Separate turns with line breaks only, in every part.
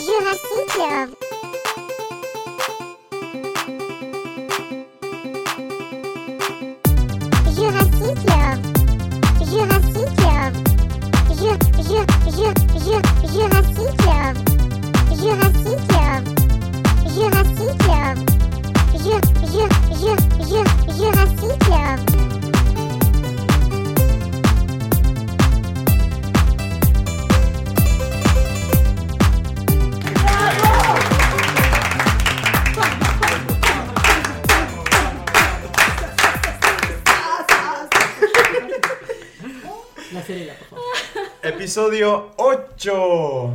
Jurassic. Jurassic. Jurassic. Ju- ju- ju- ju- Jurassic. Jurassic. Jurassic. Ju- ju- ju- ju- Jurassic.
La cerela, por favor.
Episodio 8.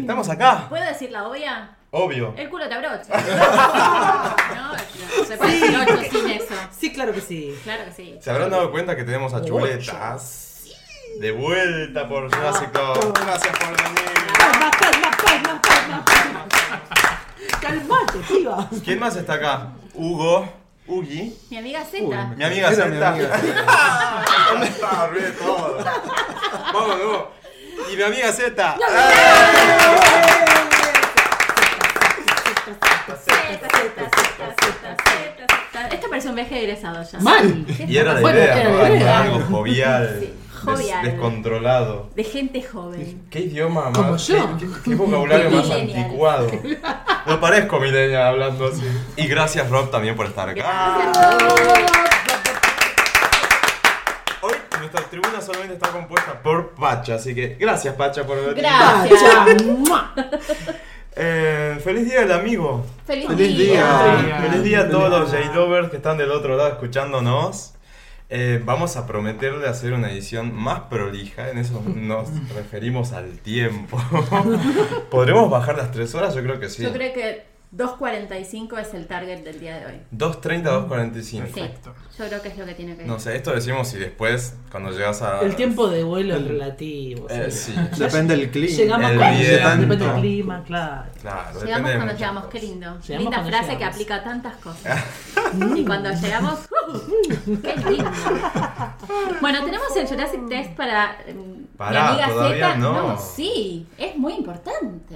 Estamos acá.
¿Puedo decir la obvia?
Obvio.
El culo te abrocha. no, no, se puede decir ocho sin eso.
Sí, claro que sí.
Claro que sí.
¿Se habrán dado cuenta que tenemos a Chuletas? De vuelta por Jurassic Club. Gracias por venir.
Palma, palma, palma, palma, palma. Calmate, piba.
¿Quién más está acá? Hugo. Ugi.
Mi amiga Zeta.
Mi amiga
Era mi
Zeta.
amiga
¿Dónde está? Arruiné todo. Vamos, vamos. Y mi amiga Zeta.
Zeta, Zeta, Zeta, Zeta, Zeta, Zeta. Esto parece un viaje de egresado ya.
Mal.
¿Qué
Y era la
Bueno,
idea,
era
¿no?
la idea.
algo jovial,
Sí,
des-
jovial.
descontrolado.
De gente joven.
¿Qué idioma más?
Como yo.
¿Qué, qué- qué vocabulario más
Millennial.
anticuado? No parezco milenial hablando así. Y gracias Rob también por estar acá. Hoy nuestra tribuna solamente está compuesta por Pacha, así que gracias Pacha por venir.
Gracias.
¡Mua!
Eh, feliz día del amigo.
Feliz,
Feliz
día.
día.
Feliz día a
Feliz
todos los
día.
J-Lovers que están del otro lado escuchándonos. Eh, vamos a prometerle hacer una edición más prolija, en eso nos referimos al tiempo. ¿Podremos bajar las 3 horas? Yo creo que sí.
Yo creo que 2.45 es el target del día de hoy.
2.30, 2.45.
Sí. Yo creo que es lo que tiene que ver.
No sé, esto decimos y después, cuando llegas a...
El tiempo de vuelo es relativo.
Eh,
sí.
sí,
Depende del clima.
Llegamos
El
cuando
bien.
llegamos, depende del
Tanto.
clima, claro.
claro. depende
Llegamos
de
cuando
muchas
llegamos, qué
cosas.
lindo.
Llegamos
Linda
cuando
frase que
llegamos.
aplica a tantas cosas.
Ah.
y cuando llegamos, ¡uh! qué lindo. Bueno, tenemos el Jurassic Test para mm,
Pará,
mi amiga
todavía
Zeta.
no.
sí, es muy importante.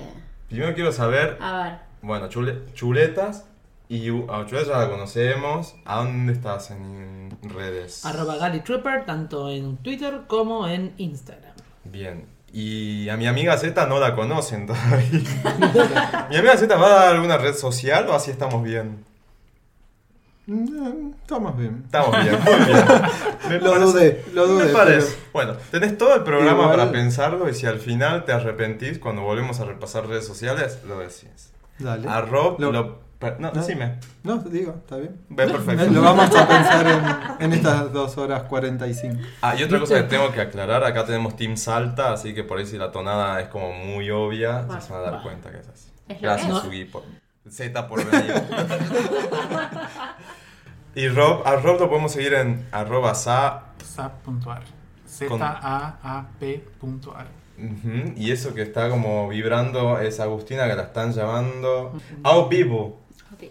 Primero quiero saber,
A ver,
bueno, chule- chuletas y... A chuletas ya la conocemos. ¿A dónde estás en redes?
Arroba Gali Trooper, tanto en Twitter como en Instagram.
Bien. Y a mi amiga Z no la conocen todavía. ¿Mi amiga Z va a dar alguna red social o así estamos bien?
Mm, Estamos bien.
Estamos bien, muy bien. Me
Lo
parece-
dudé, lo
me
dudé,
parece. Bueno, tenés todo el programa
Igual-
para pensarlo y si al final te arrepentís cuando volvemos a repasar redes sociales, lo decís.
Dale.
A Rob
Lo-
lo- per- No,
¿No?
decime.
No, digo, está bien.
Ve perfecto.
Lo vamos a pensar en, en estas 2 horas 45.
Ah, y otra cosa que tengo que aclarar, acá tenemos Team Salta, así que por ahí si la tonada es como muy obvia, se van a dar
Bueno.
cuenta que es así.
Es lo
Gracias,
que es.
Sugi, por Z por venir. y Rob, a Rob lo podemos seguir en arroba sa.
Zap.ar.
Con-
Z-A-A-P.ar.
Ujú, Y eso que está como vibrando es Agustina que la están llamando. Ao vivo.
ok.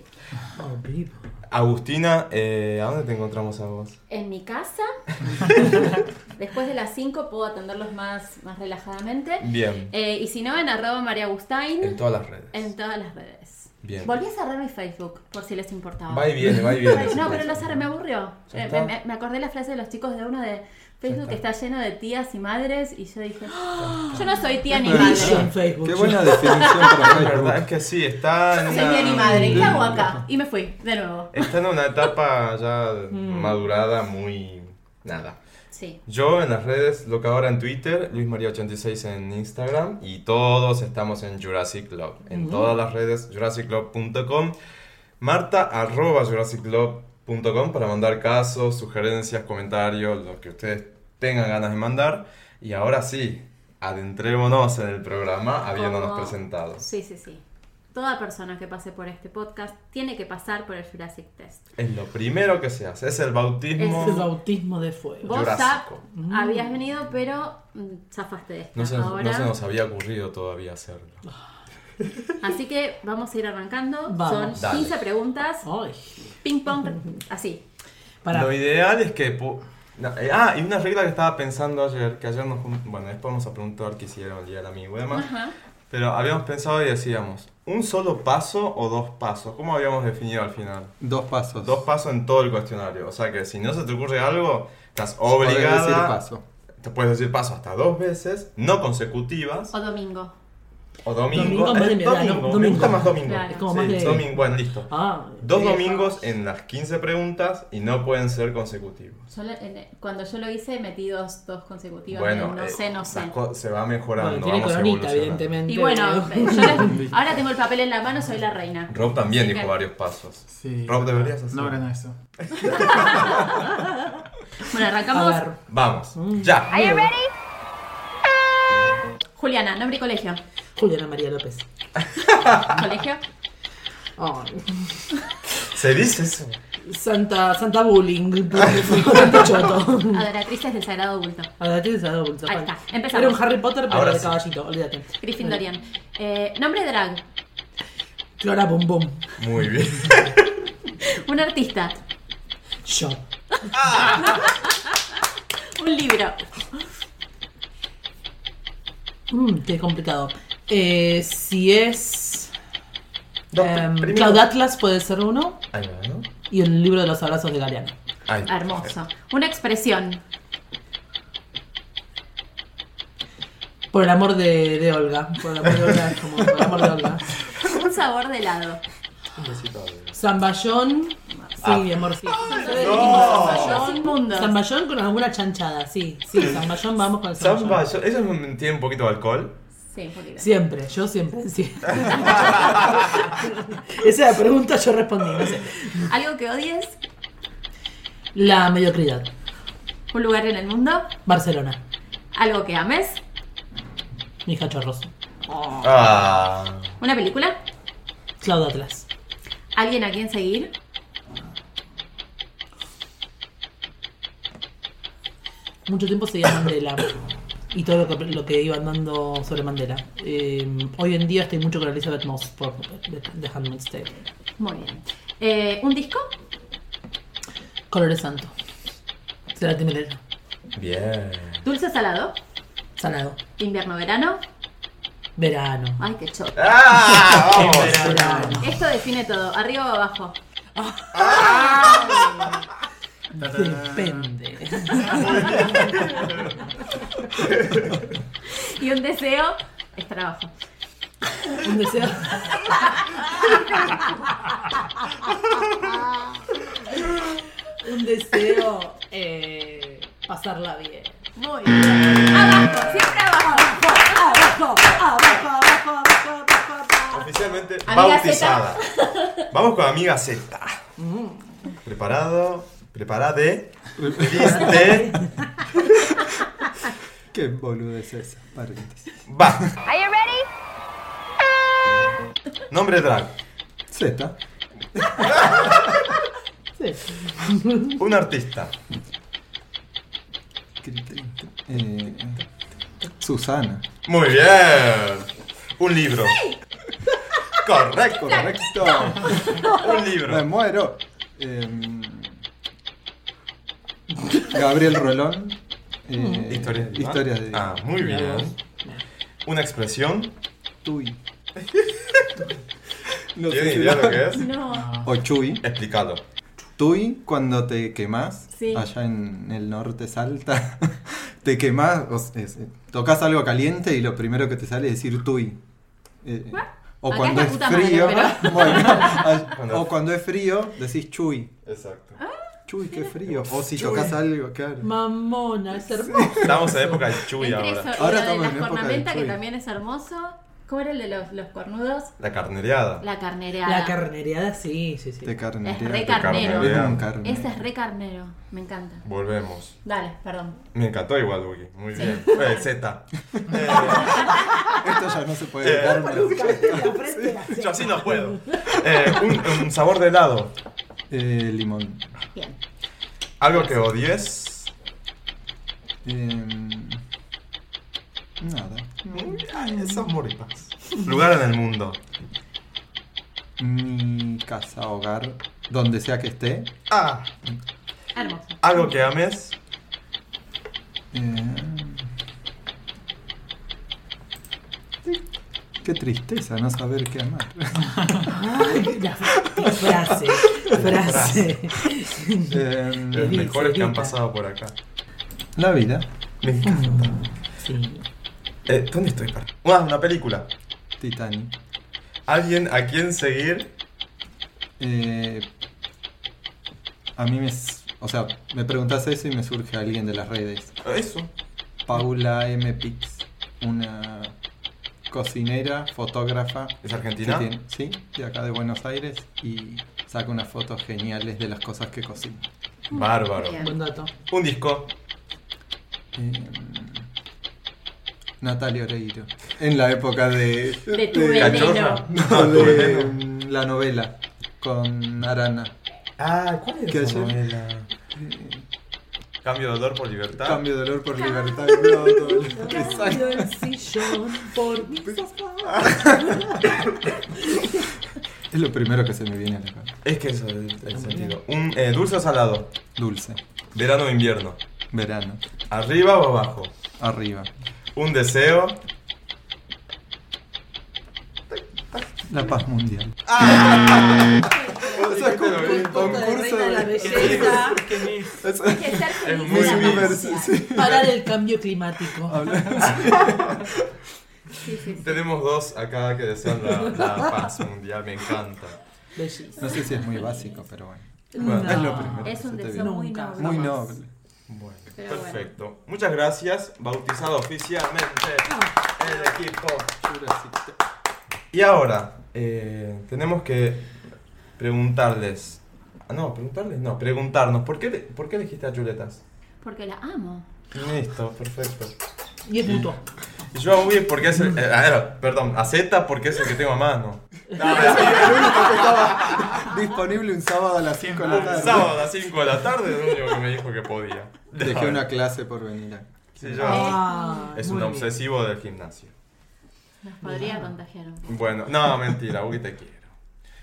Oh, vivo.
Agustina, eh, ¿a dónde te encontramos a vos?
en mi casa, después de las 5 puedo atenderlos más, más relajadamente.
Bien.
Eh, y si no, en arroba María
En
Agustain,
todas las redes.
en todas las redes.
Bien.
Volví a cerrar mi Facebook, por si les importaba.
Va y viene, va y viene.
No, pero lo cerré, me aburrió.
Ya
Eh,
está.
Me, me- me acordé la frase de los chicos de uno de Facebook que
está.
está lleno de tías y madres y yo dije, "Ah, yo no soy tía ni
Qué
madre.
Yo en
Yo
Facebook.
Qué
yo-
buena definición para
La verdad es
Facebook.
que sí, está en
no
una-
soy tía ni madre, ¿qué hago acá? Y me fui, de nuevo.
Está en una etapa ya madurada, muy... Nada.
Sí.
Yo en las redes, lo que ahora en Twitter, Luis María 86 en Instagram y todos estamos en Jurassic Club. En todas las redes, jurassicclub.com. Marta arroba jurassicclub.com para mandar casos, sugerencias, comentarios, lo que ustedes tengan ganas de mandar. Y ahora sí, adentrémonos en el programa habiéndonos
Como-
presentado.
Sí, sí, sí. Toda persona que pase por este podcast tiene que pasar por el Jurassic Test.
Es lo primero que se hace, es el bautismo.
Es el bautismo de fuego.
Vos
Jurásico.
Zap, habías venido, pero mm, zafaste de esto.
No se, no
Ahora,
se nos había ocurrido todavía hacerlo.
Así que vamos a ir arrancando.
Vamos.
Son
Dale.
15 preguntas,
Ay,
ping pong, así.
para.
Lo ideal es que... pu- no, eh, ah, y una regla que estaba pensando ayer, que ayer nos... jun- Bueno, después vamos a preguntar qué hicieron el día del amigo y demás.
Ajá.
Pero habíamos pensado y decíamos, ¿un solo paso o dos pasos? ¿Cómo habíamos definido al final?
Dos pasos.
Dos pasos en todo el cuestionario. O sea que si no se te ocurre algo, estás
Podés decir
obligada.
paso.
Te puedes decir paso hasta dos veces, no consecutivas.
O domingo.
O domingo. Eh,
Domingo, más de mi edad,
domingo,
¿no?
Me gusta
Domingo.
más domingo.
Claro.
Es como más
Sí,
de-
domingo, bueno, listo.
Ah,
Dos
Sí.
domingos en las 15 preguntas y no pueden ser consecutivos.
Yo le- en- cuando yo lo hice metí dos, dos consecutivas.
Bueno,
no
eh,
sé, no
las
sé.
co- se va mejorando,
bueno, tiene
vamos
coronita,
evolucionando.
evidentemente.
Y
Eh,
bueno,
pero-
yo les- ahora tengo el papel en la mano, soy la reina.
Rob también
Sí,
dijo
que-
varios pasos.
Sí.
Rob, deberías hacer.
No hagan eso.
Bueno,
A
arrancamos.
ver,
Vamos,
Mm.
ya.
Juliana, nombre y colegio.
Juliana María López.
Colegio.
Ay,
¿Se dice eso?
Santa, Santa Bullying. Santa Choto.
Adoratrices del Sagrado Bulto.
A la tele se ha dado vuelta,
Ahí
Juan.
está, empezamos.
Era un Harry Potter, pero
Ahora
de
sí.
caballito, olvídate.
Gryffindorian. Eh, nombre drag.
Clora Bum Bum.
Muy bien.
Em,
Un artista.
Yo.
Un libro.
Mm, qué complicado. Eh, si es.
Dos,
em,
primero.
Cloud Atlas puede ser uno.
Ahí va, ¿no?
Y el libro de los abrazos de Galeano.
Ahí.
Hermoso. Una expresión.
Por el amor de, de Olga. Por el amor de Olga es como. Por el amor de Olga.
Un sabor de helado.
Un besito a Dios.
Zambayón. Sí,
Ah.
amor, sí.
Los inmundos.
Zambayón con alguna chanchada, sí. Sí, Zambayón, vamos con el
Samba,
Zambayón.
yo- ¿eso es un- tiene un poquito de alcohol?
Sí, un poquito.
Siempre, yo siempre, sí. Esa es la pregunta, yo respondí, no sé.
Algo que odies.
La mediocridad.
Un lugar en el mundo.
Barcelona.
Algo que ames.
Mi cachorros.
Ah.
Una película.
Claudio Atlas.
Alguien a quien seguir.
Mucho tiempo seguía Mandela. Y todo lo que, lo que iba andando sobre Mandela. Eh, hoy en día estoy mucho con Elizabeth Moss por The, The Handmaid's Tale.
Muy bien. Eh, un disco.
Colores Santo. Se la tiene de ella.
Bien.
Dulce salado.
Salado.
Invierno, verano.
Verano.
Ay, qué choto.
¡Ah! Vamos.
Verano.
Esto define todo. Arriba o abajo.
Depende.
Y un deseo. Estar abajo.
Un deseo. Un deseo. eh, pasarla bien.
Muy bien. Abajo, siempre abajo.
Abajo, abajo, abajo, abajo, abajo, abajo.
Oficialmente
Amiga
bautizada. Vamos con amiga Z. Preparado, preparade, liste,
Qué boludez esa, paréntesis.
va. Nombre drag,
Z.
Sí.
un artista,
Cri, cri, cri. Eh, Susana.
muy bien. Un libro. Correcto,
Correcto.
un
Me
libro.
muero. Eh, Gabriel Rolón. Eh,
Historias de
Historias de
Ah, muy bien. Una expresión.
Tui. No sé
¿Tiene
si
idea
lo-
lo que es?
No.
O Chuy.
Explicado.
Tui, cuando te quemás,
Sí.
allá en el norte Salta, te quemás, o sea, es- tocas algo caliente y lo primero que te sale es decir Tui. Eh, o
Acá
cuando
es
es
la puta madre,
frío,
pero-
bueno, a-
Cuando-
o cuando es frío, decís Chuy.
Exacto.
Chuy, qué frío. O si tocas algo, claro.
Mamona, es hermoso.
Estamos en época de chuy
Entre
ahora.
eso,
Ahora
y lo de
estamos
las
en época
cornamentas,
del
que
chuy.
también es hermoso. ¿Cómo era el de los, los cornudos?
La carnereada.
La carnereada.
La carnereada, sí, sí, sí.
Te carnerea.
Este, Es re
te
carnero.
carnea, es un carne.
Ese es re carnero. Me encanta.
Volvemos.
Dale, perdón.
Me encantó igual, Wiki. Muy
Sí.
bien. Eh, Z. Eh,
Esto ya no se puede
Eh,
evitar, pero-
yo así no puedo. Eh, un, un sabor de helado.
Eh, limón.
Bien.
Algo que odies.
Em, nada. Mm.
Es amor y paz. Lugar en el mundo.
Mi casa, hogar, donde sea que esté.
Ah,
Hermoso.
algo que ames.
Em, Eh, Qué tristeza no saber qué amar.
Ay, la fra- frase. Frase.
Eh,
Los
Sí,
mejores que han
Evita.
pasado por acá.
la vida.
Me encanta.
Sí.
Eh, ¿Dónde estoy? Pará. Ah, una película.
Titanic.
¿Alguien a quién seguir?
Eh, a mí me. s- O sea, me preguntas eso y me surge alguien de las redes.
Eso.
Paula M. Pix. Una cocinera, fotógrafa.
¿Es
que
Argentina?
tiene- sí, de acá de Buenos Aires. Y saca unas fotos geniales de las cosas que cocina.
Bárbaro.
Bien.
Buen dato.
Un disco.
Eh, Natalia Oreiro. En la época de.
De tu
de-
veneno.
Cachorra.
Ah, no, de, mm, la novela con Arana.
Ah, ¿cuál
¿Qué
esa
ayer?
novela? Cambio de dolor por libertad.
Cambio de dolor por libertad. no, dolor. Exacto.
Cambio el sillón por mi sofá.
Es lo primero que se me viene a la cabeza.
Es que eso es el, el sentido. Un eh, dulce o salado.
Dulce.
Verano o invierno.
Verano.
Arriba o abajo.
Arriba.
Un deseo.
La paz mundial.
Eso es como un
concurso
de la
de-
belleza.
Eso-
Que estar feliz
muy
es la
universal,
gracia.
Parar el cambio climático.
Sí, sí, sí.
Tenemos dos acá que desean la, la paz mundial, me encanta.
Bellísimo.
No sé si es muy básico, pero bueno.
Bueno,
es lo primero.
Es un
Se te
deseo
viene.
muy
Nunca.
noble.
Muy noble.
Bueno,
Pero bueno.
perfecto. Muchas gracias, bautizado oficialmente
Ah.
el equipo. Y ahora, eh, tenemos que preguntarles. ah, No, preguntarles, no, preguntarnos, ¿por qué, ¿por qué elegiste a Chuletas?
Porque la amo.
Listo, perfecto.
Y es mutuo.
Y yo a Ubi porque es el. eh, a ver, perdón, a Z porque es el que tengo a mano. No,
Disponible un sábado a las 5 de la
Un
tarde.
sábado a las 5 de la tarde es lo único que me dijo que podía.
Dejé una clase por venir acá.
Sí, yo-
Ah,
es
muy
un
bien.
obsesivo del gimnasio.
Nos podría contagiar un poco.
Bueno, no, mentira, Ubi te quiero.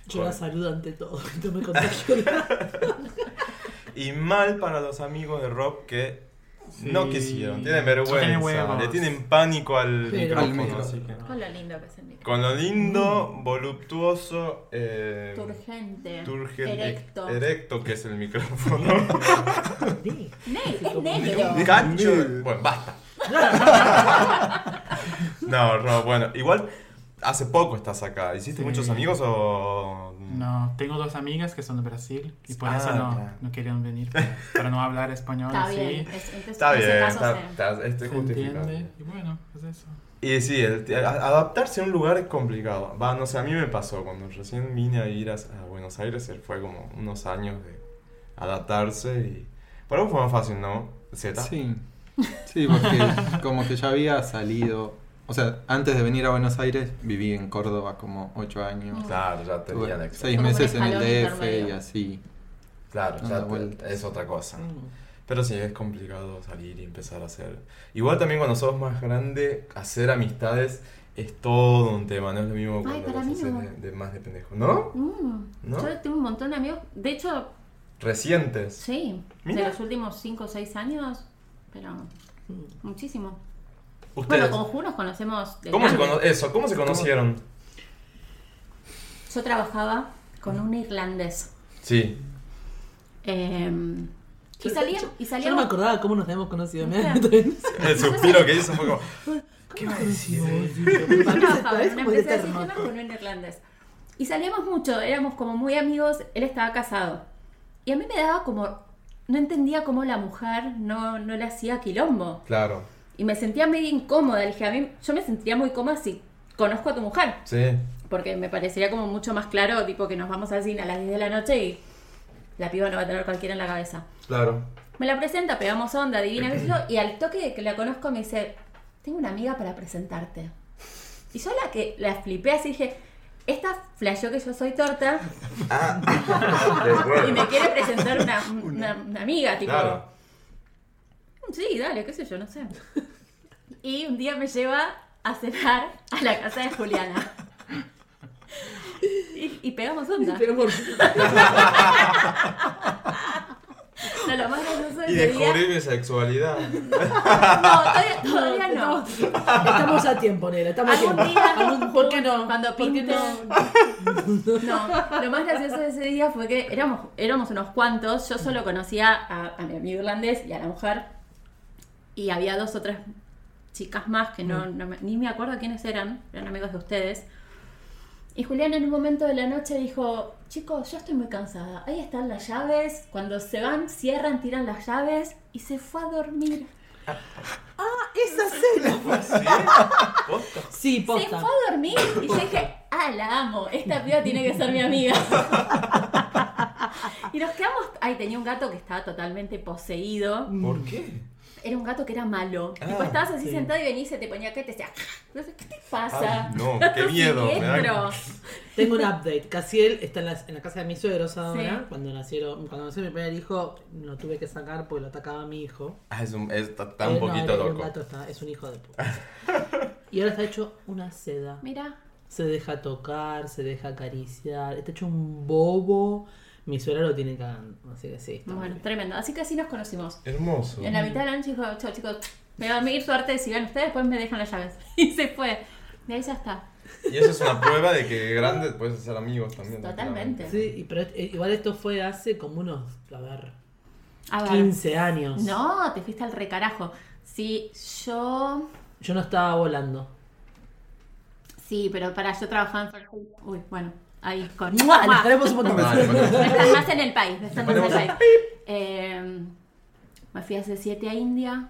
Yo la saludo ante todo. No me contagio.
Y mal para los amigos de Rob que no
Sí.
quisieron. Tienen
Tiene
vergüenza.
huevos.
Le tienen pánico al
Pero-
Al
micrófono.
micro.
así que-
Con lo lindo que es el micro.
Con lo lindo, voluptuoso, eh,
Turgente.
turgen-
Erecto.
erecto que es el micrófono.
Sí.
Ne- es negro.
Dios
Cacho.
mío.
Bueno, basta. No, no, bueno, igual hace poco estás acá. ¿Hiciste
Sí.
muchos amigos o.?
No, tengo dos amigas que son de Brasil y por
Ah,
eso no,
claro.
no querían venir para, para no hablar español
Está
así.
bien. Es, entonces,
Está
en
bien,
ese caso,
está,
cero.
está- este
Se
es justificado.
entiende. Y bueno, pues eso.
Y sí, el- a- adaptarse a un lugar es complicado. Va, no sé, a mí me pasó. Cuando recién vine a ir a, a Buenos Aires, él fue como unos años de adaptarse y. Para vos fue más fácil, ¿no? Z.
Sí. Sí, porque como que ya había salido. O sea, antes de venir a Buenos Aires viví en Córdoba como 8 años.
Mm.
Claro, ya tenía
Tuve
la
seis
Como un
meses en el
escalón
DF y
intermedio.
así.
Claro,
Dando
ya te-
vueltas.
es otra cosa. Pero sí, es complicado salir y empezar a hacer. Igual también cuando sos más grande, hacer amistades es todo un tema, no es lo mismo cuando
para
los
mí
haces
no.
de, de más de pendejo. ¿No?
Mm.
¿No?
Yo tengo un montón de amigos. De hecho,
Recientes.
sí.
Mira.
De los últimos 5 o 6 años. Pero muchísimo.
Ustedes.
Bueno, con Ju nos conocemos. de
¿Cómo se
grande.
cono- eso, ¿cómo se conocieron?
Yo trabajaba con un irlandés.
Sí.
Eh, y salíamos. Y
Yo no me
salíamos
acordaba cómo nos habíamos conocido. Me
Claro.
El suspiro que hizo fue como.
¿Qué va a decir?
Yo trabajaba en una
como
empresa de
eterno.
sistemas con un irlandés. Y salíamos mucho, éramos como muy amigos, él estaba casado. Y a mí me daba como... No entendía cómo la mujer no, no le hacía quilombo.
Claro.
Y me sentía medio incómoda. Le dije, a mí, yo me sentía muy cómoda si conozco a tu mujer.
Sí.
Porque me parecería como mucho más claro, tipo que nos vamos al cine a las 10 de la noche y la piba no va a tener cualquiera en la cabeza.
Claro.
Me la presenta, pegamos onda, divina, qué sé yo, y al toque de que la conozco me dice, tengo una amiga para presentarte. Y yo la que la flipé así dije, esta flasheó que yo soy torta
Ah.
y me quiere presentar una, una- una amiga, tipo,
Claro.
sí, dale, qué sé yo, no sé. Y un día me lleva a cenar a la casa de Juliana. Y, y pegamos onda.
Pero por-
No, lo más gracioso
Y
del día.
descubrir mi sexualidad.
No, todavía, todavía no.
Estamos a tiempo, Nela. Estamos a
Algún
tiempo.
día,
Algún- ¿Por qué no?
cuando
¿Por qué
pinte.
no?
No, lo más gracioso de ese día fue que éramos, éramos unos cuantos. Yo solo conocía a, a mi amigo irlandés y a la mujer. Y había dos o tres chicas más que no, no me- ni me acuerdo quiénes eran. Eran amigos de ustedes. Y Julián en un momento de la noche dijo, chicos, yo estoy muy cansada. Ahí están las llaves. Cuando se van, cierran, tiran las llaves. Y se fue a dormir.
Ah, Esa cena.
¿Sí? Posta.
Sí,
Se fue
posta.
a dormir y yo dije, ah, la amo, esta piba tiene que ser mi amiga. Y nos quedamos, ay, tenía un gato que estaba totalmente poseído.
¿Por qué?
Era un gato que era malo.
Ah,
tipo, estabas así
sí.
sentado y venís y se te ponía acá y te decía, no sé, ¿qué te pasa?
Ay, no, qué miedo. me
Siniestro.
da-
Tengo un update. Casiel está en la, en la casa de mis suegros ahora.
Sí.
Cuando nacieron, cuando nació mi primer hijo, lo tuve que sacar porque lo atacaba mi hijo.
Ah, es un, es ta- tan
Eh, no,
poquito
era un
loco.
gato, está- es un hijo de puta. y ahora está hecho una seda.
Mira,
Se deja tocar, se deja acariciar. Está hecho un bobo. Mi suegra lo tiene cagando. Así que sí. está
bueno,
muy bien.
tremendo. Así que así nos conocimos.
Hermoso.
En la mitad de la noche dijo, chao chicos, me voy a dormir, suerte, si van ustedes, después me dejan las llaves. Y se fue. Y ahí ya está.
Y eso es una prueba de que grande puedes hacer amigos también.
Totalmente.
Sí, y- pero eh, igual esto fue hace como unos, a ver,
A ver.
15 años.
No, te fuiste al recarajo. Sí, yo.
Yo no estaba volando.
Sí, pero para, yo trabajaba en Ferjú. Uy, bueno, ahí con.
¡Mua!
¡Mua!
Nos queremos un montón.
Vale,
No
bueno.
están más en el país, no están más en el
Ponemos
país. Eh, me fui hace 7 a India.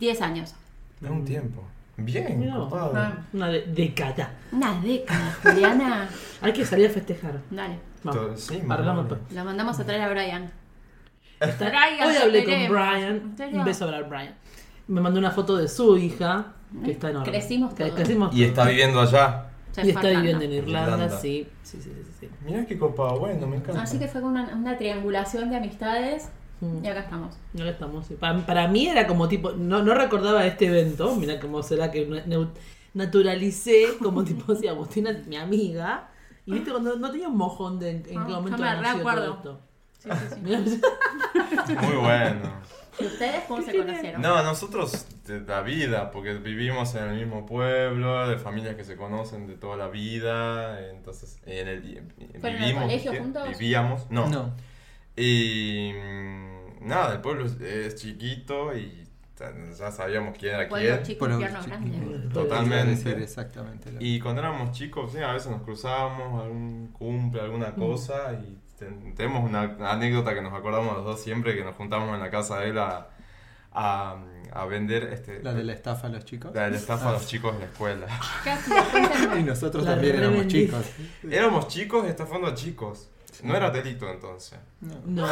10 años.
Da un tiempo. Bien,
Mira.
copado.
Una de- década.
Una década, Juliana.
Hay que salir a festejar.
Dale,
Todo-
Vamos,
sí,
arreglamos
vale.
todo.
lo mandamos a traer a Brian.
Está-
Brian,
Hoy
te
hablé con
queremos. ¿En
Brian.
serio?
Un beso para Brian. Me mandó una foto de su hija, que está enorme.
Crecimos
Que-
todos.
Crecimos
Y está
todos.
viviendo allá.
Se fue
Y está
a
viviendo en
Irlanda.
Irlanda,
Irlanda.
sí. Sí, sí, sí, sí.
Mirá qué copado, bueno, me encanta.
Así que fue una, una triangulación de amistades.
Mm.
Y acá estamos.
No lo estamos. sí. Para, para mí era como tipo, no, no recordaba este evento, mira cómo será que ne- neu- naturalicé como tipo si Agustina es mi amiga. Y viste cuando no tenía un mojón de en, en qué
Ah, yo
momento
me
nació
reacuerdo.
todo esto.
Sí, sí, sí.
Mirá,
Muy bueno.
¿Y ustedes cómo se conocieron?
No, nosotros de la vida, porque vivimos en el mismo pueblo, de familias que se conocen de toda la vida, entonces en el, en-
¿Fueron al colegio juntos?
vivíamos, no.
No.
Y mm, nada, el pueblo es, es chiquito y tan- ya sabíamos quién era
Pueblo
quién.
chico,
Pueblo
infierno
chiquito.
grande.
Totalmente.
Iba a decir exactamente. lo-
Y cuando éramos chicos, sí, a veces nos cruzábamos, algún cumple, alguna cosa, y ten- tenemos una anécdota que nos acordamos los dos siempre, que nos juntamos en la casa de él a, a- a vender este,
La de la estafa a los chicos.
la de la estafa a los chicos de la escuela.
Casi, cuéntame.
Y nosotros
La
también éramos
revendí.
chicos.
Éramos chicos estafando a chicos. No era delito entonces.
No.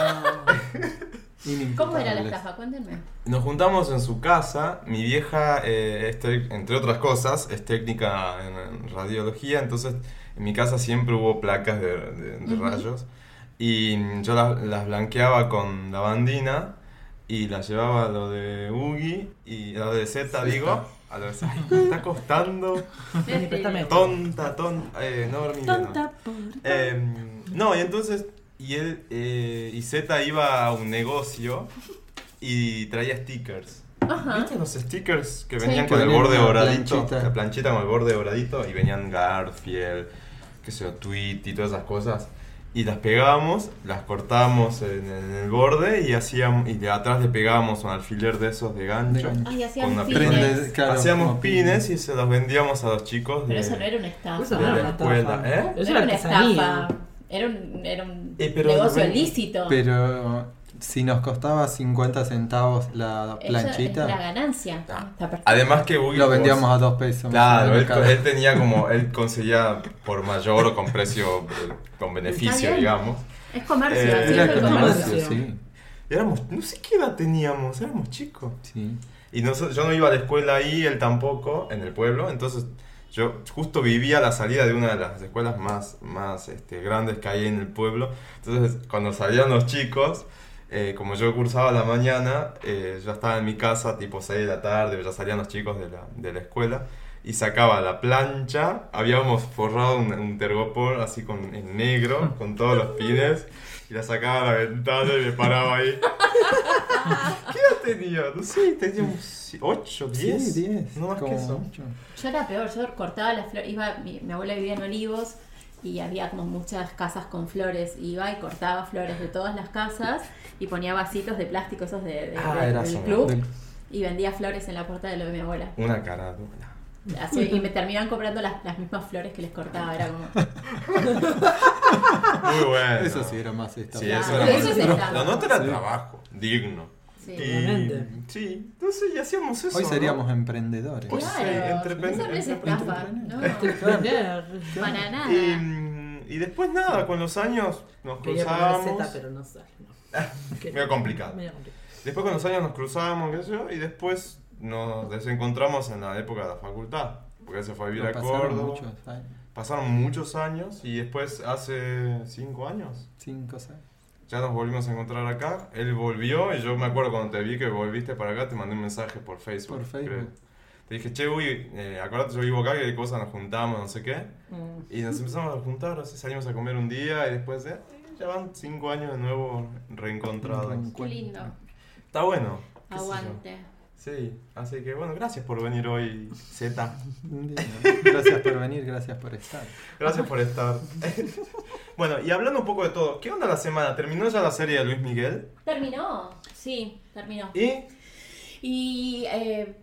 ¿Cómo era la
Inimputables.
estafa? Cuéntenme.
Nos juntamos en su casa. Mi vieja, eh, es tec- entre otras cosas, es técnica en, en radiología. Entonces, en mi casa siempre hubo placas de, de- de rayos. Y mm, yo las, las blanqueaba con la bandina. Y las llevaba a lo de Ugi. Y lo de Z, digo. A lo de Z. Ay, me está costando.
Vení, préstame.
Tonta, tonta. Eh, no dormí bien hoy.
Tonta por...
Eh, no, y entonces, y él, eh, y Z iba a un negocio y traía stickers.
Ah.
¿Viste los stickers que venían
Sí.
con el
Venían
borde
una
doradito?
planchita.
La planchita con el borde doradito y venían Garfield, qué sé yo, Tweet y todas esas cosas. Y las pegábamos, las cortábamos en, en el borde y hacíamos y de atrás le pegábamos un alfiler de esos de gancho.
gancho.
Ay,
Con una
hacían
prenda
fines.
Prende- claro,
Hacíamos
como
pines y se los vendíamos a los chicos.
Pero
de-
eso no era una
Eso
estafa.
de
no
la
era
Era
una
escuela,
estafa.
¿eh?
Eso era
una
artesanía.
estafa. Era un, era un
Eh, pero-
negocio ilícito.
Pero si nos costaba 50 centavos la
Eso
planchita,
Es la ganancia.
Ah.
Está perfecto.
Además que Ugi
lo
vos-
vendíamos a 2 pesos.
Claro,
en el
él,
mercado.
él tenía como, él conseguía por mayor o con precio, eh, con
Está
beneficio,
bien.
digamos.
Es comercio.
Eh,
así
Era
es el comercio.
comercio, sí.
Éramos, no sé qué edad teníamos, éramos chicos.
sí.
Y nosotros, yo no iba a la escuela ahí, él tampoco, en el pueblo, entonces yo justo vivía a la salida de una de las escuelas más, más este, grandes que hay en el pueblo. Entonces, cuando salían los chicos, eh, como yo cursaba a la mañana, eh, yo estaba en mi casa tipo 6 de la tarde, ya salían los chicos de la, de la escuela. y sacaba la plancha. Habíamos forrado un, un tergopor así con en negro, con todos los pines. Y la sacaba a la ventana y me paraba ahí. ¿Qué edad tenía? No sé, tenía 8, 10.
Sí, 10.
No más que
como
eso.
mucho.
Yo era peor, yo cortaba las flores, iba, mi, mi abuela vivía en Olivos y había como muchas casas con flores, iba y cortaba flores de todas las casas y ponía vasitos de plástico esos de, de-
Ah,
de-
era
del
eso,
club
Del-
y vendía flores en la puerta de lo de mi abuela.
Una cara dura.
Así, y me terminaban comprando las, las mismas flores que les cortaba, era como...
Muy bueno.
Eso sí era más esta.
Sí,
Claro.
eso era
Eso
más-
sí está.
La nota era trabajo, digno.
Sí.
Y-
Obviamente.
sí, entonces ya hacíamos eso.
Hoy
¿no?
seríamos emprendedores.
Hoy Pues sí, entrepren-
esa no es estafa, no,
Entretener.
para nada.
Y, mm, y después nada, con los años nos
Quería poner
cruzábamos.
Z, pero no sale. no. Que-
Medio complicado.
medio complicado.
Después con los años nos cruzábamos, qué sé yo, y después nos desencontramos en la época de la facultad. Porque él se fue a vivir
Lo
a
pasaron
Córdoba.
muchos años.
Pasaron muchos años y después hace cinco años
Cinco, seis.
ya nos volvimos a encontrar acá. Él volvió y yo me acuerdo cuando te vi que volviste para acá, te mandé un mensaje por Facebook.
Por Facebook.
creo. Te dije, che, uy, eh, acordate, yo vivo acá, que cosas nos juntamos, no sé qué.
Mm.
Y nos empezamos a juntar, así salimos a comer un día y después eh, ya van cinco años de nuevo reencontrados.
Qué lindo,
Está bueno. qué sé yo.
aguante.
Sí, así que bueno, gracias por venir hoy, Z.
Gracias por venir, gracias por estar.
Gracias por estar. bueno, y hablando un poco de todo, ¿qué onda la semana? ¿Terminó ya la serie de Luis Miguel?
Terminó, sí, terminó.
Y
Y eh,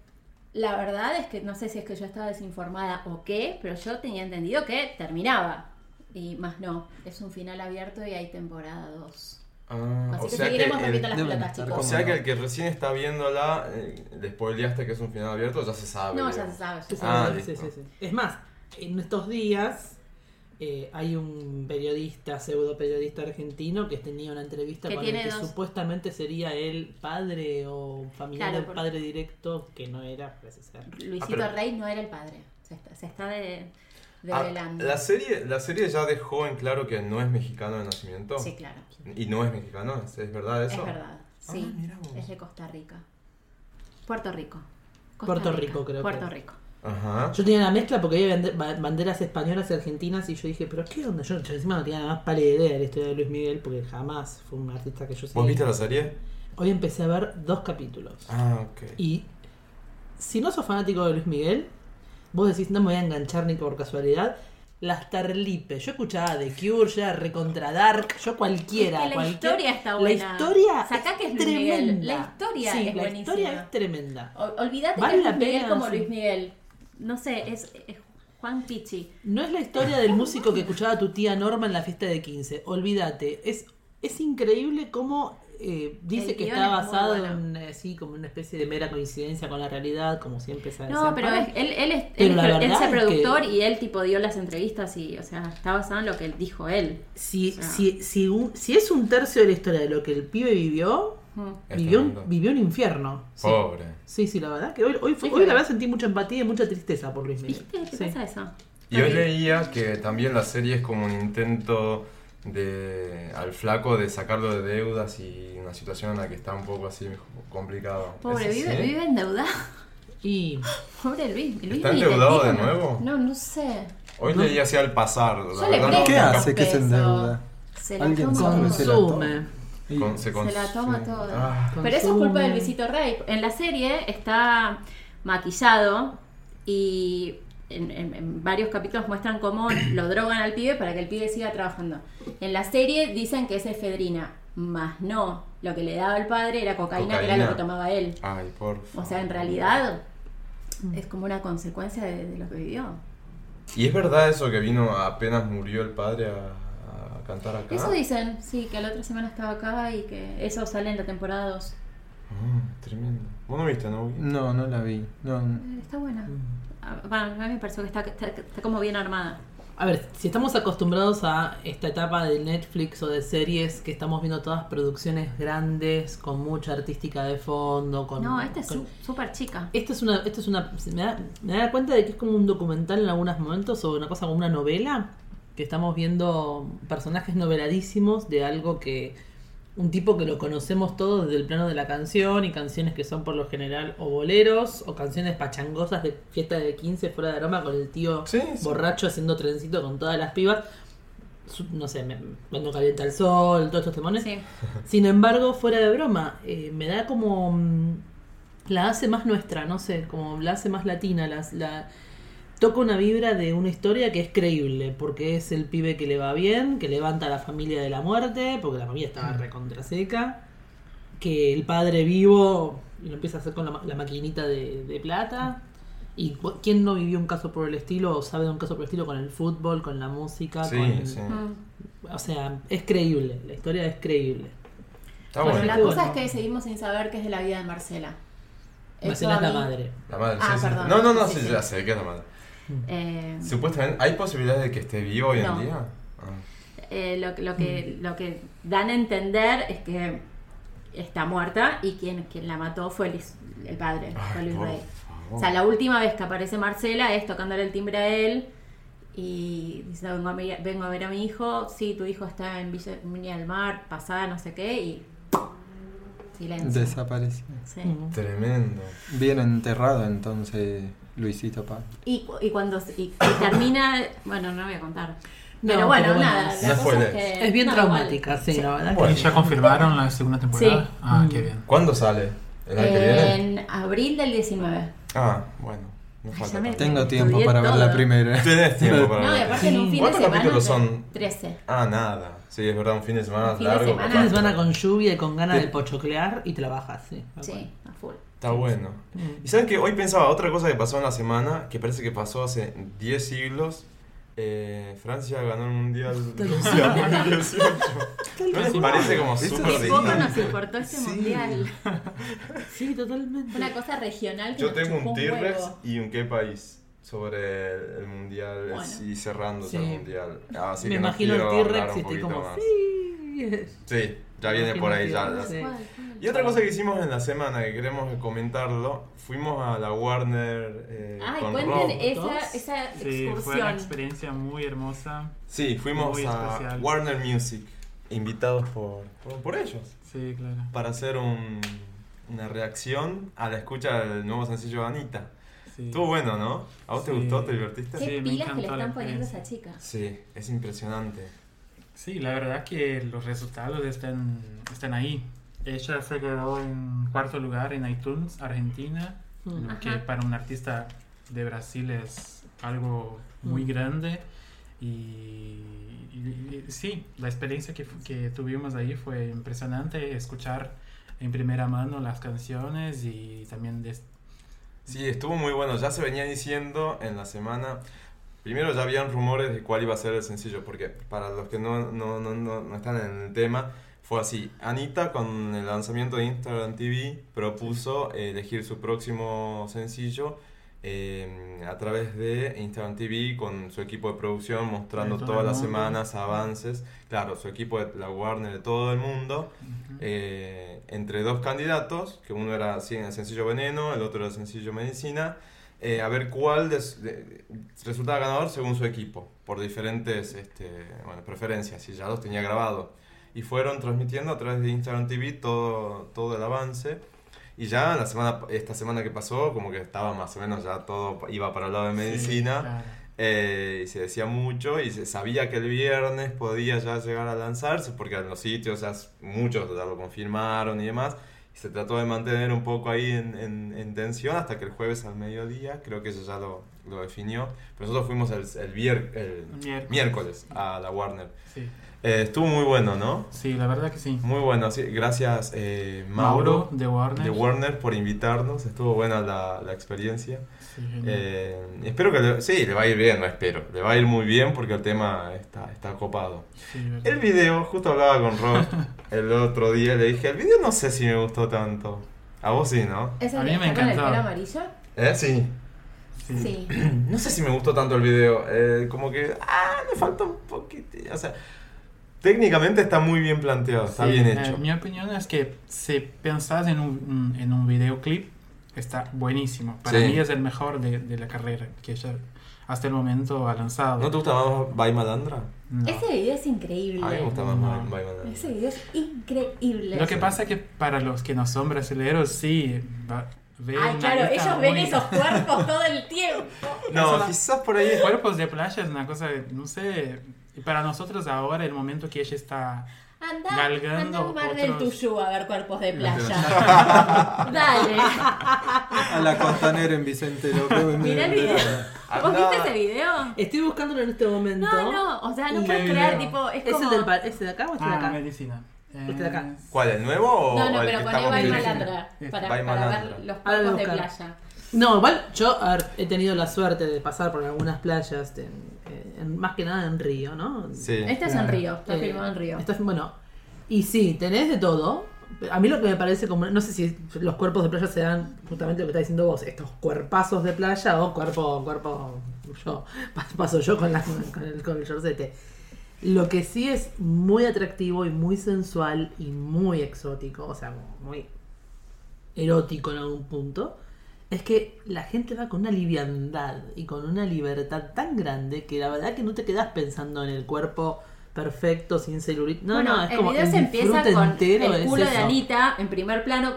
la verdad es que no sé si es que yo estaba desinformada o qué, pero yo tenía entendido que terminaba. Y más no, es un final abierto y hay temporada 2.
Ah,
Así que seguiremos
el-
moviendo las
deben
pelotas,
estar
chicos.
o
como-
sea que el que recién está viéndola, eh, le spoileaste que es un final abierto, ya se sabe.
No, ya
digamos.
se sabe.
Sí, sí,
Ah,
sí, sí,
listo.
sí, sí. Es más, en estos días eh, hay un periodista, pseudo periodista argentino, que tenía una entrevista
Que
con el
tiene
que
dos-
supuestamente sería el padre o familiar
Claro,
del
por-
padre directo, que no era, parece ser.
Luisito
Ah, pero-
Rey no era el padre. Se está, se está de,
Ah,
develando.
la, serie, la serie ya dejó en claro que no es mexicano de nacimiento.
Sí, claro.
Y no es mexicano, ¿es, es verdad eso?
Es verdad. Sí.
Ah, mira vos.
es de Costa Rica. Puerto Rico.
Puerto Rico, creo que
Puerto
es.
Rico.
Ajá.
Yo tenía la mezcla porque había bande- ba- banderas españolas y argentinas y yo dije, pero ¿qué onda? Yo, yo encima no tenía nada más pálida idea de la historia de Luis Miguel porque jamás fue un artista que yo
¿Vos
seguí.
viste la serie?
Hoy empecé a ver dos capítulos.
Ah, ok.
Y si no sos fanático de Luis Miguel, vos decís, no me voy a enganchar ni por casualidad. Las Tarlipes, yo escuchaba de Cure, ya Recontra Dark, yo cualquiera.
Es que la
cualquier-
historia está buena.
La historia
Sacá
es
que es Luis Miguel.
tremenda.
La historia
Sí,
es
la
buenísima.
historia es tremenda.
Ol- Olvídate
Vale
que es
la
Luis Miguel
pena,
como
sí.
Luis Miguel. No sé, es, es Juan Pichi.
No es la historia del músico que escuchaba tu tía Norma en la fiesta de 15, olvídate. Es, es increíble cómo eh, dice
El
que
guión
está
es muy
basado
bueno.
en eh, sí, como una especie de mera coincidencia con la realidad, como siempre se
No, pero es-
desampara.
él, él, es,
Ah. Pero
él,
la
es- él
verdad
es el
es
productor
que-
y él tipo dio las entrevistas y, o sea, está basado en lo que él dijo él.
Si,
O sea.
si, si, un- si es un tercio de la historia de lo que el pibe vivió,
Mm.
Es
vivió un,
tremendo. Oh.
vivió un infierno. Sí.
Pobre.
sí, sí, la verdad que hoy, hoy, fue-
Sí,
hoy la
claro.
verdad sentí mucha empatía y mucha tristeza por Luis Miguel.
¿Viste? ¿Qué
Sí.
pasa eso?
Y hoy
Ok.
leía que también la serie es como un intento de al flaco de sacarlo de deudas y una situación en la que está un poco así complicado.
Pobre,
¿Es
vive,
así?
vive endeudado.
Y
Pobre Luis. Luis
¿Está
ni
endeudado
detective,
de
¿no?
nuevo?
No, no sé.
Hoy leí así al pasar. la
Yo le
verdad no-
presto
¿Qué
nunca-
hace que se
peso.
endeuda?
Se la
Alguien
toma
sabe,
todo.
se la toma.
consume.
Y-
con- se,
Se la toma
consume.
toda.
Ah,
Pero eso es culpa de
Consume.
Luisito Rey. En la serie está maquillado y en, en- en varios capítulos muestran cómo lo drogan al pibe para que el pibe siga trabajando. En la serie dicen que es efedrina, más no. Lo que le daba el padre era cocaína, que era
Cocaína.
lo que tomaba él.
ay, por
O
favor.
sea, en realidad es como una consecuencia de, de lo que vivió.
¿Y es verdad eso que vino apenas murió el padre a, a cantar acá?
Eso dicen, sí, que la otra semana estaba acá y que eso sale en la temporada 2.
Ah, tremendo. Vos no viste, ¿no?
No, no la vi. No, no.
Eh, Está buena. Ah, Bueno, a mí me pareció que está, está- está como bien armada.
A ver, si estamos acostumbrados a esta etapa de Netflix o de series que estamos viendo todas producciones grandes, con mucha artística de fondo, con...
No, esta es
con-
su- súper chica.
Esto es una, esto es una, se me da, me da cuenta de que es como un documental en algunos momentos o una cosa como una novela, que estamos viendo personajes noveladísimos de algo que un tipo que lo conocemos todos desde el plano de la canción y canciones que son por lo general o boleros o canciones pachangosas de fiesta de 15 fuera de Roma con el tío
Sí, sí.
borracho haciendo trencito con todas las pibas. Su- No sé, me- cuando calienta el sol, todos estos temones.
Sí.
Sin embargo, fuera de broma, eh, me da como... mm, La hace más nuestra, no sé, como la hace más latina, la, la- toca una vibra de una historia que es creíble, porque es el pibe que le va bien, que levanta a la familia de la muerte, porque la familia estaba
Mm.
recontra seca, que el padre vivo lo empieza a hacer con la, ma- la maquinita de, de plata. ¿Y cu- quién no vivió un caso por el estilo o sabe de un caso por el estilo con el fútbol, con la música?
Sí,
con-
sí.
Mm.
O sea, es creíble, la historia es creíble.
Está
Bueno,
bueno.
la
Qué
cosa es
bueno.
que seguimos sin saber qué es de la vida de Marcela. Eso
Marcela
a
es la
mí-
madre.
La madre,
Ah,
sí, sí.
perdón.
No, no, no,
Sí,
sí,
sí.
ya sé que es la madre.
Eh,
Supuestamente, ¿hay posibilidades de que esté vivo hoy
No.
en día? Ah.
eh, lo, lo que, lo que dan a entender es que está muerta y quien, quien la mató fue Luis- el padre, fue
Ay,
Luis
por
Rey.
favor.
O sea, la última vez que aparece Marcela es tocándole el timbre a él y diciendo, vengo a, mi- vengo a ver a mi hijo, sí, tu hijo está en Villa, Viña del Mar, pasada, no sé qué, y silencio.
Desapareció.
Sí.
Mm.
Tremendo.
Bien enterrado entonces Luisito Paz.
Y, cu- y cuando se- y, y termina, bueno, no voy a contar.
No,
pero bueno,
pero bueno,
nada,
es-
la
No
cosa
spoilers.
es que-
Es bien
no,
traumática,
igual.
sí, la verdad. que
Bueno.
¿Y ya confirmaron la segunda temporada?
Sí.
Ah, qué bien.
¿Cuándo sale? ¿El año que viene?
En abril del 19.
Ah, bueno. No
Ay,
falta
ya me-
tanto.
Tengo
Estudié
tiempo para ver
todo.
la primera.
Tenés tiempo para
No, y
ver.
aparte en un fin de
¿Cuántos
semana.
capítulos
no-
son?
13.
Ah, nada. Sí, es verdad, un fin de semana
Un fin de
largo.
semana.
Fines
Fin
de semana con lluvia y con ganas
Sí.
de pochoclear y te la bajas, sí. tal cual.
Sí, a full.
Está bueno. Y sabes que hoy pensaba otra cosa que pasó en la semana, que parece que pasó hace 10 siglos. Eh, Francia ganó el Mundial de Rusia en 2018. ¿No les parece como
Eso
súper
Qué poco
digno?
nos importó este
Sí.
mundial.
Sí, totalmente.
Una cosa regional que
Yo
nos
tengo
chupó
un T-Rex
huevo.
y un qué país sobre el, el mundial
Bueno.
y cerrándose
Sí.
el mundial. Así
Me
que no
imagino
quiero
el
hablar
T-Rex
un
y estoy
poquito
como,
más.
sí.
Sí, ya viene
Imagino
por ahí.
que-
Ya, ya.
Sí.
¿Cuál, cuál?
Y otra cosa que hicimos en la semana que queremos comentarlo, fuimos a la Warner eh,
Ay,
con
cuenten
Rob.
esa,
¿Dos?
esa
Sí, fue una
excursión.
experiencia muy hermosa.
Sí, fuimos
Muy
a
especial.
Warner Music, invitados por, por, por ellos,
Sí, claro.
para hacer un- una reacción a la escucha del nuevo sencillo de Anita.
Sí.
Estuvo bueno, ¿no? ¿A vos te
Sí.
gustó? ¿Te divertiste?
Qué
Sí, me
pilas que le
encantó la
están poniendo a
experiencia.
esa chica.
Sí, es impresionante.
Sí, la verdad que los resultados están, están ahí. Ella se quedó en cuarto lugar en iTunes, Argentina,
Mm.
lo que
Ajá.
para un artista de Brasil es algo muy
Mm.
grande. Y, y- y sí, la experiencia que, fu- que tuvimos ahí fue impresionante, escuchar en primera mano las canciones y también este des-
Sí, estuvo muy bueno. Ya se venía diciendo en la semana. Primero ya habían rumores de cuál iba a ser el sencillo, porque para los que no, no, no, no, no están en el tema, fue así. Anita con el lanzamiento de Instagram TV propuso eh, elegir su próximo sencillo eh, a través de Instagram TV con su equipo de producción mostrando
De todo
todas
el
las
mundo.
semanas avances. Claro, su equipo de la Warner de todo el mundo
Ujú.
eh, entre dos candidatos, que uno era sí, el sencillo veneno, el otro era el sencillo medicina, eh, a ver cuál des- de- resultaba ganador según su equipo, por diferentes este, bueno, preferencias, y ya los tenía grabado. Y fueron transmitiendo a través de Instagram TV todo, todo el avance. Y ya la semana, esta semana que pasó, como que estaba más o menos ya todo iba para el lado de medicina.
Sí, claro.
Eh, y se decía mucho y se sabía que el viernes podía ya llegar a lanzarse porque en los sitios ya s- muchos ya lo confirmaron y demás. Y se trató de mantener un poco ahí en, en- en tensión hasta que el jueves al mediodía, creo que eso ya lo, lo definió. Pero nosotros fuimos el, el vier- el
Miércoles.
miércoles a la Warner.
Sí.
Eh, estuvo muy bueno, ¿no?
Sí, la verdad que sí.
Muy bueno, sí, gracias eh,
Mauro,
Mauro
de Warner.
de Warner por invitarnos, estuvo buena la- la experiencia.
Sí, genial.
Eh, espero que le, sí, le va a ir bien, no espero. Le va a ir muy bien porque el tema está, está copado.
Sí, verdad.
El video, justo hablaba con Rob el otro día, le dije, el video no sé si me gustó tanto. A vos sí, ¿no?
¿Es
A
el
mí
que
me
está con el pelo
encantó.
amarillo?
Eh, sí.
Sí.
Sí.
No sé si me gustó tanto el video. eh, como que, ah, me falta un poquito. O sea, técnicamente está muy bien planteado, está
Sí,
bien
eh,
hecho.
mi opinión es que si pensás en un, en un videoclip, está buenísimo. Para
Sí.
mí es el mejor de, de la carrera que ella hasta el momento ha lanzado.
¿No te gusta más By Malandra?
No.
Ese video es
A mí me
increíble.
gusta más
No.
By Malandra.
Ese video es increíble.
Lo que pasa es que para los que no son brasileños, sí. va- ven
Ay,
una
claro,
lista
ellos ven
muy-
esos cuerpos todo el tiempo.
No, quizás por ahí.
Cuerpos de playa es una cosa, de- no sé. y Para nosotros ahora, el momento que ella está.
Anda,
Galgando
anda a un bar del
otros-
Tuyú a ver cuerpos de playa. Dale.
A la costanera en Vicente López.
Mirá el video. ¿Vos
Anda.
viste ese video?
Estoy buscándolo en este momento.
Ah. No, no, o sea, no
¿Qué
puedes
video?
creer, tipo, es
¿Es,
como...
el del pa- ¿Es el de acá o este de
Ah,
acá?
medicina.
Este de acá.
¿Cuál, el nuevo o
No, no,
Oh, el
pero
que
poné
estamos
Vai
viendo?
Malandra
Este,
para,
Vai
para
Malandra.
ver los
Ahora lo
cuerpos de
buscaré.
playa.
No, igual yo a ver, he tenido la suerte de pasar por algunas playas, de- en- más que nada en Río, ¿no?
Sí.
Este es en Río, está
Eh,
filmado en Río.
está- bueno, y sí, tenés de todo. A mí lo que me parece como, no sé si los cuerpos de playa se dan justamente lo que está diciendo vos, estos cuerpazos de playa o cuerpo, cuerpo, yo, pa- paso yo con, la- con el, con el shortcete. Lo que sí es muy atractivo y muy sensual y muy exótico, o sea, como muy erótico en algún punto, es que la gente va con una liviandad y con una libertad tan grande que la verdad que no te quedas pensando en el cuerpo perfecto, sin celulitis. No,
bueno,
no, es
el
como
video se empieza
disfrute
con
entero
el
es
culo de
eso.
Anita en primer plano,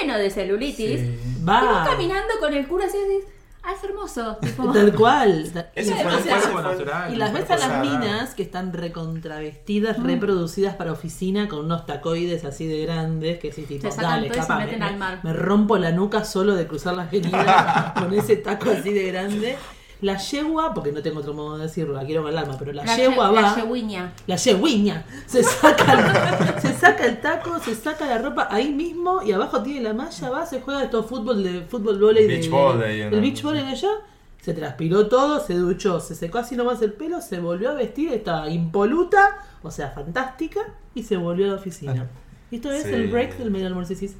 lleno de celulitis.
Sí.
Y vos
Va.
caminando con el culo así, así, ah, es hermoso. tipo.
Tal cual.
Ese
Y-
fue
o
el
sea,
cuerpo
natural.
y las ves a
cuerpo
las
sarado.
minas que están recontravestidas,
Mm.
reproducidas para oficina con unos tacoides así de grandes que sí, tipo,
Se sacan
dale,
todo y se
capaz, me,
meten al mar".
me rompo la nuca solo de cruzar la avenida con ese taco así de grande. La yegua, porque no tengo otro modo de decirlo, la quiero con el alma, pero la,
ye-
yegua va.
La yeguiña.
La yeguiña. Se saca, el, se saca el taco, se saca la ropa ahí mismo y abajo tiene la malla, va, se juega esto fútbol de fútbol volley de-
Beach volley,
el
¿no?
beach volley de allá. Se transpiró todo, se duchó, se secó así nomás el pelo, se volvió a vestir, estaba impoluta, o sea, fantástica, y se volvió a la oficina. Y esto es
Sí.
el break del medio almuerzo y decís,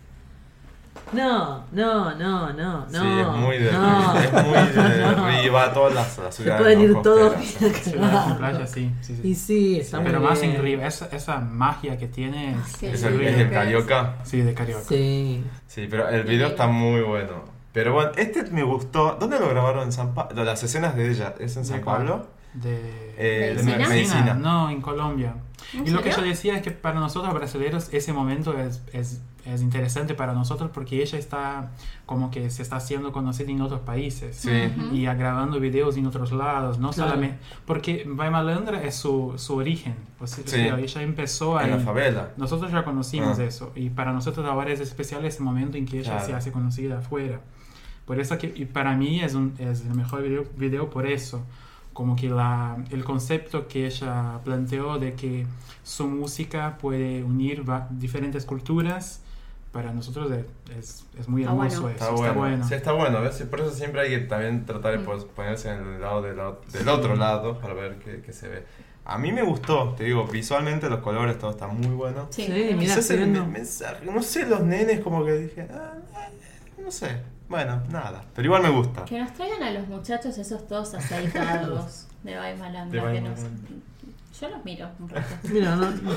no, no, no, no, no.
Sí, es muy de.
no,
Es muy de.
no, no".
arriba, todas las, las
Se
ciudades.
pueden
¿no?
ir todos.
costeras.
Sí, las playas, sí, sí, sí.
Y sí, está muy
Pero más
bien.
en Río, esa, esa magia que tiene es,
Magia.
Es
es
el,
Río.
es el carioca.
Sí, de carioca.
Sí.
Sí, pero el video está muy bueno. Pero bueno, este me gustó. ¿Dónde lo grabaron? ¿En San Pablo? Las escenas de ella. ¿Es en San
¿De cuál?
Pablo?
De,
Eh,
¿Medicina?
de medicina.
No, en Colombia.
¿En
Y lo que yo
serio?
decía es que para nosotros brasileños ese momento es, es, es interesante para nosotros porque ella está como que se está haciendo conocida en otros países
Sí.
y a- grabando videos en otros lados, no
Claro.
solamente porque Vai Malandra es su, su origen, o sea,
Sí.
ella empezó
En la
ahí.
favela.
Nosotros ya conocimos
Ah.
eso y para nosotros ahora es especial ese momento en que ella
Claro.
se hace conocida afuera. Por eso que y para mí es, un- es el mejor video, video por eso. Como que la, el concepto que ella planteó de que su música puede unir va- diferentes culturas, para nosotros es, es, es muy
Está
hermoso
bueno.
eso.
Está bueno. Sí,
Sí.
está bueno. ¿ves? Por eso siempre hay que también tratar de pos- ponerse en el lado del, lado- del otro lado para ver qué, qué se ve. A mí me gustó, te digo, visualmente los colores, todo está muy bueno.
Sí.
Sí, mira,
Quizás
estoy
el
viendo.
me- mensaje, no sé, los nenes como que dije, ah, no sé. Bueno, nada. Pero igual me gusta.
Que nos traigan a los muchachos esos todos aceitados de Vai Malandra.
De Vai
que nos-
Malandra.
Yo los miro un rato.
Mira, no, no.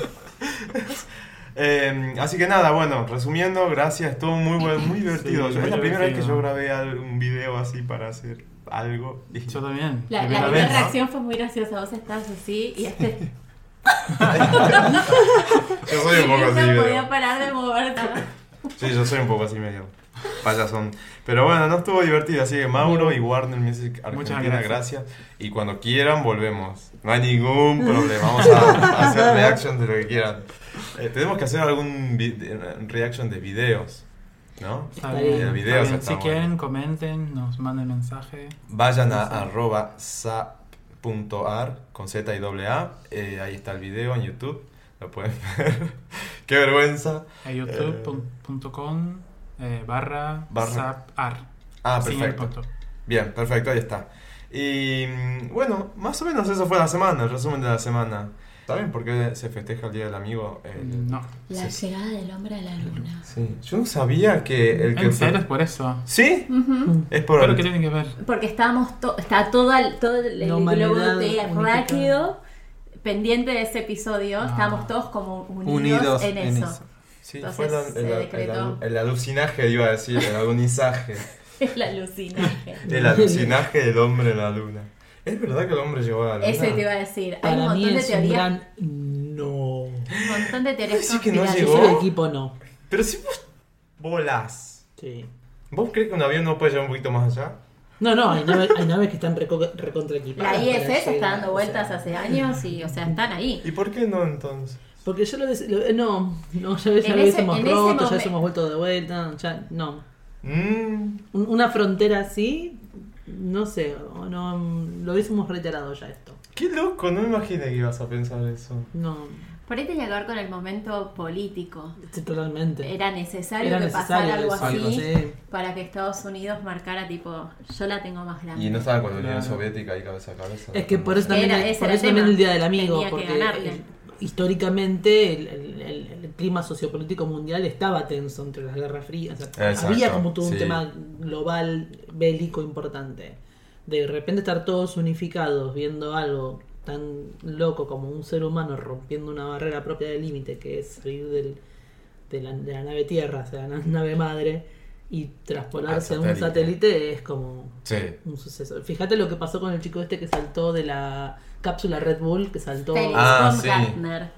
Eh, así que nada, bueno, resumiendo, gracias, estuvo muy buen, muy divertido.
Sí,
Yo-
muy
es la primera vez que
divertido.
yo grabé al- un video así para hacer algo. Y-
Yo también.
La, la
primera
primera
vez.
reacción fue muy graciosa. Vos estabas así y este.
Yo soy un poco
no
así.
podía
medio-
parar de moverte.
Sí, yo soy un poco así medio payasón. Pero bueno, no estuvo divertido, así que Mauro y Warner Music Argentina,
gracias.
gracias. Y cuando quieran, volvemos. No hay ningún problema, vamos a hacer reactions de lo que quieran. Eh, tenemos que hacer algún vi- eh, reaction de videos, ¿no?
Está
Está
bien,
bien.
está
Videos
bien.
está
Si
bueno.
quieren, comenten, nos manden mensaje.
Vayan a arroba sap.ar con Z y doble A. Eh, ahí está el video en YouTube. Lo pueden ver. Qué vergüenza.
a youtube.com eh, barra,
Barra.
zapar.
Ah,
Sin el
perfecto.
punto.
Bien, perfecto, ahí está. Y mm, bueno, más o menos eso fue la semana, el resumen de la semana. ¿Saben por qué se festeja el Día del Amigo? El-
No.
La
Sí.
llegada del hombre a la luna.
Sí. Yo no sabía que el que...
¿En serio es por eso?
¿Sí? Es por...
Pero que tiene que ver.
Porque estábamos to- está todo el, todo el,
La
el
humanidad
globo
unificada.
Ah.
terráqueo pendiente de ese episodio. Estábamos todos como unidos,
Unidos
en,
en
eso.
eso.
Sí,
Entonces,
fue la-
se
el, el-
decretó.
el alucinaje, iba a decir, el agonizaje.
El alucinaje.
El alucinaje del hombre en la luna. ¿Es verdad que el hombre llegó a la luna?
Ese te iba a decir. Hay un
Para mí
montón de
es un
teorías.
gran no.
Un montón de teorías.
¿Vos decís que no
Yo
conspirativas.
llegó?
soy el equipo no.
Pero si vos volás,
Sí.
¿vos crees que un avión no puede llegar un poquito más allá?
No, no, hay naves, hay naves que están reco- recontra
La
equipadas. para
ISS está
llegar,
dando
o
vueltas
sea.
hace años y, o sea, están ahí.
¿Y por qué no entonces?
Porque ya lo, ves- lo- No, no, ya, ves- ya
En
lo
ese-
hubiésemos
en ese
roto, ya
momen-
hubiésemos vuelto de vuelta, ya no.
Mm,
Un- Una frontera así, no sé, o no, lo hubiésemos reiterado ya esto.
qué loco, no me imaginé que ibas a pensar eso.
No,
Por ahí tenía que ver con el momento político.
sí, totalmente.
Era necesario
Este, Era
que pasara
necesario
algo
eso,
así
algo
así.
para que Estados Unidos marcara tipo, yo la tengo más grande.
Y no estaba con la Unión
Claro.
Soviética ahí cabeza a cabeza.
Es que por eso también,
Era-
hay-
ese
por
era
eso
el
también
tema.
el Día del Amigo,
Tenía que
porque
ganarle.
eh, históricamente el, el- el- el clima sociopolítico mundial estaba tenso entre las guerras frías. O sea,
Exacto,
había como todo un
sí.
tema global, bélico importante. De repente estar todos unificados viendo algo tan loco como un ser humano rompiendo una barrera propia del límite, que es salir del- de, la, de la nave Tierra, o sea, la nave madre, y traspolarse a un
Ah, satélite.
satélite es como
Sí.
un suceso. Fíjate lo que pasó con el chico este que saltó de la cápsula Red Bull, que saltó
Félix
Ah,
von
sí.
Gartner.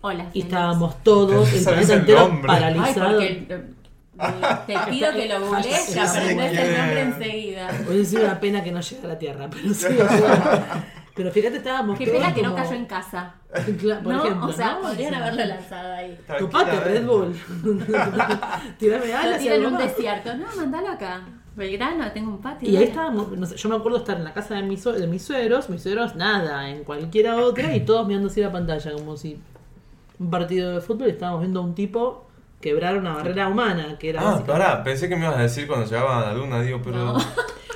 Hola.
y
Félix.
estábamos todos, el
¿Sabes
planeta
el
entero
nombre?
Ay,
paralizado.
porque eh, te pido que lo googlees y
Sí,
aprendes
quién.
el nombre enseguida.
Hubiese sido una pena que no llegara a la Tierra, pero sí, o sea, Pero fíjate, estábamos
Qué
todos
pena que no
como-
cayó en casa.
Cla- Por
no,
ejemplo,
o sea,
¿no?
podrían
O sea,
haberlo lanzado ahí.
Topate,
eh.
Red Bull. Tirame
Lo
alas
tiran
y
en
algo
un
más.
desierto. No, mandalo acá. Belgrano, tengo un patio.
Y ahí estábamos, no sé, yo me acuerdo estar en la casa de mis, sue- de mis suegros, mis suegros nada, en cualquiera otra, y todos mirando así la pantalla, como si un partido de fútbol y estábamos viendo a un tipo quebrar una barrera humana, que era
Ah,
básicamente-
pará, pensé que me ibas a decir cuando llegaban a la luna, digo, pero.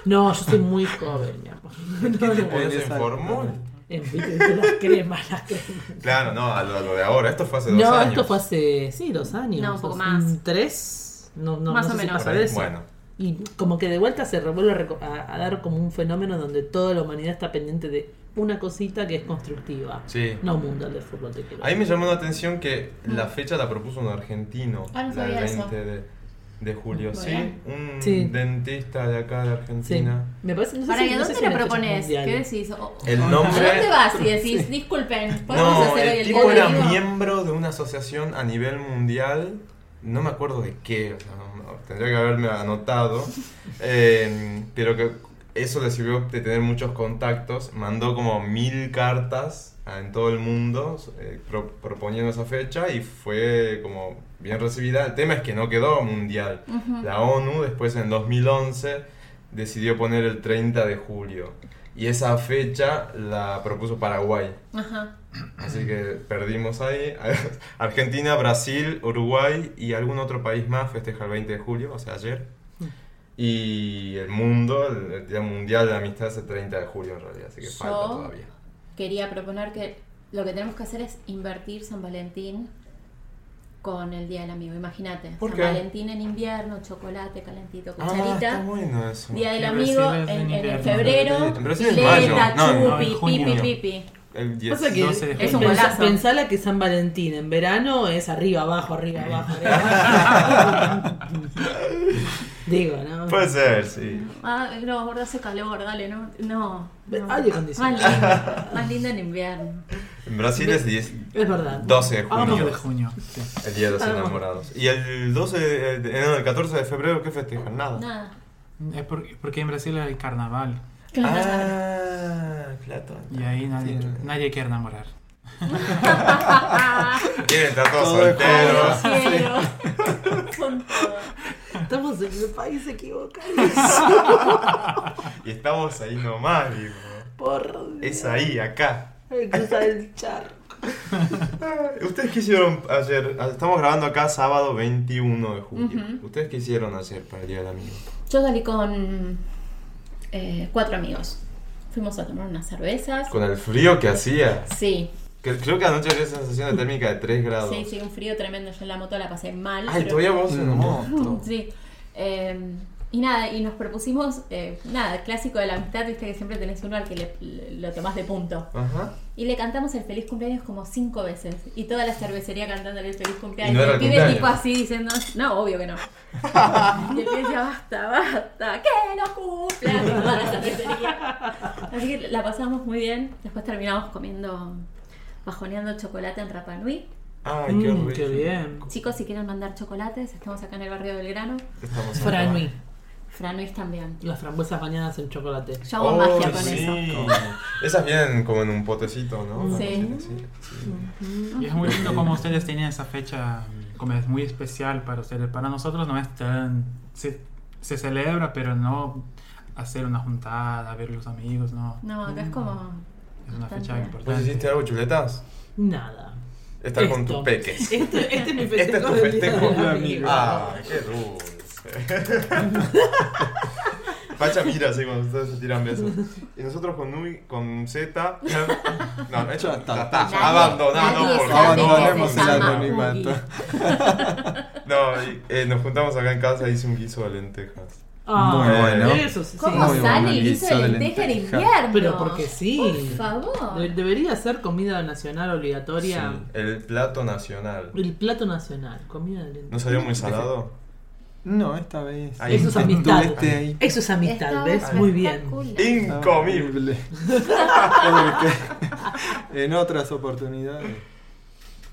No, yo soy muy joven, mi amor. No, no,
¿Cómo se
Esa-
informó?
en fin, de las cremas, las cremas.
Claro, no, a lo, a lo de ahora, esto fue hace dos
No,
años.
esto fue hace, sí, dos años.
No, un poco
o-
más.
Tres, no, no,
Más
no
o
sé si
menos.
pasó de eso.
Bueno,
Y como que de vuelta se revuelve a reco- a, a dar como un fenómeno donde toda la humanidad está pendiente de una cosita que es constructiva.
sí.
No mundial de fútbol, te quiero.
Ahí me llamó la atención que la fecha la propuso un argentino.
Ah, no
la del
sabía eso.
20 de, de julio.
Muy
Sí,
bien.
un
Sí.
dentista de acá de
Sí.
Argentina.
Me parece, no sé
Para
si-
que,
no
¿dónde
sé si
lo
la fecha es
propones?
mundial.
¿Qué decís? O-
El
¿A
nombre.
dónde vas? Y decís, disculpen, ¿podemos
No,
hacer hoy
el
el
tipo
día
era
del libro?
miembro de una asociación a nivel mundial. No me acuerdo de qué, o sea, no- no, tendría que haberme anotado. eh, pero que eso le sirvió de tener muchos contactos. Mandó como mil cartas a- en todo el mundo eh, pro- proponiendo esa fecha y fue como bien recibida. El tema es que no quedó mundial.
Ujú.
La ONU después en 2011 decidió poner el 30 de julio. Y esa fecha la propuso Paraguay.
Ajá.
Así que perdimos ahí. Argentina, Brasil, Uruguay y algún otro país más festeja el 20 de julio, o sea, ayer. Y el mundo, el el Día Mundial de la Amistad es el 30 de julio en realidad, así que
Yo-
falta todavía.
Quería proponer que lo que tenemos que hacer es invertir San Valentín con el Día del Amigo. Imagínate,
¿Por
San
qué?
Valentín en invierno, chocolate calentito,
Ah, está
cucharita.
bueno eso.
Día del
En
Amigo
Brasil es en
en, en
invierno.
febrero,
En Brasil es
pileta,
mayo. No, no,
en
chupi,
junio.
pipi, pipi.
El
Pasa
10.
que
12 de
es un
pens-
golazo.
pensala que San Valentín en verano es arriba, abajo, arriba, abajo. arriba, abajo. Digo, ¿no?
Puede ser, sí.
Ah, no, gordo hace calor, dale, no. no, no.
Aire acondicionado.
Más lindo, más lindo en invierno.
En Brasil es 10,
Es verdad.
12 de
Hagamos
junio.
de junio. sí.
El Día de los
Ah, bueno.
Enamorados. Y el 12 de- de- no, el 14 de febrero, ¿qué festejan? Nada.
Nada.
Es por- porque en Brasil hay carnaval
Ah, Platón.
y ahí nadie,
Sí.
nadie quiere enamorar.
Quieren estar todos
Todo es
solteros.
Los cielos. Son todos.
Estamos en el país equivocado.
Y estamos ahí nomás, digo.
Por
Es ahí, acá.
Hay que cruzar el charco.
Ay, ¿Ustedes qué hicieron ayer? Ah, Estamos grabando acá sábado 21 de julio.
Ujú.
¿Ustedes qué hicieron ayer para el Día del Amigo?
Yo salí con eh, cuatro amigos. Fuimos a tomar unas cervezas.
Con el frío que hacía.
Sí,
que- Creo que anoche había sensación de térmica de 3 grados.
sí, sí, un frío tremendo. Yo en la moto la pasé mal.
Ay,
pero-
todavía vos en la
No.
moto.
Sí. Eh, Y nada, y nos propusimos, eh, nada, el clásico de la amistad, viste que siempre tenés uno al que le- le- lo tomás de punto.
Ajá.
Y le cantamos el feliz cumpleaños como cinco veces. Y toda la cervecería cantándole el feliz cumpleaños.
Y no
el
era el
pibe
cumpleaños.
tipo así diciendo, no, obvio que no. y el pibe decía, basta, basta, que no cumpla. Y toda la cervecería. Así que la pasamos muy bien. Después terminamos comiendo, bajoneando chocolate en Rapa Nui.
Ay, qué
Mm,
rico.
qué bien.
Chicos, si quieren mandar chocolates, estamos acá en el barrio del Grano.
Estamos acá.
Franui,
Franuis también.
las frambuesas bañadas en chocolate.
Yo hago
Oh,
magia con
sí.
eso.
Esas vienen como en un potecito, ¿no?
Sí.
Las cositas, sí, sí.
Y es muy lindo como ustedes tienen esa fecha, como es muy especial para ustedes. Para nosotros no es tan... Se, se celebra, pero no hacer una juntada, ver los amigos, no.
No, acá es como...
Es una fecha
Bastante.
¿Vos
importante.
Pues hiciste algo, chuletas?
Nada.
Estar con
Esto.
tus peques.
Este, este es mi
Este es tu
festejo del día
festejo.
de la
amigo.
Ah, qué dulce. Pacha mira así cuando ustedes se tiran besos. Y nosotros con Nui, con Z. No, hecho,
Ya está.
ya está.
Nadie
Abandonado,
sabe
por favor.
Abandonemos
que
el
se llama
anonimato.
Juli.
No, y, eh, nos juntamos acá en casa y hice un guiso de lentejas.
Ah,
Muy bueno.
Eso sí.
¿Cómo
Muy bueno,
sale el guiso de lenteja en
lenteja.
invierno?
Pero porque sí.
Por favor.
De- debería ser comida nacional obligatoria.
Sí, el plato nacional.
El plato nacional, comida de
¿No salió muy salado?
No, esta vez.
Ahí.
Eso es
Estuviste
amistad.
Estuviste este ahí.
Eso es amistad,
Estaba
¿ves? Muy bien.
Ah.
espectacular.
Incomible.
Porque en otras oportunidades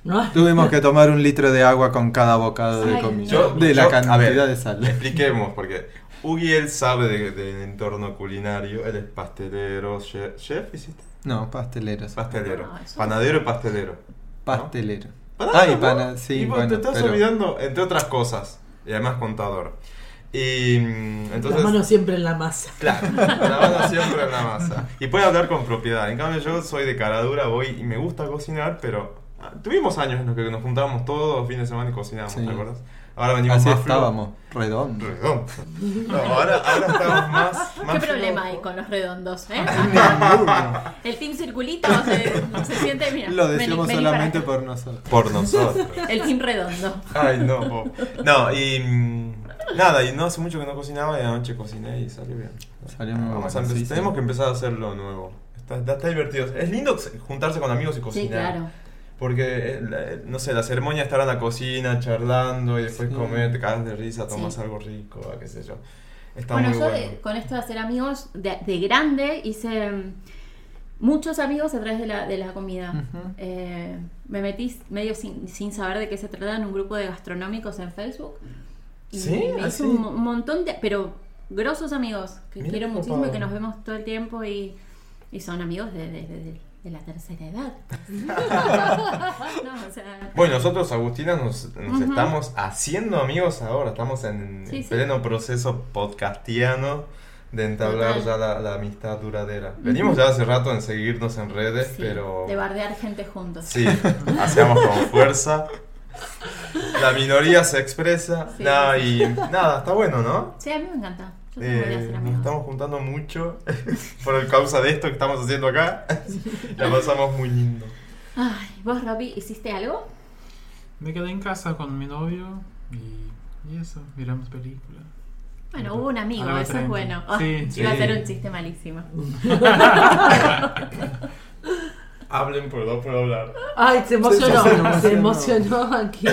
¿No?
tuvimos que tomar un litro de agua con cada bocado de
Ay,
comida.
Yo-
de
yo-
la
a ver,
cantidad de sal.
Expliquemos, porque Ugi él sabe de- del entorno culinario, él es pastelero, chef, chef hiciste?
No, pasteleros.
Pastelero,
Ah, eso-
panadero y pastelero.
Pastelero.
Pará,
Ay,
¿no?
pana, sí,
y vos
bueno,
te estás
pero-
olvidando, entre otras cosas, y además contador. Y mm, entonces...
Las manos siempre en la masa.
Claro, la mano siempre en la masa. Y puede hablar con propiedad. En cambio, yo soy de cara dura, voy y me gusta cocinar, pero ah, tuvimos años en los que nos juntábamos todos los fines de semana y cocinábamos,
Sí.
¿te acuerdas? Ahora venimos
Así
más flojos.
estábamos, redondo.
Redondo. No, ahora, ahora estamos más. más
¿Qué problema hay
flojos.
con los redondos? eh?
Ninguno.
El team circulito se, se siente, mira.
Lo
vení-
decíamos
vení para
solamente
acá.
por nosotros.
Por nosotros.
El team redondo.
Ay, no, po. No, y. mm, Nada, y no hace mucho que no cocinaba y anoche cociné y salió bien.
Salió muy
Vamos a
bueno,
empezar-
sí, sí.
tenemos que empezar a hacerlo nuevo. Está, está- está divertido. Es lindo juntarse con amigos y cocinar.
Sí, claro.
Porque, eh, la- eh, no sé, la ceremonia estar en la cocina charlando y después
Sí.
comer, te cagas de risa, tomas
Sí.
algo rico, ah, qué sé yo. Está
Bueno,
muy
yo
bueno.
de- con esto de hacer amigos, de, de grande hice mm, muchos amigos a través de la, de la comida.
Ujú.
Eh, me metí medio sin, sin saber de qué se trataba en un grupo de gastronómicos en Facebook. Y
¿Sí?
me
¿Así?
hice un mo- montón de. Pero grosos amigos que
Mira
quiero
qué
muchísimo y
copado.
que nos vemos todo el tiempo y, y son amigos de, de- de- de- de la tercera edad. No, o sea,
Bueno, nosotros, Agustina, nos, nos
Ujú.
estamos haciendo amigos ahora. Estamos en
Sí,
en
sí.
pleno proceso podcastiano de entablar
Total.
ya la, la amistad duradera. Venimos ya hace rato en seguirnos en redes,
sí,
pero...
De bardear gente juntos.
Sí, hacemos con fuerza. La minoría se expresa.
Sí.
Nada, y nada, está bueno, ¿no?
Sí, a mí me encanta. Yo también voy a
Eh,
hacer
nos
amigos.
estamos juntando mucho por el causa de esto que estamos haciendo acá. La pasamos muy lindo.
Ay, ¿vos, Robbie, hiciste algo?
Me quedé en casa con mi novio y, y eso, miramos películas.
Bueno, hubo un amigo,
Algo
eso es
tranqui.
bueno. Ah,
Sí, sí.
Iba a ser un chiste malísimo.
Hablen por dos por hablar.
Ay, se
Sí, sí, se
emocionó.
emocionó.
Se emocionó aquí.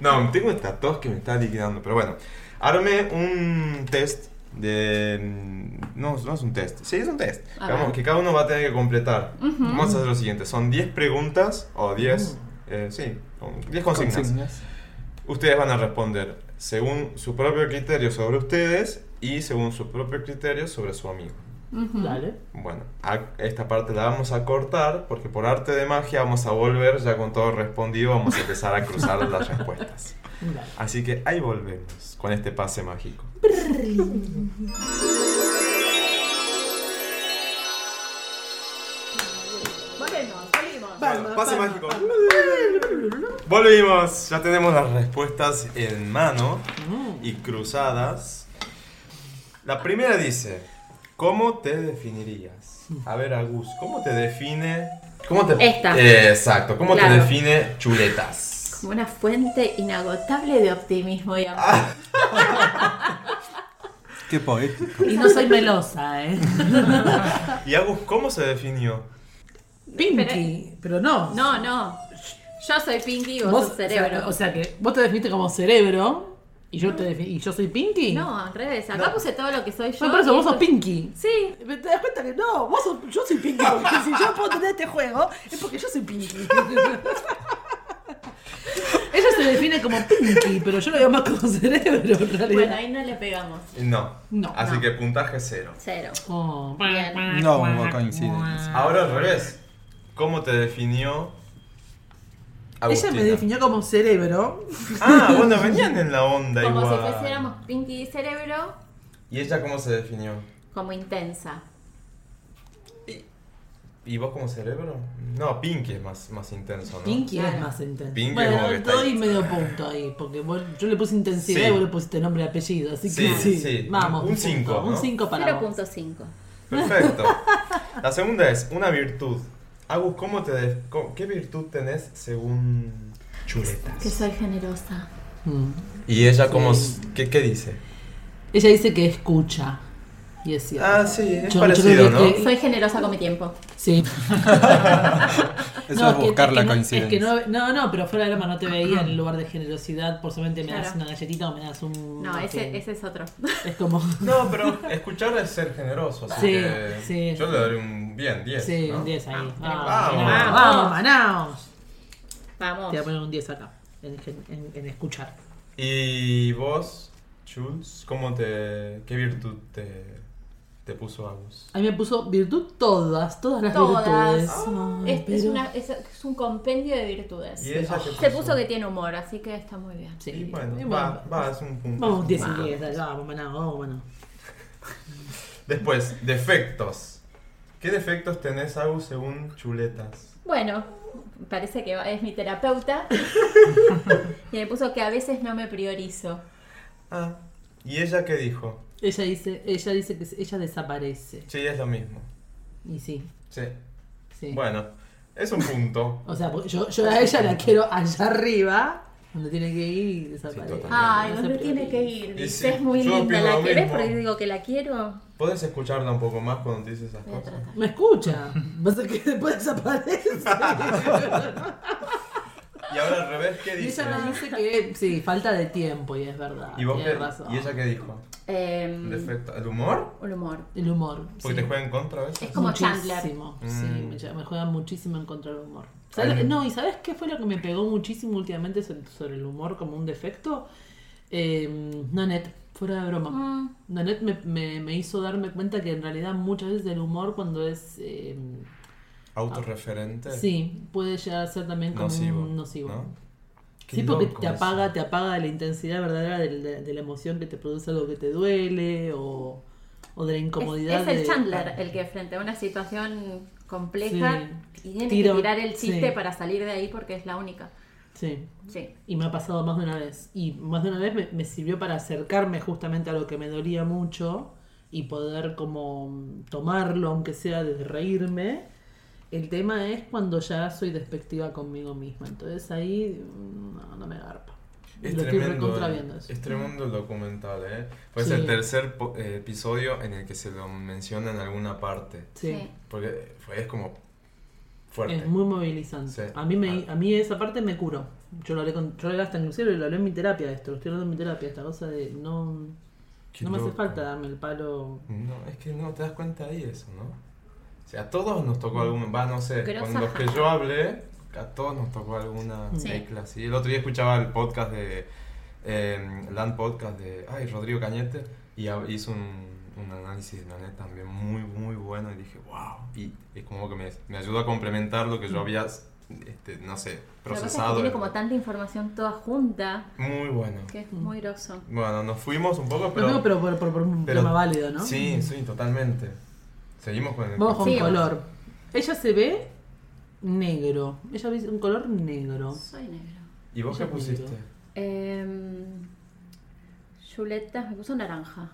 No, tengo esta tos que me está liquidando, pero bueno. Armé un test de... mm, No, no es un test. Sí, es un test.
A
Digamos
ver.
que cada uno va a tener que completar. Vamos a hacer lo siguiente. Son 10 preguntas o 10...
Uh.
eh, sí, con 10 consignas.
Consignas.
Ustedes van a responder según su propio criterio sobre ustedes y según su propio criterio sobre su amigo.
Ujú.
Dale.
Bueno, a- esta parte la vamos a cortar porque por arte de magia vamos a volver ya con todo respondido, vamos a empezar a cruzar las respuestas.
dale.
Así que ahí volvemos con este pase mágico.
Volvemos, volvimos.
Palma,
pase
palma,
mágico.
palma.
Volvimos, ya tenemos las respuestas en mano
Mm.
y cruzadas. La primera dice, ¿cómo te definirías? A ver, Agus, ¿cómo te define... ¿Cómo te...
Esta.
Eh, exacto, ¿cómo
Claro.
te define chuletas?
Como una fuente inagotable de optimismo y amor.
Qué poético.
Y no soy melosa, ¿eh?
Y Agus, ¿cómo se definió?
Pinky, pero no.
No, no. Yo soy Pinky y vos,
Vos-
sos cerebro.
O sea, o sea que vos te definiste como cerebro y yo, te defin- y yo soy Pinky.
no, al revés. Acá puse todo lo que soy yo.
No, por eso
y
vos sos
esto-
Pinky.
Sí.
¿Te das cuenta que no? Vos sos- yo soy Pinky. Porque si yo puedo tener este juego, es porque yo soy Pinky. Ella se define como Pinky, pero yo lo veo más como cerebro en realidad.
Bueno, ahí no le pegamos.
No.
No.
Así
No.
que puntaje cero.
Cero.
Oh.
Bien.
No, no coincide.
Ahora al revés. ¿Cómo te definió
Ella
Agustina?
me definió como cerebro.
Ah, bueno, venían en la onda
Como
igual.
si fuésemos Pinky y cerebro,
¿Y ella cómo se definió?
como intensa.
¿Y vos como cerebro? No, Pinky es más, más intenso, ¿no?
Pinky es
Claro.
más intenso.
Pinky
bueno,
como que está
doy
ahí.
medio punto ahí, porque vos- yo le puse intensidad
Sí.
y vos le pusiste nombre y apellido, así que
Sí,
sí.
sí.
Vamos.
Un cinco,
punto, Un
¿no?
5 para vos.
0.5.
Perfecto. La segunda es una virtud. Agus, ¿cómo te de- co- ¿qué virtud tenés según chuletas?
Que soy generosa.
Mm.
¿Y ella cómo,
Sí.
s- qué, qué dice?
Ella dice que escucha. Y es cierto.
Ah, sí, es
Yo- yo
parecido,
creo
¿no?
que-
Soy generosa con mi tiempo.
Sí.
Eso
No,
es buscar
que-
la
que no-
coincidencia.
es que no, no, no, pero fuera de broma no te veía en el lugar de generosidad. Por solamente me das
Claro.
una galletita o me das un.
No, ese, ese es otro.
Es como.
No, pero escuchar es ser generoso, así
Sí,
que
sí.
yo le daré un bien, 10.
Sí,
¿no?
un 10 ahí. Vamos,
Vamos.
Manaos, vamos, Manaos. Te
Vamos.
voy a poner un 10 acá, en, en- en escuchar.
¿Y vos, Jules, cómo te, qué virtud te, te puso Agus?
A mí me puso virtud todas, todas las
Todas. Oh,
virtudes. Ay,
Es, es
pero-
una- es- es un compendio de virtudes.
¿Y ella qué
Se puso que tiene humor, así que está muy bien.
Sí.
Y bueno,
Y
va, va, es un punto.
Vamos, 10 y
Va.
10, dale, vamos, Manaos, vamos, Manaos.
Después, defectos. ¿Qué defectos tenés, Agus, según chuletas?
Bueno, parece que va- es mi terapeuta. y me puso que a veces no me priorizo.
Ah, ¿y ella qué dijo?
Ella dice, ella dice que ella desaparece.
Sí, es lo mismo.
Y sí,
Sí.
sí.
Bueno, es un punto.
O sea, porque yo, yo a ella la quiero allá arriba, donde tiene que ir y
Sí,
desaparece.
total.
Ay,
No
¿dónde
se
tiene que
prioriza.
ir?
Y
Dice,
sí,
es muy
yo
linda.
opino
¿La
lo
querés?
mismo.
Porque digo que la quiero.
¿Podés escucharla un poco más cuando te dice esas
Voy a
cosas?
tratar.
Me escucha. Pasa que después desaparece.
Ah, Y ahora al revés, ¿qué
y
dice?
ella me dice que sí, falta de tiempo y es verdad.
¿Y, vos
tiene
qué,
razón. Mm.
¿Y ella qué dijo?
Em,
Defecto. ¿El humor?
el humor.
El humor.
Porque te juega en contra a veces.
Es como
muchísimo. Sí,
Mm.
me, lle- me juega muchísimo en contra del humor.
Ay,
¿Sabes lo
me-
que- no, ¿y sabes qué fue lo que me pegó muchísimo últimamente sobre, sobre el humor como un defecto? Eh, Nonet, fuera de broma.
Mm,
Nonet me, me- me hizo darme cuenta que en realidad muchas veces el humor cuando es... eh,
Autorreferente.
sí, puede llegar a ser también como
Nocivo.
un nocivo.
¿no? Qué
Sí, porque
loco
te
eso.
apaga, te apaga la intensidad verdadera del- de, de la emoción que te produce algo que te duele o, o de la incomodidad.
Es, es el
de- Ah.
Chandler el que frente a una situación compleja y tiene
Tira-
que tirar el chiste
sí.
para salir de ahí porque es la única.
Sí,
Sí.
y me ha pasado más de una vez. Y más de una vez me, me sirvió para acercarme justamente a lo que me dolía mucho y poder como tomarlo, aunque sea desde reírme. El tema es cuando ya soy despectiva conmigo misma. Entonces ahí mm, no, no me garpa.
Es
lo estoy
tremendo,
recontraviendo
el,
eso.
es tremendo el documental, ¿eh? Pues es
Sí.
el tercer po- eh, episodio en el que se lo menciona en alguna parte.
Sí.
Sí.
Porque fue, es como fuerte.
Es muy movilizante.
Sí. Ah.
A, mí me, a mí esa parte me curó. Yo lo hablé, con, yo lo hablé hasta inclusive, lo hablé en mi terapia esto, lo estoy hablando en mi terapia, esta cosa de no,
Qué
no me hace
loco.
falta darme el palo.
No, es que no te das cuenta ahí eso, ¿no? O sea, a todos nos tocó algún. Va, no sé,
Grosa
con los que
jaja.
yo hablé, a todos nos tocó alguna
Sí.
tecla así. El otro día escuchaba el podcast de. eh, Land Podcast de. Ay, Rodrigo Cañete, y ha- hizo un, un análisis de Nanet también muy, muy bueno, y dije, wow. Y es como que me, me ayudó a complementar lo
Mm.
que yo había, este, no
Lo que pasa
sé,
es que
procesado. eh.
tiene como tanta información toda junta
Muy bueno.
que es muy groso.
Bueno, nos fuimos un poco,
Pero,
pero.
no, pero por, por- por un
pero-
tema válido, ¿no?
Sí, sí, totalmente. Seguimos con el.
Vamos con
Sí, vamos.
color. Ella se ve negro. Ella ve un color negro.
Soy negro.
¿Y vos qué
Yo
pusiste?
negro.
Eh, chuletas, me puso naranja.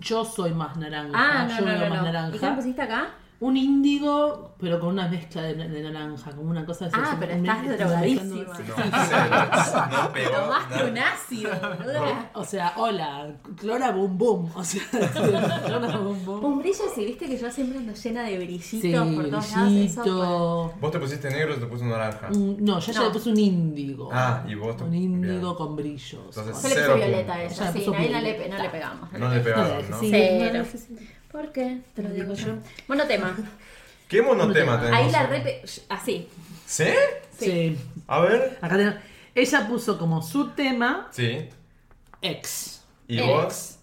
Yo soy más naranja.
Ah, no,
yo
no,
veo
no.
Ah, más
Ah, no. ¿Y qué me
naranja.
pusiste acá?
un índigo, pero con una mezcla de, de naranja, como una cosa así.
Ah,
un-
pero
un-
estás
estás
drogadísima.
mezclando- sí.
No, cero, no pegó
Tomaste
nada.
un ácido, boluda.
O sea, hola, clora bum bum. O sea, clora bum bum.
Un brillo, si viste que yo siempre ando llena de brillitos
Sí,
por todos lados. Eso fue-
brillito.
Vos te pusiste negro y te puse naranja.
Un- Mm, No, yo ya
No.
le puse un índigo.
Ah, y vos te-
Un índigo
bien.
con brillos.
Entonces,
Yo le puse
Cero
violeta a
puntos.
ella,
Ya,
sí,
puso
ahí no le,
violeta.
no le pegamos.
No le pegaron,
Joder,
¿no?
sí.
Cero.
no, sí, sí.
¿Por qué? Te lo digo yo. Bueno, tema.
¿Qué monotema tenemos?
Ahí la repe. Así.
¿Sí?
Sí.
A ver.
Acá tenemos- Ella puso como su tema
Sí.
ex.
¿Y
Ex.
vos?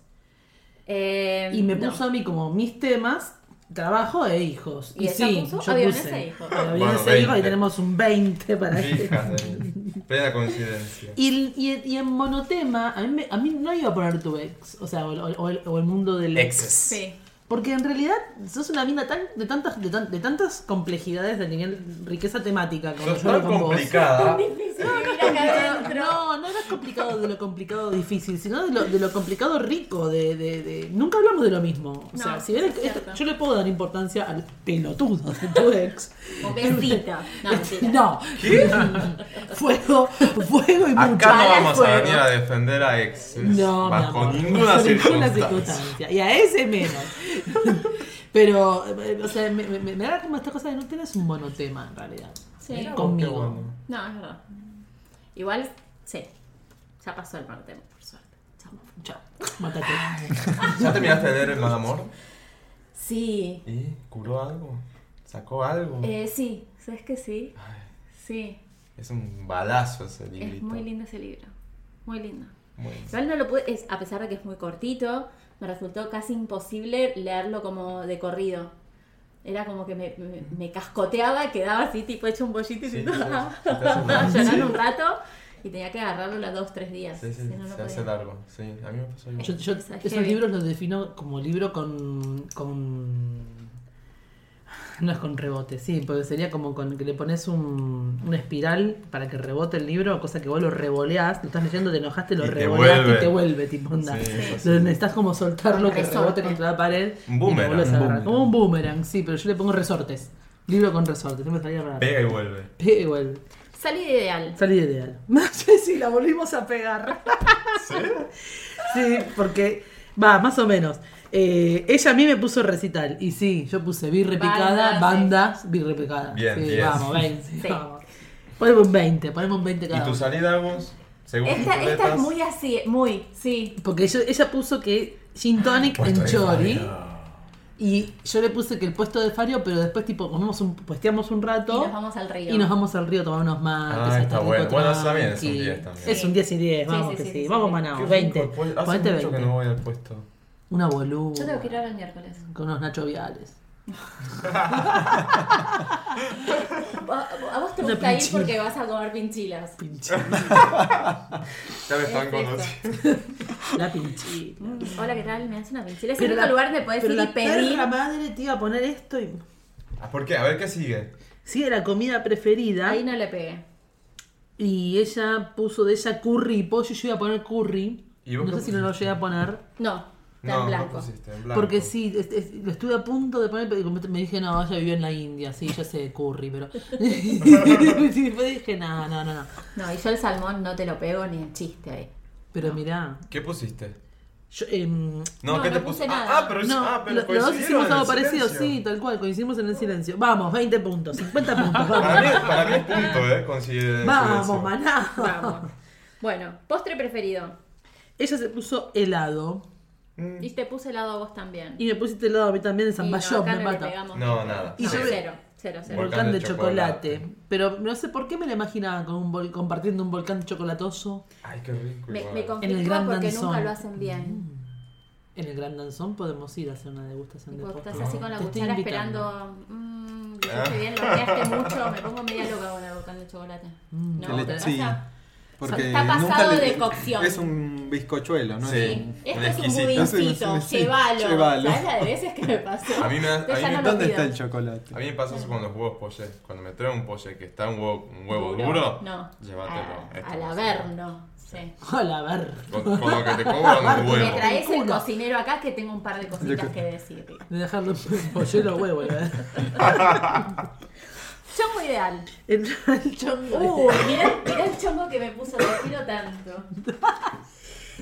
Eh,
Y me
no.
puso a mí como mis temas, trabajo e hijos.
¿Y
Y,
ella
sí,
puso?
yo
Aviones
puse.
e hijos.
Aviones
Bueno,
e
20.
hijos, y tenemos un 20 para este.
Fíjate. Plena coincidencia.
Y, y, y en monotema, a mí, me- a mí no iba a poner tu ex, o sea, o, o- o el, o el mundo del
Sí.
Porque en realidad sos una mina tan, de, tantas, de, tan- de tantas complejidades de nivel riqueza temática como
Sos
yo lo
tan
con vos.
complicada.
No, no era complicado de lo complicado difícil, sino de lo, de lo complicado rico. De, de- de- Nunca hablamos de lo mismo. O sea,
No,
si bien
es
esto-
cierto.
yo le puedo dar importancia al pelotudo de tu ex.
O besita. No, mentira.
No. Fuego, fuego y mucho.
Acá no vamos a
fuego.
venir a defender a ex.
No, mi
bajo
amor,
ninguna
bajo ninguna
circunstancia.
circunstancia. Y a ese menos. Pero, eh, o sea, me, me- me- me da como esta cosa de no tenés un monotema en realidad.
Sí.
Conmigo.
No, es verdad. Igual, sí. Ya pasó el mal tema, por suerte. Chao.
Chao. Mátate.
¿Ya terminaste de leer el mal amor?
Sí.
¿Y? ¿Curó algo? ¿Sacó algo?
Eh, sí. ¿Sabes que sí? Sí.
Es un balazo ese librito.
Es muy lindo ese libro. Muy lindo.
Bueno.
Igual no lo pude, es, a pesar de que es muy cortito, me resultó casi imposible leerlo como de corrido. Era como que me, me, me cascoteaba, quedaba así, tipo hecho un bollito y
Sí,
tipo,
sí,
ah,
se te hace largo.
llorando un rato y tenía que agarrarlo las dos, tres días.
Sí, sí,
si no, no
se hace
podía.
largo. Sí, a mí me pasó igual.
Yo, yo
Es
esos
heavy.
libros los defino como libro con, con... No es con rebote, sí, porque sería como con que le pones un, una espiral para que rebote el libro, cosa que vos lo revoleás, lo estás leyendo, te enojaste, lo
Y te
revoleás
vuelve.
y te vuelve, tipo onda.
Sí, es así.
Lo necesitas como soltarlo, que
Resorte.
rebote contra la pared.
Un
y lo
boomerang,
volvés a
un
agarrar.
boomerang.
Como un boomerang, sí, pero yo le pongo resortes. Libro con resortes, no me salía para
Pega y vuelve.
Pega y vuelve.
Salí de ideal.
Salí ideal. No sé si la volvimos a pegar.
¿Sí?
Sí, porque va, más o menos. Eh, ella a mí me puso recital y sí, yo puse birre picada,
Bandas,
bandas, birre picada.
Bien,
sí,
diez.
vamos, 20.
Sí.
Vamos. Ponemos un 20, ponemos un 20
¿Y
cada
tu
uno.
salida, vos? Según
Esta,
tus
esta es
letras.
muy así, muy, sí.
Porque yo- ella puso que gin tonic
Puesto
en
de
chori
Fabio.
y yo le puse que el puesto de Fario, pero después tipo comemos un, puesteamos un
Y
rato
nos vamos al río.
y nos vamos al río a tomar unos mates.
Ah,
a
está
estar
bueno.
rico
Bueno, está bien, es un
tranqui.
10 también.
Es un 10 y 10,
Sí,
vamos
sí,
que
sí,
sí.
sí,
vamos
sí.
Qué
Manao,
rico,
20.
pues, Hace
Ponete
mucho
20.
que no voy al puesto.
Una boluda.
Yo tengo que ir ahora el miércoles.
Con unos nachoviales.
A, a vos te
Una
gusta ir
pinchila.
porque vas a comer pinchilas.
Pinche.
Ya
están
me están
Es esto.
conociendo.
conociendo.
La pinchita.
Mm, Hola, ¿qué tal? Me hace una pinchila. Es el único lugar de poder
pero
ir y
la
pedir.
perra madre te iba a poner esto y...
Ah, ¿Por qué? A ver qué sigue.
Sí, era comida preferida.
Ahí no le pegué.
Y ella puso de ella curry y pollo y yo iba a poner curry.
¿Y
no
vos
sé
qué
si no lo llegué a poner.
No, está en
No, no pues
blanco.
pusiste, en blanco.
Porque sí, es- es- lo estuve a punto de poner, pero me dije, no, ella vivió en la India, sí, yo sé curry, pero... y después dije, no, no, no, no.
No, y yo el salmón no te lo pego ni el chiste ahí.
Pero mirá,
¿Qué pusiste?
yo, em,
No,
No,
¿qué
no
te
puse
pusiste?
nada.
Ah, pero, es-
No,
ah, pero
lo- los dos
coincidieron
hicimos
en
algo
el
parecido,
silencio.
sí, tal cual, coincidimos en el silencio. Vamos, 20 puntos, 50 puntos,
Para mí,
vamos.
para mí es punto, ¿eh? Coincidir en el silencio.
vamos, maná.
Vamos. Bueno, postre preferido.
Ella se puso helado
Y te puse helado a vos también.
y me pusiste helado a mí también de
Y no,
Zamballón,
acá
me
no le
mata.
pegamos.
No, nada.
Y
No,
yo-
cero, cero, cero.
Volcán de chocolate. Pero no sé por qué me la imaginaba con un vol- compartiendo un volcán chocolatoso.
Ay, qué rico.
Me,
igual.
me
En el
conflictúa
Gran
porque nunca
Danzón. Mm.
lo hacen bien.
En el Gran Danzón podemos ir a hacer una degustación
Y
de
vos estás
postre.
así con la
Te estoy
cuchara
invitando.
esperando. Mmm,
Ah.
lo hiciste bien, lo creaste mucho. Me pongo media loca con el volcán de chocolate.
¿qué
No,
le-
¿te pasa?
sí. Porque
Está pasado
nunca le-
de cocción.
Es un bizcochuelo, ¿no?
Sí.
Es
Sí,
un-
esto
Un
es un
exquisito.
budincito,
Sí, sí, sí.
llévalo.
Llévalo.
¿Sabes la de veces que me pasó?
A mí me da-
Entonces
a mí
ya no
me-
lo
¿Dónde
pido.
está el chocolate?
A mí me pasa eso con los huevos pollé. Cuando me traen un pollé que está un huevo, un huevo
Duro.
duro,
No.
llévatelo.
Ah,
Esto
al
no
averno.
se
Sí.
A la ver.
Con, con lo que te cobran un
Me
huevo.
traes el
Culo.
cocinero acá que tengo un par de cositas
Yo-
que decirle.
De dejarlo en pollero huevo, la verdad.
Chongo ideal.
El, el chongo.
Uh, mirá, mirá el chongo que me puso, te quiero tanto.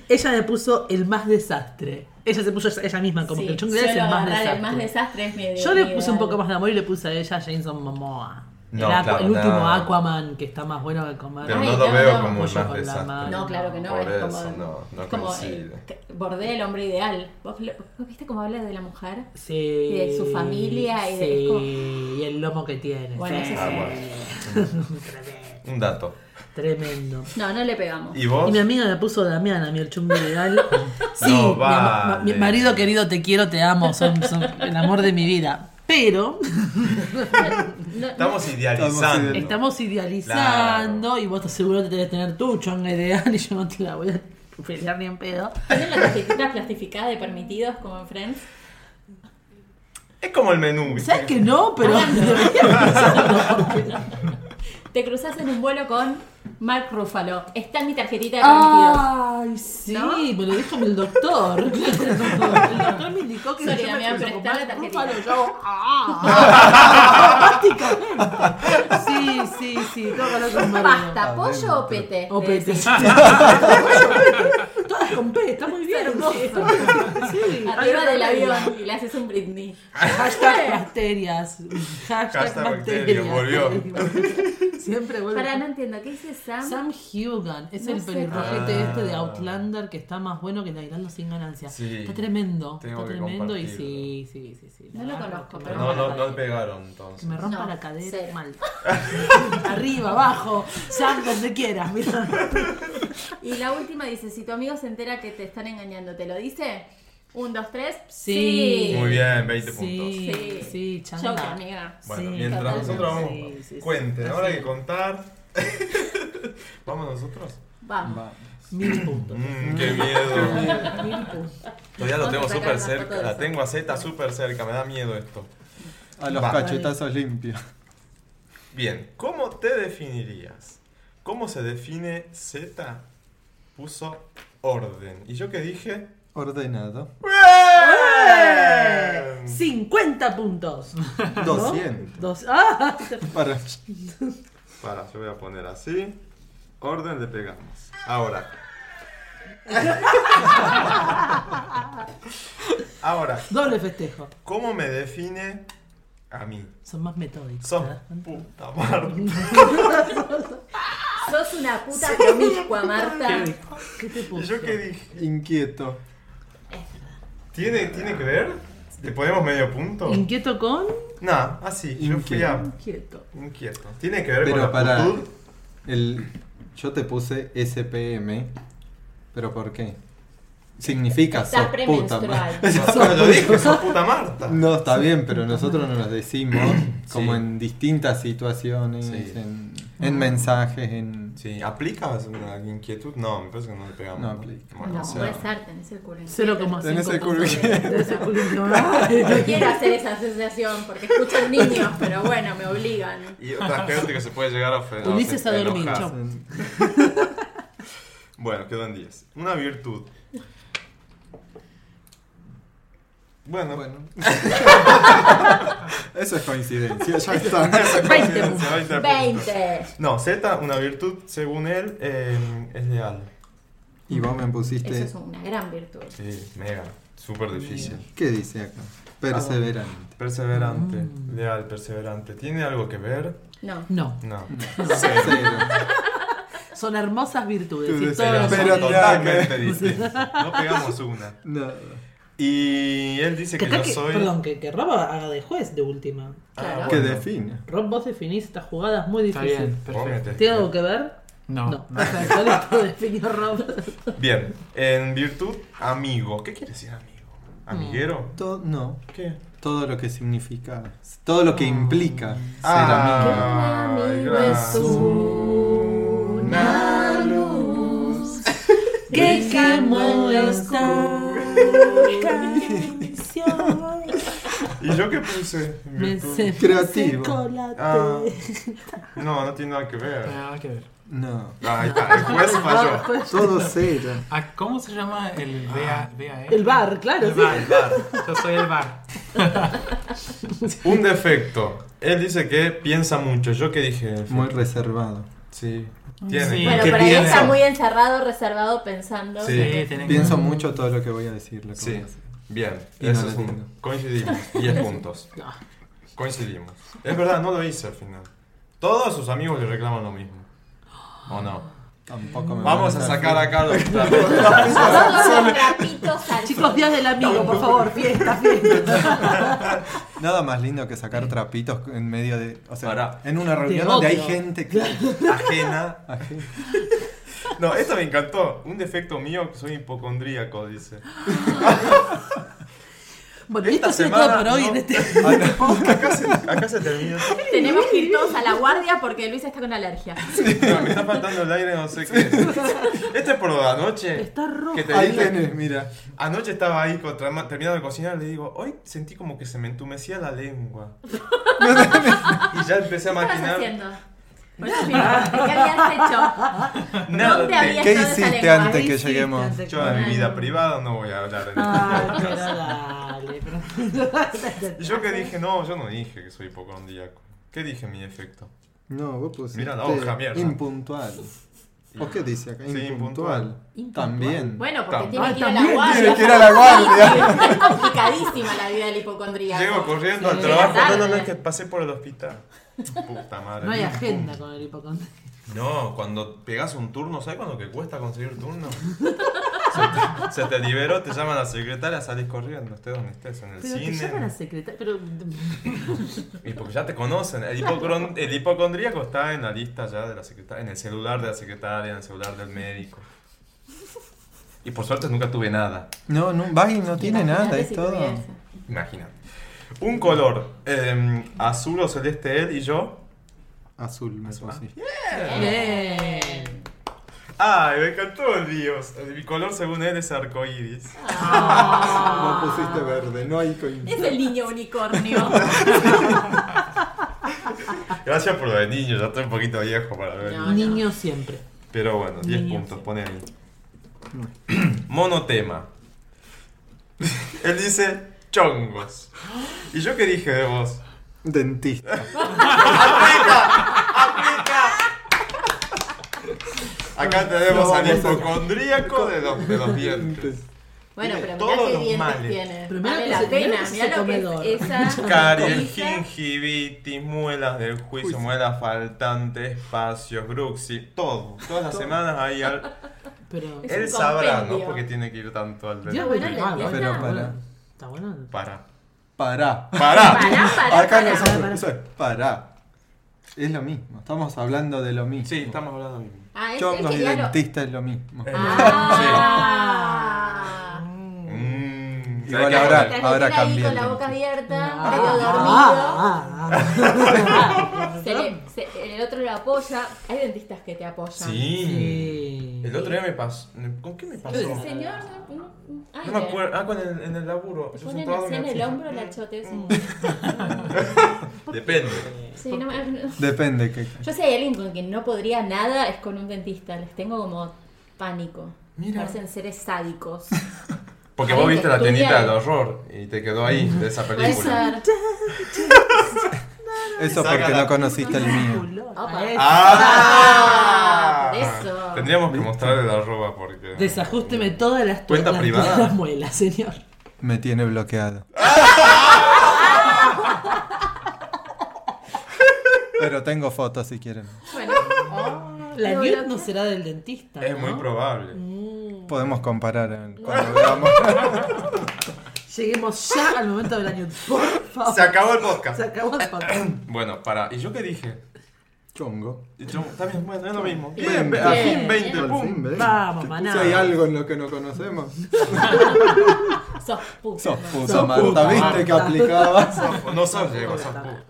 Ella me puso el más desastre. Ella se puso ella- ella misma, como
Sí,
que el chongo es
suelo
el más
agarrar
desastre.
El más desastre es mi
Yo
mi
le puse un
ideal.
poco más de amor y le puse a ella Jason Momoa.
No,
el, aqua-
claro,
el último
no.
Aquaman, que está más bueno que comer.
Pero
Ay,
no lo
no,
veo
no,
como el
pollo
más
con la
desastre.
mano.
No, claro que no,
Ah, Por
es
eso,
como,
no, no
como
coincide.
el- que- Bordé el hombre ideal. ¿Vos, lo- vos viste cómo habla de la mujer?
Sí.
Y de su familia y de-
sí,
es como-
y el lomo que tiene.
Bueno,
sí.
Ah,
eso
Tremendo,
Un dato.
Tremendo.
No, no le pegamos.
¿Y vos?
Y mi amiga me puso Damián a mí el chungo ideal. Sí,
No,
mi, ama- ma- mi
vale.
marido querido, te quiero, te amo, son, son el amor de mi vida. Pero
No,
Estamos idealizando.
estamos idealizando y vos estás seguro que debes tener tu chongo ideal y yo no te la voy a pelear ni en pedo.
¿Tienen la tarjetita plastificada de permitidos como en Friends?
Es como el menú. ¿viste?
¿Sabes que no? Pero
Ah.
debería pensarlo, porque-
Te cruzas en un vuelo con Mark Ruffalo. Está en mi tarjetita de permitidos.
Ay, sí,
¿No?
me lo dijo el doctor. El doctor me indicó que
Sorry,
si yo me
Damián,
cruzo
pero
con
está
Mark
la tarjetita.
Ruffalo, yo hago, ¡ah! Automáticamente. Sí, sí, sí, tengo que hablar con Mario.
¿Pasta, pollo o pete?
O
Le
pete.
decís.
Todas con P, está muy bien.
Hermoso.
Sí,
Arriba del avión y le haces un Britney.
Hashtag bacterias. Hashtag,
Hashtag
bacterias.
volvió.
Siempre vuelve.
Para no entiendo, ¿qué dice Sam?
Sam Hugan es
No
el
sé.
pelirrojete
Ah.
este de Outlander que está más bueno que Nailando sin ganancia.
Sí.
Está tremendo,
Tengo
está
que
tremendo y
compartirlo.
sí, sí, sí, sí.
No
La
lo
agarro,
conozco,
que me
pero
No, no,
rompa la
no le
cadera.
pegaron
Que
entonces.
me rompa
No,
la cadera
cero.
mal. Arriba, abajo, Sam, donde quieras, mira.
Y la última dice, si tu amigo se entera que te están engañando, ¿te lo dice? Un, dos, tres.
Sí.
Muy bien, 20 puntos.
Sí, sí, sí changa.
Joker, amiga.
Bueno,
Sí,
mientras
total.
nosotros vamos.
Sí, sí, sí.
cuenten, ahora hay que contar. ¿Vamos nosotros?
Vamos.
Va.
Mil puntos.
Mmm, qué miedo.
Mil puntos.
Todavía lo
Vamos a
tengo
sacar
súper
una foto
cerca.
de
La
eso.
tengo a Z súper cerca. Me da miedo esto.
A los
Va.
cachetazos limpios.
Bien, ¿cómo te definirías? ¿Cómo se define Z? Puso orden. ¿Y yo qué dije?
Ordenado.
¡Bien!
50 puntos.
200.
Dos. ¡Ah!
Para.
Para, yo voy a poner así. Orden le pegamos. Ahora. Ahora,
Doble festejo.
¿cómo me define a mí?
Son más metódicos.
Sos
¿verdad?
puta madre.
Sos una puta promiscua, Marta.
¿Qué te
¿Y
puso?
yo qué dije?
Inquieto.
¿Tiene, ¿Tiene que ver? ¿Te ponemos medio punto?
¿Inquieto con?
No, así. Yo fui a
Inquieto.
Inquieto. Tiene que ver
Pero
con la
para-
actitud.
El, yo te puse SPM. ¿Pero por qué? Significa
Estás
sos puta
premenstrual.
madre.
No, lo dije, sos puta Marta.
No, está bien, pero nosotros nos los decimos como
Sí.
en distintas situaciones,
Sí.
en, en mensajes, en...
Sí, ¿aplicas una inquietud? No, me parece que no le pegamos.
No aplica.
Bueno,
No,
o sea,
puedes ser, tenés el culo.
Tenés el
0,5
culo
puntos.
lleno.
Tenés el culo lleno.
No quiero hacer esa sensación porque escuchan niños, pero bueno, me obligan.
Y otra gente que se puede llegar a ofender.
Ulises a dormir,
enojar.
chau.
Bueno, quedan 10. Una virtud. Bueno, bueno.
Bueno. Eso es coincidencia, ya está.
20 puntos.
20.
No, Z, una virtud, según él, eh, es leal.
Y vos me
Eso
pusiste...
es una gran virtud.
Sí, mega. Súper difícil.
¿Qué dice acá? Perseverante.
Perseverante,
Mm.
leal, perseverante. ¿Tiene algo que ver?
No.
No,
No.
Cero.
son hermosas virtudes.
Tú
y
decías,
todos
pero
son-
no.
totalmente distinto. No pegamos una.
No.
Y él dice
Que
que
acá
yo
que-
soy. Ah,
Perdón, que, que Rob haga de juez de última.
Claro.
Que
bueno.
define.
Rob, vos definís estas jugadas muy
Está
difíciles.
bien, perfecto.
¿Tiene algo que ver?
No,
No.
no.
Perfecto, listo, definió Rob.
Bien, en virtud, amigo. ¿Qué quiere decir amigo? ¿Amiguero?
To- no,
¿Qué?
todo lo que significa, todo lo que implica ser amigo.
Ah,
Ay,
gracias.
una luz que
quemó
las
¿Y yo qué puse? en
Me
virtud?
se
Creativo.
chocolate.
Ah. No, no tiene nada que ver.
Nada que ver.
No.
Ah, ahí está, el juez falló.
Todo cero.
Ah, ¿Cómo se llama el
Ah.
VA, VAR?
El bar, claro,
E? El
sí.
bar, el bar. Yo soy el bar.
Un defecto. Él dice que piensa mucho. Yo que dije. defecto.
Muy reservado.
Sí. Tiene.
Sí.
Bueno,
¿Qué
por ahí
piensa?
está muy encerrado, reservado, pensando.
Sí.
tienen que-
Pienso mucho todo lo que voy a decir. Lo que
Sí.
voy a hacer.
Bien.
Y
Eso
no
es
lo
un-
tengo.
Coincidimos. 10 puntos. Coincidimos. Es verdad, no lo hice al final. Todos sus amigos le reclaman lo mismo. ¿O no?
Tampoco me
Vamos a
van
sacar a Carlos.
Todos los trapitos al
Chicos, días del amigo, por favor, fiesta, fiesta.
Nada más lindo que sacar trapitos en medio de. O sea,
Pará.
en una reunión donde hay
odio.
gente que.
Ajena.
Ajena.
No, esto me encantó. Un defecto mío, que soy hipocondríaco, dice.
Bueno,
Esta
esto ha sido
semana,
todo por hoy
¿no?
en este.
Acá se, acá se termina.
Tenemos que ir todos a la guardia porque Luis está con alergia.
No, me está faltando el aire, no sé qué es. Este es por la noche.
Está rojo.
Que te
Ahí
dije-
tenés, mira.
Anoche estaba ahí con- trama- terminando de cocinar le digo, hoy sentí como que se me entumecía la lengua. y ya empecé a
¿Qué estabas
maquinar.
haciendo? Por eso me preguntaste, ¿Qué habías
Nada,
¿Dónde
te-
había- Esto
¿Qué
de esa
hiciste
lengua.
antes que
Ahí sí,
lleguemos?
antes que-
Yo en mi vida privada no voy a hablar de
Ah.
Ay, pero dale, pero-
Y yo que dije, no, yo no dije que soy hipocondríaco. ¿Qué dije en mi efecto?
No, vos pusiste.
Mira la hoja, mierda.
Impuntual. ¿O qué dice acá?
Sí,
impuntual.
impuntual.
También.
hecho? Bueno, porque
Tam-
tiene que ir a la
también
guardia.
tiene que ir a la guardia.
Es complicadísima la vida del hipocondríaco.
Llego corriendo al
Sí,
trabajo.
tarde.
No, no, no, es que pasé por el hospital. Puta madre.
No hay agenda con el hipocondríaco.
No, cuando pegas un turno, ¿sabes cuándo que cuesta conseguir turno? se, te, se te liberó, te llaman a la secretaria, salís corriendo, estés donde estés, en el
Pero te
cine.
llaman a secretaria. Pero.
Y porque ya te conocen. El, hipocron- el hipocondríaco está en la lista ya de la secretaria, en el celular de la secretaria, en el celular del médico. Y por suerte nunca tuve nada.
No, no, Baggy no tiene
Imagínate
nada, es
si
¿eh? todo.
tuviese.
Imagínate. Un color, eh, azul o celeste él y yo.
Azul, me puse.
Bien.
Ay, me encantó el Dios. Mi color según él es arcoíris.
Ah.
Vos pusiste verde, no hay
Es
coincidencia.
el niño unicornio.
Ah.
Gracias por lo de niño, ya estoy un poquito viejo para ver.
No, no.
Niño siempre.
Pero bueno, 10
Niño,
puntos,
sí.
pone ahí. Monotema. Él dice chongos. ¿Y yo qué dije de vos?
Dentista.
Acá tenemos
No,
al
vamos a-
hipocondríaco de los, de los dientes.
Bueno, pero mirá
Todos
qué
los
dientes
males.
tiene.
Primero
Vale
que
la
se-
pena.
primero que
Mirá
se
lo
comedor.
que es esa.
Caries,
camisa.
gingivitis, muelas del juicio, muelas faltantes, espacios, bruxi, todo. Todas las semanas hay al...
Pero.
Es
Él
un
sabrá, ¿no?
compendio.
Porque tiene que ir tanto al
Dios,
dentista.
bueno,
pero-
el
ah,
dentista.
Pero para.
Está bueno.
Para.
Pará.
Para.
Pará, pará,
Acá
pará.
nosotros. eso es, Pará. Es lo mismo, estamos hablando de lo mismo.
Sí, estamos hablando de mí.
Ah, es, es
Chongos
que
y
ya lo-
dentista es lo mismo.
Ah.
Mm,
Igual
¿sabes qué?
ahora-
Mientras lo tiene
ahora
ahí
cambié
con
el
la boca
tema.
abierta,
Ah,
medio dormido.
ah, ah.
Se le- se- el otro lo apoya. Hay dentistas que te apoyan.
Sí.
Sí.
El otro día me pasó. ¿Con qué me pasó?
Ese señor. no- no- ay,
No me acuerdo. Ah, con el, en el laburo. Yo
Ponen
sentado
así
en
en
la
el
silla.
hombro la chote. sí.
Depende.
Sí, no me- no.
Depende que.
Yo si hay alguien con quien no podría nada es con un dentista. Les tengo como pánico.
Mira.
Parecen seres sádicos.
Porque
Ahí
vos
te
viste la
estudian.
tenita del horror y te quedó ahí, de esa
Puede
película.
ser.
Eso
Sácala.
porque no conociste el mío.
Opa.
¡Ah!
Por eso.
Tendríamos que mostrar el arroba porque. Mm.
Desajústeme todas las
Cuenta
las-
privada.
las muelas, señor.
Me tiene bloqueado. Pero tengo fotos si quieren.
Bueno,
La
Pero
nude
lo
no
que-
será del dentista.
Es
¿no?
muy probable.
Podemos comparar en- cuando veamos.
Lleguemos ya al momento de la nude. Por favor.
Se acabó el podcast.
Se acabó el papel.
Bueno, para. ¿Y yo qué dije?
Chongo.
Y Yo, está bien, bueno, es lo mismo.
Bien,
Bien, ve- al
bien,
fin 20
Al
puntos.
fin, ¿ves?
Vamos,
Que-
maná.
Si hay algo en lo que no conocemos.
sos puta.
Sos
¿no?
puta,
Sos
Marta.
puta,
¿Viste
Marta.
que aplicabas?
No, No sos Diego, sos puta.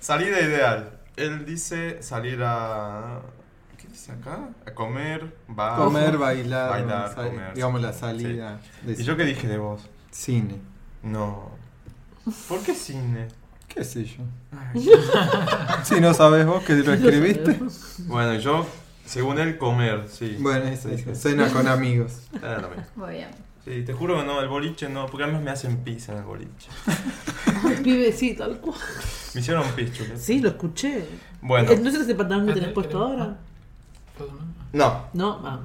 Salida ideal. Él dice salir a. ¿Qué dice acá? A comer, va-
Comer, bailar,
Bailar,
sal-
comer,
digamos la
sí.
salida de
¿Y yo qué dije de vos?
cine.
No. ¿Por qué cine?
¿Qué sé yo? si no sabes vos que lo escribiste.
Bueno, yo Según él, comer, sí.
Bueno, eso dice. Cena con amigos.
Ah, no, mira.
Muy bien.
sí, te juro que no, el boliche no, porque además me hacen pizza en el boliche.
Ay, pibe, sí, tal cual.
Me hicieron pizza.
Sí, Eh, lo escuché.
Bueno,
Entonces ese pantalón que tenés puesto ahora.
no,
No, ah,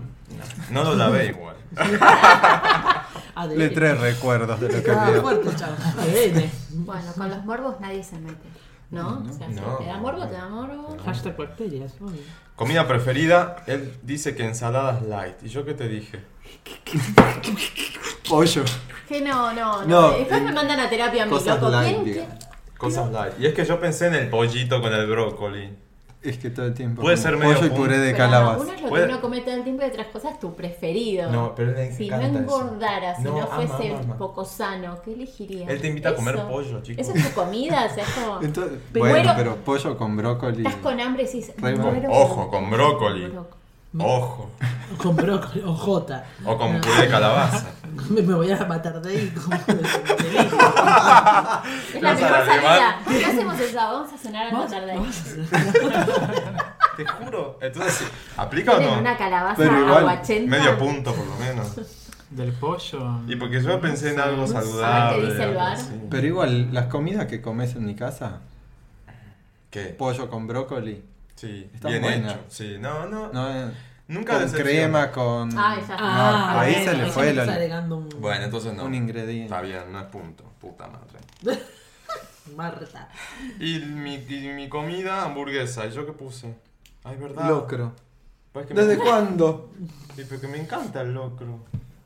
no lo lavé igual.
ah, de
Le
ley.
trae recuerdos de lo que
Ah,
vio.
fuerte, chavo. De eh. ley.
Bueno, con los morbos nadie se mete.
¿No? O sea, si
No.
te da morbo, te da morbo.
Hashtag bacterias. obvio.
Comida preferida, él dice que ensaladas light. ¿Y yo qué te dije?
Pollo.
Que no, no, no.
No,
Después
eh,
me mandan a terapia a mi
Cosas
loco.
light,
¿Quién-
diga.
quién-
Cosas light. Y es que yo pensé en el pollito con el brócoli.
Es que todo el tiempo.
Puede
como
ser medio
Pollo y
pun-
puré de
Pero no, Uno
calabaza.
es lo
Puede-
que uno come todo el tiempo y otras cosas tu preferido.
No, pero le
si no
encanta eso.
engordara, si no,
No, ama,
fuese
ama, ama.
poco sano, ¿qué elegirías?
Él te invita a comer
Eso.
pollo, chico.
Eso es tu comida, o sea, es como.
Entonces,
Pero-
bueno,
Bueno.
pero pollo con brócoli.
Estás con hambre y dices.
Re
"Muero
bueno.
por-
Ojo, con brócoli.
brócoli".
Ojo.
Con brócoli o jota.
O con puré de calabaza.
Me, me voy a matar de ahí. como de- de ley.
Es la
Vas
mejor
a
salida.
alemán.
¿Qué hacemos esa? Vamos a cenar a la
Vamos-
tarde.
vamos
Te juro. Entonces, ¿aplica o
Tienen
no?
una calabaza
Pero igual,
aguachenta.
Medio punto, por lo menos.
Del pollo.
Y porque yo pensé en algo
¿Sabes qué
saludable.
Ah, dice el
algo
bar?
así.
Pero igual, las comidas que comes en mi casa,
¿Qué?
pollo con brócoli.
Sí,
Está
bien
buena.
hecho. Sí, no, no.
No, eh,
Nunca
con
decepciona.
crema, con.
Ay, ya.
No,
Ah,
ahí
bueno,
se le
ya
fue
me
el
está
olor.
agregando un-
Bueno, entonces no.
Un ingrediente.
Está bien, no es punto. Puta madre.
Marta.
Y mi, y mi comida, hamburguesa. ¿Y yo qué puse? Ay, ¿verdad?
Locro.
Pues que me-
¿Desde cuándo?
Sí, porque me encanta el locro.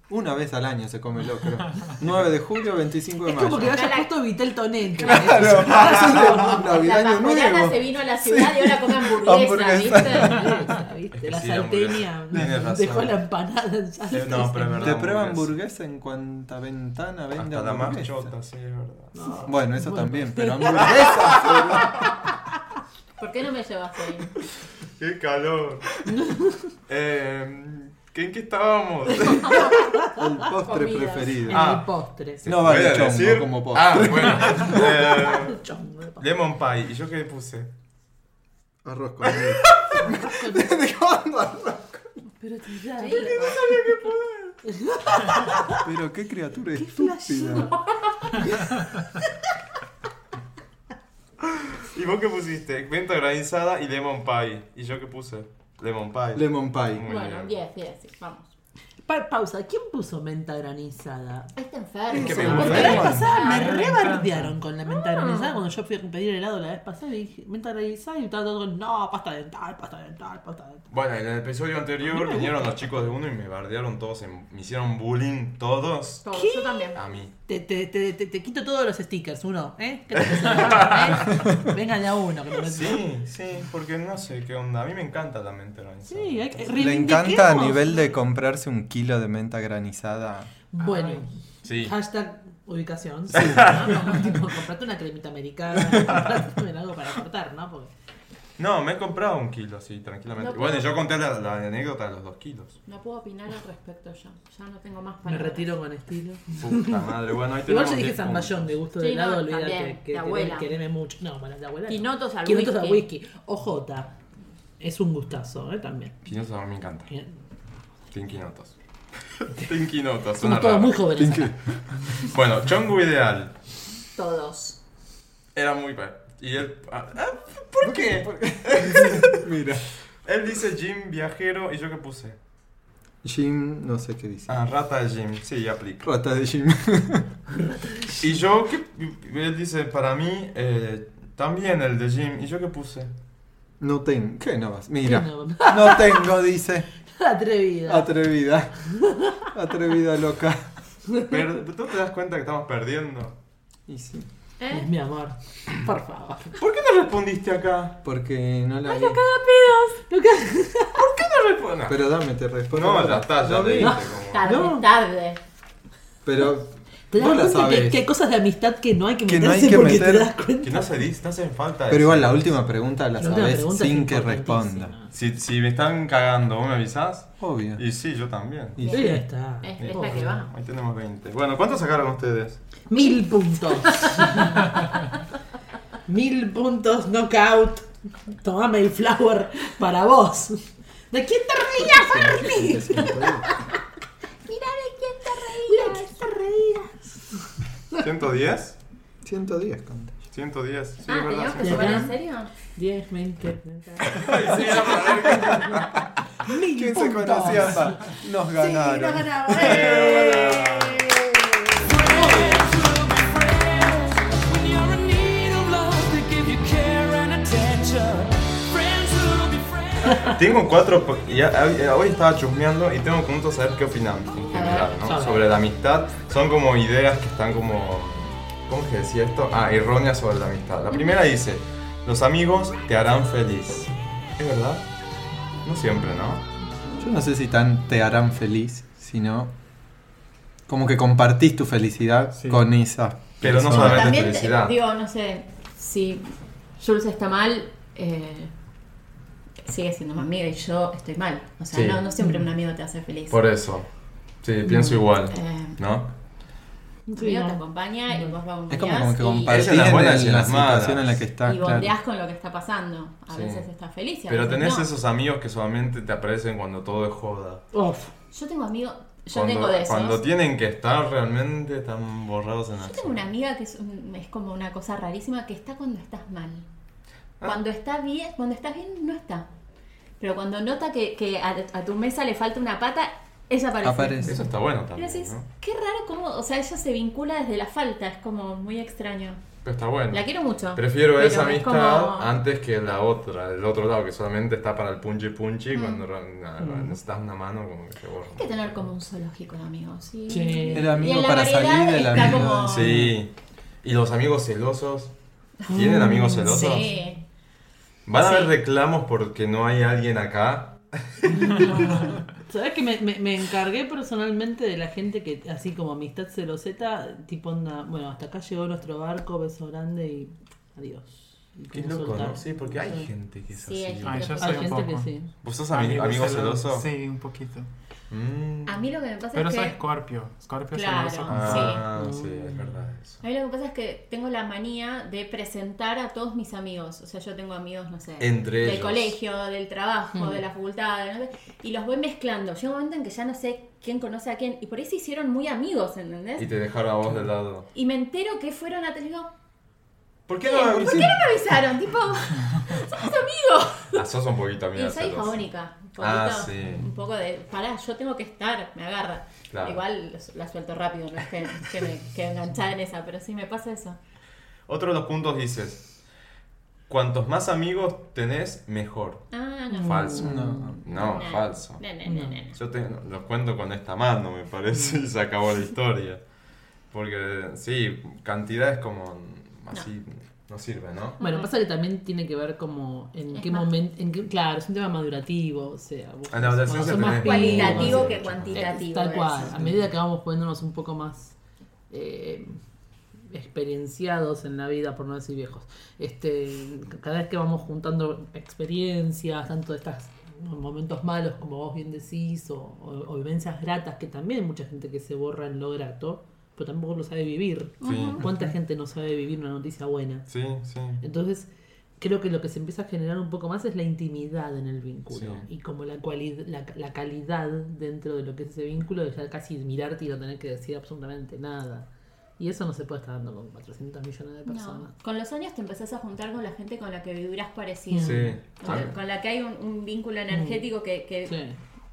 Una vez al año se come locro. 9 de julio, 25 de
Es
mayo.
como que hayas puesto Vitel Tonente. ¿eh?
Claro, eso es de
La
Navidad Año
pastorana
Nuevo.
se vino a la ciudad y ahora come hamburguesa,
Hamburguesa.
¿viste?
¿viste?
Es que
La
sí,
salteña
hamburguesa. Tienes razón.
dejó la empanada en salsa.
Eh, No, pero es verdad.
Te prueba
hamburguesa.
hamburguesa en cuanta ventana vende
Hasta la más
hamburguesa.
chota, sí, es verdad.
Bueno, eso también, pero hamburguesa.
¿Por qué no me llevas ahí?
¡Qué calor! eh, ¿qué- ¿En qué estábamos?
el postre
Comidas.
preferido.
En
Ah.
el postre.
No vale
¿Puedo
chongo
decir?
como postre.
Ah, bueno. Eh,
Chongo de postre.
lemon pie. ¿Y yo qué puse?
Arroz con leche. ¿Desde cuándo arroz?
Pero te da-
Sí,
Pero qué criatura estúpida.
¿Y vos qué pusiste? Venta granizada y lemon pie. ¿Y yo qué puse? Lemon pie.
Lemon pie.
Muy
Bueno,
bien.
10, 10, sí, vamos.
Pa- pausa, ¿quién puso menta granizada?
Está enfermo.
que
¿no?
Ah,
me
Porque
gusta.
la vez pasada me
Ah, me
rebardearon con la menta granizada cuando yo fui a pedir helado la vez pasada y dije menta granizada y estaba todo con no, pasta dental, pasta dental, pasta dental.
Bueno, en el episodio anterior vinieron los chicos de uno y me bardearon todos, en- me hicieron bullying todos
Todo, Yo también.
a mí.
Te, te, te, te, te quito todos los stickers, uno, ¿eh? ¿Qué te pasa? ¿Eh? Venga de a uno, que me lo
Sí, sí, porque no sé qué onda. A mí me encanta la mente organizada.
Sí, hay que
Le encanta a nivel de comprarse un kilo de menta granizada.
Bueno,
Sí.
hashtag ubicación. Sí, ¿no? Como tipo, comprate una cremita americana, comprate algo para cortar, ¿no? Porque
No, me he comprado un kilo, sí, tranquilamente.
No puedo.
bueno, yo conté la, la anécdota de los dos kilos.
No puedo opinar al respecto yo. Ya no tengo más
me
palabras.
retiro con estilo.
Puta madre, bueno, ahí tenemos
Igual yo dije
10
zamballón de
puntos.
gusto
Sí,
de helado,
no,
olvídate.
también,
que- Que
de
quereme,
abuela.
quereme mucho. No, bueno, de abuela. no.
Quinotos al
Quinotos al
whisky.
whisky. OJ. Es un gustazo, ¿eh? También.
Quinotos a mí me encanta.
Bien.
Tinquinotos. Tinquinotos,
Somos
suena
todos
raro.
muy jóvenes. acá.
Bueno, Chongu ideal.
Todos.
Era muy pa- Y él. ah, ah, ¿Por qué?
Mira.
Él dice Jim viajero y yo qué puse.
Jim, no sé qué dice.
Ah, rata de Jim. Sí, aplica.
Rata de Jim.
Y yo qué. Él dice para mí eh, también el de Jim. ¿Y yo qué puse?
No tengo. ¿Qué no vas? Mira.
No, no.
No tengo, dice.
Atrevida.
Atrevida. Atrevida loca.
Pero, ¿Tú te das cuenta que estamos perdiendo?
Y sí.
¿Eh?
Mi amor. Por favor.
¿Por qué no respondiste acá?
Porque no la vi.
¿Por qué no respondiste?
Pero dame, te respondo.
No, ya está, ya
No
te
vi.
dije como.
Tarde,
No.
tarde.
Pero
¿Te das
Vos la
cuenta que,
sabés.
que hay cosas de amistad que no hay que
Que no hay
meterse
que
porque te
meter.
das cuenta?
Que no se dice, no hacen falta.
Pero
decir.
igual la última pregunta la
La última
sabes
pregunta es
sin que
importantísima.
responda.
Si, si me están cagando, ¿vos me avisás?
Obvio.
Y sí, yo también.
Y
Sí, ya está.
Eh.
Es esta que va.
Ahí tenemos 20. Bueno, ¿cuántos sacaron ustedes?
Mil puntos. Mil puntos knockout. Tomá Mayflower para vos. ¿De quién te reías, Barney?
Es un juego.
Mira de quién
Mira,
te
¿de
reías.
quién te reías?
110?
110, conté.
110. Sí,
Ah,
es verdad.
¿teníamos que
sí.
jugar en
Ajá.
serio?
10, 20, 30.
Sí, era para ver
¿Quién se conocía? pa? Nos ganaron.
Tengo cuatro. po- ya- ya- hoy estaba chusmeando y tengo preguntas a saber qué opinan
Ah,
en general, ¿no?
sabe.
Sobre la amistad. Son como ideas que están como. ¿Cómo es que decía esto? Ah, erróneas sobre la amistad. La primera dice: Los amigos te harán feliz. ¿Es verdad? No siempre, ¿no?
Yo no sé si tan te harán feliz, sino como que compartís tu felicidad
Sí.
con esa.
Pero no
persona.
solamente-
También,
felicidad.
digo, no sé, si Jules está mal, eh, sigue siendo mi amiga y yo estoy mal. O sea,
Sí.
no, no
Mm.
siempre un amigo te hace feliz.
Por e- eso. Sí, pienso igual,
Eh,
¿no?
tu
Sí,
amigo
no. Mm.
te acompaña y vos lo acompañás
Es como, como que
y,
compartís
Esa es la
en
buena
el-
y en
la,
las malas.
situación en la que estás.
y
claro.
bondeás con lo que está pasando. A
Sí.
veces estás feliz. y a
Pero
veces
tenés
no.
esos amigos que solamente te aparecen cuando todo es joda.
Uf.
Yo tengo amigos, yo
cuando,
tengo de esos.
cuando tienen que estar realmente tan borrados en la
Yo tengo una amiga que es, un- es como una cosa rarísima que está cuando estás mal.
Ah.
Cuando está bien, cuando estás bien no está. Pero cuando nota que, que a, a tu mesa le falta una pata, ella aparece.
Aparece.
Eso está bueno
Y
también,
decís,
¿no?
qué raro cómo, o sea, ella se vincula desde la falta, es como muy extraño.
Pero está bueno.
La quiero mucho.
Prefiero
pero
esa
es
amistad
como-
antes que la otra, el otro lado, que solamente está para el punchi punchi cuando re- na- necesitas una mano como que se borra.
Mm. Hay que tener como un zoológico de amigos. Y,
Sí.
y
El
en la
amigo para
variedad
salir del
está
amigo.
como-
Sí. ¿Y los amigos celosos? ¿Tienen amigos celosos?
Mm, Sí.
¿Van a
Sí.
haber reclamos porque no hay alguien acá?
¿Sabes que me, me- me encargué personalmente de la gente que, así como amistad celoseta, tipo onda, bueno, hasta acá llegó nuestro barco, beso grande y adiós. Y
Qué
como
loco,
soltar.
¿no? Sí, porque hay gente que es
Sí, hay
así.
gente.
Ay, Ah, yo soy
Hay
un
gente
poco.
Ah, que sí.
¿Vos sos ami- amigo, celoso?
Sí, un poquito.
Mm.
A mí lo que me pasa
Pero
es
soy
que.
Scorpio. Scorpio
Claro.
celoso.
Ah, sí.
Sí.
es verdad eso.
A mí lo que pasa es que tengo la manía de presentar a todos mis amigos. O sea, yo tengo amigos, no sé,
Entre
del
ellos.
colegio, del trabajo, de la facultad, de no sé, y los voy mezclando. Llega un momento en que ya no sé quién conoce a quién. Y por ahí se hicieron muy amigos, ¿entendés?
Y
Y,
te dejaron a vos de lado.
me entero que fueron a... y digo,
¿Por qué no me
¿Por qué no me avisaron? Tipo, somos amigos.
Ah, sos un poquito amiga
y soy
celosa.
fagónica. Un,
Ah,
poquito,
sí.
un poco de, pará, yo tengo que estar, me agarra.
Claro.
Igual los- la suelto rápido, no es que, que me quede enganchada en esa, pero sí me pasa eso.
Otro de los puntos dices, cuantos más amigos tenés, mejor.
Ah, no.
Falso.
No.
No, falso.
No, no, no, no, no.
Yo te, los cuento con esta mano, me parece, y se acabó la historia. Porque, sí, cantidad es como así, no sirve, ¿no?
Bueno, pasa que también tiene que ver como en
Es
qué
más-
momento, en qué, claro, es un tema madurativo, o sea, vos-
En Ah, la adolescencia
cuando sos
tenés
pibes,
Cualitativo
más-
que
eh,
cuantitativo.
Tal
es.
cual, a medida que vamos poniéndonos un poco más eh, experienciados en la vida, por no decir viejos, este, cada vez que vamos juntando experiencias, tanto de estas momentos malos como vos bien decís, o, o- o vivencias gratas, que también hay mucha gente que se borra en lo grato, pero tampoco lo sabe vivir.
Sí,
¿Cuánta gente no sabe vivir una noticia buena?
sí, sí.
Entonces, creo que lo que se empieza a generar un poco más es la intimidad en el vínculo
Sí.
y como la, cuali- la, la calidad dentro de lo que es ese vínculo de ya casi mirarte y no tener que decir absolutamente nada. Y eso no se puede estar dando con 400 millones de personas.
No, con los años te empezás a juntar con la gente con la que vivirás parecido.
Sí. Mm.
Con, la, con la que hay un, un vínculo energético que, que
Sí.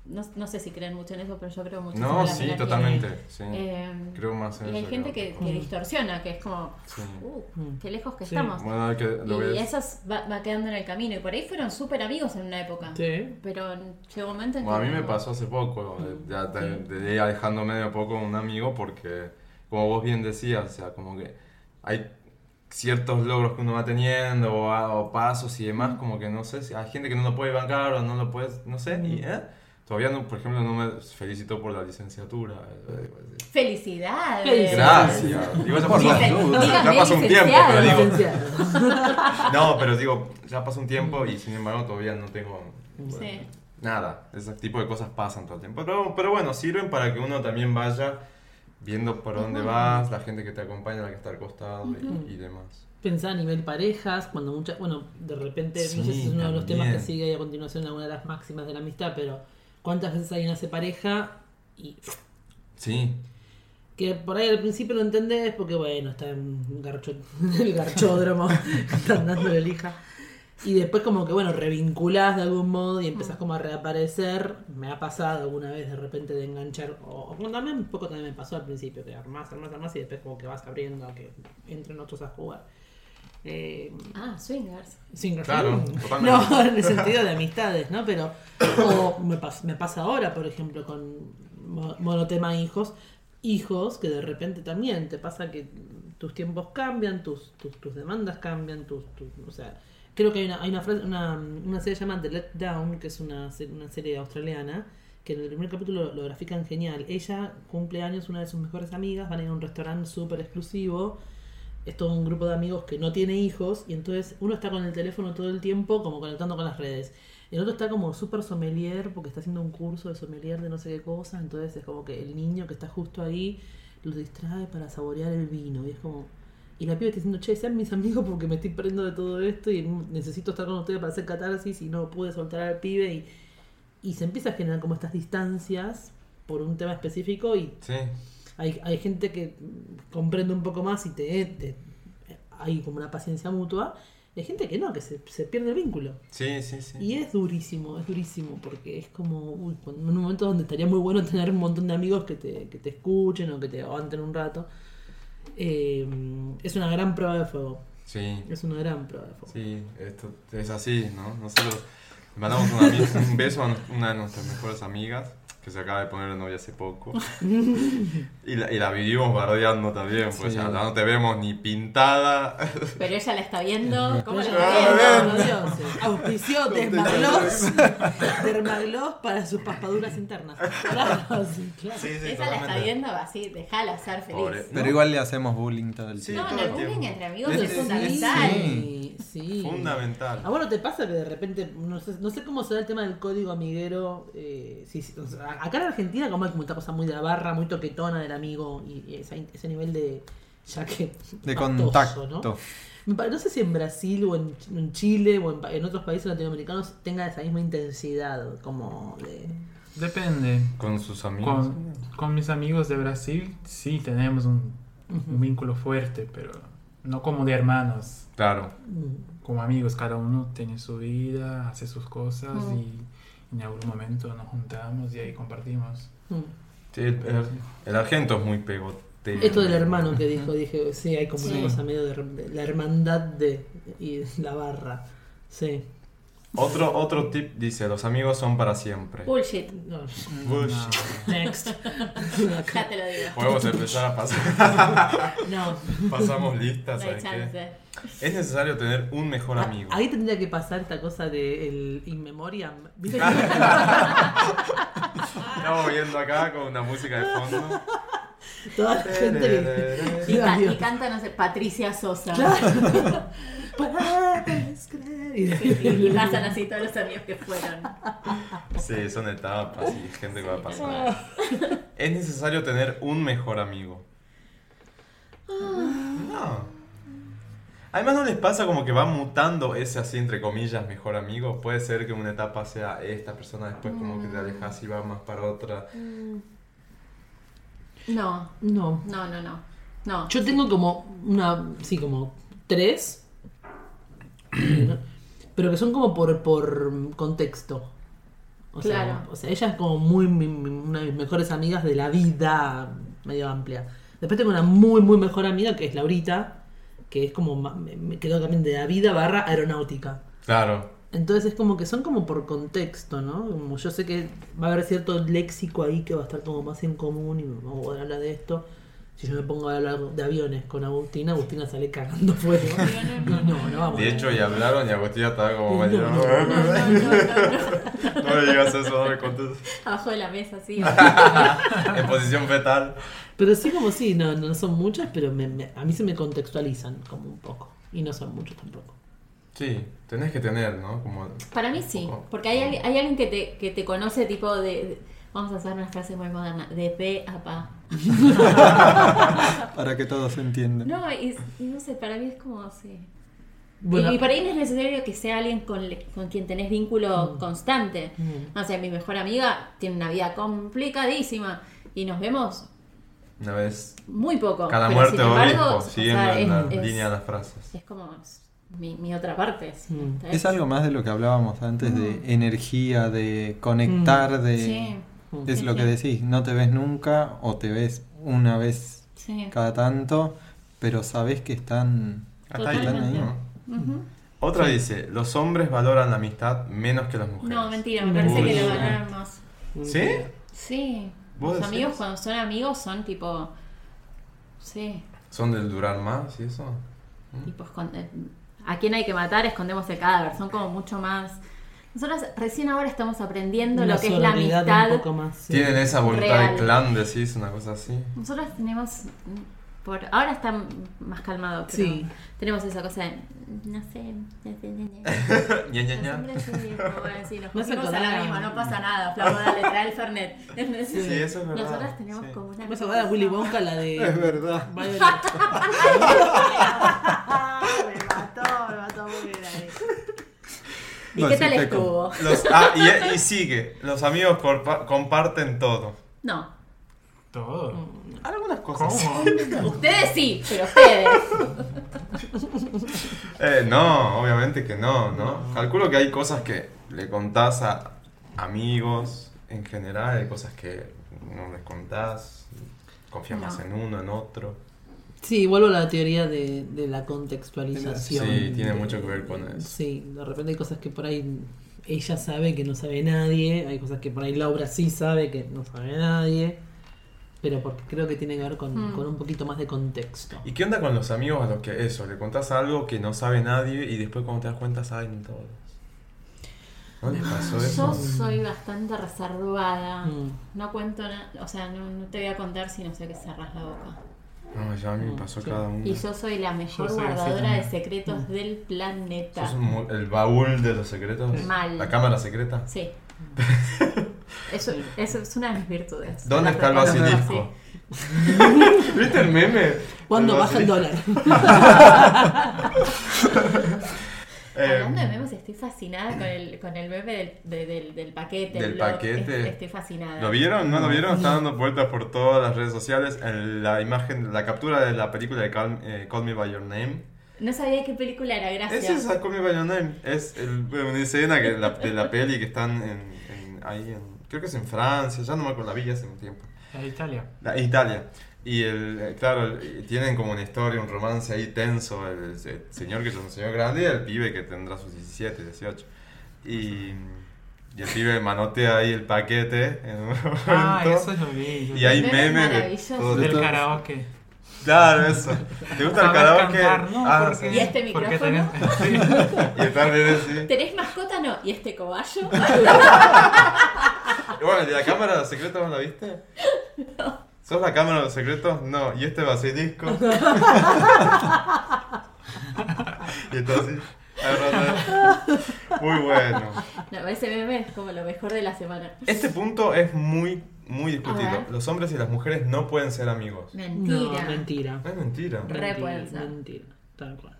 no, no sé si creen mucho en eso, pero yo creo mucho en
No,
las
sí,
energías.
totalmente. Sí.
Eh,
Creo más en
Y hay
eso
gente
otra
que,
cosa.
que distorsiona, que es como,
Sí.
uh, qué lejos que
Sí.
estamos.
Mm. Bueno, hay que, lo
y
ves.
esas va, va quedando en el camino. Y por ahí fueron súper amigos en una época.
Sí.
Pero llegó un momento en que.
Bueno, a mí me pasó hace poco, eh, ya te, de ir alejándome de poco de un amigo porque, como vos bien decías, o sea, como que hay ciertos logros que uno va teniendo o, a- o pasos y demás, como que no sé, si hay gente que no lo puede bancar o no lo puede, no sé, y eh, todavía, no, por ejemplo, no me felicito por la licenciatura. eh, eh, pues,
¡Felicidades!
Felicidades.
Gracias. Digo, ya pasó,
Dígame,
ya
dígame,
pasó un tiempo,
licenciado.
pero digo,
Licenciado.
no, pero digo, ya pasó un tiempo y sin embargo todavía no tengo
Sí.
nada. Ese tipo de cosas pasan todo el tiempo. Pero, pero bueno, sirven para que uno también vaya viendo por dónde vas, la gente que te acompaña, la que está al costado y-
Ujú.
y, demás.
Pensá a nivel parejas, cuando muchas, bueno, de repente, no sé si
Sí,
es uno de los
también.
temas que sigue ahí a continuación alguna de las máximas de la amistad, pero cuántas veces alguien hace pareja y
Sí,
que por ahí al principio lo entendés porque bueno, está en garcho, el garchódromo, están dándole lija. Y después como que bueno, revinculás de algún modo y empezás como a reaparecer. Me ha pasado alguna vez de repente de enganchar, o o bueno, también un poco también me pasó al principio, que armás, armás, armás y después como que vas abriendo, que entren otros a jugar. Eh,
Ah, swingers.
sin
Claro,
referirme.
totalmente.
No, en el sentido de amistades, ¿no? Pero o me, pas- me pasa ahora, por ejemplo, con mo- monotema hijos, hijos que de repente también te pasa que tus tiempos cambian, tus, tus, tus demandas cambian, tus, tus- o sea, creo que hay una, hay una frase, una, una serie llamada The Let Down, que es una, se- una serie australiana, que en el primer capítulo lo grafican genial. Ella cumple años, una de sus mejores amigas, van a ir a un restaurante súper exclusivo es todo un grupo de amigos que no tiene hijos y entonces uno está con el teléfono todo el tiempo como conectando con las redes. El otro está como súper sommelier porque está haciendo un curso de sommelier de no sé qué cosa, entonces es como que el niño que está justo ahí los distrae para saborear el vino y es como... Y la piba está diciendo, che, sean mis amigos porque me estoy perdiendo de todo esto y necesito estar con ustedes para hacer catarsis y no pude soltar al pibe y, y se empieza a generar como estas distancias por un tema específico y
sí.
hay, hay gente que mm, comprende un poco más y te, te- hay como una paciencia mutua. Y hay gente que no, que se, se pierde el vínculo.
Sí, sí, sí.
Y es durísimo, es durísimo, porque es como uy, cuando- en un momento donde estaría muy bueno tener un montón de amigos que te, que te escuchen o que te aguanten un rato. Eh, es una gran prueba de fuego.
Sí,
Es una gran prueba de fuego.
sí, esto es así, ¿no? Nosotros le mandamos un, ami- un beso a nos- una de nuestras mejores amigas que se acaba de poner de novia hace poco. Y la, y la vivimos bardeando también, pues
Sí.
ya no te vemos ni pintada.
Pero ella la está viendo. ¿Cómo la
Pero
está
yo- Dios, eh, Auspició Dermagloss Dermagloss para sus paspaduras internas. Claro, sí, claro.
viendo? Ella la está
totalmente.
viendo así, déjala ser
Pobre.
feliz.
Pero
No.
igual le hacemos bullying todo el
Sí.
No,
tiempo.
todo
no,
el
el bullying
tiempo.
entre amigos
Sí,
es
sí, sí,
fundamental.
Sí, sí.
Fundamental.
¿A vos no te pasa que de repente, no sé, no sé cómo será el tema del código amiguero? eh, sí, sí, o sea, acá en Argentina como hay como esta cosa muy de la barra, muy toquetona del amigo y, y esa- ese, nivel de... Ya que,
De
patoso,
contacto.
¿no? Me pa- No sé si en Brasil o en, Ch- en Chile o en, pa- en otros países latinoamericanos tenga esa misma intensidad como de...
Depende.
Con sus amigos.
Con, con mis amigos de Brasil sí tenemos un, un vínculo fuerte, pero no como de hermanos,
Claro.
Mm,
como amigos. Cada uno tiene su vida, hace sus cosas
Mm.
y en algún momento nos juntamos y ahí compartimos.
mm.
Sí, el, el- el argento es muy pegotero.
Esto del hermano que dijo, dije, sí, hay como una
Sí.
cosa medio de, de la hermandad de y la barra. Sí.
Otro, otro tip dice, los amigos son para siempre.
Bullshit,
No,
Bullshit.
next.
ya te lo digo.
Podemos empezar a pasar.
No.
Pasamos
No
listas,
hay
¿sabes qué?
chance.
Es necesario tener un mejor amigo.
Ahí tendría que pasar esta cosa del in memoriam. ¿viste?
Estamos viendo acá con una música de fondo.
Toda la gente que-
Y, ca- y
Dios.
canta, no sé, Patricia Sosa.
Puedes creer. Y-
Sí, sí, y pasan así todos los amigos que fueron.
Sí, son etapas y gente que va a pasar. Es necesario tener un mejor amigo. No. Además, ¿no les pasa como que va mutando ese así, entre comillas, mejor amigo? Puede ser que una etapa sea esta persona, después como que te alejas y va más para otra.
No,
No.
no, no, no. No.
Yo tengo como una. Sí, como tres. Pero que son como por, por contexto. O sea,
Claro.
o sea, ella es como muy mi- mi- una de mis mejores amigas de la vida medio amplia. Después tengo una muy, muy mejor amiga que es Laurita, que es como, ma- me, me quedo también de la vida barra aeronáutica.
Claro.
Entonces es como que son como por contexto, ¿no? Como yo sé que va a haber cierto léxico ahí que va a estar como más en común y vamos a poder hablar de esto. Si yo me pongo a hablar de aviones con Agustina, Agustina sale cagando fuego. No, no, no vamos.
De hecho, ya hablaron y Agustina estaba como...
No,
"Bueno,
no,
No, no, no, no, no.
No me digas eso, no me contestes.
Abajo de la mesa, sí.
En posición fetal.
Pero sí, como sí, no, no son muchas, pero me- me- a mí se me contextualizan como un poco. Y no son muchos tampoco.
Sí, tenés que tener, ¿no? Como...
Para mí sí, porque hay, al- hay alguien que te, que te conoce tipo de, Vamos a hacer una frase muy moderna, de pe a pa.
Para que todos entiendan.
No, y, y no sé, para mí es como así.
Bueno,
Y, y para mí no es necesario que sea alguien con, le- con quien tenés vínculo constante.
Mm.
O sea, mi mejor amiga tiene una vida complicadísima y nos vemos
Una vez
muy poco.
cada
Pero,
muerte
sin
o
embargo,
obispo,
o sea,
siguiendo
es-
en la
es-
línea de las frases.
Es como es mi, mi otra parte. ¿sí?
Mm.
¿Sabes?
Es algo más de lo que hablábamos antes, de energía, de conectar, de...
Mm. Sí,
Es
Sí,
lo
sí.
que decís, no te ves nunca o te ves una vez
sí.
cada tanto, pero sabes que están...
Hasta ahí,
Totalmente.
¿no?
Ujú.
Otra dice, los hombres valoran la amistad menos que las mujeres.
No, mentira, me parece
Uy.
que lo valoran más.
¿Sí?
Sí.
¿Vos
Los
decís?
amigos cuando son amigos son tipo. Sí.
¿Son del durar más y eso?
Y pues con- eh, a quién hay que matar, escondemos el cadáver. Son como mucho más. Nosotros recién ahora estamos aprendiendo
una
lo que es la
sororidad
amistad.
un poco más. eh, sí.
Tienen esa voluntad
Real.
de clan, decís, una cosa así.
Nosotros tenemos. mm, Por, ahora está m- más calmado, pero
Sí.
tenemos esa cosa de. No sé. no sé, no sé.
Ña, ña,
Los
ña.
hombres sí, como, bueno, sí, nos
Me hace
pusimos a
acordar
la
a-
misma, no pasa nada, Flavo, dale, trae el Fernet.
Sí, eso es verdad,
Nosotras tenemos
sí.
como una.
Vas a ver a Willy Wonka la de.
verdad.
Violet.
me mató, me mató muy bien ahí. ¿Y qué tal estuvo?
Los- ah, y, y sigue, los amigos corpa- comparten todo.
No,
Todo.
Algunas cosas.
¿Cómo?
ustedes sí, pero ustedes.
Eh, no, obviamente que no, ¿no? Calculo que hay cosas que le contás a amigos en general, hay cosas que no les contás, confías más
No.
en uno, en otro.
Sí, vuelvo a la teoría de, de la contextualización.
Sí, tiene
De-
mucho que ver con eso.
Sí, de repente hay cosas que por ahí ella sabe que no sabe nadie, hay cosas que por ahí Laura sí sabe que no sabe nadie, pero porque creo que tiene que ver con,
Mm.
con un poquito más de contexto.
¿Y qué onda con los amigos a los que eso, le contás algo que no sabe nadie y después cuando te das cuenta saben todos? ¿No te pasó
Yo
eso?
soy bastante reservada.
Mm.
No cuento nada, o sea, no, no te voy a contar si no sé que cerrás la boca.
No, ya a mí me pasó cada uno.
Y yo soy la mejor
Yo soy así
guardadora de
también.
secretos del planeta.
Mm. ¿Sos un mu- el baúl de los secretos?
Mal.
¿La cámara secreta?
Sí. Eso, eso es una de mis virtudes.
¿Dónde está el basilisco? ¿Viste el meme?
¿Cuándo
Del
baja el
basilisco.
dólar?
Eh,
Hablando de memes, estoy fascinada con el, con el meme del, de- del, del paquete.
Del
el blog.
paquete.
Es- Estoy fascinada.
¿Lo vieron? ¿No lo vieron? Está dando vueltas por todas las redes sociales. En la imagen, la captura de la película de Call, eh, Call Me By Your Name.
No sabía qué película era, gracias.
Es esa, Call Me By Your Name. Es el- una escena que, la- de la peli que están en, en- ahí en... Creo que es en Francia, ya no me acuerdo, la vi hace un tiempo.
A Italia.
La- Italia. Y el, eh, claro, el- y tienen como una historia, un romance ahí tenso, el, el señor que es un señor grande y el pibe que tendrá sus 17, 18. Y, y el pibe manotea ahí el paquete en un momento.
Ah, eso lo vi. yo
Y hay
vi.
Pero es
memes de
maravilloso.
todo
Del karaoke.
Claro, eso. ¿Te gusta el
Saber
karaoke?
cantar, ¿no?
Ah,
Porque-
¿Y este
porque
micrófono?
tenés- Sí.
sí. Y estar bien así.
¿Tenés mascota? No. ¿Y este cobayo?
Y Bueno, ¿y la cámara de los secretos no la viste? No. ¿Sos la cámara de los secretos? No. ¿Y este basilisco? y está así. agarrando. Muy bueno.
No, ese meme es como lo mejor de la semana.
Este punto es muy, muy
A
discutido.
ver.
Los hombres y las mujeres no pueden ser amigos.
Mentira.
No, mentira.
No es mentira.
Re
Mentira,
pueden ser.
Mentira, tal cual.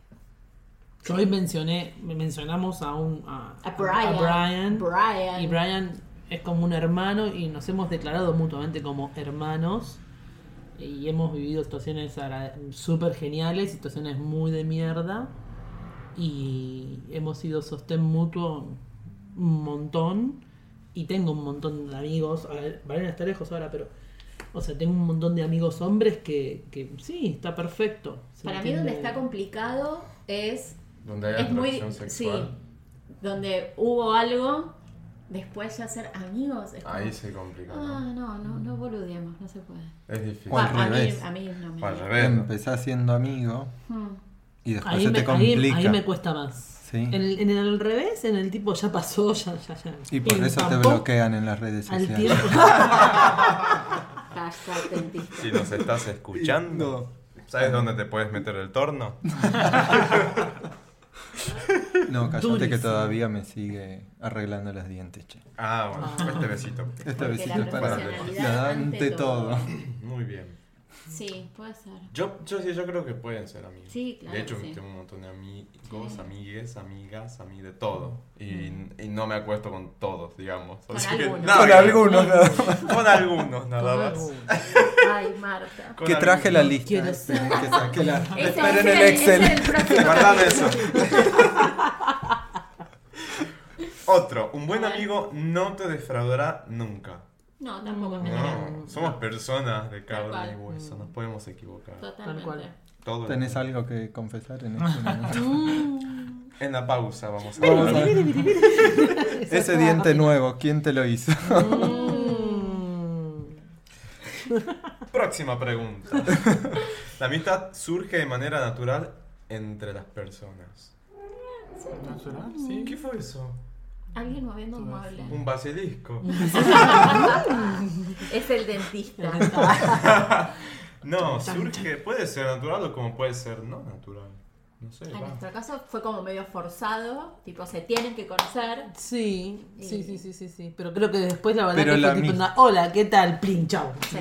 Yo hoy mencioné, me mencionamos a un a,
A Brian.
a Brian,
Brian.
y Brian es como un hermano y nos hemos declarado mutuamente como hermanos y hemos vivido situaciones agra- súper geniales, situaciones muy de mierda y hemos sido sostén mutuo un montón y tengo un montón de amigos, a ver, Brian está lejos ahora, pero o sea, tengo un montón de amigos hombres que, que sí, está perfecto. se
Para mí donde
entiende.
está complicado es...
Donde hay
es muy...
atracción
Sí.
sexual.
Donde hubo algo, después ya ser amigos. Es como,
Ahí se complica. ¿no?
Ah, no, no, no boludeamos, no se puede.
Es difícil.
O al
Bah, a, mí,
revés.
a mí no me...
O al revés. ¿no?
Empezás siendo amigo
Hmm.
y después
Ahí
se
me,
te
ahí-
complica.
ahí me cuesta más.
Sí.
En, el- en el revés, en el tipo ya pasó, ya, ya, ya.
Y por
Pim,
eso
pam,
te
pum,
bloquean en las redes
Al
sociales.
tiempo.
Ah,
Hashtag dentista.
Si nos estás escuchando, ¿sabes dónde te puedes meter el torno?
No, cállate que
Durísimo.
todavía me sigue arreglando los dientes, che.
Ah, bueno, este besito.
Esta
Porque
vez
la
es para
profesionalidad
la da ante
ante
todo.
todo.
Muy bien.
Sí, puede ser.
Yo, yo sí, yo creo que pueden ser amigos.
Sí, claro
De hecho,
que sí.
tengo un montón de amigos,
Sí. Mm.
amigues, amigas, a mí de todo. Y, y no me acuesto con todos, digamos.
Con
Así que
algunos.
nada
Con
que-
algunos, nada más.
Con algunos, nada
Con
más.
algo.
Ay, Marta.
Con
Que traje la
algunos.
lista.
Quiero
eh,
ser-
que saqué la-
Ese
Esperen
es
el
ese es
Excel.
próximo
Guardame
capítulo.
eso. Otro, un buen amigo no te defraudará nunca.
No, tampoco es mentira.
No, somos personas de carne y
cual.
hueso,
Mm.
nos podemos equivocar.
Tal cual.
Totalmente.
Todo el
¿Tenés
tiempo.
algo que confesar en este momento?
En la pausa vamos a
Vamos a
hablar.
ver.
Esa
Ese
es
diente
la-
nuevo, ¿quién te lo hizo?
Mm.
Próxima pregunta. La amistad surge de manera natural entre las personas.
Natural, sí.
¿Qué fue eso?
Alguien moviendo un
Todo
mueble.
Un basilisco.
Es el dentista.
No, surge, puede ser natural o como puede ser no natural. No sé.
En
va.
nuestro caso fue como medio forzado, tipo se tienen que conocer.
Sí, sí, sí, sí, sí, sí. Pero creo que después la verdad
Pero
que
la
fue tipo
mi-
una, hola, ¿qué tal? Plin, chau.
Sí.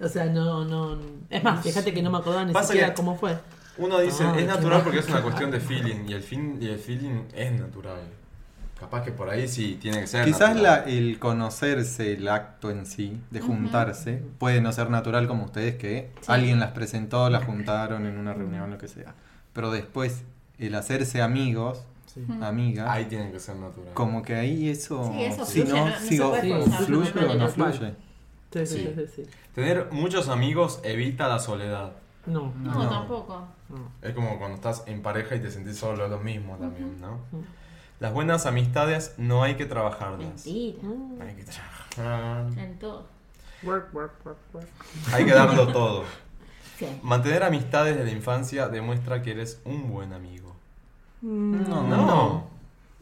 o sea, no, no. Es más, fíjate que no me acordaba ni
Pasa
siquiera
que-
cómo fue.
Uno dice,
Ah,
es
qué
natural
va-
porque es una cuestión de feeling y el, fin, y el feeling es natural. Capaz que por ahí sí tiene que ser.
Quizás la,
natural.
el conocerse, el acto en sí, de juntarse, puede no ser natural como ustedes que alguien las presentó, las juntaron en una reunión, lo que sea. Pero después, el hacerse amigos,
sí.
amigas,
Ahí tiene que ser natural.
como que ahí eso,
Sí, eso
si
fluye,
no,
no- no
si
se
o-
puede
o
forzar de
fluye
manera
o no
normal.
fluye.
Sí, sí,
Sí.
sí, sí.
Tener muchos amigos evita la soledad.
No.
No,
No.
tampoco.
Es como cuando estás en pareja y te sentís solo, es lo mismo también, ¿no? Las buenas amistades no hay que trabajarlas.
Mentira.
Hay que trabajar.
En todo.
Work, work, work, work.
Hay que darlo todo.
Sí.
Mantener amistades de la infancia demuestra que eres un buen amigo.
No,
No.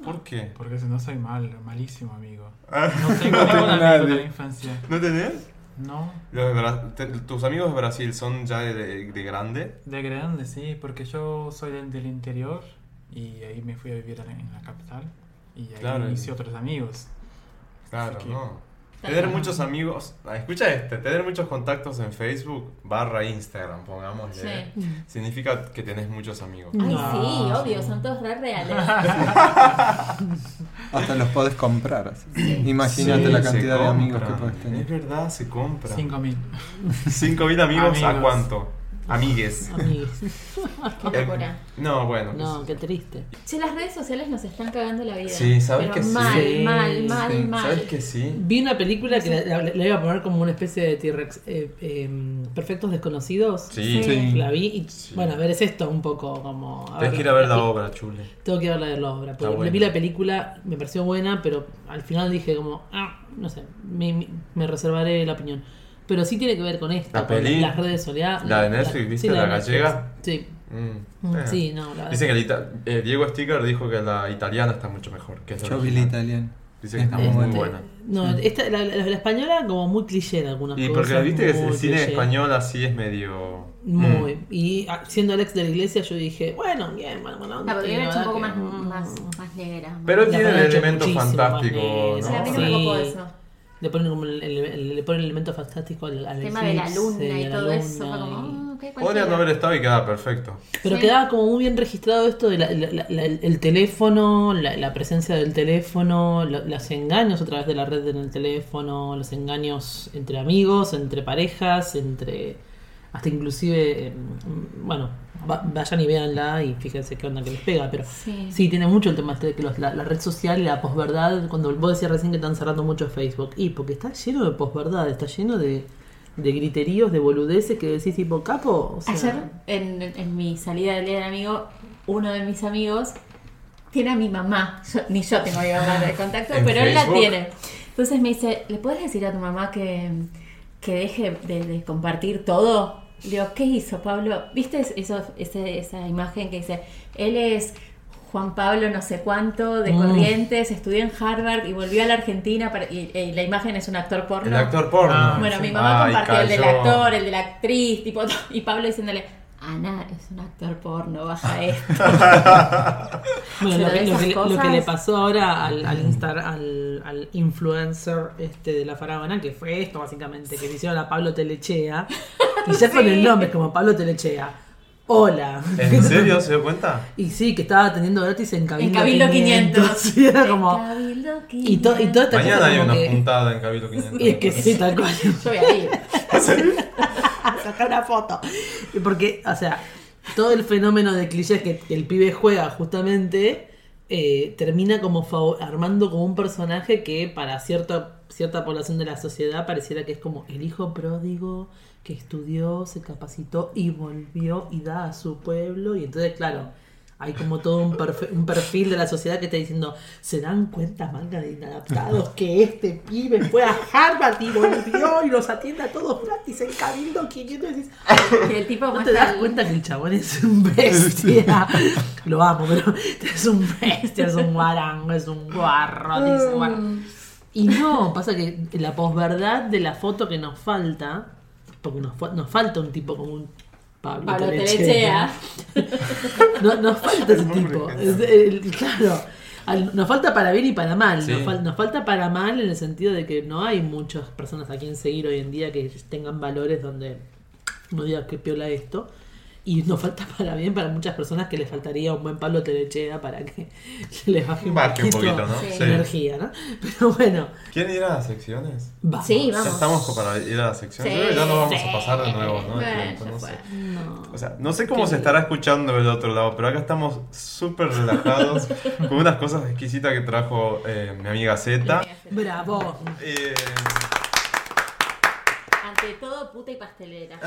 ¿Por qué?
Porque si no soy mal, malísimo amigo.
Ah.
No tengo ningún amigo de
nadie.
la infancia.
¿No tenés?
No,
Los de Bra- te- ¿Tus amigos de Brasil son ya de, de- de grande?
de grande sí, porque yo soy del, del interior y ahí me fui a vivir a la- en la capital y ahí
Claro,
hice
y-
otros amigos.
Claro,
Sí.
no. Tener muchos amigos, ah, escucha este, tener muchos contactos en Facebook barra Instagram, pongámosle. Significa que tenés muchos amigos.
Ay,
No.
sí, obvio, son todos re reales.
Hasta los podés comprar. así. Imagínate
Sí,
la
se
cantidad de amigos que
compran.
podés
Es
tener.
verdad, se compra.
5000.
5.000 amigos, ¿a
Amigos.
cuánto? Amigues.
Amigos.
Qué locura.
No, bueno.
No,
pues-
qué triste.
Che, las redes sociales nos están cagando la vida.
Sí, ¿sabes
Pero
que sí?
mal,
Sí,
Mal, mal,
sí.
mal, Ah,
¿Sabes que sí?
Vi una película que la, la- la iba a poner como una especie de T-Rex. eh, eh, Perfectos desconocidos.
Sí.
Sí.
La vi y,
Sí.
bueno, a ver, es esto un poco como... a
Tienes
ver,
que ir a ver la
la-
obra, chule.
Tengo que hablar de la obra. Porque
buena.
vi la película, me pareció buena, pero al final dije como, ah, no sé, me, me- me reservaré la opinión. Pero sí tiene que ver con esto,
La
con
peli,
las redes sociales.
la de Netflix, ¿viste?
de
La
Netflix.
gallega.
Sí,
Mm, eh.
sí, no, la
Dice que la ita- eh, Diego Sticker dijo que la italiana está mucho mejor. Que es la
Yo vi la
original.
italiana.
Dice que
Es
está
Este.
muy
muy
buena.
buena.
No, esta, la, la- la española como muy cliché en algunas
Y
cosas.
porque viste que
muy
el cine
cliché.
español así es medio.
Muy.
Mm.
Y ah, siendo Alex de la iglesia, yo dije, bueno, bien, bueno, bueno.
La podrían
la
haber Ah, hecho un poco
verdad
más,
que-
más, más negra. más-
Pero tiene
podrían
el
haber hecho
elemento
muchísimo más
fantástico,
negra.
¿no?
Sí, a mí no me
Sí.
copó eso.
Le ponen como el, el- el- le ponen el elemento fantástico al, al
El tema de la luna
eclipse, a
y
la
todo eso. Fue
luna y-
como, ah, ok,
Podría
cualquiera.
no haber estado y quedaba perfecto.
Pero
Sí.
quedaba como muy bien registrado esto de la- la- la- la- el, el teléfono, la, la presencia del teléfono, lo- los engaños a través de la red en el teléfono, los engaños entre amigos, entre parejas, entre hasta inclusive, eh, bueno, va- vayan y véanla y fíjense qué onda que les pega, pero
Sí.
Sí, tiene mucho el tema este de que los- la, la red social y la posverdad, cuando vos decías recién que están cerrando mucho Facebook, y porque está lleno de posverdad, está lleno de, de griteríos, de boludeces que decís tipo capo. O sea,
Ayer, en, en mi salida del día del amigo, uno de mis amigos tiene a mi mamá. Yo- ni yo tengo mi mamá de contacto,
¿En
pero él la
Facebook?
tiene. Entonces me dice, ¿le puedes decir a tu mamá que, que deje de, de compartir todo? Le digo, ¿qué hizo Pablo? ¿Viste es- eso, ese- esa imagen que dice, él es Juan Pablo no sé cuánto, de
Mm.
Corrientes, estudió en Harvard y volvió a la Argentina para- y, y la imagen es un actor porno.
El actor porno.
Ah, Bueno, mi mamá
Ay,
compartió el del
cayó.
actor, el de la actriz, tipo, y Pablo diciéndole, Ana es un actor porno, baja esto.
Bueno, lo
Pero
que, lo
esas
que le- lo que
cosas-
le pasó ahora al, al, instar- al, al influencer este de la faraona, que fue esto básicamente, que le hicieron a Pablo Telechea, y ya con el nombre, como Pablo Telechea, hola.
¿En serio se dio cuenta?
Y sí, que estaba atendiendo gratis en Cabildo,
En Cabildo 500.
Sí, era como...
Cabildo
Y, to- y toda esta
Mañana
cosa
hay
como
una
que-
puntada en Cabildo 500.
Y es que sí, tal cual.
Yo voy a ir.
sacar una foto. Porque, o sea, todo el fenómeno de clichés que, que el pibe juega justamente eh, termina como fav- armando como un personaje que para cierta, cierta población de la sociedad pareciera que es como el hijo pródigo que estudió, se capacitó y volvió y da a su pueblo. Y entonces, claro. Hay como todo un perfe- un perfil, de la sociedad que está diciendo, ¿se dan cuenta, manga de inadaptados, que este pibe fue a Harvard y volvió y los atiende a todos gratis en Cabildo 500? Y decís,
Y el tipo
¿No
más
te das cuenta que el chabón es un bestia? Lo amo, pero es un bestia, es un guarango, es un guarro, dice,
Mm.
Mm.
bueno. Y no, pasa que la posverdad de la foto que nos falta, porque nos, fa- nos falta un tipo como un Pablo,
Pablo
Telechea.
Telechea.
No, nos falta ese tipo. Es el- claro. Al- Nos falta para bien y para mal.
Sí.
Nos, fal- nos falta para mal en el sentido de que no hay muchas personas a quien seguir hoy en día que tengan valores donde no digas que piola esto. Y nos falta para bien para muchas personas que les faltaría un buen Pablo Telechea para que les baje un
Baje un
poquito,
poquito, ¿no?
Sí.
de energía, ¿no? Pero bueno,
¿Quieren ir a las secciones?
vamos.
Sí,
Ya
vamos.
estamos co- para ir a las secciones.
Sí,
Yo creo que ya no vamos
sí.
a pasar de nuevo, ¿no? El
Bueno,
tiempo,
ya
no
fue.
sé.
No.
O sea, no sé cómo se estará escuchando del otro lado, pero acá estamos súper relajados con unas cosas exquisitas que trajo eh, mi amiga Zeta.
Bravo.
Eh,
Ante todo, puta y pastelera.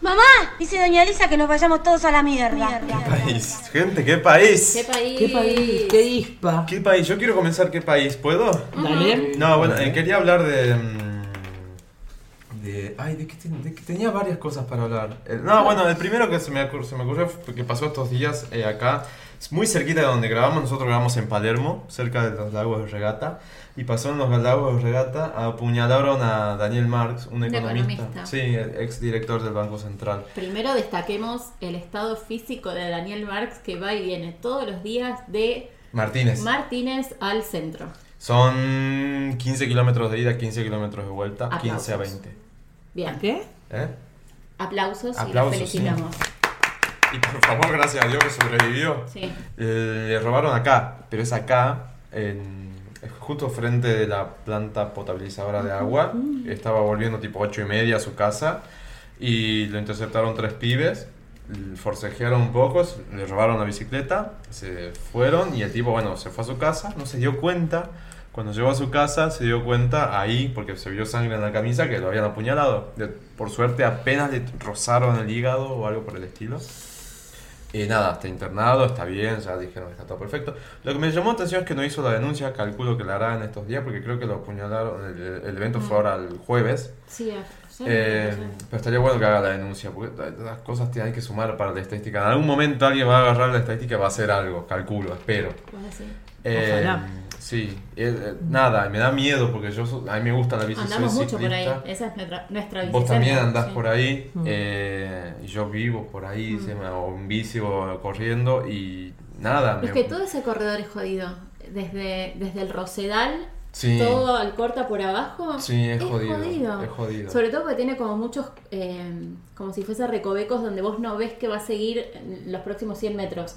Mamá, dice doña Elisa que nos vayamos todos a la mierda.
país. Gente, ¿qué país?
¿Qué país?
Qué país, qué dispa.
¿Qué país? Yo quiero comenzar ¿qué país? ¿Puedo?
Dale.
No, bueno, eh, quería hablar de... mm, de ay, de que, ten- de que tenía varias cosas para hablar. Eh, no, bueno, el primero que se me, ocur- se me ocurrió fue que pasó estos días eh, acá, es muy cerquita de donde grabamos, nosotros grabamos en Palermo, cerca de los lagos de regata, y pasó en los lagos de regata, apuñalaron a Daniel Marx, un
Un
economista,
economista.
sí, ex director del Banco Central.
Primero destaquemos el estado físico de Daniel Marx que va y viene todos los días de
Martínez.
Martínez al centro.
Son 15 kilómetros de ida, 15 kilómetros de vuelta, 15 a
Aplausos.
20.
Bien,
¿Qué?
¿Eh?
aplausos,
Aplausos,
y los felicitamos.
Y por favor, gracias a Dios que sobrevivió.
Sí.
Eh, Le robaron acá, pero es acá, en, justo frente de la planta potabilizadora de agua. Estaba volviendo tipo 8 y media a su casa y lo interceptaron tres pibes. l- Forcejearon un poco, s- le robaron la bicicleta, se fueron y el tipo, bueno, se fue a su casa, no se dio cuenta. Cuando llegó a su casa se dio cuenta ahí, porque se vio sangre en la camisa, que lo habían apuñalado. De- por suerte apenas le rozaron el hígado o algo por el estilo. Y nada, está internado, está bien, ya dijeron que está todo perfecto. Lo que me llamó la atención es que no hizo la denuncia, calculo que la hará en estos días, porque creo que lo apuñalaron, el, el evento fue ahora el jueves.
Mm. Sí, a- ayer,
Eh,
ayer.
pero estaría bueno que haga la denuncia, porque t- las cosas te hay que sumar para la estadística. En algún momento alguien va a agarrar la estadística y va a hacer algo, calculo, espero.
Ahora sí.
Eh,
Ojalá.
sí, eh, eh, nada, me da miedo porque yo so- a mí me gusta la bici, soy
Andamos mucho por ahí.
ciclista.
Esa es nuestra, nuestra
Vos
bicicleta.
también andás
Sí. Mm.
por ahí, eh, y yo vivo por ahí, se me- o en bici o corriendo y nada.
Es
me-
que todo ese corredor es jodido. Desde, desde el Rosedal,
Sí.
todo al corta por abajo.
Sí, es jodido, es jodido.
Sobre todo porque tiene como muchos, eh, como si fuese recovecos donde vos no ves que va a seguir en los próximos 100 metros.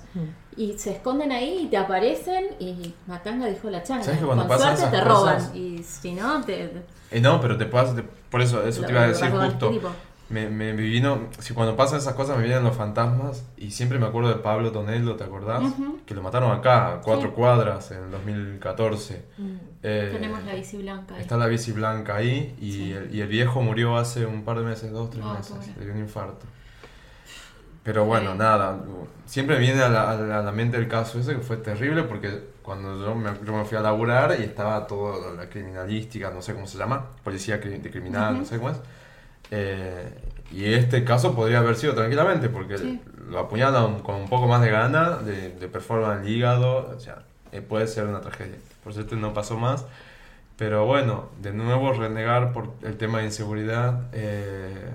Y se esconden ahí y te aparecen y Matanga dijo la changa.
¿Sabes que cuando
Con
pasan
suerte
esas
te roban.
cosas-
Y si no, te...
Eh, no, pero te pasa, te- por eso, eso
Lo-
te iba a
lo
decir
vas a ver,
justo.
tipo.
Me, me vino, si cuando pasan esas cosas me vienen los fantasmas y siempre me acuerdo de Pablo Tonello, ¿te acordás? Que lo mataron acá, a cuatro
Sí.
cuadras, en 2014. Eh,
tenemos la bici blanca. ahí.
Está la bici blanca ahí y, el, y el viejo murió hace un par de meses, dos, tres
Ah,
meses,
pobre.
le dio un infarto. Pero bueno, nada, siempre viene a la, a la- a la mente el caso ese que fue terrible porque cuando yo me, yo me fui a laburar y estaba toda la criminalística, no sé cómo se llama, policía cri- de criminal, no sé cómo es. Eh, y este caso podría haber sido tranquilamente porque
Sí.
lo apuñalan con un poco más de gana, de, de performance el hígado, o sea, eh, puede ser una tragedia. Por suerte no pasó más. Pero bueno, de nuevo renegar por el tema de inseguridad eh,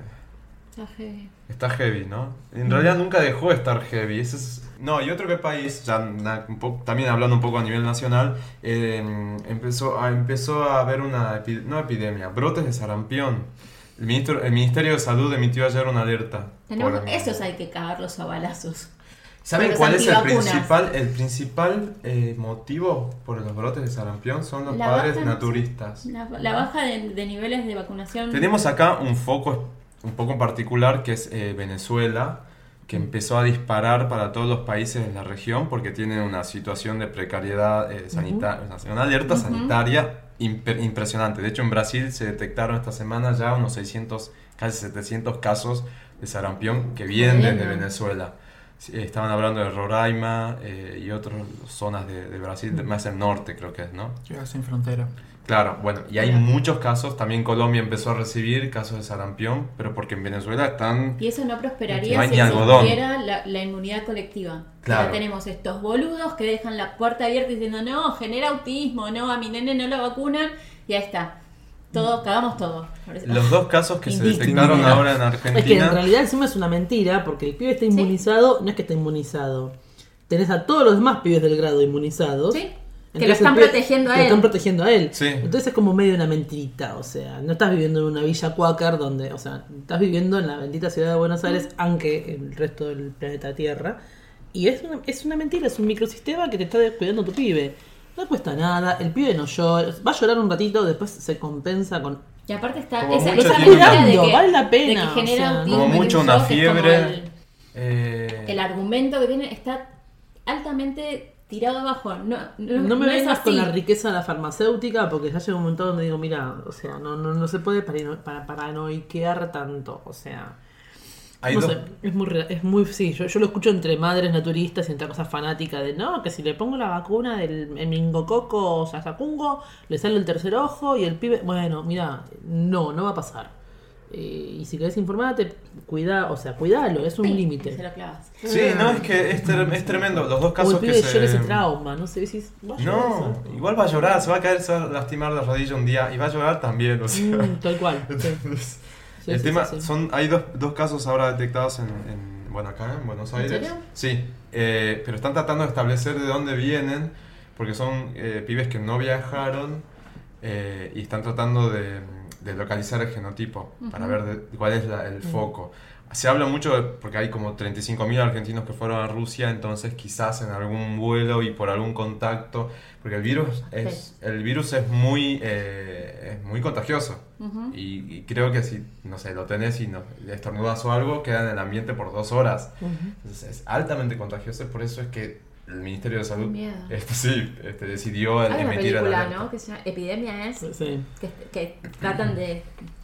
está heavy, ¿no?
Mm.
En realidad nunca dejó de estar heavy. Ese es... No, y otro que país, ya na- un po- también hablando un poco a nivel nacional, eh, empezó, a, empezó a haber una, epi- no epidemia, brotes de sarampión. El, ministro, el Ministerio de Salud emitió ayer una alerta.
Tenemos,
por-
esos hay que cagarlos a balazos.
¿Saben
Los
cuál es el
antivacunas.
principal, el principal eh, motivo por los brotes de sarampión? Son los
La
padres
baja-
naturistas.
La, la baja de, de niveles de vacunación.
Tenemos acá un foco un poco en particular que es eh, Venezuela, que empezó a disparar para todos los países de la región porque tienen una situación de precariedad eh, sanitaria, una alerta sanitaria imp- impresionante. De hecho, en Brasil se detectaron esta semana ya unos 600, casi 700 casos de sarampión que vienen desde
Bueno.
Venezuela. Sí, Estaban hablando de Roraima eh, y otras zonas de, de Brasil, de- más el norte creo que es, ¿no?
que hacen frontera.
Claro, bueno, y hay muchos casos, también Colombia empezó a recibir casos de sarampión, pero porque en Venezuela están...
Y eso no prosperaría
No hay
si
ni algodón.
existiera la, la inmunidad colectiva.
Claro.
Ya tenemos estos boludos que dejan la puerta abierta diciendo, no, genera autismo, no, a mi nene no lo vacunan, y ahí está. Todo, cagamos todo.
Mm. Los dos casos que se
Indígena.
detectaron ahora en
Es que en
Argentina...
realidad encima es una mentira, porque el pibe está inmunizado, no es que está inmunizado. Tenés a todos los demás pibes del grado inmunizados.
Sí, que lo
Entonces
están
el pibe-
protegiendo a
que Lo
él.
están protegiendo a él.
Sí.
Entonces es como medio una mentirita, o sea, no estás viviendo en una villa cuáquer donde, o sea, estás viviendo en la bendita ciudad de Buenos Aires,
Mm.
aunque el resto del planeta Tierra. Y es una, es una mentira, es un microsistema que te está cuidando tu pibe. No cuesta nada, el pibe no llora, va a llorar un ratito, después se compensa con
Y aparte está
Como
esa,
mucho
esa
tiempo.
mentira de
Cuidando,
que,
vale la
de
pena,
que genera
o sea,
autismo,
Como
que
mucho
es
una
que es como
fiebre...
el-
eh,
el argumento que tiene está altamente tirado abajo. No, no,
No me
no es
vengas con
así.
la riqueza de la farmacéutica porque ya llega un momento donde digo, mira, o sea, no, no, no se puede parano- para- paranoiquear tanto, o sea,
hay
no
dos-
sé, es muy, re- es muy, sí, yo, yo lo escucho entre madres naturistas y entre cosas fanáticas de, no, que si le pongo la vacuna del el mingococo o sasacungo, le sale el tercer ojo y el pibe, bueno, mira, no, no va a pasar. Eh, y si querés informarte, cuida, o sea, cuidalo, es un límite.
Se lo clavas.
Sí, no, es que es, ter- es tremendo. Los dos
O el
casos que
pibe llora
se...
ese trauma, no sé si es- va a llorar
No,
eso.
igual va a llorar, se va a caer, se va a lastimar la rodilla un día y va a llorar también, o sea...
Mm, tal cual. sí.
Entonces,
Sí,
el
sí,
tema,
sí, sí.
son hay dos, dos casos ahora detectados en, en- bueno, acá en Buenos Aires.
serio?
Sí, eh, pero están tratando de establecer de dónde vienen, porque son eh, pibes que no viajaron eh, y están tratando de, de localizar el genotipo para ver de- cuál es la- el
Mm.
foco. Se habla mucho, de- porque hay como 35.000 argentinos que fueron a Rusia, entonces quizás en algún vuelo y por algún contacto, porque el virus es, el virus es, muy, eh, es muy contagioso.
Ujú.
Y, y creo que si, no sé, lo tenés y no, le estornudas o algo, queda en el ambiente por dos horas.
Ujú.
Entonces es altamente contagioso, por eso es que el Ministerio de Salud
Miedo.
este, sí, este, decidió
Hay una
emitir la
película,
alerta.
¿no? Que se llama Epidemia es,
Sí.
que, que tratan de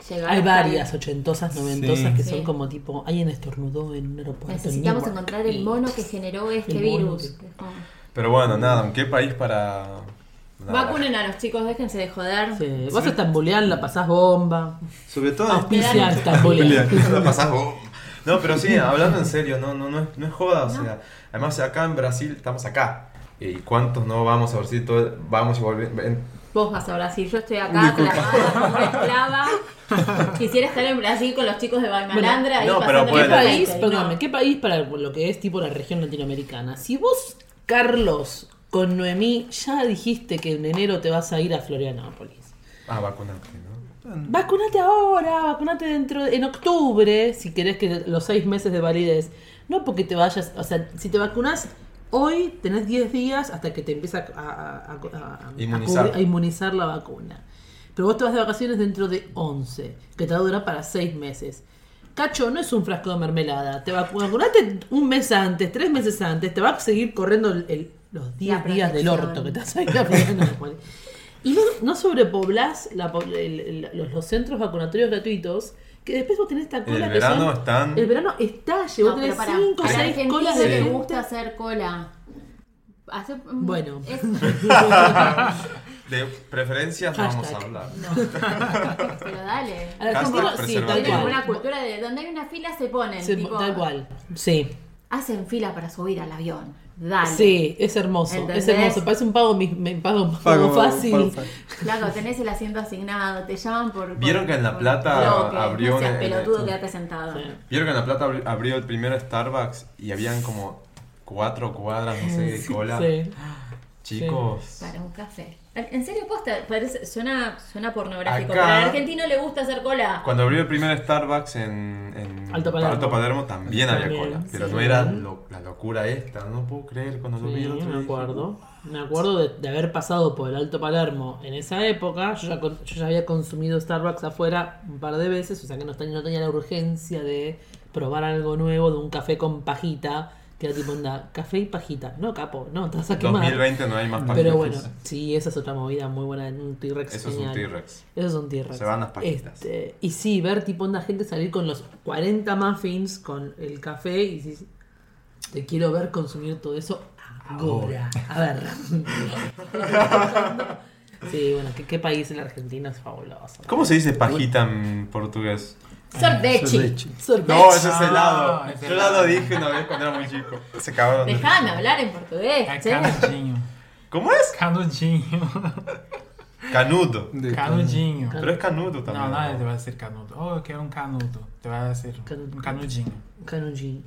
llegar.
Hay
hasta-
varias ochentosas, noventosas
Sí.
que
Sí.
son como tipo, alguien estornudó en un aeropuerto.
Necesitamos
en Newark".
encontrar el mono que generó este
El mono
virus.
que-
Es como,
Pero bueno, nada, ¿qué país para...? nada.
Vacunen a los chicos, déjense de joder.
Sí. Vas a Estambulear, la pasás bomba.
Sobre
Ah,
todo...
Auspicia
Esperar.
Estambulear.
La pasás vos. No, pero sí, hablando en serio, no, no, no, es, no es joda, o sea, además acá en Brasil estamos acá. ¿Y cuántos no vamos a Brasil? Todo, vamos y volvemos.
Vos vas a Brasil, yo estoy acá con la como una esclava. Quisiera estar en Brasil con los chicos de Balmalandra. ahí
no, pero
pasando
¿Qué
bueno.
la
país,
gente, ¿no?
perdóname, qué país para lo que es tipo la región latinoamericana? Si vos, Carlos, con Noemí, ya dijiste que en enero te vas a ir a Florianópolis.
Ah, vacunarte, ¿no?
Vacunate ahora, vacunate dentro en octubre, si querés que los seis meses de validez. No porque te vayas, o sea, si te vacunas hoy, tenés 10 días hasta que te empieza a, a- a- a- a-
Inmunizar.
a cubrir- a inmunizar la vacuna. Pero vos te vas de vacaciones dentro de 11, que te va a durar para seis meses. Cacho, no es un frasco de mermelada. Te vacu- vacunate un mes antes, tres meses antes, te va a seguir corriendo el- el- los 10
La
días del
protección.
orto que te vas a ir a Florianópolis. Y no, no sobrepoblás la po- el- el- los, los centros vacunatorios gratuitos, que después vos tenés esta
En
cola
el
que
verano
son-
están...
El verano está, llegó
No, pero
a tener
para,
5 o
para
6
Argentina
colas de
le
gente.
gusta hacer cola. Hace-
Bueno.
es-
De preferencias no vamos a
Hashtag.
hablar.
pero dale.
Al argentino,
Hashtag
sí, tal
Tienen
preservativo.
una
cual.
cultura de donde hay una fila se ponen.
Se-
tipo,
tal cual. Sí.
Hacen fila para subir al avión. dale.
Sí, es hermoso,
¿Entendés?
es hermoso. Parece un pago, mi- me pago, un pago
Pago-
fácil.
pago fácil.
Claro, tenés el asiento asignado, te llaman por. por-
Vieron que en La
por
Plata
bloque,
abrió
No seas
en- en-
pelotudo, quedate sentado.
Sí.
Vieron que en La Plata abri- abrió el primer Starbucks y habían como cuatro cuadras, no sé, de cola.
Sí.
Chicos.
Para un café. En serio, posta, parece- suena, suena pornográfico.
Acá-
Pero al argentino le gusta hacer cola.
Cuando abrió el primer Starbucks en, en
Alto Palermo.
también había
También,
cola. Pero
sí.
no era lo- la locura esta, no puedo creer cuando lo vi.
Sí,
el otro
me
día.
acuerdo. Me acuerdo de, de haber pasado por el Alto Palermo en esa época. Yo ya, con- yo ya había consumido Starbucks afuera un par de veces, o sea que no, ten- no tenía la urgencia de probar algo nuevo, de un café con pajita, que era tipo onda, café y pajita. No, capo, no, te vas a quemar.
2020 no hay más
Pero
paquetes.
bueno, sí, esa es otra movida muy buena, un T-Rex
Eso es un
genial.
T-Rex.
Eso es un T-Rex.
Se van las paquitas.
Este, y sí, ver tipo onda gente salir con los 40 muffins, con el café y si te quiero ver consumir todo eso ahora. A ver. sí, bueno, ¿qué, qué país en la Argentina es fabuloso.
¿Cómo se dice pajita en portugués?
Ah,
Sorbechi.
Sorbechi.
Sorbechi.
No, eso es
No,
helado.
es
Yo
helado.
helado dije una vez cuando era muy chico. Se cagaron. de-
Dejame hablar en portugués,
É
che.
canudinho.
¿Cómo es?
Canudinho.
Canudo.
De-
Canudinho.
Pero es canudo también.
Não, não, te vai ser canudo. Oh, eu quero um canudo. Te vai ser um
Canudo.
canudinho.
Canugini.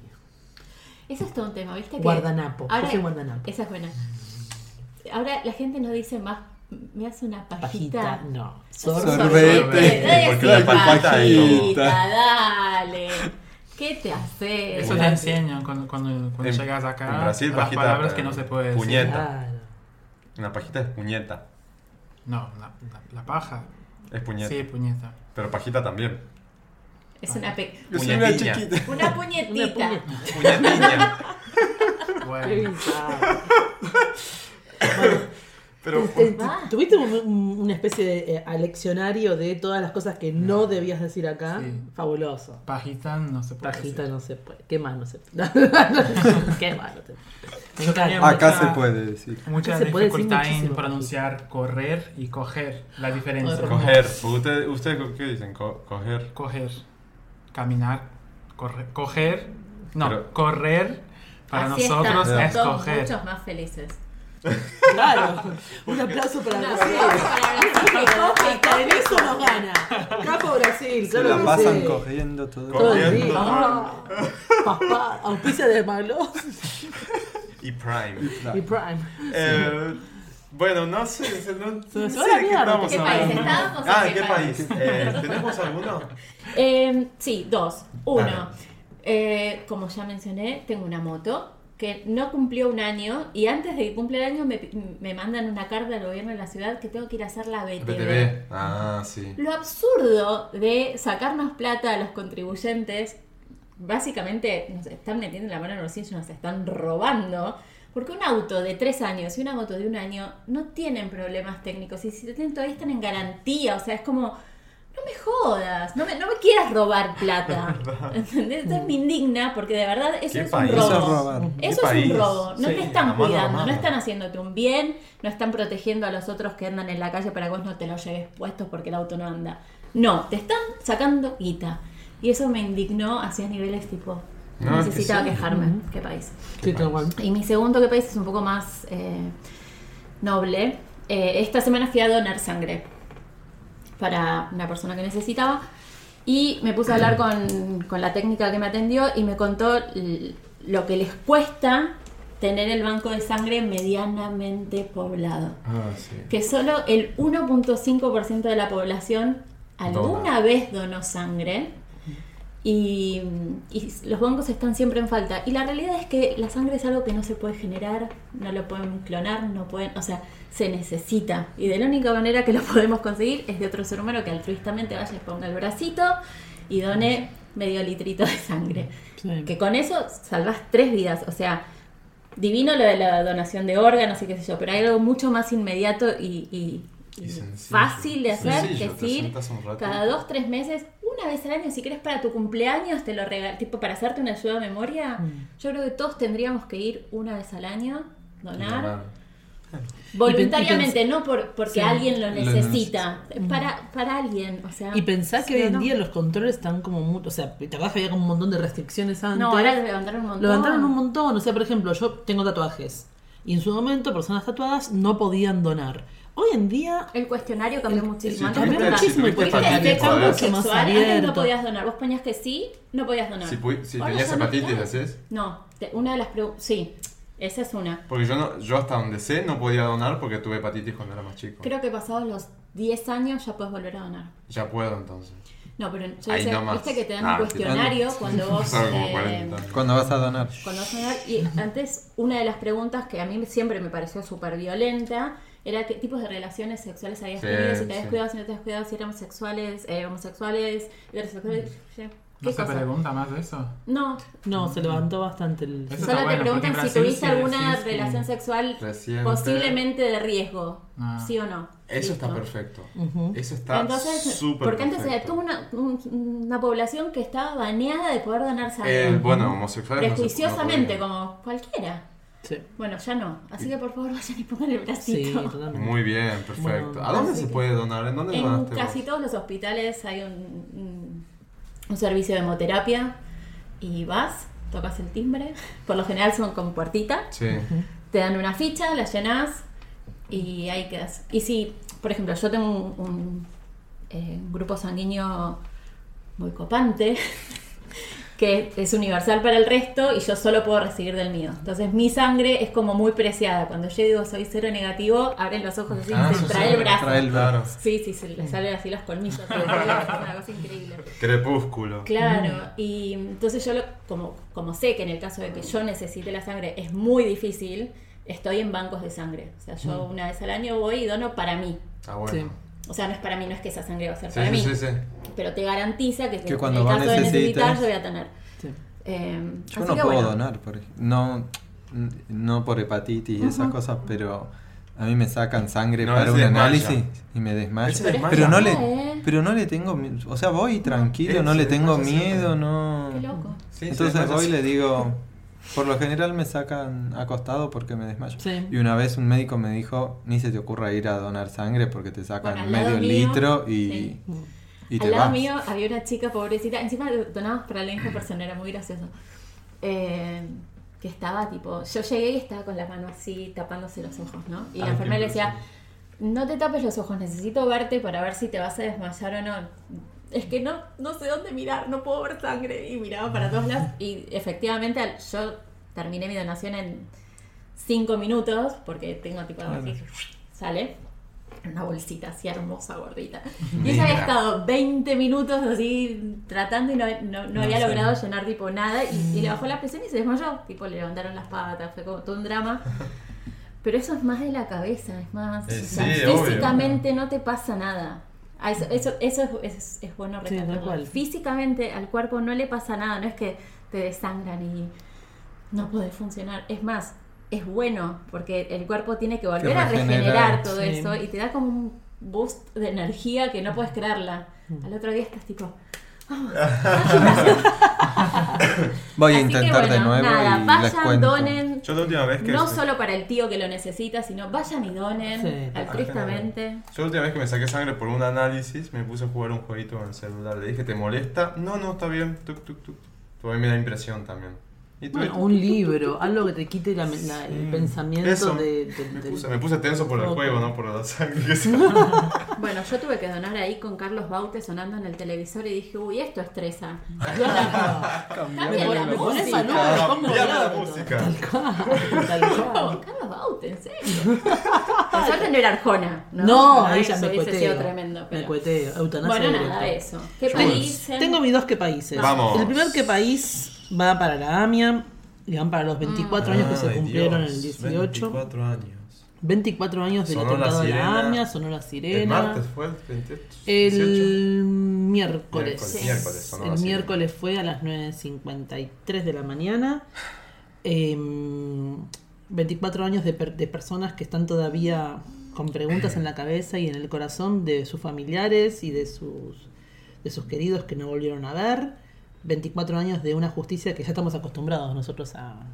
Eso es todo un tema, ¿viste? Que
Guardanapo. Puse guardanapo.
Esa es buena. Ahora la gente nos dice más. Me hace una pajita.
Pajita, no.
Sorbete.
Sorbete.
Porque la pajita es como-
Pajita, dale. ¿Qué te
Eh,
haces?
Isso te ensinam quando, quando, quando
Em-
chegas a
em
casa.
Brasil,
as
pajita,
palavras
eh,
que não se pode dizer.
punheta.
Claro.
Una pajita es puñeta.
Não, na, na, na paja.
Es puñeta.
Sim, punheta.
Pero pajita también.
Es una, pe-
Yo soy una
Puñetiña.
chiquita.
una
Una
puñetita.
puñeta.
Puñetiña.
Bueno.
Qué
Pero
Te- te- este, ¿Tuviste un- un- una especie de eh, aleccionario de todas las cosas que no, debías decir acá?
Sí.
Fabuloso.
Pajita no se puede
Pajita
decir.
no se puede. Qué más no se puede. Qué más no se puede. Me
Yo tenía
encanta.
Acá
mucha-
se puede decir.
Mucha
Se puede decir
dificultad en
muchísimo,
pronunciar correr y coger. La diferencia.
Correr.
Coger. ¿Ustedes ustedes qué dicen? Co- coger.
Coger. Caminar. Correr. Coger. No,
Pero-
correr para
Así
nosotros
estamos
es
todos
coger.
muchos más felices.
Claro. Un aplauso para
Un
Brasil.
aplauso para Brasil, que coge,
Hasta en eso nos gana. Capo Brasil.
Se
claro
la
que
pasan
sí.
cogiendo todo. el
Todo
día.
el
Corriendo.
día. Ah, papá, auspicia de Maglos
Y Prime.
y Prime.
Eh, bueno, no sé, se- no, no
Se
sé
me
de
fue la
qué
mierda.
estamos
¿Qué país
hablando.
estábamos o
Ah,
qué
¿qué
país?
país? Eh, ¿Tenemos alguno?
Eh, sí, dos. Uno,
Dale.
eh, como ya mencioné, tengo una moto que no cumplió un año y antes de que cumpla el año me, me mandan una carta al gobierno de la ciudad que tengo que ir a hacer la BTV.
BTV. Ah, sí.
Lo absurdo de sacarnos plata a los contribuyentes, básicamente nos están metiendo la mano en los bolsillo, nos están robando. Porque un auto de tres años y una moto de un año no tienen problemas técnicos y si lo tienen todavía están en garantía. O sea, es como, no me jodas, no me, no me quieras robar plata. ¿Entendés? Entonces me indigna porque de verdad eso
¿Qué
es un
país?
robo.
Eso es robar.
¿Qué
Eso es
país?
un robo, no
Sí,
te están
la mano
cuidando,
armada.
no están haciéndote un bien, no están protegiendo a los otros que andan en la calle para que vos no te los lleves puestos porque el auto no anda. No, te están sacando guita. Y eso me indignó hacia niveles tipo,
No, es que
necesitaba
sí.
quejarme,
Ujú.
qué país.
Sí, tal cual.
Y mi segundo qué país es un poco más eh, noble. Eh, esta semana fui a donar sangre para una persona que necesitaba y me puse a hablar con, con la técnica que me atendió y me contó l- lo que les cuesta tener el banco de sangre medianamente poblado.
Ah, sí.
Que solo el 1.5% de la población alguna
Dona.
vez donó sangre y, y los bancos están siempre en falta. Y la realidad es que la sangre es algo que no se puede generar, no lo pueden clonar, no pueden, o sea, se necesita. Y de la única manera que lo podemos conseguir es de otro ser humano que altruistamente vaya y ponga el bracito y done medio litrito de sangre.
Sí.
Que con eso salvas tres vidas. O sea, divino lo de la donación de órganos y qué sé yo, pero hay algo mucho más inmediato y, y- y
Y sencillo.
fácil de hacer
Sencillo,
que
te
decir
sentás un rato.
cada dos, tres meses, una vez al año, si quieres para tu cumpleaños, te lo regal tipo para hacerte una ayuda a
Mm.
memoria. Yo creo que todos tendríamos que ir una vez al año, donar.
Donar.
Voluntariamente, no por, porque
Sí. Mm.
alguien lo
Lo
necesita. Para, para alguien, o sea.
Y pensás que
sí,
hoy en
¿no?
día los controles están como mucho. O sea, te acordás que había como un montón de restricciones antes.
No, ahora levantaron un montón.
Lo levantaron un montón. O sea, por ejemplo, yo tengo tatuajes. Y en su momento, personas tatuadas no podían donar. Hoy en día.
El cuestionario cambió muchísimo.
si
Antes
tuviste-
no era-
si
muchísimo el
tuviste
Viste,
hepatitis,
cuestionario,
el
está
podés.
cambio
mucho más
sexual, antes no
abierto.
podías donar. Vos ponías que sí, no podías donar.
Si, pu- si
Ahora
tenías
ya no
hepatitis,
podés.
¿decís?
No, te- una de las preguntas. Sí, esa es una.
Porque yo, no, yo hasta donde sé no podía donar porque tuve hepatitis cuando era más chico.
Creo que pasados los 10 años ya puedes volver a donar.
Ya puedo entonces.
No, pero yo
Ahí
hice-
nomás.
viste que te dan
Ah,
un cuestionario cuando vos.
Sabe como
eh,
40.
Cuando vas a donar.
Cuando vas a donar, y antes una de las preguntas que a mí siempre me pareció súper violenta era qué tipos de relaciones sexuales habías
Sí,
tenido, si te habías
sí.
cuidado, si no te habías cuidado, si éramos sexuales, eh, homosexuales, heterosexuales,
Mm.
¿qué
¿No se
cosa?
pregunta más de eso?
No,
No, se levantó bastante el.
Eso
solo
está
te
bueno, porque en
preguntan si
Brasil
tuviste
sí
alguna
decís que-
relación sexual
Reciente.
posiblemente de riesgo,
Ah.
sí o no.
Eso está
Listo.
perfecto.
Ujú.
Eso está
Entonces,
súper
porque antes era
perfecto.
toda una, un- una población que estaba baneada de poder donar sangre.
Eh, bueno, homosexuales. no se- no
prejuiciosamente,
podían.
como cualquiera.
Sí.
Bueno, ya no. Así que por favor vayan y pongan el
Sí,
bracito.
totalmente.
Muy bien, perfecto.
Bueno,
¿A dónde
así
se
que-
puede donar? ¿En dónde
en
donaste?
casi
vos?
todos los hospitales hay un, un, un servicio de hemoterapia y vas, tocas el timbre. Por lo general son con puertita.
Sí. Ah,
Te dan una ficha, la llenas y ahí quedas. Y si, por ejemplo, yo tengo un, un, eh, un grupo sanguíneo muy copante que es universal para el resto y yo solo puedo recibir del mío. Entonces mi sangre es como muy preciada. Cuando yo digo soy cero negativo, abren los ojos así
Ah,
y se
sos
trae
cero,
el brazo.
trae el brazo.
Sí, sí, se le salen así los colmillos. es una cosa increíble.
Crepúsculo.
Mm.
Claro, y entonces yo lo- como, como sé que en el caso de que yo necesite la sangre es muy difícil, estoy en bancos de sangre. O sea,
Mm.
yo una vez al año voy y dono para mí.
Ah, bueno.
O sea, no es para mí, no es que esa sangre va a ser
Sí,
para
sí,
mí,
sí, sí.
pero te garantiza que,
Que
en
cuando
el
vos
caso de necesitar
necesites.
yo voy a tener.
Sí.
Eh,
Yo
así
no
que
puedo
bueno,
donar, por ej- No, n- no por hepatitis y esas cosas, pero a mí me sacan sangre
No, él
para
se
un
desmaya.
análisis y me
Él
desmayo.
se
Pero,
desmaya.
no
Ah,
le,
¿eh?
pero no le tengo, mi- o sea, voy tranquilo,
Él
no
se
le tengo
desmaya siempre.
miedo, no.
Qué loco.
Sí,
Entonces
sí,
voy y
sí.
le digo, por lo general me sacan acostado porque me desmayo.
Sí.
Y una vez un médico me dijo, ni se te ocurra ir a donar sangre porque te sacan
Bueno, al lado
medio
mío,
litro y,
sí.
y te
Al lado
vas.
mío había una chica pobrecita, encima donábamos para la infa persona, era muy gracioso. Eh, que estaba tipo, yo llegué y estaba con la mano así tapándose los ojos, ¿no? Y la
Ah,
Ay,
enfermera
qué
le decía, no te tapes los ojos, necesito verte para ver si te vas a desmayar o no. Es que no, no sé dónde mirar, no puedo ver sangre. Y miraba para todos lados. Y efectivamente al- yo terminé mi donación en cinco minutos, porque tengo tipo algo así, sale. en Una bolsita así hermosa, gordita. Y ella había
Mira.
estado 20 minutos así tratando y no, no- no había
sé.
logrado llenar tipo nada. Y, y le bajó la presión y se desmayó. Tipo, le levantaron las patas, fue como todo un drama. Pero eso es más de la cabeza, es más.
Eh,
o sea,
sí, obvio.
físicamente no te pasa nada. A Eso, eso, eso es, es- es bueno
Sí, tal
recalcarlo.
cual.
Físicamente al cuerpo no le pasa nada, no es que te desangran y no podés funcionar. Es más, es bueno porque el cuerpo tiene que volver
Que
a
regenerar,
regenerar todo
sí.
eso y te da como un boost de energía que no puedes creerla.
Mm.
Al otro día estás tipo. Así
Voy a
que,
intentar de
bueno,
nuevo
nada,
y les
vayan,
cuento.
donen.
Yo la última vez que.
No solo para el tío que lo necesita, sino vayan y donen
Sí,
altruistamente.
Yo la última vez que me saqué sangre por un análisis me puse a jugar un jueguito en el celular. Le dije, ¿te molesta? No, no, está bien. Tuc, tuc, tuc. Tuve me da impresión también. Y tuve-
Bueno, un libro, algo que te quite la- la- el pensamiento
Eso.
de, de-
me,
del-
puse, me puse tenso por el
Ojo.
juego, no por la sangre que sale.
Bueno, yo tuve que donar ahí con Carlos Baute sonando en el televisor y dije, uy, esto estresa. Cambiala. Cambiala la
Me pones
música.
a Lugo, pongo
Cambiame Ah, la
Lugo.
música.
Tal cual, tal cual.
Carlos Baute, en serio. Por suerte no era Arjona. No,
No,
Ah,
ella
eso
me
hubiese
cueteo.
sido tremendo.
Me
pero-
cueteo, eutanasia
Bueno,
directa.
nada, eh, eso. ¿Qué
Yo
país?
Tengo mis dos que países.
Vamos.
El primer que país va para la AMIA y van para los 24 años que se
Mm. Ay,
cumplieron en el
Dios,
18.
24
24,
años.
años del
Sonó la
atentado a la
sirena.
AMIA, sonó la sirena.
El martes fue el 28.
El miércoles.
Miércoles,
Sí.
miércoles, sonó
el
así.
miércoles fue a las 9.53 de la mañana. Em, 24 años de, per- de personas que están todavía con preguntas en la cabeza y en el corazón de sus familiares y de sus, de sus queridos que no volvieron a ver. 24 años de una justicia que ya estamos acostumbrados nosotros a,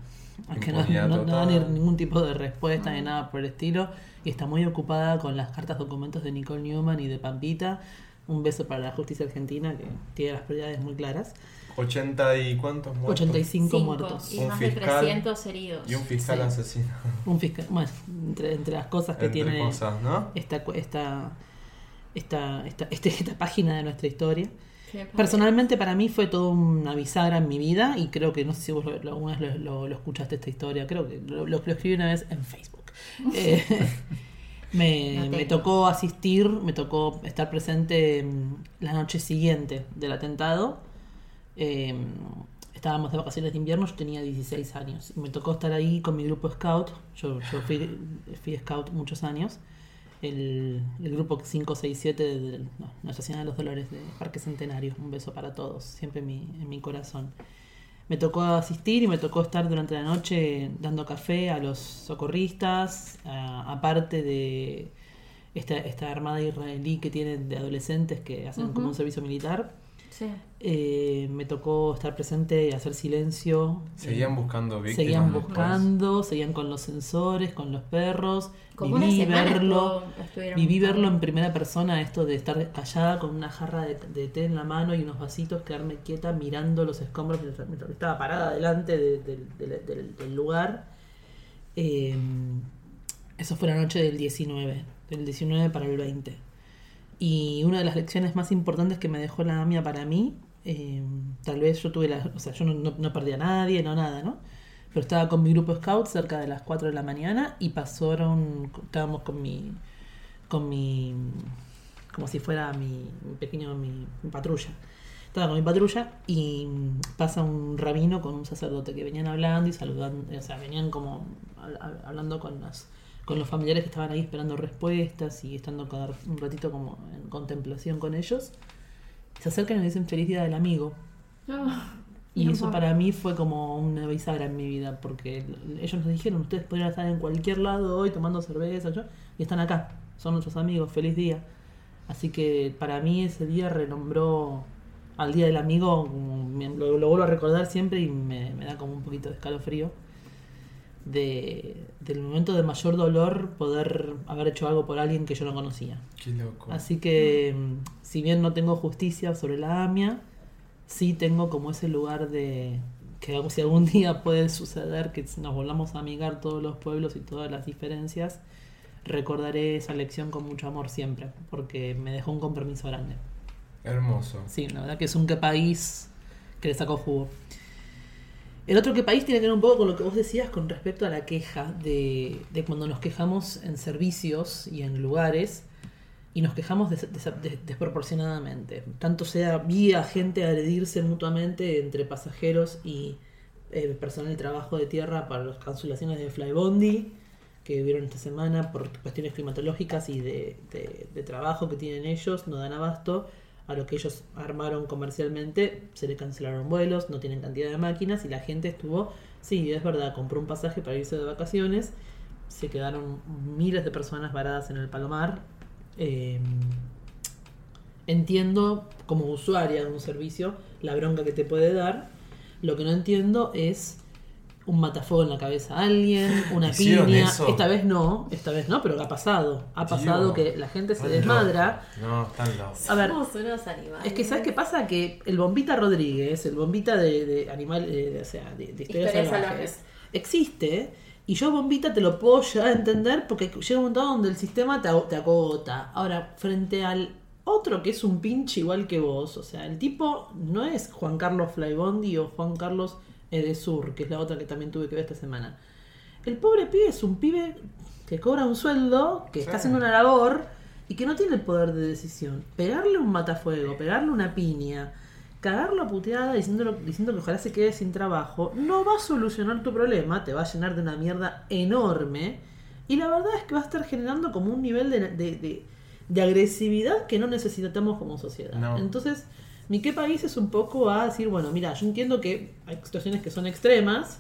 Es que no,
Impunidad
no- no da ni-
total.
ningún tipo de respuesta ni nada por el estilo. Y está muy ocupada con las cartas documentos de Nicole Newman y de Pampita. Un beso para la justicia argentina que tiene las prioridades muy claras.
80 y cuántos muertos.
85
Cinco,
muertos.
Y
Un
más de
fiscal
300 heridos.
Y un fiscal
Sí.
asesino.
Un fiscal, bueno, entre, entre las cosas que
Entre
tiene
cosas, ¿no?
esta, cu- esta, esta, esta, este- esta página de nuestra historia.
Qué padre.
Personalmente para mí fue toda una bisagra en mi vida y creo que no sé si vos lo- lo- alguna vez lo, lo- lo escuchaste esta historia, creo que lo, lo- lo escribí una vez en Facebook. Eh,
La
me, me
tengo.
tocó asistir, me tocó estar presente mm, la noche siguiente del atentado. Eh, estábamos de vacaciones de invierno, yo tenía 16 años y me tocó estar ahí con mi grupo scout, yo, yo fui, fui scout muchos años el, el grupo 567 de de- no, Nuestra Señora de los Dolores de Parque Centenario. Un beso para todos, siempre en mi, en mi corazón. Me tocó asistir y me tocó estar durante la noche dando café a los socorristas, a- aparte de esta, esta armada israelí que tienen de adolescentes que hacen como un servicio militar.
Sí.
Eh, me tocó estar presente y hacer silencio. Eh,
Seguían buscando víctimas.
Seguían
después.
buscando, seguían con los sensores, con los perros.
Como una
viví
semana
verlo,
estuvo- estuvieron
viví
buscando.
verlo en primera persona, esto de estar callada con una jarra de, de té en la mano y unos vasitos, quedarme quieta mirando los escombros mientras, mientras estaba parada delante de- del- del- del- del lugar. Eh, eso fue la noche del 19, del 19 para el 20. Y una de las lecciones más importantes que me dejó la AMIA para mí, eh, tal vez yo tuve la. O sea, yo no, no- no perdí a nadie, no nada, ¿no? Pero estaba con mi grupo scout cerca de las 4 de la mañana y pasaron. Estábamos con mi. con mi. como si fuera mi, mi pequeño. mi, mi patrulla. Estaba con mi patrulla y pasa un rabino con un sacerdote que venían hablando y saludando, o sea, venían como hab- hab- hablando con las con los familiares que estaban ahí esperando respuestas y estando cada un ratito como en contemplación con ellos, se acercan y me dicen feliz día del amigo.
Ah,
Y
Bien,
eso
Pablo.
para mí fue como una bisagra en mi vida, porque ellos nos dijeron, ustedes podrían estar en cualquier lado hoy tomando cerveza, yo, y están acá, son nuestros amigos, feliz día. Así que para mí ese día renombró al Día del Amigo, como me- lo, lo vuelvo a recordar siempre y me, me da como un poquito de escalofrío, de, del momento de mayor dolor poder haber hecho algo por alguien que yo no conocía.
Qué loco.
Así que, mm, si bien no tengo justicia sobre la AMIA, sí tengo como ese lugar de que algo- si algún día puede suceder que nos volvamos a amigar todos los pueblos y todas las diferencias, recordaré esa lección con mucho amor siempre, porque me dejó un compromiso grande.
Hermoso.
Sí, la verdad que es un que país que le sacó jugo. El otro que país tiene que ver un poco con lo que vos decías con respecto a la queja de, de cuando nos quejamos en servicios y en lugares y nos quejamos des- des- des- desproporcionadamente. Tanto sea vía gente agredirse mutuamente entre pasajeros y eh, personal de trabajo de tierra para las cancelaciones de Flybondi que hubieron esta semana por cuestiones climatológicas y de, de- de trabajo que tienen ellos, no dan abasto a lo que ellos armaron comercialmente, se le cancelaron vuelos, no tienen cantidad de máquinas y la gente estuvo, sí, es verdad, compró un pasaje para irse de vacaciones, se quedaron miles de personas varadas en el Palomar. Eh, entiendo, como usuaria de un servicio, la bronca que te puede dar. Lo que no entiendo es un matafuego en la cabeza a alguien, una
¿Hicieron
piña.
eso?
Esta vez no, esta vez no, pero ha pasado. Ha
Dios.
pasado que la gente se
Están
desmadra.
locos. No, están locos.
A ver,
Somos unos animales.
es que, ¿sabes qué pasa? Que el bombita Rodríguez, el bombita de, de animal, eh, de- o sea, de, de historias
Historias
salvajes,
salvajes.
existe. Y yo, bombita, te lo puedo llegar a entender porque llega un momento donde el sistema te, ago- te agota. Ahora, frente al otro que es un pinche igual que vos, o sea, el tipo no es Juan Carlos Flybondi o Juan Carlos Edesur, que es la otra que también tuve que ver esta semana. El pobre pibe es un pibe que cobra un sueldo, que está
Sí.
haciendo una labor y que no tiene el poder de decisión. Pegarle un matafuego, pegarle una piña, cagarlo a puteada diciéndolo- diciendo que ojalá se quede sin trabajo, no va a solucionar tu problema, te va a llenar de una mierda enorme y la verdad es que va a estar generando como un nivel de, de- de- de agresividad que no necesitamos como sociedad.
No.
Entonces, mi qué país es un poco a decir, bueno, mira, yo entiendo que hay situaciones que son extremas,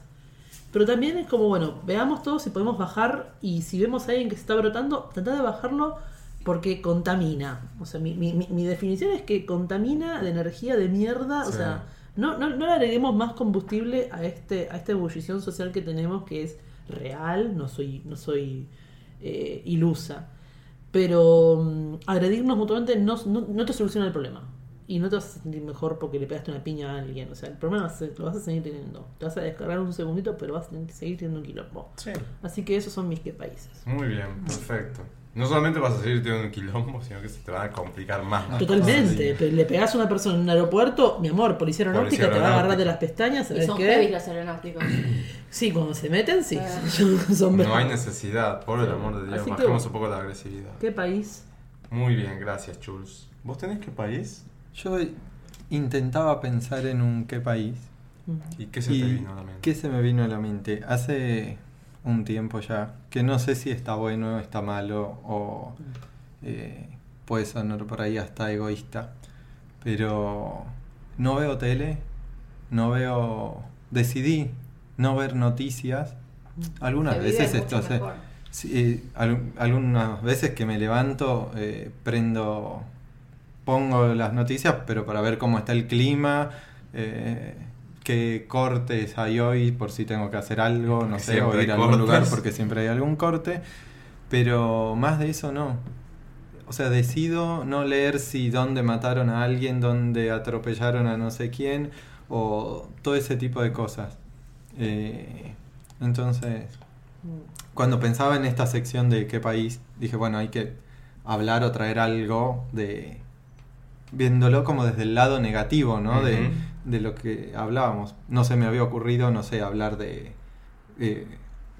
pero también es como, bueno, veamos todos si podemos bajar y si vemos a alguien que se está brotando, tratar de bajarlo porque contamina. O sea, mi, mi- mi- mi definición es que contamina de energía de mierda, o
Sí.
sea, No, no, no le agreguemos más combustible a este, a esta ebullición social que tenemos que es real, no soy, no soy eh, ilusa. Pero mm, agredirnos mutuamente no, no, no te soluciona el problema. Y no te vas a sentir mejor porque le pegaste una piña a alguien. O sea, el problema vas a- lo vas a seguir teniendo. Te vas a descargar un segundito, pero vas a tener que seguir teniendo un quilombo.
Sí.
Así que esos son mis que países.
Muy bien, perfecto. No solamente vas a seguir teniendo un quilombo, sino que se te van a complicar más. las
Totalmente. Pero le pegás a una persona en un aeropuerto, mi amor, policía aeronáutica
Policía
te va a agarrar de
aeronáutica.
las pestañas.
Y
¿sabes
son
qué?
heavy los aeronáuticos.
Sí, cuando se meten, sí.
Ah.
son
cosas. No hay
bravos.
necesidad, por el amor de Dios,
Así que-
bajemos un poco la agresividad.
¿Qué país?
Muy bien, gracias, Chuls. ¿Vos tenés qué país?
Yo intentaba pensar en un qué país.
¿Y qué se
y
te vino a la mente?
¿Qué se me vino a la mente? Hace un tiempo ya, que no sé si está bueno, está malo o eh, puede sonar por ahí hasta egoísta, pero no veo tele, no veo... Decidí no ver noticias. Algunas
Mm. Se vive
veces
mucho
esto se-
mejor.
Sí, al- algunas veces que me levanto, eh, prendo, pongo las noticias, pero para ver cómo está el clima, eh, qué cortes hay hoy, por si tengo que hacer algo, no
Porque
sé, o
siempre
ir a
hay
algún lugar
cortes.
porque siempre hay algún corte, pero más de eso no. O sea, decido no leer si dónde mataron a alguien, dónde atropellaron a no sé quién, o todo ese tipo de cosas. Eh, entonces, cuando pensaba en esta sección de qué país, dije, bueno, hay que hablar o traer algo de... viéndolo como desde el lado negativo, ¿no? de,
Ujú.
de lo que hablábamos. No se me había ocurrido, no sé, hablar de eh,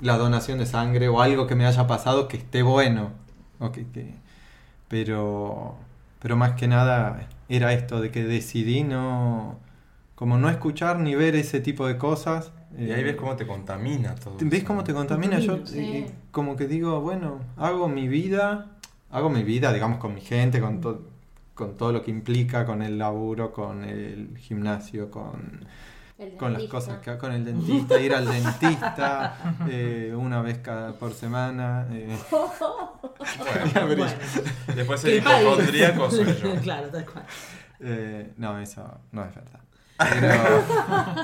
la donación de sangre o algo que me haya pasado que esté bueno. o que- que- pero, pero más que nada era esto de que decidí no... como no escuchar ni ver ese tipo de cosas.
Y ahí
eh,
ves cómo te contamina todo.
¿Te- ¿Ves
eso,
cómo te
¿no?
contamina? Yo
Contamina,
eh,
sí.
como que digo, bueno, hago mi vida, hago mi vida, digamos, con mi gente, con, to- con todo lo que implica, con el laburo, con el gimnasio, con,
El
con las
dentista.
cosas que con el dentista, ir al dentista eh, una vez cada por semana. eh.
Bueno,
Bueno,
después el
¿qué
hipocondríaco
país?
soy yo.
claro, tal cual.
Eh, no, eso no es verdad. Pero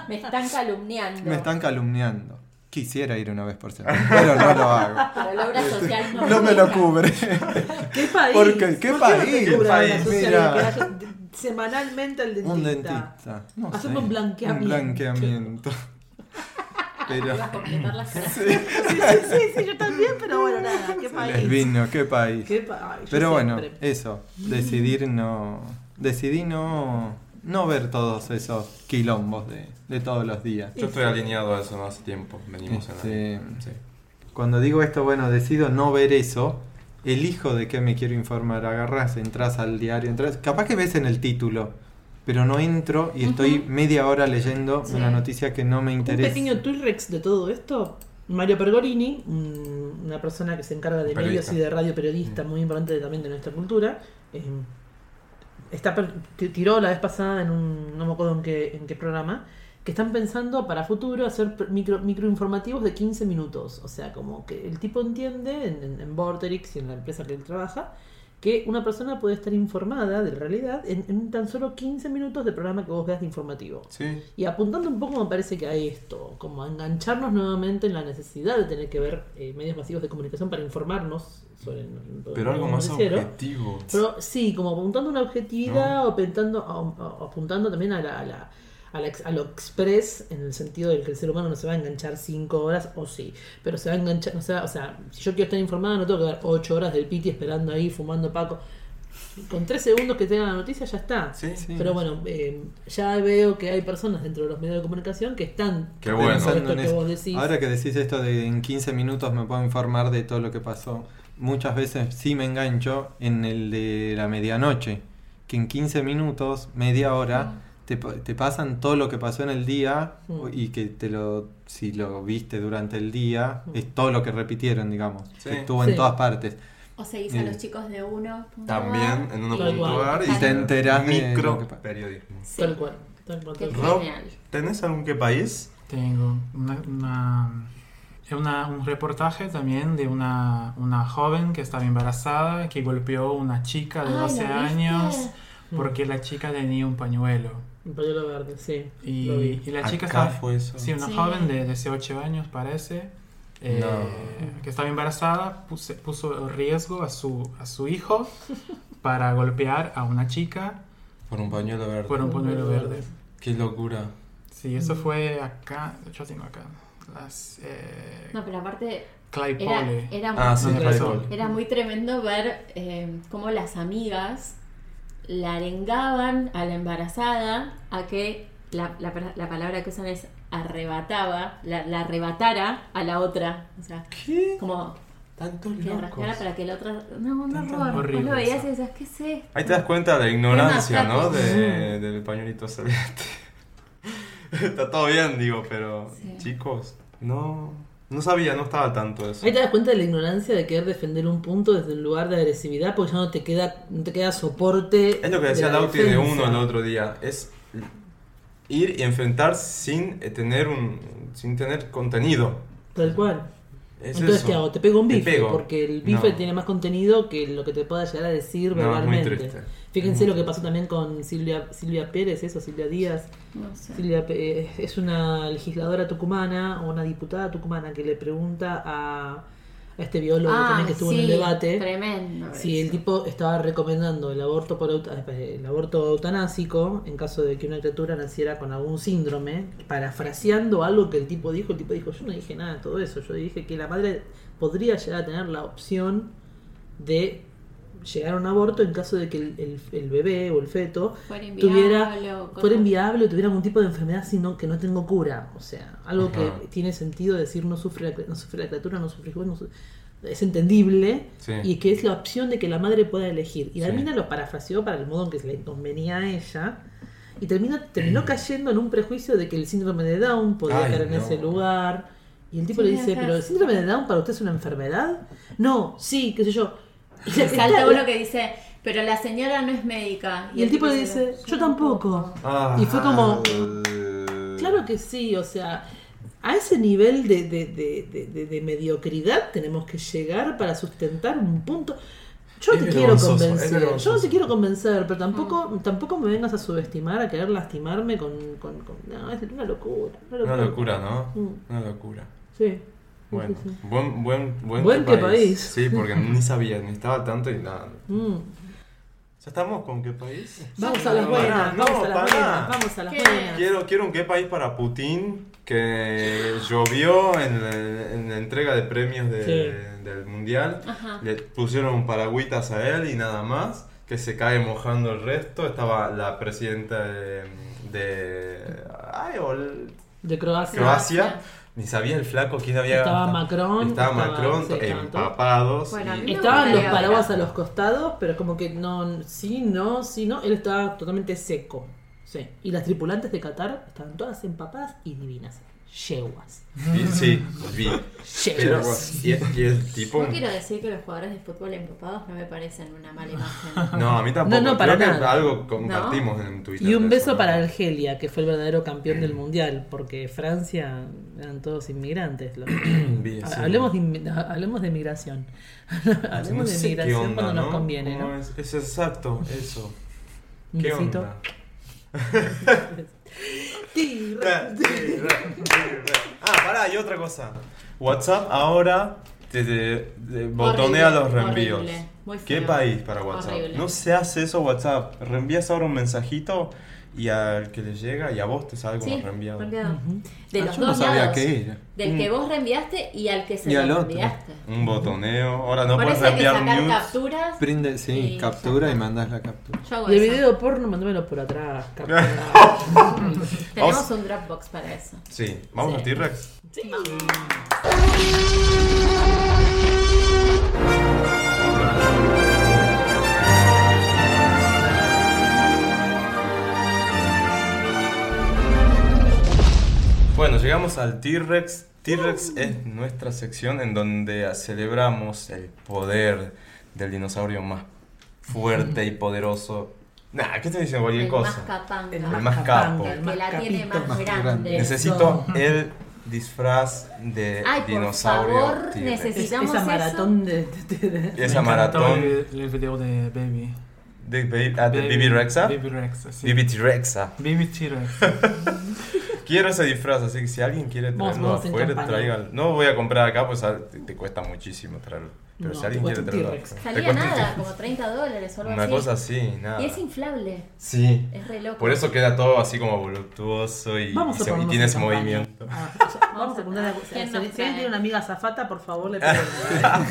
Me están calumniando.
me están calumniando. Quisiera ir una vez por semana, pero no lo hago.
Pero la obra social no.
No me lo cubre.
¿Qué país?
Porque, ¿qué
¿Por no te
país?
cobran
País,
la sociedad
mira.
que vayas de- semanalmente al dentista?
Un dentista. No
Hacemos
sé.
un blanqueamiento.
Un blanqueamiento. Pero
Ibas a completar las frases.
Sí, sí, sí, sí, yo también, pero bueno, nada, ¿qué
les
país?
vino, qué país.
¿Qué pa- Ay, yo
Pero bueno,
siempre.
eso. Decidir no. Decidí no. No ver todos esos quilombos de, de todos los días.
Yo estoy alineado a eso no hace tiempo. Venimos
Este,
en la. Sí.
Cuando digo esto, bueno, decido no ver eso. Elijo de qué me quiero informar. Agarras, entras al diario, entras. Capaz que ves en el título, pero no entro y estoy media hora leyendo una noticia que no me
Un
interesa.
pequeño Twirrex de todo esto. Mario Pergolini, un- una persona que se encarga de
Periodista.
medios y de radio periodista, muy importante de- también de nuestra cultura, eh, está per- ti- tiró la vez pasada en un, no me acuerdo en qué, en qué programa, que están pensando para futuro hacer pr- micro, microinformativos de 15 minutos. O sea, como que el tipo entiende en, en, en Vorterix y en la empresa que él trabaja, que una persona puede estar informada de la realidad en, en tan solo 15 minutos del programa que vos veas de informativo.
Sí.
Y apuntando un poco me parece que a esto, como a engancharnos nuevamente en la necesidad de tener que ver eh, medios masivos de comunicación para informarnos sobre lo-
Pero
lo
algo más
noticiero.
objetivo.
Pero sí, como apuntando a una objetividad o apuntando, a- a- apuntando también a, la, a, la- a la ex- a lo express, en el sentido del que el ser humano no se va a enganchar cinco horas, o sí, pero se va a enganchar, no se va- o sea, si yo quiero estar informada no tengo que dar ocho horas del piti esperando ahí, fumando paco. Con tres segundos que tenga la noticia ya está.
Sí, sí.
Pero bueno, eh, ya veo que hay personas dentro de los medios de comunicación que están
Qué bueno.
pensando
Pensando en
esto que
eso.
vos decís.
Ahora que decís esto de en 15 minutos me puedo informar de todo lo que pasó, muchas veces sí me engancho en el de la medianoche, que en 15 minutos, media hora, te, pa- te pasan todo lo que pasó en el día
Mm.
y que te lo, si lo viste durante el día, es todo lo que repitieron, digamos,
Sí.
que estuvo
Sí.
en todas partes.
O seguís a
Eh,
los chicos de uno.
También en uno
Tal
puntuar
cual.
y
Y te enterás de lo
micro
que pasa.
periodismo.
Sí.
Tal cual, tal cual, tal
Qué
cual.
Rob,
genial.
¿tenés algún qué país?
Tengo una, una- una- un reportaje también de una, una joven que estaba embarazada, que golpeó a una chica
Ay,
de 12
¿lo Ah, viste?
años porque la chica tenía un pañuelo.
Un pañuelo verde, sí.
Y,
lo vi.
y
Ah,
la chica
Acá
estaba...
fue eso.
Sí, una
Sí.
joven de 18 años parece, eh,
No.
que estaba embarazada, puse- puso en riesgo a su, a su hijo para golpear a una chica
Por un pañuelo verde.
por un pañuelo verde.
Qué locura.
Sí,
Mm.
eso fue acá, yo tengo acá, las... Eh,
No, pero aparte era,
Claypole.
era muy,
Ah, sí,
No,
Ray
eso.
Paul.
era muy tremendo ver eh, cómo las amigas la arengaban a la embarazada a que la, la pra- la palabra que usan es arrebataba, la, la arrebatara a la otra. O sea,
¿Qué?
como
Tantos
que rascara
locos.
para que la otra. No, un
Tan, tan
horror. Vos
horrible
lo veías
eso.
y decías, ¿qué es esto?
Ahí te das cuenta de la ignorancia,
Una
¿no?
frase.
De- del pañuelito celeste. Está todo bien, digo, pero
Sí.
chicos, no, no sabía, no estaba al tanto de eso.
Ahí te das cuenta de la ignorancia de querer defender un punto desde un lugar de agresividad porque ya no te queda, no te queda soporte.
Es lo que decía
la
Lauti de
defensa.
uno el otro día, es ir y enfrentar sin eh, tener un sin tener contenido.
Tal cual.
Es
Entonces,
eso.
¿qué hago? Te pego un
Te
bife,
pego.
porque el bife
No.
tiene más contenido que lo que te pueda llegar a decir
No, es muy
verbalmente.
triste.
Fíjense
Muy
lo que pasó también con Silvia, Silvia Pérez, eso, Silvia Díaz.
No sé.
Silvia Pe- eh, es una legisladora tucumana o una diputada tucumana que le pregunta a, a este biólogo también que estuvo en el
Ah, sí,
debate.
Tremendo.
Si el
eso.
tipo estaba recomendando el aborto por eut- eh, el aborto eutanásico en caso de que una criatura naciera con algún síndrome, parafraseando algo que el tipo dijo, el tipo dijo, yo no dije nada de todo eso, yo dije que la madre podría llegar a tener la opción de llegar a un aborto en caso de que el, el- el bebé o el feto
Fuera inviable
tuviera
o cosas.
fuera inviable o tuviera algún tipo de enfermedad sino que no tengo cura o sea algo que tiene sentido decir no sufre la, cri- no sufre la criatura no sufre vos, no su- es entendible
Sí.
y que es la opción de que la madre pueda elegir y la
Sí.
mina lo parafraseó para el modo en que se le convenía a ella y termina, terminó cayendo en un prejuicio de que el síndrome de Down podía
Mm. Ay,
estar en
no.
ese lugar y el tipo
Sí,
le dice
acá
pero el
sí.
síndrome de Down para usted es una enfermedad no sí qué sé yo y
Y
la-
salta
la-
uno que dice, pero la señora no es médica.
Y el tipo le dice, yo tampoco.
Ah,
Y fue como,
Eh,
Claro que sí, o sea, a ese nivel de, de- de- de- de- de mediocridad tenemos que llegar para sustentar un punto. Yo no
Es
te quiero
vergonzoso, es
convencer, yo no
vergonzoso.
te quiero convencer, pero tampoco,
Mm.
tampoco me vengas a subestimar, a querer lastimarme con, con- con- No, es una locura. Una locura.
una locura, ¿no?
Mm.
Una locura.
Sí.
Bueno, buen buen buen,
Buen qué país.
Sí, porque ni sabía, ni estaba al tanto y nada.
Mm.
¿Ya estamos con qué país?
Vamos a las
No,
buenas,
no,
vamos a las
pará.
buenas, vamos a las
¿Qué?
buenas.
Quiero, quiero un qué país para Putin que llovió en la, en la entrega de premios de-
Sí.
del mundial.
Ajá.
Le pusieron paragüitas a él y nada más, que se cae mojando el resto. Estaba la presidenta de, de- ay, ol-
De Croacia.
Croacia. Ni sabía el flaco quién había
Estaba Macron,
Estaba
estaba-
Macron,
sí, estaban todos.
empapados.
Bueno, a
y-
mí me
Estaban los
gustaría
paraguas a
hablar.
los costados, pero como que no, sí, no, sí, no, él estaba totalmente seco. Sí. Y las tripulantes de Qatar estaban todas empapadas y divinas. Yeguas.
y- sí, vi. Pero,
Yeguas.
y, y el tipo...
No quiero decir que los jugadores de fútbol empapados no me parecen una mala imagen.
No, a mí tampoco.
No, no, para
Creo que
nada.
algo compartimos en Twitter.
Y un
de
beso
eso,
para
¿no?
Argelia, que fue el verdadero campeón del mundial, porque Francia eran todos inmigrantes. los- Ah,
Vi, sí.
Hablemos, de, inmi- ha- hablemos de migración. hablemos
No
Ah, de
sé qué
migración
onda,
cuando nos
¿no?
conviene,
¿Cómo
¿no?
Es, es exacto, eso.
Un
¿Qué
besito.
onda?
Tirra,
Ra, sí, ra, sí, ra. Ah, pará, y otra cosa. WhatsApp ahora te, te- te botonea
Horrible,
los reenvíos.
horrible, muy feo.
¿Qué país para WhatsApp?
Horrible.
No se hace eso WhatsApp. Reenvías ahora un mensajito y al que le llega y a vos te sale como
Sí,
reenviado.
reenviado. De
Ah,
los
yo no
dos
sabía
lados.
qué era.
Del que vos reenviaste y al que se
Y
lo
al otro.
reenviaste.
Un botoneo. Ahora no
Por
puedes
eso hay que
reenviar
sacar
news.
capturas.
Prende, sí,
Y
captura
ya
y
está.
mandas la captura.
Yo hago
Y el
eso.
video porno, mandámelo por atrás. capturado.
Tenemos
Vamos.
un Dropbox para eso.
Sí, vamos
Sí.
a T-Rex. Bueno, llegamos al
Uh.
T-Rex. T-Rex es nuestra sección en donde celebramos el poder del dinosaurio más fuerte y poderoso. Nah, ¿qué estoy diciendo? Cualquier
El más
cosa.
capanga.
El
más
más
capo.
capanga,
El
el
que
más
la tiene
capito.
más,
más grande.
grande.
Necesito el disfraz de
Ay, por
dinosaurio.
favor,
T-Rex.
necesito-
Es-
Necesitamos
esa
eso.
maratón de, de- de- de-
Me
Esa
encantó
maratón.
El, el video de Baby.
de, Baby- ah, de Bibi Rexa.
Baby Rexa, sí.
Bibi T-Rexa.
Baby T-Rex.
Quiero ese disfraz, así que si alguien quiere
Vamos,
traerlo
vamos en
afuera,
campaña.
tráiganlo. No voy a comprar acá, pues ah, te, te cuesta muchísimo traerlo. Pero
No,
si alguien
te
quiere
cuesta un
traerlo.
T-Rex.
afuera. Te
Salía
cuesta un
nada,
T-Rex.
como 30 dólares o algo
Una
así.
cosa así, nada.
Y es inflable,
Sí.
es re loco.
Por eso queda todo así como voluptuoso y, y
Vamos a
se- y
ponernos
tiene
en
ese
campaña.
movimiento.
Ah, ya, vamos a poner la- Si
¿Quién
si
nos
alguien
trae?
tiene una amiga zafata, por favor,
Ah,
le pedimos.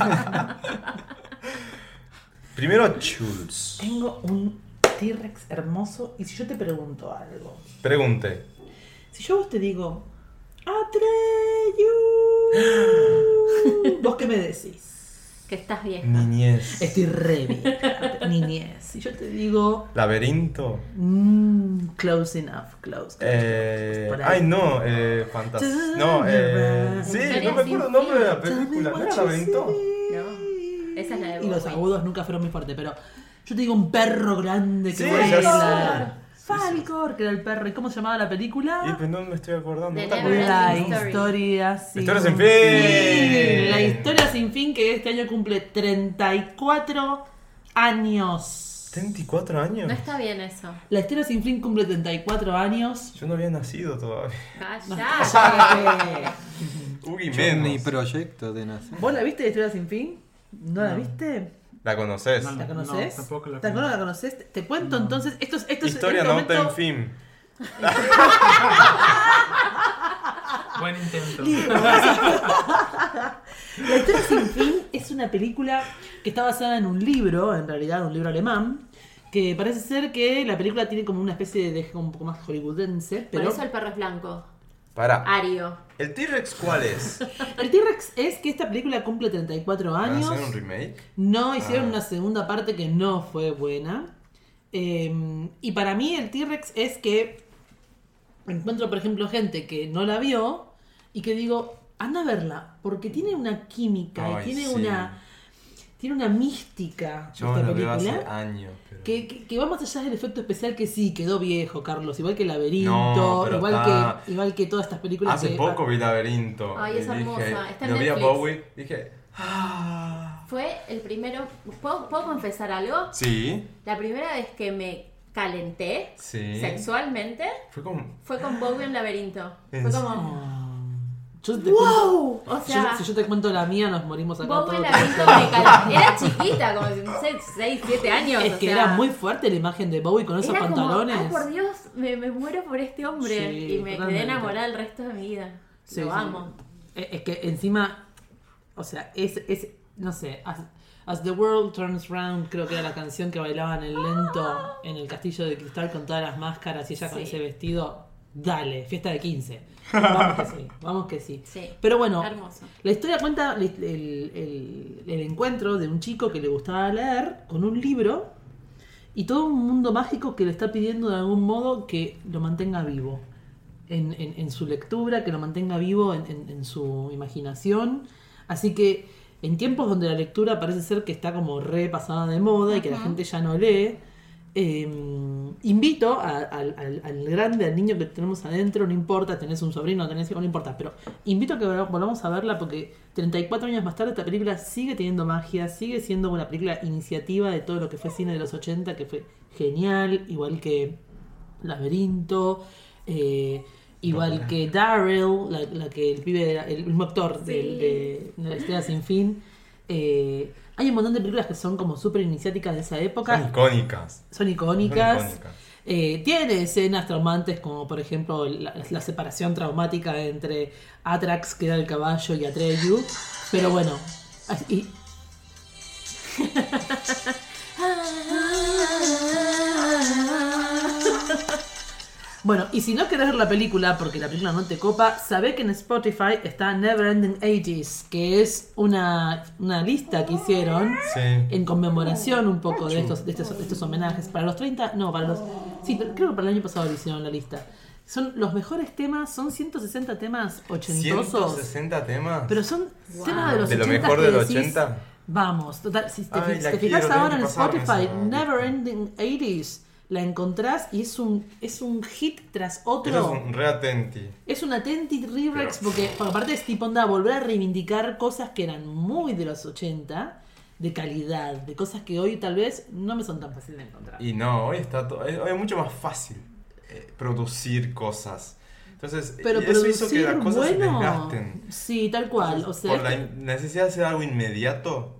Primero, Chulz.
Tengo un T-Rex hermoso y si yo te pregunto algo,
Pregunte.
si yo a vos te digo, Atreyu, ¿vos qué me decís?
Que estás bien.
Niñez.
Estoy re vieja, niñez. Si yo te digo,
Laberinto.
mmm, close enough, close. close,
Eh,
Por ahí.
ay, no, eh, fantasía. No, eh, sí, no me acuerdo el nombre de la película. ¿No era laberinto?
No, esa es la de
Y los
Bowie.
agudos nunca fueron muy fuertes, pero yo te digo un perro grande que
Sí,
vuela.
ya sé. Sí, sí.
Falcor, que era el perro. ¿Y cómo se llamaba la
Y
película?
pues no me estoy acordando.
De
¿Te
Never
acuerdas?
La
Ending Story.
historia sin
Historia sin fin.
La historia sin fin que este año cumple 34 años.
34 años.
No está bien eso.
La historia sin fin cumple 34 años.
Yo no había nacido todavía.
Callá.
Uy,
Yo ni
menos.
proyecto de nacer.
¿Vos la viste la historia sin fin? ¿No, la viste?
La conoces.
No,
¿La conoces?
no, tampoco la
¿Te acuerdas
conozco.
la conoces? Te cuento entonces. Esto es. Esto es-
Historia
en este
no ten
momento-
fin.
Buen intento.
La historia sin fin es una película que está basada en un libro, en realidad un libro alemán, que parece ser que la película tiene como una especie de deje un poco más hollywoodense,
Por
pero
eso el perro es blanco.
Para.
Ario.
¿El T-Rex cuál es?
el T-Rex es que esta película cumple 34
¿Van a
años.
hacer un remake?
No hicieron
Ah.
una segunda parte que no fue buena. Eh, y para mí el T-Rex es que encuentro, por ejemplo, gente que no la vio y que digo, anda a verla, porque tiene una química
Ay,
y tiene
sí.
una tiene una mística
Yo
esta
lo veo hace
película.
años. pero-
Que, que- que va más allá del efecto especial que sí, quedó viejo, Carlos, igual que Laberinto,
No, pero
igual,
está-
que, igual que todas estas películas
Hace
que-
poco vi Laberinto.
Ay,
y
es hermosa,
dije-
está en
Lo vi a
Netflix.
Bowie. Dije. "Ah".
Fue el primero. ¿Puedo, puedo confesar algo?
Sí,
La primera vez que me calenté
sí.
sexualmente
Fue como.
fue con Bowie en laberinto.
¿En
Fue como.
Yo te cuento-
¡Wow! O
yo-
sea.
si yo te cuento la mía, nos morimos acá
Bowie en
todos.
laberinto me calenté. Era chiquita, como no sé, 6, 7 años.
Es
o
que
sea,
era muy fuerte la imagen de Bowie con esos
era como,
pantalones.
Ay, por Dios, me, me muero por este hombre.
Sí,
y me
totalmente.
quedé enamorada el resto de mi vida.
Sí,
Lo
sí.
amo.
Eh, Es que encima, o sea, es, es no sé, as, As the World Turns Round, creo que era la canción que bailaban en lento en el castillo de cristal con todas las máscaras y ella con
Ah. Sí.
ese vestido. Dale, fiesta de 15. Vamos que sí, vamos que sí.
Sí.
Pero bueno,
Hermoso.
la historia cuenta el, el- el- el encuentro de un chico que le gustaba leer con un libro y todo un mundo mágico que le está pidiendo de algún modo que lo mantenga vivo en, en- en su lectura, que lo mantenga vivo en, en- en su imaginación. Así que en tiempos donde la lectura parece ser que está como repasada de moda y que la gente ya no lee, eh, invito a- al, al- al grande, al niño que tenemos adentro, no importa, tenés un sobrino, tenés hijo, no importa, pero invito a que vol- volvamos a verla porque 34 años más tarde esta película sigue teniendo magia, sigue siendo una película iniciativa de todo lo que fue cine de los 80, que fue genial, igual que Laberinto, eh, igual que Daryl, la, la que el pibe era- el mismo actor del- de, La Estrella Sin Fin. Eh, hay un montón de películas que son como súper iniciáticas de esa época
Son icónicas.
son
Son
icónicas.
icónicas.
Eh, tiene escenas traumantes como por ejemplo la, la separación traumática entre Atrax, que era el caballo, y Atreyu. Pero bueno, as- y- Ah. bueno, y si no querés ver la película porque la película no te copa, sabé que en Spotify está Never Ending 80s, que es una, una lista que hicieron
Sí.
en conmemoración un poco de estos, de estos, de estos homenajes. Para los 30, no, para los... Sí, pero creo que para el año pasado lo hicieron la lista. Son los mejores temas, son 160 temas ochentosos.
160 temas.
Pero son
Wow.
temas de los
De lo
80
mejor
que
de los
decís,
80.
Vamos, total, si te,
Ay,
fi-
la
te fijas
quiero,
ahora
tengo
en
que pasarme
Spotify,
esa
Never
lista.
Ending 80s, la encontrás y es un, es un hit tras otro.
Eso es un reatenti.
Es una Attentive Re-Rex
Pero-
porque, porque aparte es tipo onda volver a reivindicar cosas que eran muy de los 80 de calidad, de cosas que hoy tal vez no me son tan fáciles de encontrar.
Y no, hoy está to- hoy es mucho más fácil eh, producir cosas. Entonces,
Pero
y eso hizo
producir
que las cosas se
bueno,
desgasten.
sí, tal cual, o sea,
Por la
este-
in- necesidad de hacer algo inmediato,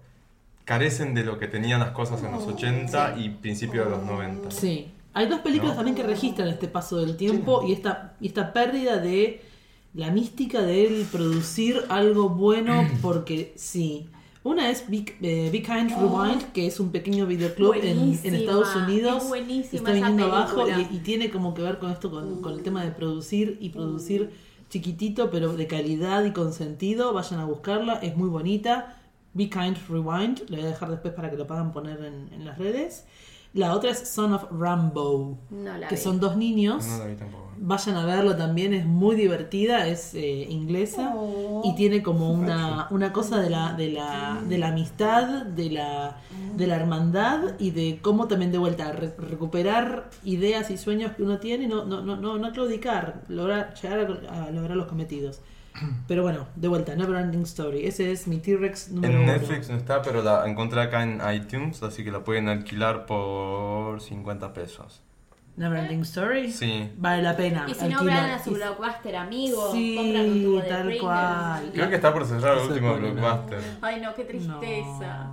carecen de lo que tenían las cosas en los 80 y principios de los 90.
Sí. Hay dos películas
No.
también que registran este paso del tiempo y esta, y esta pérdida de la mística de él producir algo bueno porque sí. Una es Big, eh, Big Hand Rewind, que es un pequeño videoclub en, en
Oh, Buenísima,
Estados Unidos.
es buenísima
está
esa
viniendo abajo
película.
y, y tiene como que ver con esto, con, con el tema de producir y producir
Mm.
chiquitito, pero de calidad y con sentido. Vayan a buscarla, es muy bonita. Be Kind Rewind, lo voy a dejar después para que lo puedan poner en, en las redes. La otra es Son of Rambo,
No la
que
vi.
son dos niños.
No la vi tampoco.
Vayan a verlo también, es muy divertida, es eh, inglesa
Oh.
y tiene como una, una cosa de la, de, la, de la amistad, de la,
Mm.
de la hermandad y de cómo también de vuelta re- recuperar ideas y sueños que uno tiene y no, no, no, no, no claudicar, lograr, llegar a, a lograr los cometidos. Pero bueno, de vuelta, Never Ending Story. Ese es mi T-Rex número
En
uno.
Netflix no está, pero la encontré acá en iTunes, así que la pueden alquilar por 50 pesos.
Never Ending Story.
Sí.
Vale la pena.
Y si no,
alquilar.
vean a su blockbuster amigo.
Ah, Sí,
compran un tubo de
tal
Pringles.
cual.
Creo que está por cerrar el
Eso es
último
bueno, ¿no?
blockbuster.
Ay, no, qué
No.
tristeza.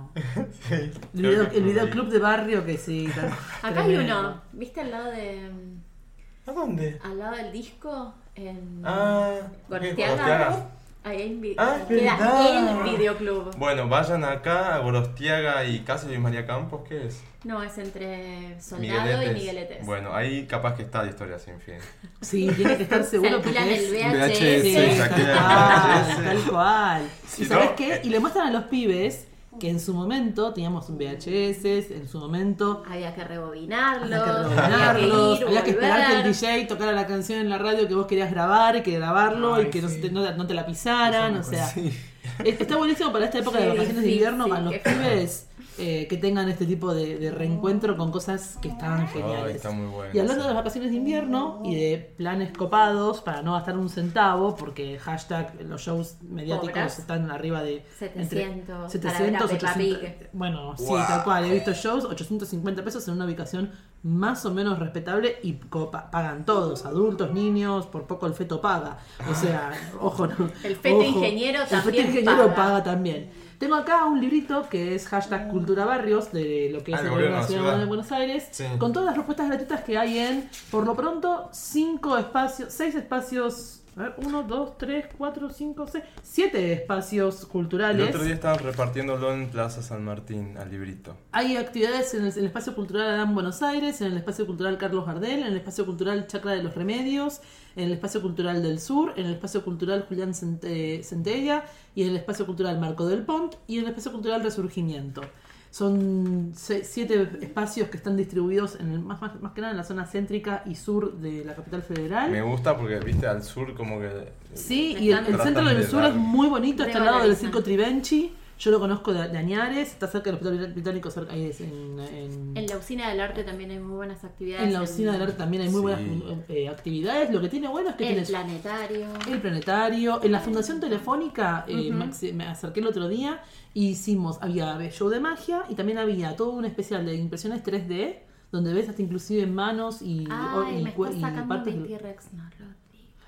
El,
Creo
video,
que
el
por ahí.
videoclub de barrio que sí. tal-
Acá hay
tremendo.
uno. ¿Viste al lado de mm,
¿A dónde?
al lado del disco? En
Ah,
Gorostiaga.
Gorostiaga.
Ahí hay un vi-
Ah, es
queda
verdad.
el videoclub.
Bueno, vayan acá a Gorostiaga y Casa Luis María Campos, ¿qué es?
No, es entre Soldado
Migueletes.
y Migueletes.
Bueno, ahí capaz que está la historia sin fin.
Sí, tiene que estar
Se
seguro porque
alquilan
es-
el VHS.
Sí,
VHS.
tal
saqué la
cual,
VHS.
tal cual.
Si
¿Y sabes
no,
qué?
eh.
Y le muestran a los pibes que en su momento teníamos un VHS, en su momento
Había que rebobinarlo.
había que rebobinarlos,
ir,
había que esperar que el
volver.
DJ tocara la canción en la radio que vos querías grabar, y que grabarlo
Ay,
y que no,
sí.
se te- no- no te la pisaran, o
Eso me
sea.
Sí.
es- Está buenísimo para esta época de
Sí,
vacaciones de
sí,
invierno,
sí,
para los
qué feo.
pibes eh, que tengan este tipo de, de reencuentro con cosas que estaban geniales.
Ay, está muy bueno.
Y hablando de las vacaciones de invierno y de planes copados para no gastar un centavo, porque hashtag los shows mediáticos
Cobras.
están arriba de entre
700
700,
para ver a Peppa
800.
Pig.
Bueno, sí, tal cual. He visto shows, 850 pesos en una ubicación más o menos respetable y co- pa- pagan todos, adultos, niños, por poco el feto paga. O sea, ojo, no.
El feto
ojo,
ingeniero
El feto
también
ingeniero
paga.
paga. también. Tengo acá un librito que es hashtag Cultura Barrios de lo que
Ah,
es
el gobierno
el gobierno
de la
nacional de
ciudad.
Buenos Aires,
Sí.
con todas las respuestas gratuitas que hay en, por lo pronto, cinco espacios, seis espacios, a ver, uno, dos, tres, cuatro, cinco, seis, siete espacios
El
culturales.
otro día estaban repartiéndolo en Plaza San Martín, al librito.
Hay actividades en el, en el espacio cultural Adán Buenos Aires, en el espacio cultural Carlos Gardel, en el espacio cultural Chacra de los Remedios, en el espacio cultural del Sur, en el espacio cultural Julián Cent- eh, Centella y en el espacio cultural Marco del Pont y en el espacio cultural Resurgimiento. Son se- siete espacios que están distribuidos en el- más, más, más que nada en la zona céntrica y sur de la capital federal.
Me gusta porque, viste, al sur como que...
Sí,
Me
y el,
encanta.
el centro del
Tratan de
sur
dar-
es muy bonito, está al lado del
Revalorizan.
circo Trivenchi. Yo lo conozco de, de Añares, está cerca del Hospital Brit- Británico, cerca- ahí es en, en-
En la usina del arte también hay muy buenas actividades.
en la usina del arte también hay muy
Sí.
buenas eh, actividades. Lo que tiene bueno es que
El
tienes
planetario.
el planetario. En la Fundación Telefónica eh,
Ujú.
me ac- me acerqué el otro día y hicimos, había show de magia y también había todo un especial de impresiones 3D, donde ves hasta inclusive manos y, o-
Ay,
y
me
cue-
está
y
sacando mi
del-
T-Rex. No lo digo.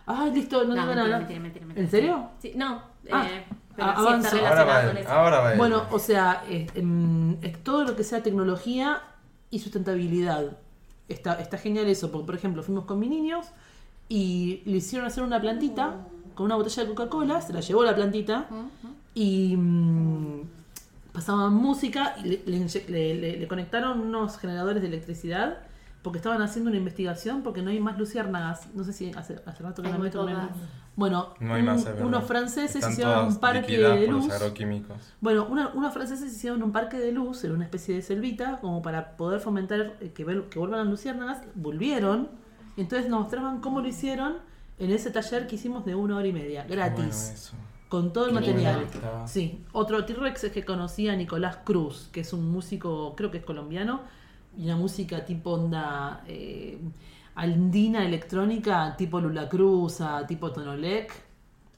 Ay, listo,
No,
no, digo
mentira,
nada.
mentira, mentira, mentira.
¿En serio?
Sí, no.
Ah,
eh, pero
a-
sí está
avanzo.
Ahora Ah.
relacionado
va
con
él,
eso.
ahora va él.
Bueno, o sea, eh, em, es todo lo que sea tecnología y sustentabilidad. Está, está genial eso, porque por ejemplo fuimos con mis niños y le hicieron hacer una plantita con una botella de Coca-Cola, se la llevó la plantita y mm, pasaban música y le, le inye- le- le- le conectaron unos generadores de electricidad porque estaban haciendo una investigación porque no hay más luciérnagas. No sé si hace, hace rato que
Hay
la
muy
meto con el-
pocas.
Bueno,
no hay
un-
más, es verdad.
unos franceses
Están
hicieron
todas
un parque
liquidadas
de
por
luz.
los agroquímicos.
Bueno, una- unos franceses hicieron un parque de luz en una especie de selvita, como para poder fomentar eh, que, vel- que vuelvan las luciérnagas. Volvieron, y entonces nos mostraban cómo lo hicieron en ese taller que hicimos de una hora y media, gratis,
Bueno, eso.
con todo el
Qué
material.
Bueno, está.
Sí, otro T-Rex es que conocí a Nicolás Cruz, que es un músico, creo que es colombiano, y una música tipo onda eh, andina electrónica, tipo Lula Cruz, tipo Tonolec.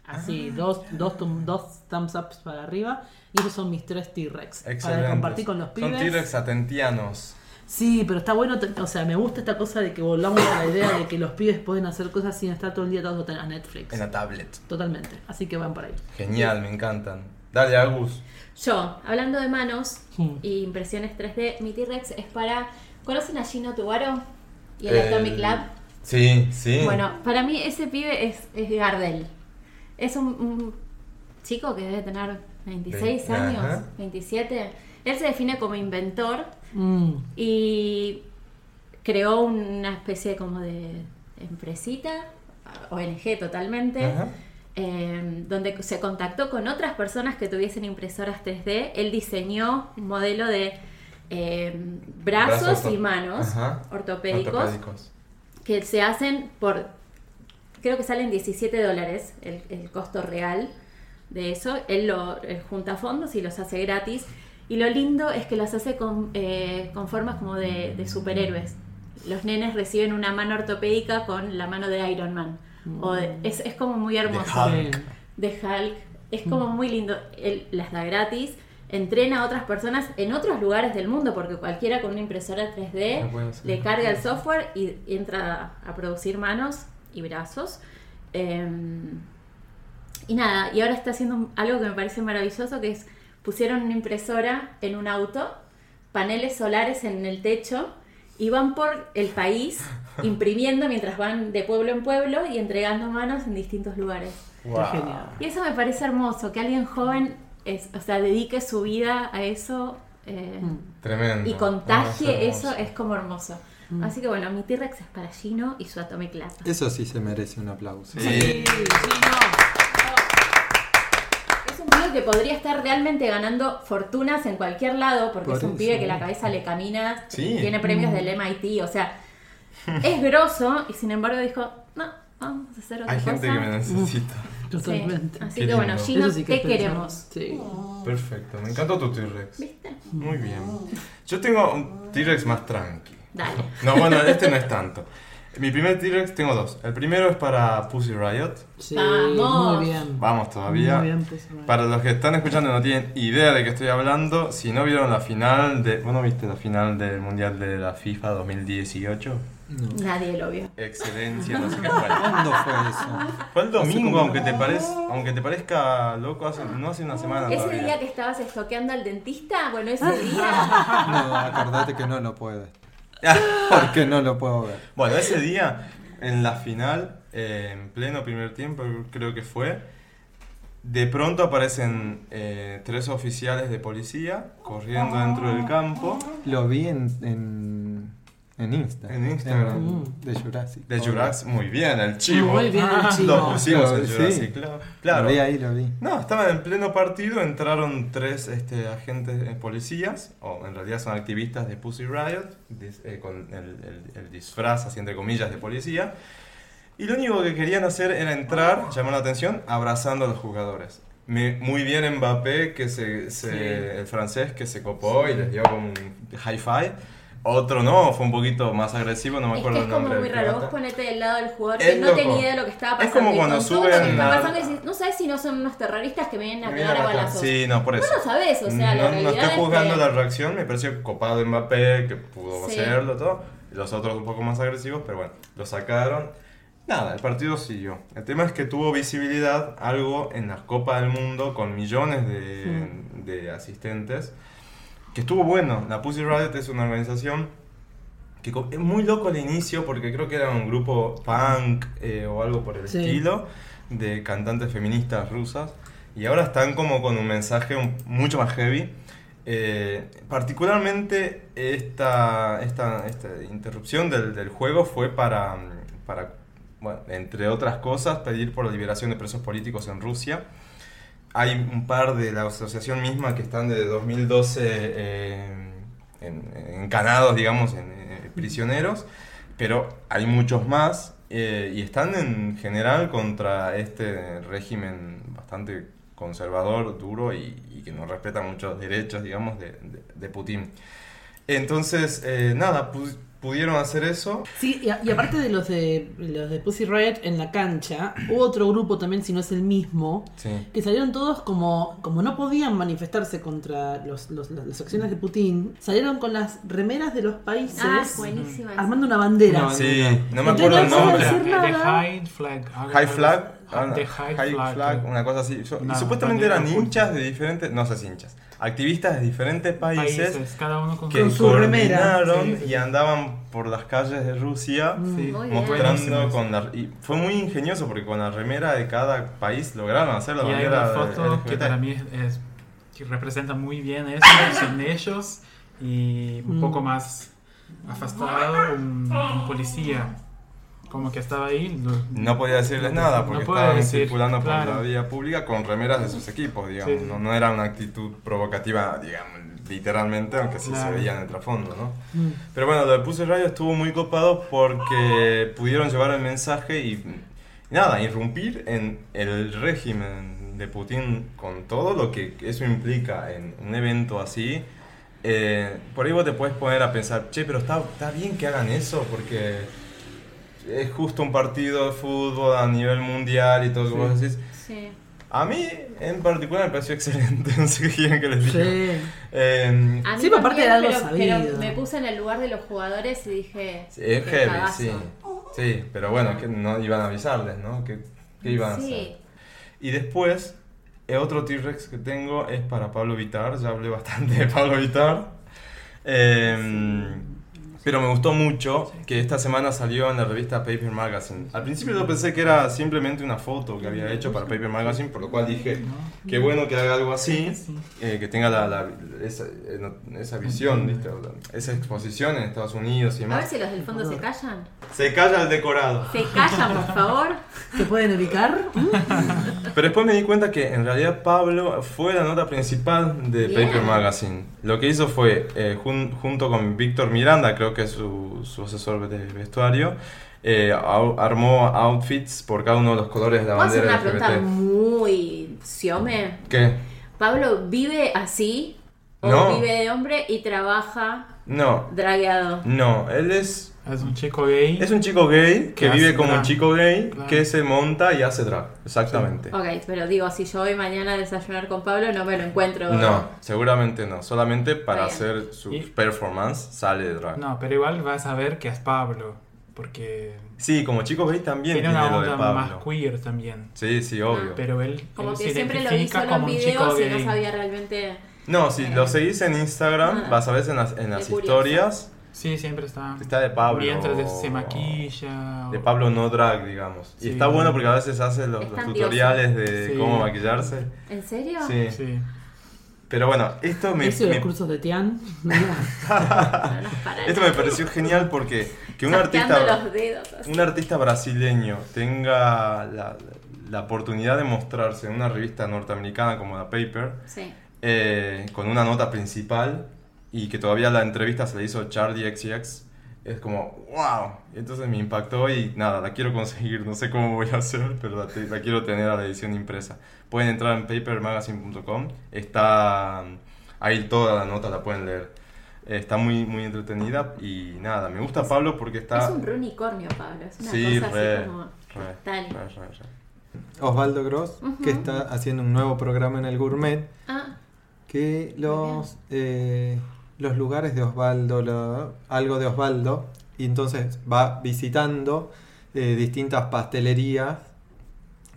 Ah.
Así, dos, dos, tum- dos thumbs ups para arriba. Y esos son mis tres T-Rex. Para
Excelente.
compartir con los pibes.
Son T-Rex atentianos.
Sí, pero está bueno, te- o sea, me gusta esta cosa de que volvamos a la idea de que los pibes pueden hacer cosas sin estar todo el día atados a Netflix.
En la tablet.
Totalmente. Así que van por ahí.
Genial, me encantan. Dale, Agus.
Yo, hablando de manos
Hmm.
y impresiones 3D, mi T-Rex es para. ¿Conocen a Gino Tubaro? Y el
Eh,
Atomic Lab.
Sí, sí.
Bueno, para mí ese pibe es, es Gardel. Es un, un chico que debe tener 26
Ve-
años,
Ajá.
27. Él se define como inventor
Mm.
y creó una especie como de empresita, ONG totalmente,
Ajá.
eh, donde se contactó con otras personas que tuviesen impresoras 3D. Él diseñó un modelo de eh, brazos,
Brazos
y
orto-
manos
Ajá.
ortopédicos que se hacen por, creo que salen 17 dólares el, el costo real de eso. Él lo él junta fondos y los hace gratis. Y lo lindo es que los hace con, eh, con formas como de, de superhéroes. Los nenes reciben una mano ortopédica con la mano de Iron Man. O de- es, es como muy hermoso.
Hulk.
Sí.
De Hulk. Es como
Mm.
muy lindo. Él las da gratis. Entrena a otras personas en otros lugares del mundo, porque cualquiera con una impresora 3D
No puede hacer.
le carga el software y entra a producir manos y brazos. Eh, y nada, y ahora está haciendo algo que me parece maravilloso, que es pusieron una impresora en un auto, paneles solares en el techo, y van por el país imprimiendo mientras van de pueblo en pueblo y entregando manos en distintos lugares.
Guau.
genial.
Y eso me parece hermoso, que alguien joven, es, o sea, dedique su vida a eso. eh,
Mm.
Tremendo.
y
Ah,
contagie
hermoso.
eso es como hermoso.
Mm.
Así que bueno, mi T-Rex es para Gino y su Atomic Lab.
Eso sí se merece un aplauso.
Sí.
Sí, sí, no.
Es un pibe que podría estar realmente ganando fortunas en cualquier lado, porque
Por
es un
eso.
pibe que la cabeza le camina,
Sí.
tiene
Mm.
premios del MIT, o sea, es grosso y sin embargo dijo, no, vamos a hacer otra
Hay
cosa.
gente que me necesita.
Sí.
Totalmente.
Así
Qué
que bueno,
lindo.
Gino,
Eso sí que
¿qué
es pensar.
queremos? Mm.
Sí.
Perfecto, me encantó tu T-Rex.
¿Viste?
Muy bien. Yo tengo un T-Rex más tranqui.
Dale.
No, bueno, este no es tanto. Mi primer T-Rex tengo dos. El primero es para Pussy Riot.
Sí,
Vamos.
Muy bien.
Vamos todavía.
Muy bien, pues, bueno.
Para los que están escuchando y no tienen idea de qué estoy hablando, si no vieron la final de... ¿Vos no viste la final del Mundial de la FIFA 2018?
Nadie lo vio.
Excelencia, no sé qué fue.
¿Cuándo fue eso?
Fue el domingo,
como-
aunque te, parez- aunque te parezca loco, hace- no hace una semana
Ese
todavía.
día que estabas estoqueando al dentista, bueno, ese día...
No, acordate que no lo puedo ver. Porque no lo puedo ver.
Bueno, ese día, en la final, eh, en pleno primer tiempo, creo que fue, de pronto aparecen eh, tres oficiales de policía corriendo dentro del campo
Lo vi en, en, en Insta.
En Instagram.
Mm.
En- de Jurassic.
de Jurassic. Muy bien, el chivo.
Muy bien,
Ah.
el
Lo
chivo.
pusimos en
Sí.
Jurassic, claro.
Lo vi
claro.
ahí, lo vi.
No, estaban en pleno partido, entraron tres este, agentes eh, policías, o en realidad son activistas de Pussy Riot, dis- eh, con el, el- el disfraz, así entre comillas, de policía. Y lo único que querían hacer era entrar, llamar la atención, abrazando a los jugadores. Me- muy bien Mbappé, que se, se-
Sí.
el francés, que se copó y les dio como un hi-fi. Otro no, fue un poquito más agresivo, no me
Es que
acuerdo
es
el
como
nombre.
muy
del
raro, vos
croata.
ponete del lado del jugador
Es
que no
loco.
tenía idea de lo que estaba
Es
pasando.
como
y
cuando
con todo lo que
suben
está
la-
pasando decís, no sabes si no son unos terroristas que me vienen a
Me
pegar a
viene la-
balazos.
Sí, no, por eso.
lo sabés, pues, o sea, la
no,
realidad
no estoy
es
juzgando
que-
la reacción, me pareció copado Mbappé, que pudo
Sí.
hacerlo, todo. Los otros un poco más agresivos, pero bueno, lo sacaron. Nada, el partido siguió. El tema es que tuvo visibilidad algo en la Copa del Mundo con millones de, de asistentes, que estuvo bueno. La Pussy Riot es una organización que co- es muy loco al inicio porque creo que era un grupo punk eh, o algo por el
Sí.
estilo de cantantes feministas rusas y ahora están como con un mensaje un- mucho más heavy. Eh, particularmente esta, esta, esta interrupción del, del juego fue para, mm, para, bueno, entre otras cosas, pedir por la liberación de presos políticos en Rusia. Hay un par de la asociación misma que están desde 2012 eh, en- encanados, digamos, en eh, prisioneros, pero hay muchos más eh, y están en general contra este régimen bastante conservador, duro y, y que no respeta muchos derechos, digamos, de, de- de Putin. Entonces, eh, nada, Pus- Pussy, pudieron hacer eso.
Sí, y, a- y aparte de los de los de Pussy Riot en la cancha, hubo otro grupo también, si no es el mismo,
Sí.
que salieron todos como, como no podían manifestarse contra los, los- las, las acciones de Putin, salieron con las remeras de los países
Ah, es buenísima. esa.
armando una bandera.
Una
Sí, no me
Entonces,
acuerdo el
no sabes
nombre.
decir
The
nada.
High Flag. algo-
High Flag. Ah,
algo- Ah, The
High,
High, Flag.
Flag, una cosa así. So- y
Una
supuestamente
bandera
eran
oculta.
hinchas de diferentes, no sé si hinchas, activistas de diferentes países,
Países, cada uno con
que
Con su remera.
coordinaron
Sí, sí.
y andaban por las calles de Rusia
Mm,
Sí.
Muy bien.
mostrando con la... Y fue muy ingenioso porque con la remera de cada país lograron hacer la
Y hay
bandera
una
de
foto que
LGBT.
para mí es, es- que representa muy bien eso,
Ah.
son ellos y un
Mm.
poco más afastado un, un policía como que estaba ahí. lo-
No podía decirles nada porque
No puede
estaban
decir,
circulando por
claro.
la vía pública con remeras de sus equipos, digamos.
Sí, sí.
No, no era una actitud provocativa, digamos, literalmente, aunque sí se
Claro.
veía en el trasfondo, ¿no?
Mm.
Pero bueno, lo de Pussy Radio estuvo muy copado porque pudieron llevar el mensaje y, y nada, irrumpir en el régimen de Putin con todo lo que eso implica en un evento así. Eh, por ahí vos te puedes poner a pensar, che, pero está, está bien que hagan eso porque es justo un partido de fútbol a nivel mundial y todo lo que vos decís.
Sí.
A mí en particular me pareció excelente, no sé qué quieren que les diga.
Sí.
Eh,
A mí
Sí, pero aparte
también,
era algo
pero- pero
sabido.
me puse en el lugar de los jugadores y dije.
Sí, es
qué
heavy,
cagazo.
sí. Sí, pero bueno, que no iban a avisarles, ¿no? ¿Qué, qué iban a hacer?
Sí.
Y después, el otro T-Rex que tengo es para Pablo Vitar. Ya hablé bastante de Pablo Vitar. Em, Pero me gustó mucho que esta semana salió en la revista Paper Magazine. Al principio yo pensé que era simplemente una foto que había hecho para Paper Magazine, por lo cual dije, qué bueno que haga algo así, eh, que tenga la, la- esa, eh, no- esa visión, ¿viste? esa exposición en Estados Unidos y
A ver
demás.
si los del fondo se callan.
Se calla el decorado.
Se callan, por favor.
¿Se pueden ubicar?
Pero después me di cuenta que en realidad Pablo fue la nota principal de
Bien.
Paper Magazine. Lo que hizo fue, eh, jun- junto con Víctor Miranda, creo que es su, su asesor de vestuario, eh, au- armó outfits por cada uno de los colores de la
Vamos a hacer
bandera
una pregunta
LGBT.
muy siome.
¿Qué?
¿Pablo vive así? ¿O
No.
vive de hombre y trabaja
No,
dragueado?
no, él es,
Es un chico gay.
es un chico gay que
Que hace
vive como un
drag.
chico gay
Claro.
que se monta y hace drag, exactamente.
Ok, pero digo, si yo voy mañana a desayunar con Pablo, no me lo encuentro.
No, seguramente no, solamente para
Bien.
hacer su
Y-
performance sale de drag.
No, pero igual vas a ver que es Pablo, porque
Sí, como chico gay también
tiene
tiene,
una
lo de
onda
Pablo.
más queer también.
Sí, sí, obvio.
Pero él,
Como
él
que
se
siempre lo vi
identifica
solo en
como un chico
videos y no
gay.
sabía realmente.
No, si lo seguís en Instagram,
Ah.
vas a ver en las, en las
Qué curioso.
historias.
Sí, siempre está.
Está de Pablo.
Ah. Mientras se maquilla.
De
o-
Pablo no drag, digamos. Y
Sí.
está bueno porque a veces hace los,
Es
los
tan
tutoriales de
Sí.
cómo maquillarse.
¿En serio?
Sí.
Sí.
Pero bueno, esto me,
¿Eso de los
me-
cursos de Tian? Mirá.
No nos paran.
esto me pareció genial porque que un
Chasqueando
artista,
los dedos. así.
un artista brasileño tenga la, la oportunidad de mostrarse en una revista norteamericana como la Paper,
Sí.
eh, con una nota principal y que todavía la entrevista se le hizo Charlie XCX. Es como, wow. Entonces me impactó y nada, la quiero conseguir. No sé cómo voy a hacer, pero la, te- la quiero tener a la edición impresa. Pueden entrar en papermagazine.com. Está ahí toda la nota, la pueden leer. Eh, Está muy, muy entretenida y nada, me gusta Pablo porque está...
Es un unicornio, Pablo. Es una
Sí,
cosa
re,
así como.
re,
Dale.
re, re, re.
Osvaldo Gross, que
Ujú.
está haciendo un nuevo programa en el Gourmet,
Ah,
que los, eh, los lugares de Osvaldo, la- algo de Osvaldo, y entonces va visitando eh, distintas pastelerías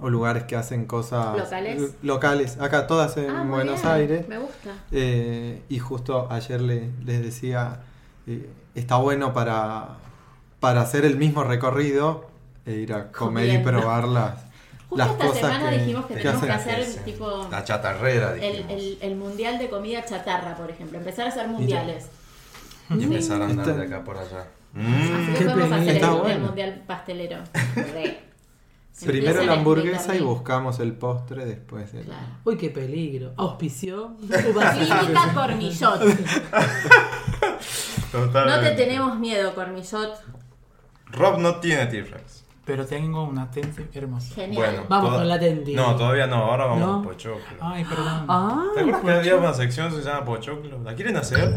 o lugares que hacen cosas
Locales.
l- locales, acá todas en
ah, muy
Buenos
bien.
Aires.
Me gusta.
Eh, y justo ayer le- les decía, eh, está bueno para, para hacer el mismo recorrido e ir a comer
Comiendo.
y probar las,
Justo
las
esta
cosas
semana
que,
dijimos que
que
tenemos que
hacen.
hacer
Sí.
tipo
La chatarrera,
el,
dijimos.
el- el mundial de comida chatarra, por ejemplo. Empezar a hacer mundiales.
Y empezar a andar
Está-
de acá por allá. Mm.
Así que
Qué
podemos hacer el,
Está
el
bueno.
mundial pastelero. Re.
Primero
Empiezan
la
a
hamburguesa y
explicarle.
buscamos el postre después. el-
Claro.
Uy, qué peligro. Auspició.
Clínica Cormillot.
Ah.
No te
Totalmente.
tenemos miedo, Cormillot.
Rob no tiene T-Rex.
Pero tengo una tensión hermosa.
Genial.
Bueno,
Vamos
toda-
con la Tendi.
No, todavía no, ahora vamos
¿No?
con Pochoclo.
Ay, perdón.
Ah,
¿Te acuerdas que había una sección que se llama Pochoclo? ¿La quieren hacer?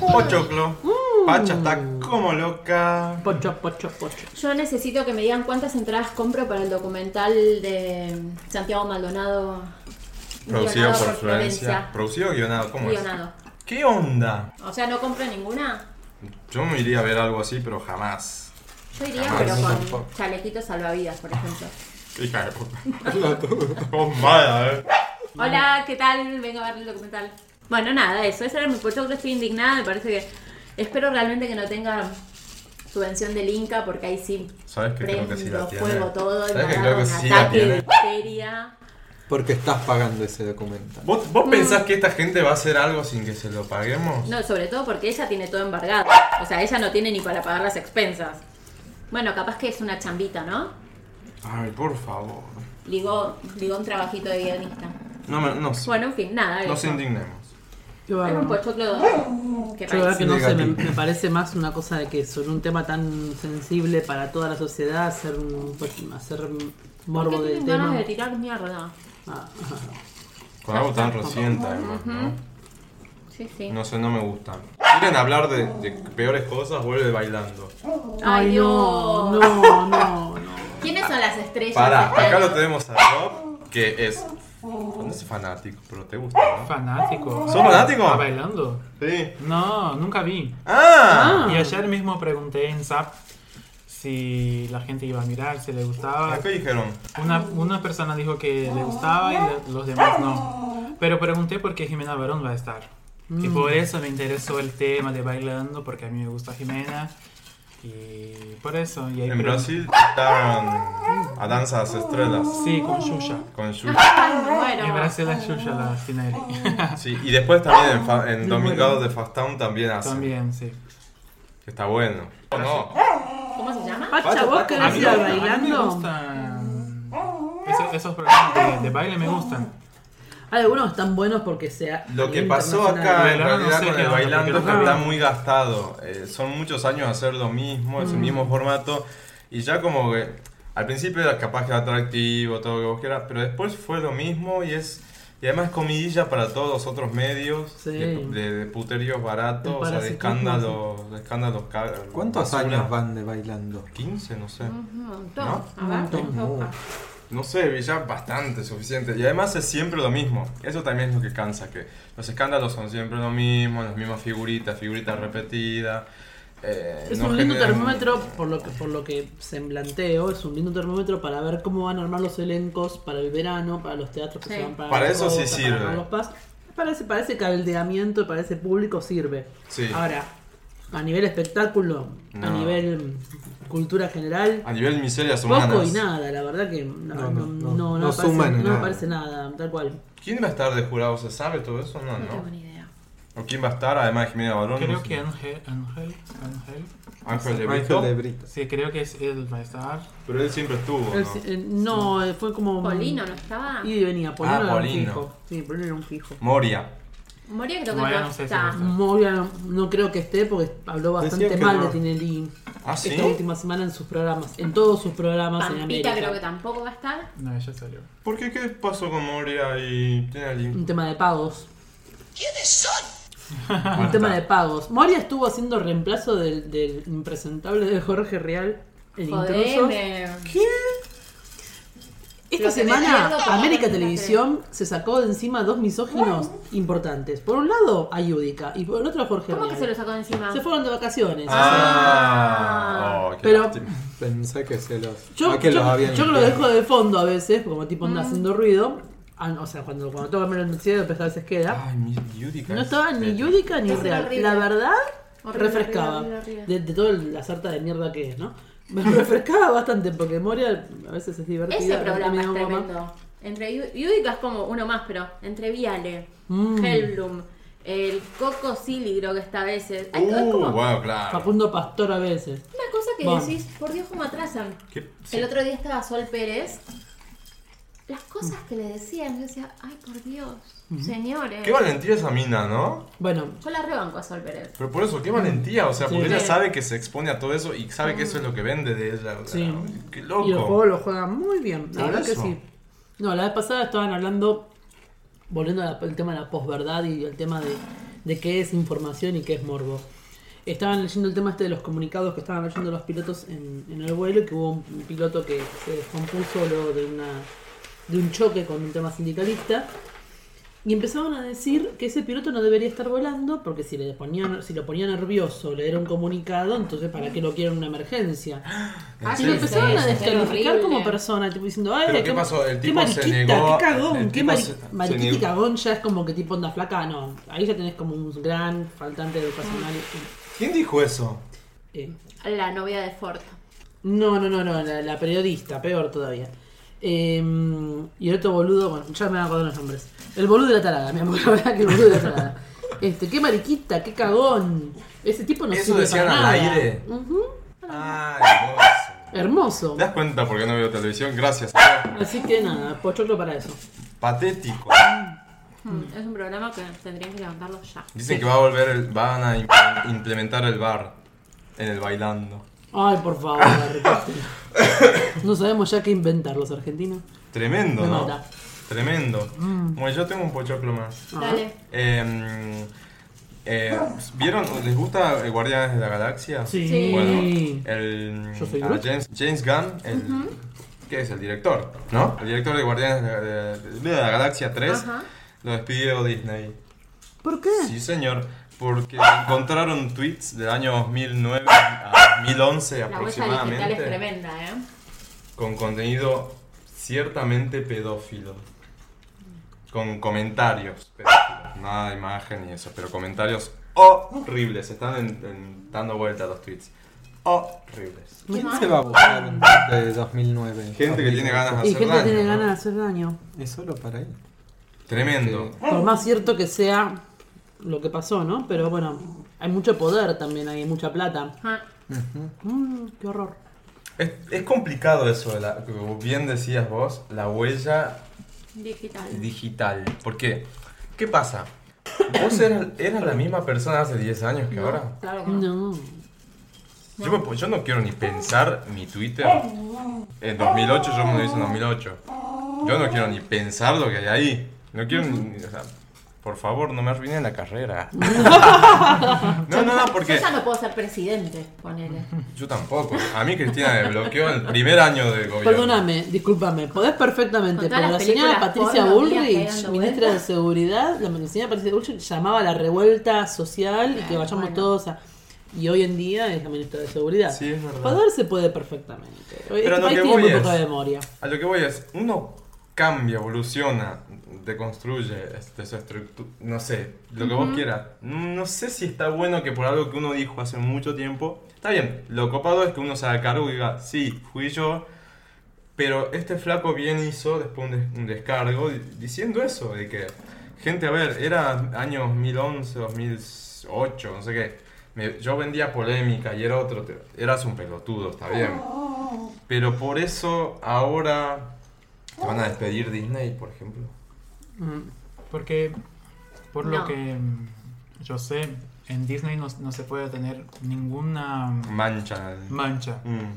Pochoclo. Pacha está como loca.
Pocho, pocho, pocho.
Yo necesito que me digan cuántas entradas compro para el documental de Santiago Maldonado.
Producido
guionado
por Florencia. Producido o guionado, ¿cómo es?
Guionado.
¿Qué onda?
O sea, no compro ninguna.
Yo me iría a ver algo así, pero jamás.
Yo iría,
Ah,
pero
no,
con
tampoco.
chalequitos salvavidas, por ejemplo.
Hija de puta. Vos mala, eh.
Hola, ¿qué tal? Vengo a ver el documental. Bueno, nada, eso. Ese era mi pochoclo. Estoy indignada. Me parece que. Espero realmente que no tenga subvención del Inca, porque ahí sí.
¿Sabes que creo que sí
prendo
la tiene?
fuego todo. y
¿Sabes
me
que
agarra
creo que
un
sí la
ataque de
tiene?
histeria.
Porque estás pagando ese documental.
¿Vos, vos pensás que esta gente va a hacer algo sin que se lo paguemos?
Mm. No, sobre todo porque ella tiene todo embargado. O sea, ella no tiene ni para pagar las expensas. Bueno, capaz que es una chambita, ¿no?
Ay, por favor.
Ligó, ligó un trabajito de guionista.
No, me- no, sé.
Bueno, en fin, nada.
nos
eso.
indignemos.
Qué
Era un
bárbaro.
pochoclo que
Yo la verdad que
país.
no sé, me, me parece más una cosa de que sobre un tema tan sensible para toda la sociedad, hacer, un, pues, hacer
¿Por qué
morbo del
tienen ganas
tema.
de tirar mierda?
Ah, ajá.
Con algo tan reciente, además, ¿no?
Sí, sí.
No sé, no me gustan. Quieren hablar de, de peores cosas, vuelve bailando.
Ay,
Ay, no,
Dios.
no, no, no.
¿Quiénes son las estrellas?
Pará, acá
Estrellas.
lo tenemos a Rob, que es. No es fanático, pero te gusta, ¿no?
Fanático.
¿Sos fanático?
¿Está bailando?
Sí.
No, nunca vi.
¡Ah!
Y ayer mismo pregunté en Zap si la gente iba a mirar, si le gustaba.
¿Qué Ah, dijeron?
Una, una persona dijo que le gustaba y la- los demás no. Pero pregunté por qué Jimena Barón va a estar. Y por eso me interesó el tema de bailando, porque a mí me gusta Jimena. Y por eso. Y ahí
En
pregun-
Brasil estaban a danzas estrellas.
Sí, con Xuxa.
Con Xuxa.
Ay, me muero.
En Brasil es Xuxa la Cineri.
Sí, y después también en, fa- en Domingados de Fastown también hacen.
También, sí.
Que está bueno. ¿O no?
¿Cómo se llama?
Pacha, ¿vos querés ir a
me- me
bailando?
gustan. Eso- esos programas de, de baile me gustan.
Hay algunos están buenos porque sea.
Lo que pasó acá en
Bailando no
realidad
sé
con
qué
el
onda,
bailando
porque
que
no-
está muy gastado. Eh, son muchos años hacer lo mismo,
Mm.
es el mismo formato. Y ya como que al principio era capaz que era atractivo, todo lo que vos quieras, pero después fue lo mismo y es. Y además es comidilla para todos los otros medios
Sí.
de, de- de puteríos baratos,
El
o sea, de
parasitismo,
escándalos, de escándalos ca-
¿Cuántos
basura.
años van de bailando?
15, no sé.
Un montón.
¿No?
A ver.
No.
No sé, ya bastante suficiente. Y además es siempre lo mismo. Eso también es lo que cansa, que los escándalos son siempre lo mismo, las mismas figuritas, figuritas repetidas. eh,
Es
no
un lindo
generan-
termómetro, por lo, que, por lo que semblanteo, es un lindo termómetro para ver cómo van a armar los elencos para el verano, para los teatros que
Sí.
se van para
Para
la
eso sí
costa,
sirve.
Para, armar los pas- para, ese, para ese caldeamiento, para ese público sirve.
Sí.
Ahora, a nivel espectáculo, a
No.
nivel mm, cultura general,
A nivel miserias humanas.
poco y nada, la verdad que no, no,
No,
no,
no,
no
no. No
me parece-
suma ni
no me
nada.
parece nada, tal cual.
¿Quién va a estar de jurado? ¿Se sabe todo eso? No,
No tengo
no.
ni idea.
¿O quién va a estar? Además de Jimena Barón.
Creo
no sé.
que Ángel. Ángel. Ángel.
Ángel de
Ángel de Brito.
Sí, creo que es él va a estar.
Pero él siempre estuvo,
Él
¿no?
sí- eh, no, eh, fue como.
Polino, ¿no estaba?
Y venía, Polino
Ah,
era un
Polino.
fijo. Sí, Polino era un fijo.
Moria.
Moria creo que
Moria
no
no sé si
está.
está.
Movia no, no creo que esté porque habló bastante
Decían que
mal
no.
de Tinelli
Ah, sí.
esta última semana en sus programas, en todos sus programas en
Pampita
América.
creo que tampoco va a estar.
No, ella salió.
¿Por qué? ¿Qué pasó con Moria y Tinelli?
Un tema de pagos.
Ah,
Un tema de pagos. Moria estuvo haciendo reemplazo del, del impresentable de Jorge Real en Intrusos.
Jodeme.
Esta
Lo que me
semana
pierdo con
América
las
Televisión se sacó de encima dos misóginos importantes. Por un lado, a Yudica y por el otro a Jorge
¿Cómo que
Real.
se lo sacó de encima?
Se fueron de vacaciones.
Ah.
Ah, oh, qué
Pero-
lástima.
Pensé que se los.
Yo,
ah, que
yo-
los habían
yo que lo dejo
limpiado.
de fondo a veces, como tipo anda haciendo ruido. Ah, o sea, cuando, cuando tengo que verme en el cielo, pues a veces
Ah,
queda.
Ay, mi Yudica.
No estaba ni
Vete.
Yudica ni
Es
Real.
horrible.
La verdad,
Horrible,
refrescaba.
horrible, horrible, horrible.
De, de toda la sarta de mierda que es, ¿no? Me refrescaba bastante porque Moria a veces es divertida.
Ese
pero
programa es
también es goma.
tremendo. Entre Yu- Yudica es como uno más, pero entre Viale,
Mm.
Hellblum, el Coco Silly creo que está a veces. Hay co- Ah, es como
Uh, bueno, claro.
Facundo Pastor a veces.
una cosa que
Bueno.
decís, por Dios, cómo atrasan.
¿Qué?
El otro día estaba Sol Pérez. Las
Mm.
cosas que le decían, yo decía, ay por Dios, señores.
Qué valentía esa mina, ¿no?
Bueno,
Yo la rebanco a Sol Pérez.
Pero por eso, qué valentía, o sea,
Sí.
porque ella
Sí.
sabe que se expone a todo eso y sabe que eso es lo que vende de ella. o sea,
Sí.
Qué
Y el juego
loco.
lo juega muy bien, la
Por
verdad
eso.
que sí. No, la vez pasada estaban hablando, volviendo al tema de la posverdad y el tema de de qué es información y qué es morbo. Estaban leyendo el tema este de los comunicados que estaban leyendo los pilotos en, en el vuelo y que hubo un, un piloto que se descompuso luego de, una, de un choque con un tema sindicalista. Y empezaban a decir que ese piloto no debería estar volando porque si le ponían, si lo ponía nervioso, le era un comunicado, entonces para qué lo quieren en una emergencia. Y lo
Sí.
empezaron a
Ah, sí, sí,
descalificar
horrible.
como persona, tipo diciendo, ay,
Pero ¿qué pasó? El tipo se
mariquita,
negó-
qué cagón,
el
qué
tipo
mari-
se- se
mariquita y
negó.
cagón ya es como que tipo onda flaca, no, ahí ya tenés como un gran faltante educacional.
¿Quién dijo eso?
eh,
La novia de Ford.
no, no, no, no, la, la periodista, peor todavía. Eh, y el otro boludo, bueno, ya me van a acordar los nombres. El boludo de la tarada, me acuerdo la verdad que el boludo de la tarada. Este, qué mariquita, qué cagón. Ese tipo no
¿Eso
sirve
decían
para
al
nada.
aire?
Ujú.
Ay, vos.
Hermoso.
¿Te das cuenta por qué no veo televisión? Gracias.
Así que nada, pochoclo para eso.
Patético. Mm.
Mm. Es un programa que tendrían que levantarlo ya.
Dicen que va a volver el- van a imp- implementar el bar en el bailando.
Ay, por favor, Cristina. No sabemos ya qué inventar los argentinos.
Tremendo,
Me
¿no?
mata. Mm.
Tremendo. Bueno, yo tengo un pochoclo más.
Dale.
Eh, eh, ¿Vieron? ¿Les gusta eh, Guardianes de la Galaxia?
Sí.
Bueno, el,
Yo soy
a
Groot.
James, James Gunn, el, que es el director, ¿no? El director de Guardianes de, de- de la Galaxia 3
Ajá.
lo despidió Disney.
¿Por qué?
Sí, señor. Porque encontraron tweets del año 2009 a
La huella
2011
digital es
aproximadamente
tremenda, ¿eh?
con contenido ciertamente pedófilo. Con comentarios pedófilos. Nada de imagen y eso, pero comentarios horribles. Están en- en- dando vuelta los tweets. Horribles.
¿Quién se va a votar un tweet de 2009?
Gente que tiene ganas de
Y
hacer
gente
daño.
tiene
¿no?
ganas de hacer daño.
Es solo para él.
Tremendo.
Por más cierto que sea lo que pasó, ¿no? Pero bueno, hay mucho poder también, hay mucha plata.
Ajá.
Mm, qué horror.
Es, es complicado eso, de la- como bien decías vos, la huella
Digital.
digital. ¿Por qué? ¿Qué pasa? ¿Vos eras, eras la misma persona hace 10 años que ahora?
Claro que no.
No.
Yo, me- yo no quiero ni pensar mi Twitter. En 2008 yo me lo hice en 2008. Yo no quiero ni pensar lo que hay ahí. No quiero ni... o sea, por favor, no me arruinen la carrera. No, no, no, porque...
Yo ya no puedo ser presidente, ponele.
Yo tampoco. A mí Cristina me bloqueó el primer año de gobierno.
Perdóname, discúlpame, podés perfectamente,
Con
pero
todas
la
las
señora
películas
Patricia
porno mías que ¿eh? hay
Bullrich,
dando
ministra de
vueltas.
Seguridad, la señora Patricia Bullrich llamaba a la revuelta social y que vayamos
bueno.
todos a... Y hoy en día es la ministra de Seguridad.
Sí, es verdad.
Poder se puede perfectamente. Hoy-
Pero
este
lo
país
que
tiene
voy
muy
es-
poca memoria.
A lo que voy es, uno cambia, evoluciona, deconstruye, es- desestructura, no sé, lo que vos quieras. No sé si está bueno que por algo que uno dijo hace mucho tiempo, está bien, lo copado es que uno se haga cargo y diga, sí, fui yo, pero este flaco bien hizo después un, des- un descargo di- diciendo eso, de que, gente, a ver, era año 2011, 2008, no sé qué. me- yo vendía polémica y era otro, te- eras un pelotudo, está bien. Pero por eso ahora te van a despedir Disney, por ejemplo.
Mm, Porque, por lo
No.
que mm, yo sé, en Disney no, no se puede tener ninguna mm,
Mancha.
mancha.
Mm.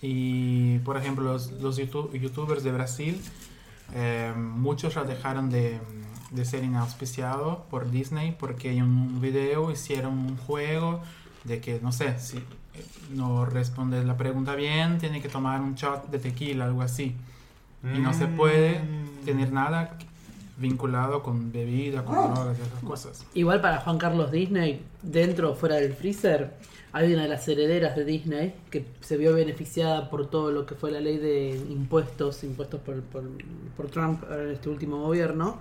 Y, por ejemplo, los, los youtu- youtubers de Brasil, eh, muchos ya dejaron de, de ser inauspiciados por Disney porque en un video hicieron un juego de que, no sé, si eh, no respondes la pregunta bien, tiene que tomar un shot de tequila, algo así. Y no se puede
Mm.
tener nada vinculado con bebida, con drogas, y esas cosas.
Igual para Juan Carlos Disney, dentro o fuera del freezer, hay una de las herederas de Disney que se vio beneficiada por todo lo que fue la ley de impuestos, impuestos por, por, por Trump ahora en este último gobierno.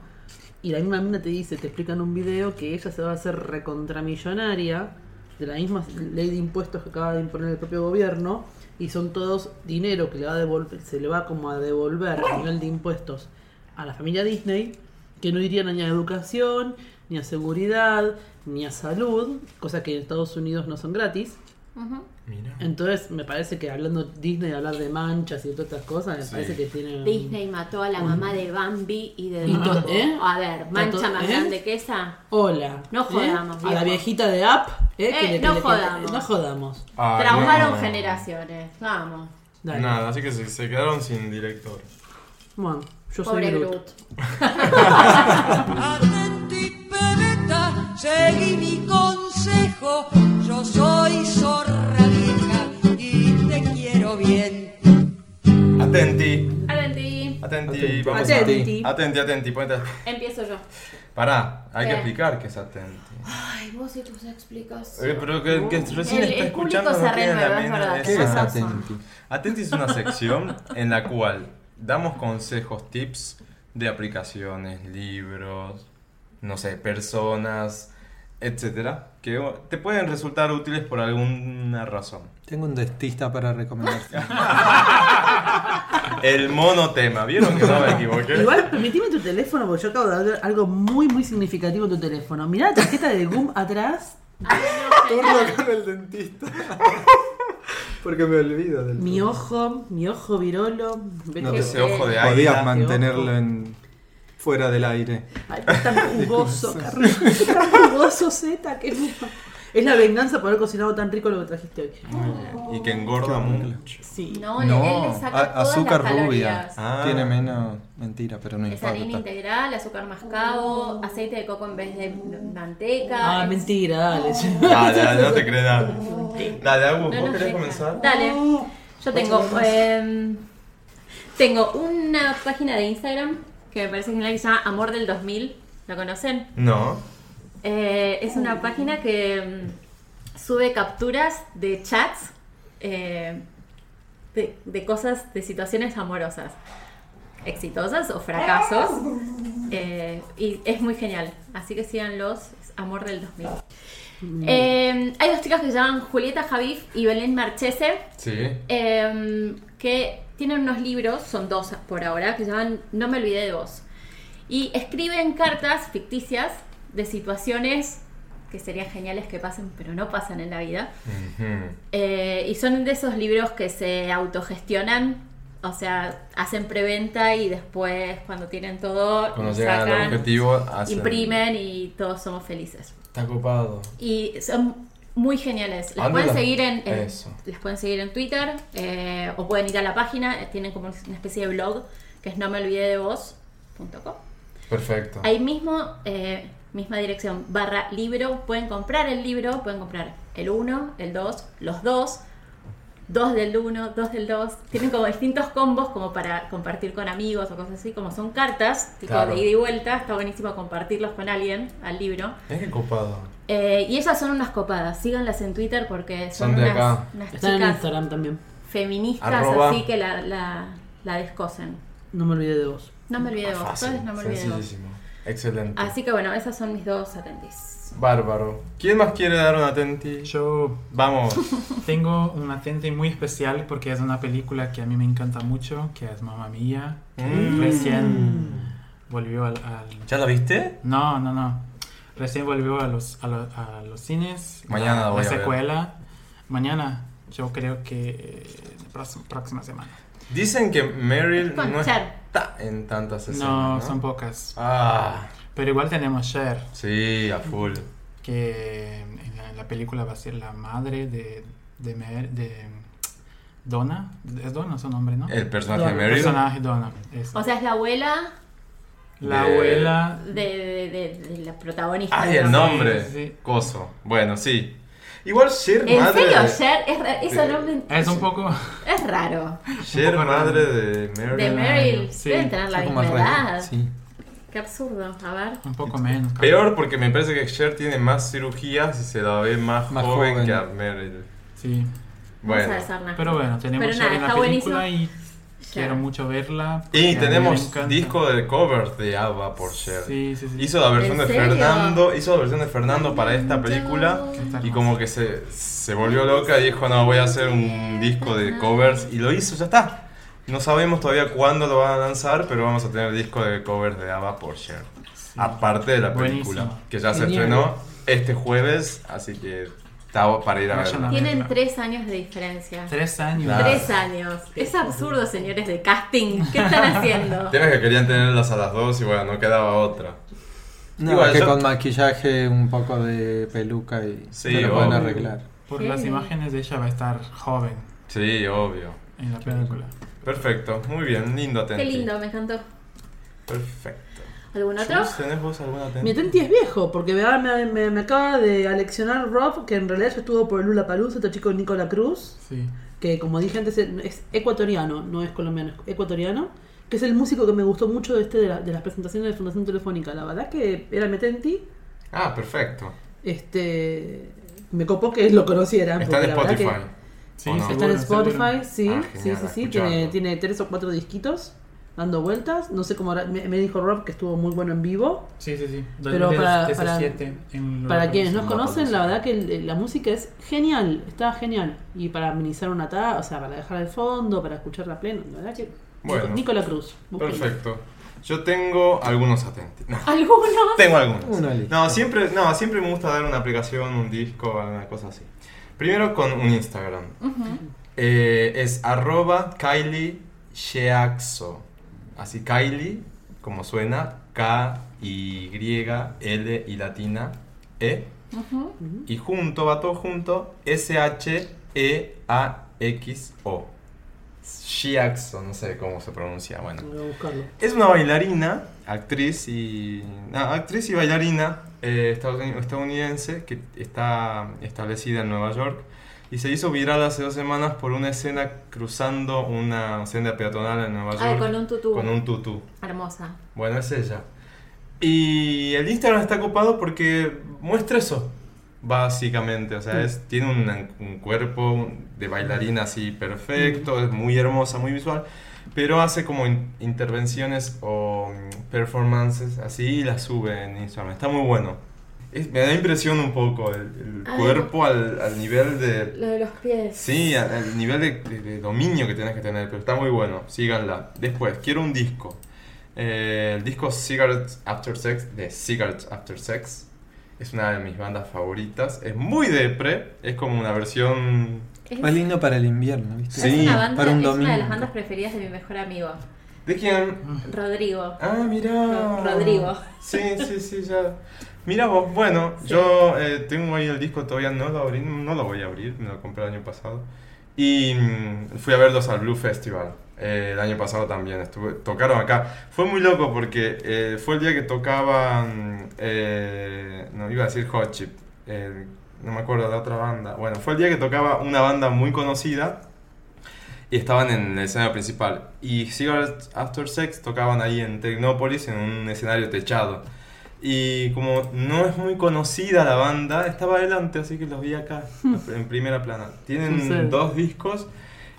Y la misma mina te dice, te explica en un video que ella se va a hacer recontramillonaria de la misma ley de impuestos que acaba de imponer el propio gobierno y son todos dinero que le va a devol- se le va como a devolver a nivel de impuestos a la familia Disney que no irían ni a educación, ni a seguridad, ni a salud, cosa que en Estados Unidos no son gratis.
Ujú.
Mira.
Entonces me parece que hablando Disney, hablar de manchas y de todas estas cosas, me
Sí.
parece que tiene...
Disney mató a
Mm.
la mamá de Bambi y de
Y to-
Dumbo.
¿eh?
A ver, mancha
Tanto-
más
¿eh?
grande que esa.
Hola. ¿Eh?
No jodamos,
A la
viejo.
viejita de app. ¿eh?
Eh, no jodamos.
no jodamos.
Ah,
Traumaron
no.
generaciones. Vamos.
Dale.
Nada, así que se, se quedaron sin director.
Bueno, yo soy
Pobre
Groot.
Groot.
Atenti, pereta, Seguí mi consejo, yo soy zorra vieja y te quiero bien.
Atenti,
Atenti.
atenti,
Atenti.
vamos
Atenti.
a. Atenti, atenti, ponete.
Empiezo yo.
Pará, hay que
¿Qué?
explicar que es atenti.
Ay, vos y tus explicaciones.
Eh, pero que, que recién
El-
está
el público
escuchando.
se
no tiene la
renueva, es
mínima
verdad.
idea.
¿Qué es
Esa.
Atenti?
Atenti es una sección en la cual damos consejos, tips de aplicaciones, libros, no sé, personas, etcétera, que te pueden resultar útiles por alguna razón.
Tengo un dentista para recomendar.
El monotema, ¿vieron que no me equivoqué?
Igual, permitime tu teléfono, porque yo acabo de ver algo muy, muy significativo en tu teléfono. Mirá la tarjeta de Goom atrás.
Ah,
Turno con el dentista. Porque me olvido del
Mi
turno.
ojo, mi ojo virolo. ¿Ves
No
que-
Ese ojo de
Podías
águila.
mantenerlo en fuera del aire.
Ay, es tan jugoso, Carlos. Es tan jugoso, Z. Que... Es la venganza por haber cocinado tan rico lo que trajiste hoy.
Y que engorda mucho.
Sí.
No,
No,
él le saca
a-
todas
azúcar
las
rubia.
calorías.
Ah.
Tiene menos. Mentira, pero no
Es harina
importa.
integral, azúcar mascabo, aceite de coco en vez de manteca.
Ah,
Es-
mentira, dale.
Dale, dale, no te crees nada. Dale, Agus,
No
¿vos
nos
querés
deja.
comenzar?
Dale. Yo tengo. em, tengo una página de Instagram que me parece genial que se llama Amor del 2000. ¿La conocen?
No.
Eh, es una página que mm, sube capturas de chats eh, de, de cosas, de situaciones amorosas, exitosas o fracasos. eh, y es muy genial. Así que síganlos, es Amor del 2000. Eh, hay dos chicas que se llaman Julieta Javif y Belén Marchese
Sí.
eh, que tienen unos libros, son dos por ahora, que se llaman No me olvidé de vos. Y escriben cartas ficticias de situaciones que serían geniales que pasen, pero no pasan en la vida.
Ujú.
Eh, y son de esos libros que se autogestionan, o sea, hacen preventa y después cuando tienen todo,
Cuando llegan al
sacan,
objetivo, hacen-
imprimen y todos somos felices.
Está copado.
Y son muy geniales. Las
Ando
pueden
la-
seguir en, en-
Eso.
las pueden seguir en Twitter eh, o pueden ir a la página. eh, Tienen como una especie de blog que es no me olvidé de vos.com.
Ah. Perfecto.
Ahí mismo, eh, misma dirección, barra libro. Pueden comprar el libro, pueden comprar el 1, el 2, los dos, dos del 1, dos del 2. Tienen como distintos combos como para compartir con amigos o cosas así. Como son cartas, tipo
Claro.
de ida y vuelta, está buenísimo compartirlos con alguien al libro.
Es que copado.
Eh, y ellas son unas copadas, síganlas en Twitter porque son,
Son de
unas,
acá.
unas
Están en
chicas
Instagram también.
feministas,
Arroba.
así que la, la, la descosen.
No me olvidé de vos.
No me olvidé de Eh, vos,
Ah, Fácil,
todas no me olvidé de vos.
Sencillísimo. Excelente.
Así que bueno, esas son mis dos atentis.
Bárbaro. ¿Quién más quiere dar un atenti?
Yo
Vamos.
tengo un atente muy especial porque es una película que a mí me encanta mucho, que es Mamma Mía.
Mm.
Recién volvió al- al
¿Ya la viste?
No, no, no. Recién volvió a los, a lo- a los cines.
Mañana
la,
la voy
la
a ver.
secuela. Mañana, yo creo que eh, próxima, próxima semana.
Dicen que Meryl
Con
no
Cher.
está en tantas escenas.
no,
No,
son pocas.
Ah,
Pero igual tenemos Cher,
sí, a full.
que en la, en la película va a ser la madre de, de, Mer- de Donna. ¿Es Donna su nombre, no?
El personaje de
El
Meryl.
personaje Donna. eso.
O sea, es la abuela
la
de-
abuela.
de, de- de- de la protagonista.
Ay, el
digamos.
nombre.
Sí, sí.
Coso. Bueno, sí. Igual Cher,
¿En
madre.
serio,
de-
Cher? Es, ra- eso
Sí.
no me-
Ah, Es un poco.
es raro.
Cher,
Un poco
madre
raro.
de Meryl.
De Meryl,
sí,
deben tener la
Son como
misma
al revés,
edad.
Sí.
Qué absurdo, a ver.
Un poco menos.
Peor porque me parece que Cher tiene más cirugías y se la ve más,
Más
joven,
joven.
que a Meryl.
Sí.
Vamos a
Bueno.
besar nada.
Pero bueno, tenemos
Pero
Cher
nada,
en la
está
película
buenísimo.
y
Ya.
Quiero mucho verla. porque a
Y
mí me
tenemos
encanta.
disco de cover de ABBA por Cher.
Sí, sí, sí.
Hizo la versión
¿En
de
serio?
Fernando, hizo la versión de Fernando para esta película
Que está
y
hermosa.
como que se, se volvió loca y dijo, no, voy a hacer un disco de covers y lo hizo, ya está. No sabemos todavía cuándo lo van a lanzar, pero vamos a tener disco de covers de ABBA por Cher. Aparte de la película,
Buenísimo.
que ya se
Genial.
estrenó este jueves, así que está para ir a
Vayan
verla.
a
Tienen
verla.
tres años de diferencia.
Tres años.
Claro.
Tres años. Es absurdo, señores de casting. ¿Qué están haciendo?
Temas que querían tenerlas a las dos y bueno, no quedaba otra.
No,
Igual,
que
yo-
con maquillaje, un poco de peluca y
Sí,
te lo pueden
obvio.
arreglar.
Por las
Sí.
imágenes de ella va a estar joven
Sí, obvio.
en la película.
Perfecto, muy bien, lindo atento.
Qué lindo, me encantó.
Perfecto.
¿Algún otro?
Chus, ¿Tenés vos alguna ten-
Mi Atenti es viejo, porque me, me- me- me acaba de aleccionar Rob, que en realidad yo estuvo por el Lula Palusa, este chico Nicola Cruz,
Sí.
que como dije antes es- es ecuatoriano, no es colombiano, es ecuatoriano, que es el músico que me gustó mucho de, este, de, la- de las presentaciones de Fundación Telefónica. La verdad que era Metenti,
Ah, perfecto.
este, me copó que lo conocieran.
Está en
Ah, porque la verdad que-
Spotify.
Sí,
¿O no?
Está en
seguro.
Spotify, sí,
Ah,
sí,
genial,
sí, sí,
escucharlo.
tiene, tiene tres o cuatro disquitos dando vueltas. No sé cómo ahora- me, me dijo Rob que eestuvo muy bueno en vivo.
Sí, sí, sí.
Pero para- para- Para quienes no
no
conocen, la
conocen.
verdad que el- la música es genial, está genial. Y para amenizar una tarde, o sea, para dejar al fondo, para escucharla pleno, la verdad que...
Bueno.
Nicola Cruz. busquen.
Perfecto. Yo tengo algunos atentos. No,
¿Alguno?
tengo algunos.
Una lista.
No, siempre, no, siempre me gusta dar una aplicación, un disco, alguna cosa así. Primero con un Instagram. Eh, es arroba Kylie Sheaxo. Así Kylie, como suena, K-Y-L y latina E. Y junto, va todo junto, E S-H-E-A-X-O. Sheaxo, no sé cómo se pronuncia, bueno.
Voy a buscarlo.
Es una bailarina, actriz y. no, actriz y bailarina eh, estadouni- estadounidense que está establecida en Nueva York y se hizo viral hace dos semanas por una escena cruzando una senda peatonal en Nueva
Ay,
York.
Ah, con un tutú.
Con un tutú.
Hermosa.
Bueno, es ella. Y el Instagram está copado porque muestra eso, básicamente. O sea, es, tiene un, un cuerpo de bailarina así perfecto, es muy hermosa, muy visual, pero hace como in- intervenciones o mm, performances así y las sube en Instagram. Está muy bueno. Es- me da impresión un poco el, el
Ay.
cuerpo al, al nivel de...
Lo de los pies.
Sí, al, al nivel de, de- de dominio que tienes que tener, pero está muy bueno, síganla. Después, quiero un disco. Eh, el disco Cigarettes After Sex, de Cigarettes After Sex, es una de mis bandas favoritas. Es muy depre, es como una versión...
Es,
Es lindo para el invierno, ¿viste?
es
Sí,
una banda-
para un
es
domingo.
una de las bandas preferidas de mi mejor amigo,
¿De quién?
Rodrigo.
Ah, mira.
Ro- Rodrigo.
Sí, sí, sí, ya. Mira vos, bueno, yo eh, tengo ahí el disco, todavía no lo abrí, no lo voy a abrir, me lo compré el año pasado. Y mm, fui a verlos al Blue Festival. eh, el año pasado también estuve, tocaron acá. Fue muy loco porque eh, fue el día que tocaban, eh, no iba a decir Hot Chip, eh, no me acuerdo la otra banda. Bueno, fue el día que tocaba una banda muy conocida y estaban en el escenario principal. Y Cigarettes After Sex tocaban ahí en Tecnópolis en un escenario techado. Y como no es muy conocida la banda, estaba adelante, así que los vi acá, en primera plana. Tienen
En serio.
dos discos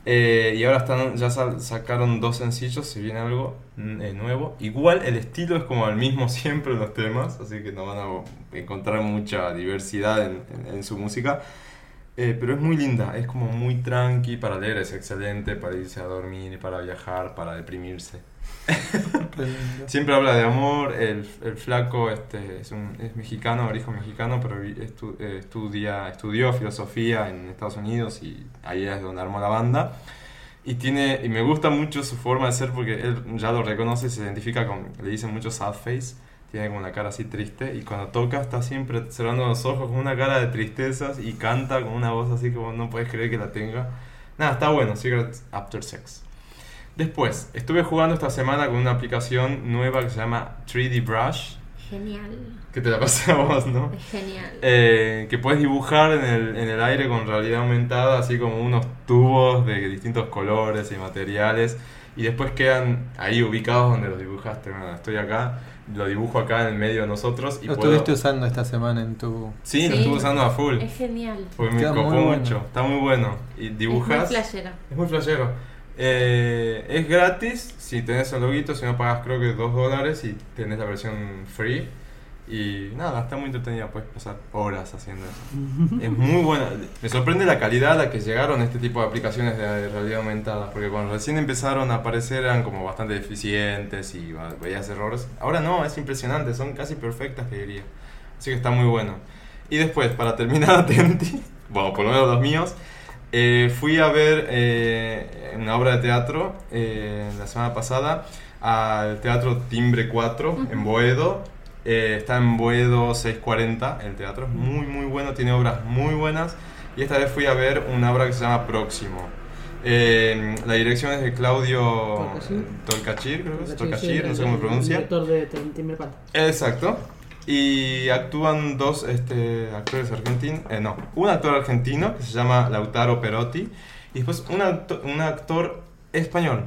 eh, y ahora están, ya sal- sacaron dos sencillos, si viene algo mm, eh, nuevo. Igual el estilo es como el mismo siempre en los temas, así que no van a encontrar mucha diversidad en- en- en su música. Eh, pero es muy linda, es como muy tranqui para leer, es excelente para irse a dormir, para viajar, para deprimirse.
Re lindo.
Siempre habla de amor, el, el flaco este, es, un, es mexicano, de origen mexicano, pero vi- estu- eh, estudia, estudió filosofía en Estados Unidos y ahí es donde armó la banda. Y, tiene, y me gusta mucho su forma de ser porque él ya lo reconoce, se identifica con, le dicen mucho sad face, tiene como una cara así triste y cuando toca está siempre cerrando los ojos con una cara de tristezas y canta con una voz así que vos no puedes creer que la tenga. Nada, está bueno, Secrets After Sex. Después, estuve jugando esta semana con una aplicación nueva que se llama 3D Brush,
Genial.
que te la pasé a vos, ¿no?
Es genial.
Eh, que puedes dibujar en el, en el aire con realidad aumentada, así como unos tubos de distintos colores y materiales, y después quedan ahí ubicados donde los dibujaste. Bueno, estoy acá, lo dibujo acá en el medio de nosotros y
Lo
puedo...
estuviste usando esta semana en tu.
Sí, lo
Sí.
estuve usando a full.
Es genial.
Porque me
Está muy
copó
bueno.
mucho, está muy bueno. Y
Es
dibujas...
muy flashero.
Es muy flashero. Eh, es gratis si tenés el loguito, si no pagas creo que 2 dólares y tenés la versión free. Y nada, está muy entretenida, puedes pasar horas haciendo eso. es muy buena. Me sorprende la calidad a la que llegaron este tipo de aplicaciones de realidad aumentada, porque cuando recién empezaron a aparecer eran como bastante deficientes y va- veías errores. Ahora no, es impresionante, son casi perfectas, te diría. Así que está muy bueno. Y después, para terminar, atenti, bueno, por lo menos los míos, eh, fui a ver eh, una obra de teatro eh, la semana pasada al Teatro Timbre 4 en Boedo. Eh, está en Boedo 640, el teatro es muy muy bueno, tiene obras muy buenas. Y esta vez fui a ver una obra que se llama Próximo. Eh, la dirección es de Claudio
Tolcachir.
Tolcachir, creo que es.
Sí,
Tolcachir,
el-
no sé cómo
el
se pronuncia.
Director de Tim- Timberplan.
Exacto. Y actúan dos este, actores argentinos. eh, no, un actor argentino que se llama Lautaro Perotti. Y después un, acto- un actor español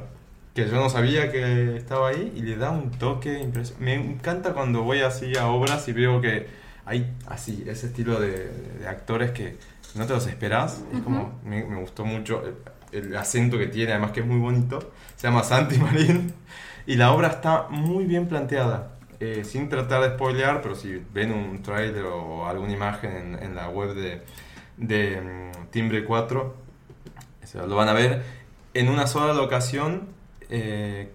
que yo no sabía que estaba ahí y le da un toque impresionante. Me encanta cuando voy así a obras y veo que hay así, ese estilo de, de actores que no te los esperás. Es como, me, me gustó mucho el, el acento que tiene, además que es muy bonito. Se llama Santi Marín. Y la obra está muy bien planteada. Eh, sin tratar de spoilear, pero si ven un trailer o alguna imagen en, en la web de, de mm, Timbre 4, eso lo van a ver. En una sola locación, eh,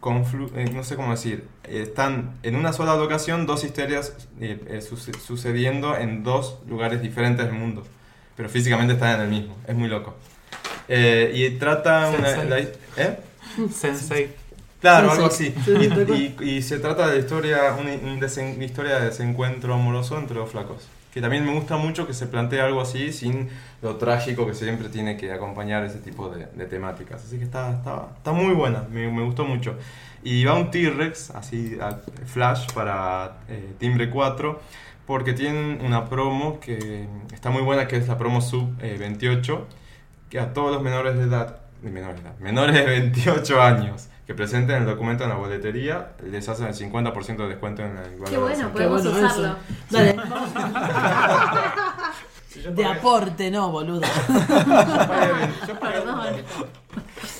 conflu- eh, no sé cómo decir, eh, están en una sola locación dos historias eh, eh, suce- sucediendo en dos lugares diferentes del mundo, pero físicamente están en el mismo. Es muy loco. Eh, y trata una.
Sensei.
la hi- ¿eh?
Sensei.
Claro,
Sí,
algo
sí.
así. Y, y- y se trata de historia, una, un desen- una historia de desencuentro amoroso entre dos flacos. Que también me gusta mucho que se plantee algo así, sin lo trágico que siempre tiene que acompañar ese tipo de, de temáticas. Así que está, está, está muy buena, me, me gustó mucho. Y va un T-Rex, así, a Flash para eh, Timbre 4, porque tienen una promo que está muy buena, que es la promo Sub eh, 28, que a todos los menores de edad, de menores de edad, menores de 28 años que presenten el documento en la boletería, les hacen el 50% de descuento en el valor
Qué bueno,
del centro.
podemos
Qué bueno
usarlo.
eso. Dale, de aporte, no, boludo.
pues. Perdón.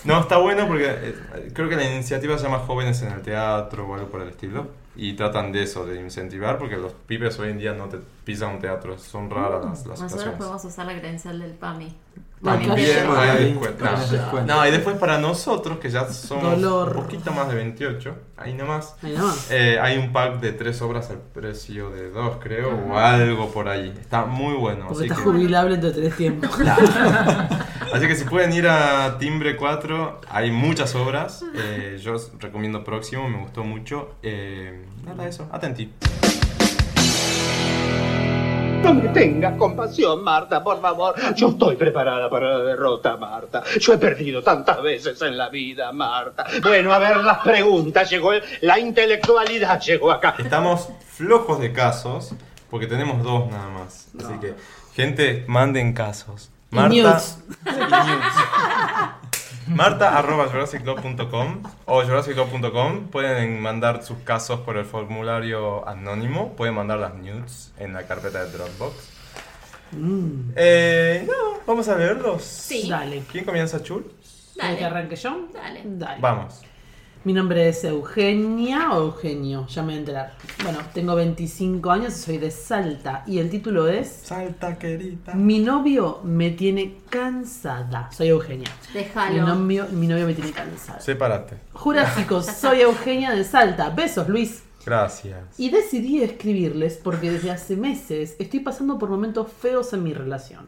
No, está bueno porque eh, creo que la iniciativa se llama Jóvenes en el Teatro o algo por el estilo. Y tratan de eso, de incentivar, porque los pibes hoy en día no te pisan un teatro, son raras las, las
Nosotros
situaciones.
podemos usar la credencial del PAMI.
También
Vale,
hay
vale,
descuento.
vale,
No,
descuento.
No, y después para nosotros, que ya somos
Dolor.
un poquito más de 28, ahí nomás,
Ahí nomás.
Eh, hay un pack de tres obras al precio de dos, creo, o algo por ahí. Está muy bueno.
Porque
Así
estás
que,
jubilable entre tres tiempos.
así que si pueden ir a Timbre 4, hay muchas obras. Eh, yo os recomiendo Próximo, me gustó mucho. Eh, nada, eso, atentí.
No me tengas compasión, Marta, por favor. Yo estoy preparada para la derrota, Marta. Yo he perdido tantas veces en la vida, Marta. Bueno, a ver las preguntas. Llegó el- la intelectualidad, llegó acá.
Estamos flojos de casos, porque tenemos dos nada más. Así que, gente, manden casos.
Y
Marta.
nudes.
y nudes. Marta arroba jurassicclub.com o jurassicclub.com pueden mandar sus casos por el formulario anónimo, pueden mandar las nudes en la carpeta de Dropbox. Eh, no, vamos a leerlos.
Sí.
Dale.
¿Quién comienza, Chul?
¿Quieres que
Dale.
arranque yo?
Dale.
Dale.
Vamos.
Mi nombre es Eugenia o Eugenio, ya me voy a enterar. Bueno, tengo 25 años y soy de Salta. Y el título es
Salta, querida.
Mi novio me tiene cansada. Soy Eugenia. Mi
Déjalo.
novio, mi novio me tiene cansada.
Sepárate.
Jurásico, soy Eugenia de Salta. Besos, Luis.
Gracias.
Y decidí escribirles porque desde hace meses estoy pasando por momentos feos en mi relación.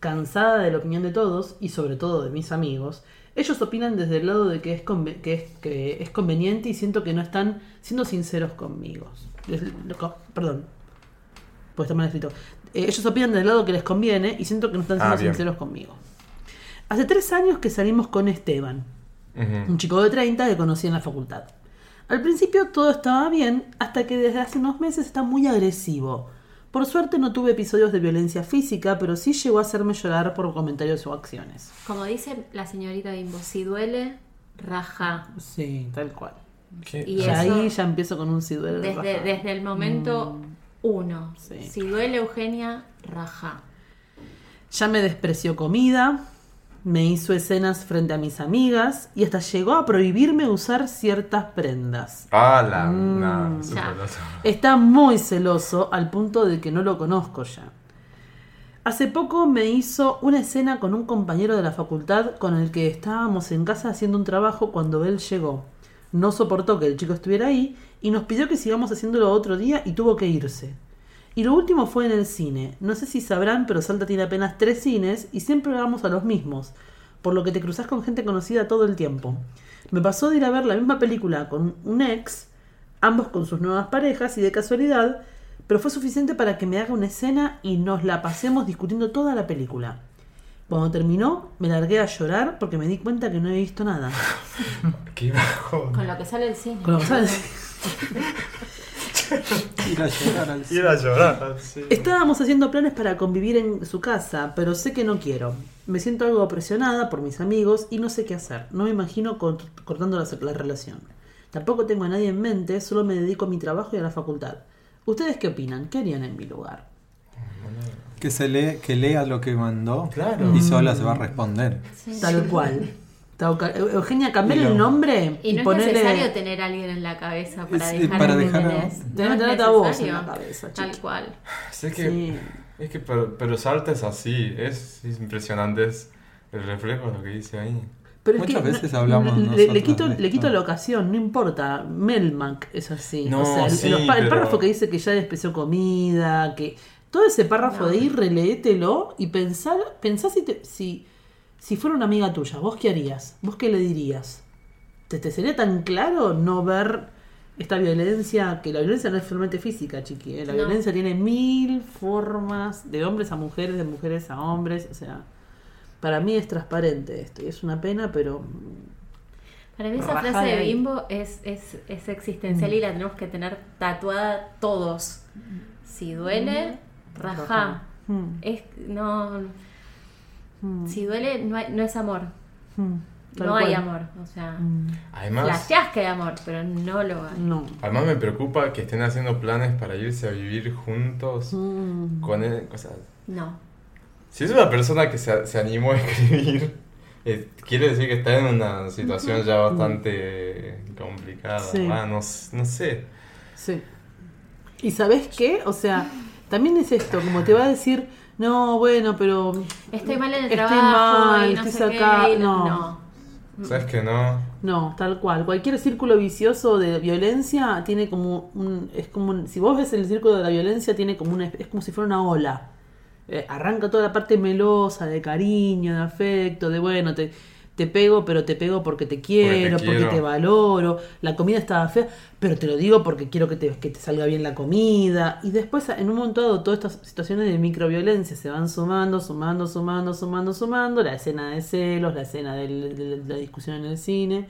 Cansada de la opinión de todos y sobre todo de mis amigos, ellos opinan desde el lado de que es, conve- que es, que es conveniente y siento que no están siendo sinceros conmigo. Des- lo co- perdón, pues está mal escrito. Eh, ellos opinan del lado que les conviene y siento que no están
Ah,
siendo
bien.
sinceros conmigo. Hace tres años que salimos con Esteban,
Ujú.
un chico de 30 que conocí en la facultad. Al principio todo estaba bien, hasta que desde hace unos meses está muy agresivo. Por suerte no tuve episodios de violencia física, pero sí llegó a hacerme llorar por comentarios o acciones.
Como dice la señorita Bimbo, si duele, raja.
Sí, tal cual.
¿Qué?
Y
Y
eso,
ahí ya empiezo con un siduelo.
desde, desde el
Mm.
momento uno.
Sí.
Si duele, Eugenia, raja.
Ya me despreció comida, me hizo escenas frente a mis amigas y hasta llegó a prohibirme usar ciertas prendas.
Ah, la.
Mm,
nah,
ya.
súper loco.
Está muy celoso al punto de que no lo conozco ya. Hace poco me hizo una escena con un compañero de la facultad con el que estábamos en casa haciendo un trabajo cuando él llegó. No soportó que el chico estuviera ahí y nos pidió que sigamos haciéndolo otro día y tuvo que irse. Y lo último fue en el cine. No sé si sabrán, pero Salta tiene apenas tres cines y siempre vamos a los mismos, por lo que te cruzas con gente conocida todo el tiempo. Me pasó de ir a ver la misma película con un ex, ambos con sus nuevas parejas y de casualidad, pero fue suficiente para que me haga una escena y nos la pasemos discutiendo toda la película. Cuando terminó, me largué a llorar porque me di cuenta que no había visto nada.
Qué bajo.
Con lo que sale el cine.
Con lo que sabes,
Ir a llorar al
Ir a llorar.
Estábamos haciendo planes para convivir en su casa, pero sé que no quiero. Me siento algo presionada por mis amigos y no sé qué hacer. No me imagino cort- cortando la, la relación. Tampoco tengo a nadie en mente, solo me dedico a mi trabajo y a la facultad. ¿Ustedes qué opinan? ¿Qué harían en mi lugar?
Que se lee, que lea lo que mandó
Claro.
y sola se va a responder.
Tal cual. Tal cual. Eugenia, cambiar
Y
el
lo-
nombre
Y no
ponerle-
es necesario tener a alguien en la cabeza para
Es- eh,
dejar
para
a
dejar a-
Tenés que
No es
tener a vos en
necesario.
la cabeza,
Tal
chica.
cual.
Sí, es que,
Sí.
es que pero, pero Sartre es así, es, es impresionante es el reflejo de lo que dice ahí.
Pero
Muchas
no-
veces hablamos
le- Le,
nosotros
quito,
de
le quito
esto.
la ocasión, no importa. Melmac es así.
No,
o sea, el,
sí,
los pa- el
pero-
párrafo que dice que ya despreció comida, que. Todo ese párrafo
No.
de ahí, reléetelo y pensá, pensá si, te- si, si fuera una amiga tuya, ¿vos qué harías? ¿Vos qué le dirías? ¿Te, te sería tan claro no ver esta violencia? Que la violencia no es solamente física, chiqui. ¿eh? La
No.
violencia tiene mil formas, de hombres a mujeres, de mujeres a hombres, o sea. Para mí es transparente esto y es una pena, pero
Para mí esa
Rajada
frase de
ahí. Mm.
Bimbo es, es, es existencial y la tenemos que tener tatuada todos. Si duele, rajá.
mm,
Es, no,
mm,
si duele, no, hay- no es amor.
mm, tal
No hay
cual.
amor. O sea,
Mm,
Además,
flasheás que hay amor, pero no lo hay.
No.
además me preocupa que estén haciendo planes para irse a vivir juntos
Mm.
con él. O sea,
No.
si es una persona que se, se animó a escribir, eh, quiere decir que está en una situación ya bastante complicada.
Sí.
Ah, no, s- no sé.
Sí. ¿Y sabes qué? O sea, también es esto, como te va a decir, no, bueno, pero
Estoy mal en el
Estoy
trabajo
mal,
y no
estoy
sé qué,
sacada,
y no-
no.
no.
¿Sabes que no?
no, tal cual. Cualquier círculo vicioso de violencia tiene como un, es como un- si vos ves el círculo de la violencia tiene como una, es como si fuera una ola. Eh, arranca toda la parte melosa de cariño, de afecto, de bueno, te, te pego, pero te pego porque te quiero, porque te,
quiero.
valoro, la comida estaba fea, pero te lo digo porque quiero que te, que te salga bien la comida. Y después, en un momento dado, todas estas situaciones de microviolencia se van sumando, sumando, sumando, sumando, sumando, la escena de celos, la escena del- de, la discusión en el cine.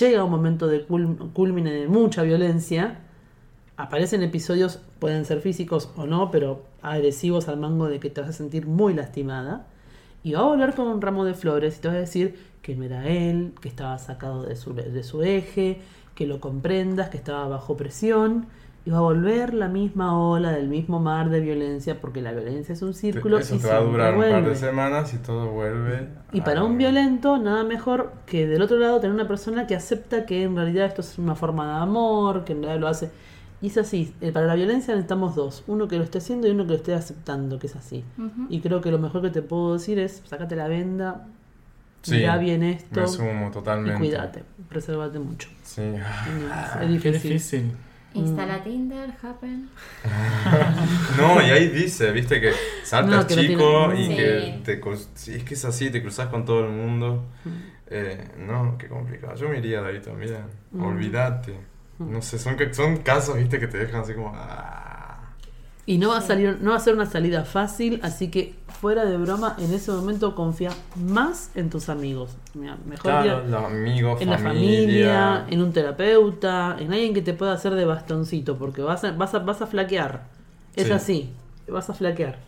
Llega un momento de cul- culmine de mucha violencia aparecen episodios, pueden ser físicos o no, pero agresivos al mango de que te vas a sentir muy lastimada. Y va a volver con un ramo de flores y te vas a decir que no era él, que estaba sacado de su, de su eje, que lo comprendas, que estaba bajo presión. Y va a volver la misma ola del mismo mar de violencia, porque la violencia es un círculo.
Eso
y
te va a
siempre
durar un par de
vuelve.
semanas y todo vuelve.
Y
a-
para un violento, nada mejor que del otro lado tener una persona que acepta que en realidad esto es una forma de amor, que en realidad lo hace. Y es así, eh, para la violencia necesitamos dos, uno que lo esté haciendo y uno que lo esté aceptando, que es así.
Ujú.
Y creo que lo mejor que te puedo decir es, sacate la venda,
Sí,
mirá bien esto
Me sumo
y
totalmente. Ah,
cuídate, presérvate mucho.
Sí.
es
Qué
difícil.
difícil.
Mm.
Instala Tinder, Happen.
No, y ahí dice, viste que saltas
No, que no
chico
tiene-
y
Sí.
que te cruz- sí, es que es así, te cruzas con todo el mundo. Eh, no, qué complicado. Yo me iría de ahí también.
Mm.
Olvídate. No sé, son, ca- son casos, viste, que te dejan así como. ah.
Y no va, a salir, no va a ser una salida fácil, así que fuera de broma, en ese momento confía más en tus amigos. Mirá, mejor
Claro,
día-
los amigos,
en la familia, eh, en un terapeuta, en alguien que te pueda hacer de bastoncito, porque vas a, vas a, vas a flaquear. Es
Sí.
así, vas a flaquear.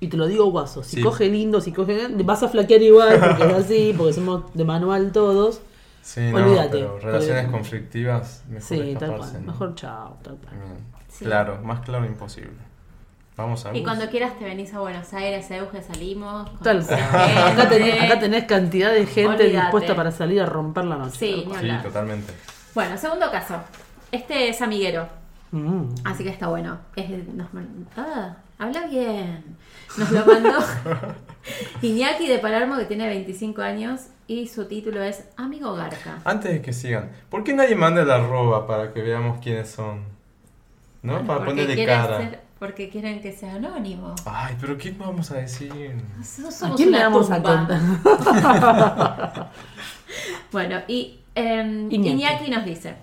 Y te lo digo guaso, si
Sí.
coge lindo, si coge... Vas a flaquear igual, porque es así, porque somos de manual todos.
Sí,
Olvídate,
no, pero relaciones
olvídate.
conflictivas, mejor
sí, tal
escaparse,
cual.
¿no? Mm.
Mejor chao, tal cual.
Bien.
Sí.
Claro, más claro imposible. Vamos a
Y
Gus.
cuando quieras te venís a Buenos Aires, a Euge, salimos. con-
Tal cual. acá, tenés, acá tenés cantidad de gente
Olvídate.
dispuesta para salir a romper la noche.
Sí,
tal cual.
ni
Sí,
hablar.
totalmente.
Bueno, segundo caso. Este es amiguero,
Mm.
así que está bueno. Es, nos, man- ah, habla bien. Nos lo mandó Iñaki de Palermo, que tiene 25 años, y su título es Amigo Garca.
Antes de que sigan, ¿por qué nadie manda el arroba para que veamos quiénes son? ¿No? para
Porque
ponerle
quieren
cara.
ser- porque quieren que sea anónimo.
Ay, pero ¿qué vamos a decir?
Nosotros
¿A
somos
quién le
una
vamos a
tumba.
contar?
Bueno, y em,
Iñaki.
Iñaki. nos dice,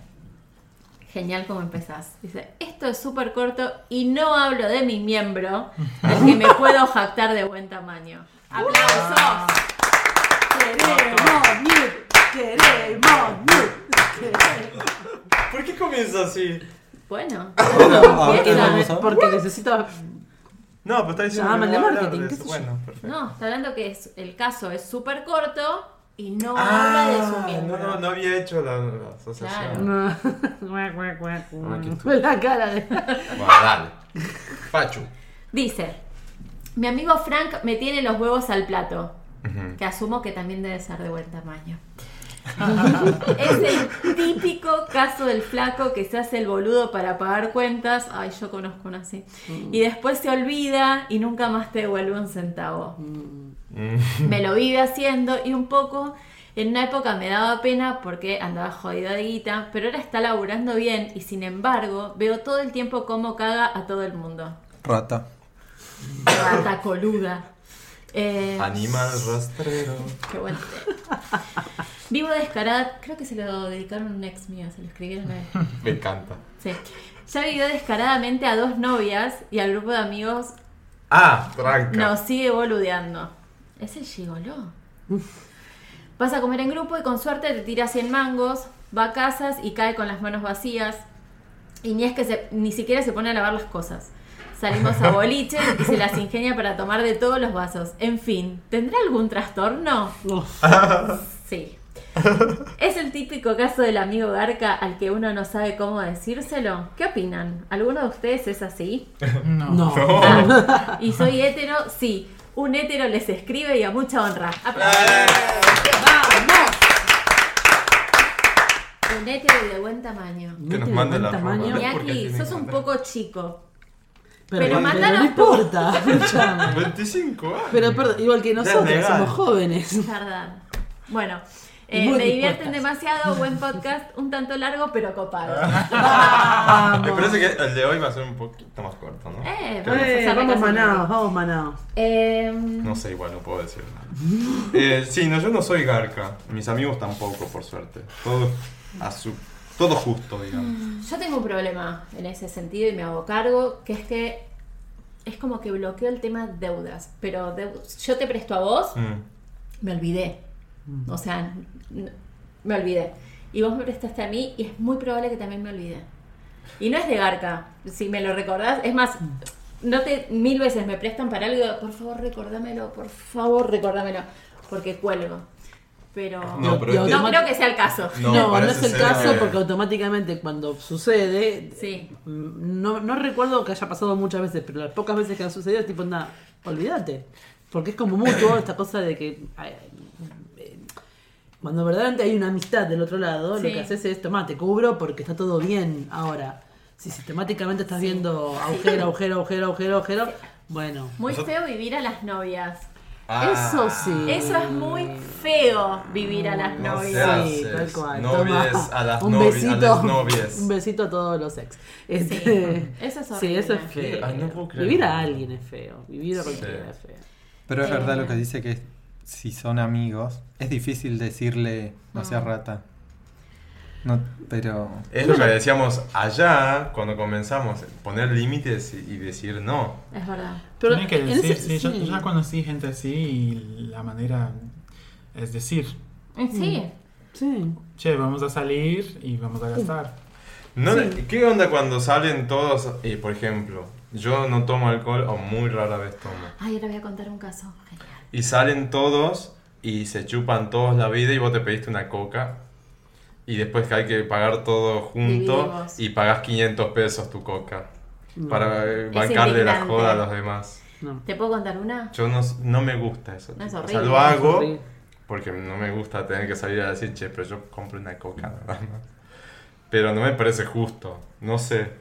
genial como empezás, dice, esto es súper corto y no hablo de mi miembro, del que me puedo jactar de buen tamaño. ¡Aplausos!
Queremos Newt, queremos Newt, queremos.
¿Por qué comienza así?
Bueno,
ahora vamos a-
Porque necesita.
No, pero está diciendo.
Ah,
que
mal de
no va a
marketing,
hablar de
qué
eso.
sé yo.
Bueno, perfecto.
no, está hablando que es, el caso es súper corto y no
Ah,
habla de su miembro.
No, no, no había hecho la, la asociación.
La cara
Ah,
de.
Bueno, dale. Pachu.
Dice, mi amigo Frank me tiene los huevos al plato. Que asumo que también debe ser de buen tamaño. es el típico caso del flaco que se hace el boludo para pagar cuentas. Ay, yo conozco uno así. Y después se olvida y nunca más te devuelve un centavo. Me lo vive haciendo y un poco. En una época me daba pena porque andaba jodida de guita, pero ahora está laburando bien y sin embargo veo todo el tiempo cómo caga a todo el mundo.
Rata.
Rata coluda. Eh,
Animal rastrero.
qué bueno. Vivo descarada, creo que se lo dedicaron a un ex mío, se lo escribieron a él.
Me encanta.
Sí. Ya vivió descaradamente a dos novias y al grupo de amigos
Ah, tranca.
nos sigue boludeando. Ese gigoló. Vas a comer en grupo y con suerte te tira 100 mangos, va a casas y cae con las manos vacías. Y ni es que se- ni siquiera se pone a lavar las cosas. Salimos a boliches y se las ingenia para tomar de todos los vasos. En fin, ¿tendrá algún trastorno? Sí. Es el típico caso del amigo Garca al que uno no sabe cómo decírselo. ¿Qué opinan? ¿Alguno de ustedes es así?
No.
No.
Ah, y soy hétero, sí. Un hétero les escribe y a mucha honra. Aplausos.
¡Eh!
Un hétero y de buen tamaño.
Que nos
Tiene
mande
buen
la forma.
tamaño.
¿Por qué
Iñaki,
tiene
sos un
que
poco chico.
Pero,
Pero
bueno,
mándanos
no importa. escuchame.
25 años.
Pero perdón, igual que nosotros,
Deslegal.
somos jóvenes.
Tardar. Bueno,
Y
eh,
muy
me divierten
dispuestas.
demasiado. Buen podcast, un tanto largo, pero copado.
Me
Vamos.
parece que el de hoy va a ser un poquito más corto, ¿no?
Eh,
Creo.
vamos a
Eh,
hacer
vamos
casi
manados,
medio.
vamos manados.
Em,
No sé, igual no puedo decir nada. Eh, sí, no, yo no soy garca. Mis amigos tampoco, por suerte. Todo a su. Todo justo, digamos.
Yo tengo un problema en ese sentido y me hago cargo, que es que es como que bloqueo el tema deudas, pero deu- yo te presto a vos,
Mm.
me olvidé. O sea, n- me olvidé. Y vos me prestaste a mí y es muy probable que también me olvide. Y no es de garca, si me lo recordás, es más, no te mil veces me prestan para algo, por favor recordámelo, por favor recordámelo, porque cuelgo. Pero
No,
no,
pero
Y
es que-
automáticamente-
creo que sea el caso.
No,
No, no,
parece
es el
ser
caso
que-
porque automáticamente cuando sucede,
Sí.
mm, no, no recuerdo que haya pasado muchas veces, pero las pocas veces que ha sucedido es tipo, nada, olvídate. Porque es como mutuo esta cosa de que ay, eh, cuando verdaderamente hay una amistad del otro lado, lo
Sí.
que haces es, tomá, te cubro porque está todo bien ahora. Si sistemáticamente estás viendo agujero, agujero, agujero, agujero, agujero, bueno.
Muy
Nosot-
feo vivir a las novias.
Ah,
Eso sí.
Eso es muy feo vivir a las
No
novias.
seas-
Sí, tal cual.
Novies, a
Toma.
las novi- a las novies.
Un besito a todos los ex. Este,
Sí, eso es
sí, eso es
horrible.
feo.
Ay, no puedo creer.
Vivir a alguien es feo. Vivir a cualquiera es feo.
Pero es verdad lo que dice que si son amigos, es difícil decirle no seas rata. No, pero.
Es lo que decíamos allá cuando comenzamos, poner límites y y decir no.
Es verdad.
Pero
Tiene que
en
decir,
ese-
sí, Yo,
sí.
yo ya conocí gente así y la manera es decir,
mm. Sí.
Sí.
che, vamos a salir y vamos a gastar.
No, ¿Qué onda cuando salen todos? Eh, por ejemplo, yo no tomo alcohol o muy rara vez tomo.
Ay, ahora voy a contar un caso. Genial.
Y salen todos y se chupan todos la vida y vos te pediste una coca. Y después que hay que pagar todo junto
Dividimos.
y pagás 500 pesos tu coca. Para eh, bancarle la
indignante.
joda a los demás.
No.
¿Te puedo contar una?
Yo no, no me gusta eso.
No, es
o sea,
horrible,
lo
es
hago
horrible.
porque no me gusta tener que salir a decir, che, pero yo compro una coca nada más. Pero no me parece justo. No sé.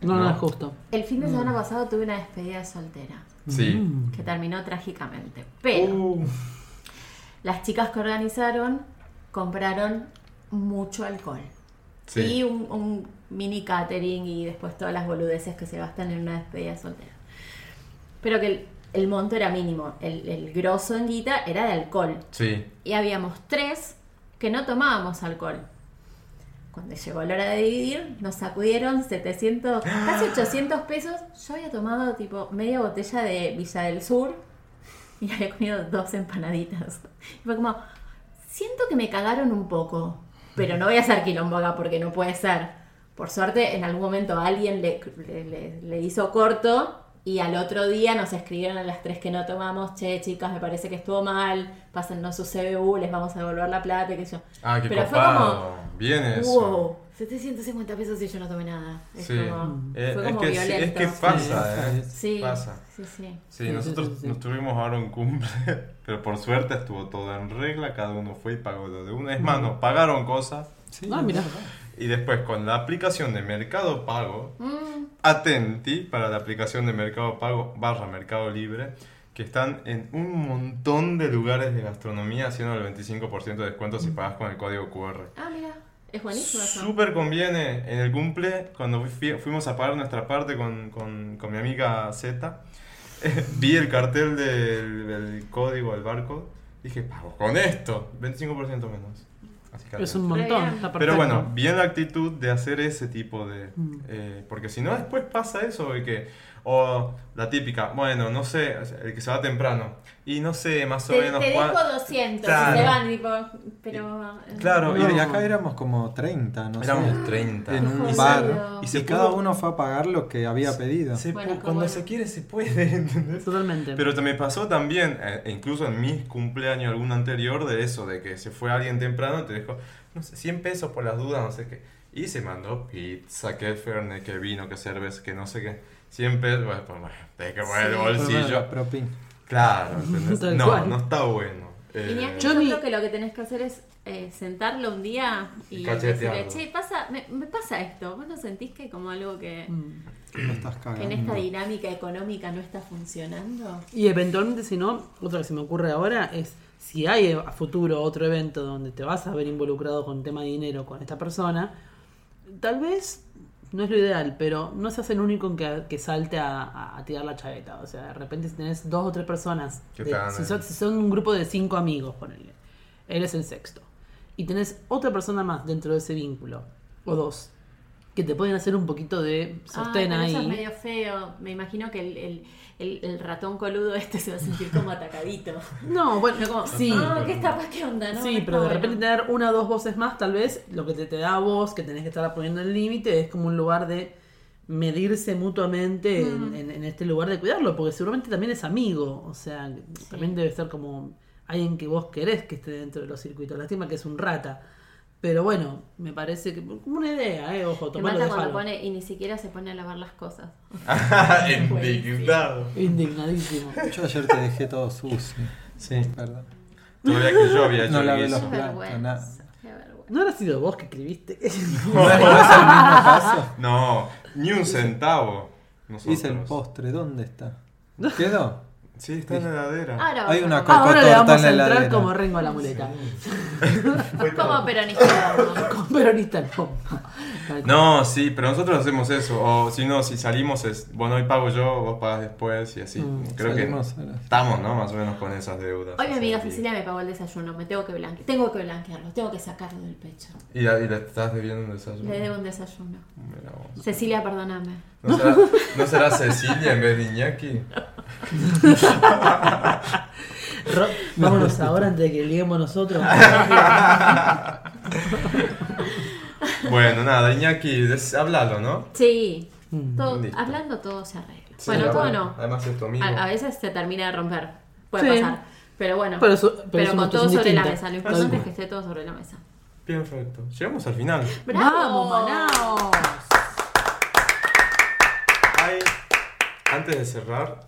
No, no,
No.
es justo.
El fin de semana pasado tuve una despedida de soltera
Sí.
que terminó trágicamente. Pero
Uh.
las chicas que organizaron compraron mucho alcohol.
Sí.
Y un, un mini catering y después todas las boludeces que se gastan en una despedida soltera. Pero que el, el monto era mínimo. El, el grosso en guita era de alcohol.
Sí.
y habíamos tres que no tomábamos alcohol. Cuando llegó la hora de dividir, nos sacudieron 700, casi 800 pesos. Yo había tomado tipo media botella de Villa del Sur y había comido dos empanaditas. Y fue como, siento que me cagaron un poco, pero no voy a hacer quilombo acá porque no puede ser. Por suerte, en algún momento alguien le, le- le- le hizo corto y al otro día nos escribieron a las tres que no tomamos, che, chicas, me parece que estuvo mal, pásennos su CBU, uh, les vamos a devolver la plata, que yo.
Ah, qué
Pero fue
copado. Bien eso.
Wow, 750 pesos y yo no tomé nada. Es
Sí.
como,
Eh,
fue
es,
como
que, sí, es
violento.
que pasa, ¿eh?
Sí,
Pasa.
sí, sí.
Sí,
Sí,
nosotros
sí, sí, sí.
nos tuvimos ahora un cumple, pero por suerte estuvo todo en regla, cada uno fue y pagó lo de uno. Es
Mm.
más, nos pagaron cosas
Ah, mira.
y después con la aplicación de Mercado Pago,
Mm,
Atenti para la aplicación de Mercado Pago barra Mercado Libre, que están en un montón de lugares de gastronomía haciendo el 25% de descuento
Mm.
si pagas con el código QR.
Ah, mira, es buenísimo eso.
Súper conviene. En el cumple, cuando fui- fuimos a pagar nuestra parte con, con- con mi amiga Z, vi el cartel del, del código, el barco, dije, pago con esto, 25% menos. Así que
Es
atenti.
un montón. está
Pero
perfecto.
bueno, bien la actitud de hacer ese tipo de...
Mm.
eh, porque si no, después pasa eso de que... O la típica, bueno, no sé, el que se va temprano. Y no sé, más o
Te,
menos...
te
cuá-
dejo 200
Claro.
y se van, tipo, pero...
Claro,
No,
y-
y acá éramos como 30, no
Éramos
sé.
30.
En un
Joder.
bar.
Y
Y,
se
cada
pudo-
uno fue a pagar lo que había pedido.
Se
Bueno,
pu-
qué
cuando
bueno.
se quiere, se puede, ¿entendés?
Totalmente.
Pero te me pasó también, eh, e incluso en mis cumpleaños, algún anterior, de eso, de que se fue alguien temprano, te dejó, no sé, 100 pesos por las dudas, no sé qué. Y se mandó pizza, que fernet, que vino, que cerveza, que no sé qué. 100 pesos, bueno, pues, bueno, te que poner el bolsillo.
Pero, propina.
Claro, ¿entendés?
Tal
No,
cual.
no está bueno. Eh,
Genial,
Yo
yo
ni-
creo que lo que tenés que hacer es eh, sentarlo un día
Y
y
cachetearlo.
decirle, che, pasa, me, me pasa esto, vos no sentís que hay como algo que
Mm.
Me estás
que
cagando.
en esta dinámica económica no está funcionando.
Y eventualmente, si no, otra que se me ocurre ahora es si hay e, a futuro otro evento donde te vas a ver involucrado con tema de dinero con esta persona, tal vez no es lo ideal, pero no seas el único en que, que salte a, a- a tirar la chaveta. O sea, de repente si tenés dos o tres personas,
Que
de-
te hagan
si,
el-
son, si son un grupo de cinco amigos, ponele, eres el sexto, y tenés otra persona más dentro de ese vínculo, o dos, que te pueden hacer un poquito de sostén
Ay, pero
ahí.
Eso es Ah, medio feo. Me imagino que el, el- el- el ratón coludo este se va a sentir como atacadito.
No, bueno,
No como,
sí.
"Ah, ¿qué está pa- qué onda? No,
Sí,
no
pero
está
de
bueno".
repente tener una o dos voces más, tal vez lo que te, te da a vos, que tenés que estar poniendo el límite, es como un lugar de medirse mutuamente
Mm.
en, en- en este lugar de cuidarlo, porque seguramente también es amigo, o sea, también debe ser como alguien que vos querés que esté dentro de los circuitos. Lástima que es un rata, pero bueno, me parece que como una idea, ¿eh? Ojo,
Te
tomarlo
mata
de
cuando
palo.
pone y ni siquiera se pone a lavar las cosas.
Indignado.
Indignadísimo.
Yo ayer te dejé todo sucio.
Sí.
Perdón.
Todavía que yo había hecho
No
el
lavé
guiso.
los-
Qué
Blanco,
vergüenza.
nada.
Qué vergüenza.
¿No habrá sido vos que escribiste?
No, ni un centavo. Nosotros.
Hice el postre, ¿dónde está? ¿Quedó?
Sí, está en la heladera.
Ahora
Hay
vamos
una
a-
cosa-
Ahora le
Cocotorta
vamos
en la
a entrar
heladera.
como Rengo a la muleta.
Fue todo.
Como peronista.
Con peronista no.
No, sí, pero nosotros hacemos eso. O si no, si salimos es, bueno, hoy pago yo, vos pagas después y así.
Mm,
Creo
Salimos
que
a las-
estamos, ¿no? Más o menos con esas deudas.
Hoy mi
Así,
amiga
y-
Cecilia me pagó el desayuno, me tengo que blanquear, tengo que blanquearlo, tengo que sacarlo del pecho.
Y, y le estás debiendo un desayuno.
Le debo un desayuno.
Mira vos.
Cecilia, perdóname.
¿No será, ¿No será Cecilia en vez de Iñaki?
Ro- Vámonos ahora antes de que liguemos nosotros.
Ah. Bueno, nada, Iñaki, des- háblalo, ¿no?
Sí,
Mm.
todo-
listo.
hablando todo se arregla.
Sí,
bueno, todo
además-
no.
Además es tu amigo.
A, a veces se termina de romper, puede
Sí.
pasar. Pero bueno,
Pero su- pero es una
con todo
cuestión
sobre la
distinta.
mesa. Lo
Tal
importante es
cual.
que esté todo sobre la mesa.
Perfecto. Llegamos al final.
¡Bravo!
¡Vamos, Manaos!
Hay, antes de cerrar,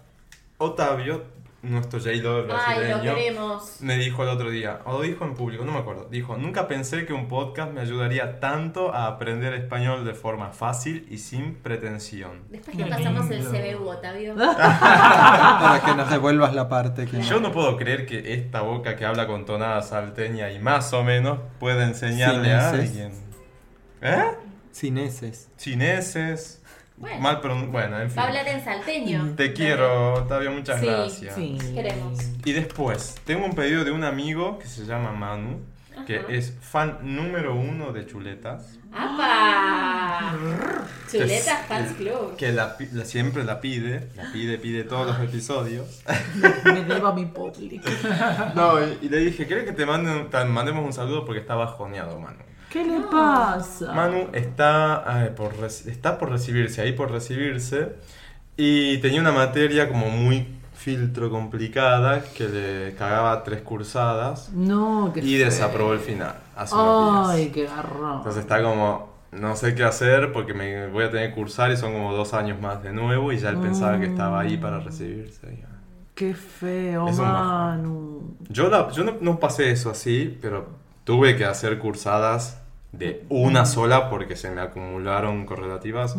Otavio, nuestro J-Lo
¡Ay,
brasileño.
lo queremos!
Me dijo el otro día, o lo dijo en público, no me acuerdo. Dijo, nunca pensé que un podcast me ayudaría tanto a aprender español de forma fácil y sin pretensión.
Después
Qué
te pasamos
lindo.
el CBU, Otavio.
Ah.
Para que nos devuelvas la parte que no.
Yo no puedo creer que esta boca que habla con tonada salteña y más o menos pueda enseñarle a
Sineses.
alguien. ¿Eh?
Cineses.
Chineses.
Bueno.
Mal pronun- Bueno, en fin.
Va a hablar en salteño.
Te quiero, Otavio, muchas
Sí,
gracias.
Sí.
Queremos.
Y después, tengo un pedido de un amigo que se llama Manu, que es fan número uno de chuletas.
¡Apa! a Chuletas Fans Club.
Que la pi- la- siempre la pide, la pide, pide todos los episodios.
Me debo a mi público.
No, y, y le dije, ¿quieres que te, manden, te mandemos un saludo? Porque está bajoneado, Manu.
¿Qué le
Ah.
pasa?
Manu está, ay, por, reci- está por recibirse, ahí por recibirse, y tenía una materia como muy filtro complicada que le cagaba tres cursadas
No, que.
y desaprobó el final hace unos
Ay,
días.
qué garrón.
Entonces está como, no sé qué hacer porque me voy a tener que cursar y son como dos años más de nuevo y ya él pensaba que estaba ahí
Mm.
para recibirse. y, ah.
Qué feo,
Es un bajón.
Manu.
Yo, la- yo no, no pasé eso así, pero tuve que hacer cursadas de
Mm.
una sola porque se me acumularon correlativas.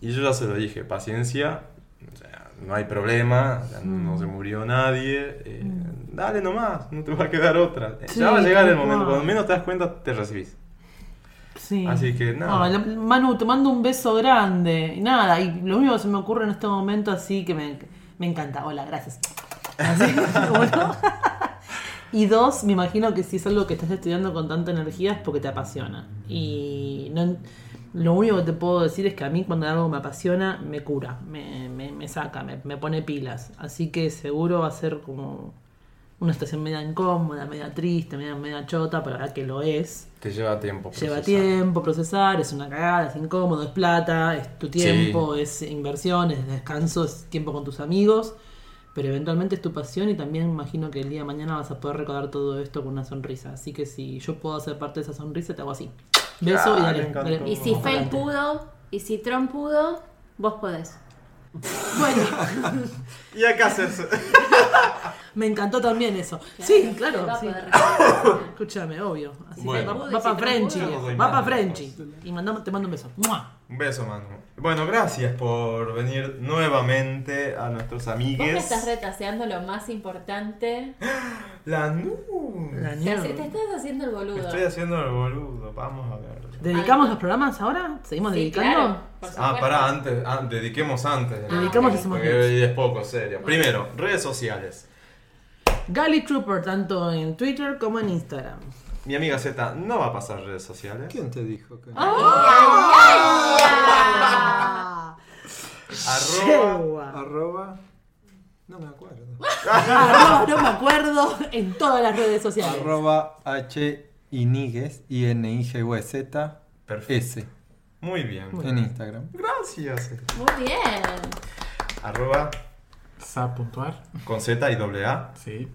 Y yo ya se lo dije, paciencia, o sea, no hay problema, o sea,
Mm.
no se murió nadie, eh, dale nomás, no te va a quedar otra. Eh,
Sí,
ya va a llegar
tal
el momento,
cual.
cuando menos te das cuenta, te recibís.
Sí.
Así que nada.
Ah, la- Manu, te mando un beso grande. Y nada, y lo único que se me ocurre en este momento así que me, me encanta. Hola, gracias. Así, uno. Y dos, me imagino que si es algo que estás estudiando con tanta energía es porque te apasiona. Y no, en- lo único que te puedo decir es que a mí cuando algo me apasiona, me cura, me, me- me saca, me, me pone pilas. Así que seguro va a ser como una estación media incómoda, media triste, media, media chota, pero ahora que lo es.
Te lleva tiempo.
Lleva
procesar.
tiempo procesar, es una cagada, es incómodo, es plata, es tu tiempo, es inversión, es descanso, es tiempo con tus amigos, pero eventualmente es tu pasión y también imagino que el día de mañana vas a poder recordar todo esto con una sonrisa. Así que si yo puedo hacer parte de esa sonrisa, te hago así.
Ah,
Beso y
me
dale.
encantó.
dale,
Y si
vamos
Fel
adelante.
pudo, y si Trump pudo, vos podés.
Y acá haces.
Me encantó también eso. sí, claro.
Va a
sí.
poder resolver.
Escúchame, obvio. Así que
Bueno.
va, para
Si te
Frenchy.
pudo.
Va para Frenchy. Y mandamos- te mando un beso. ¡Mua!
Un beso, Manu. Bueno, gracias por venir nuevamente a nuestros
Vos me
amigues.
estás retaseando lo más importante.
La nube.
La
Te,
nieve.
hace- te estás haciendo el
Me
boludo.
Estoy haciendo el boludo, vamos a ver.
¿Dedicamos los programas ahora? ¿Seguimos
Sí,
dedicando?
claro, por
Ah,
supuesto.
pará, antes, ah, dediquemos antes. de-
Dedicamos y hacemos
Porque
links.
hoy es poco, serio. Primero, redes sociales.
Gali Trooper, tanto en Twitter como en Instagram.
Mi amiga Z no va a pasar redes sociales.
¿Quién te dijo que
Arroba.
Arroba. No me acuerdo.
Ah, no, no me acuerdo en todas las redes sociales.
Arroba H Iniguez, I N I G U E Z
Perfecto.
S
Muy bien.
en Instagram.
Gracias.
Muy bien.
Arroba
¿Sabes puntuar?
con Z y doble A.
Sí.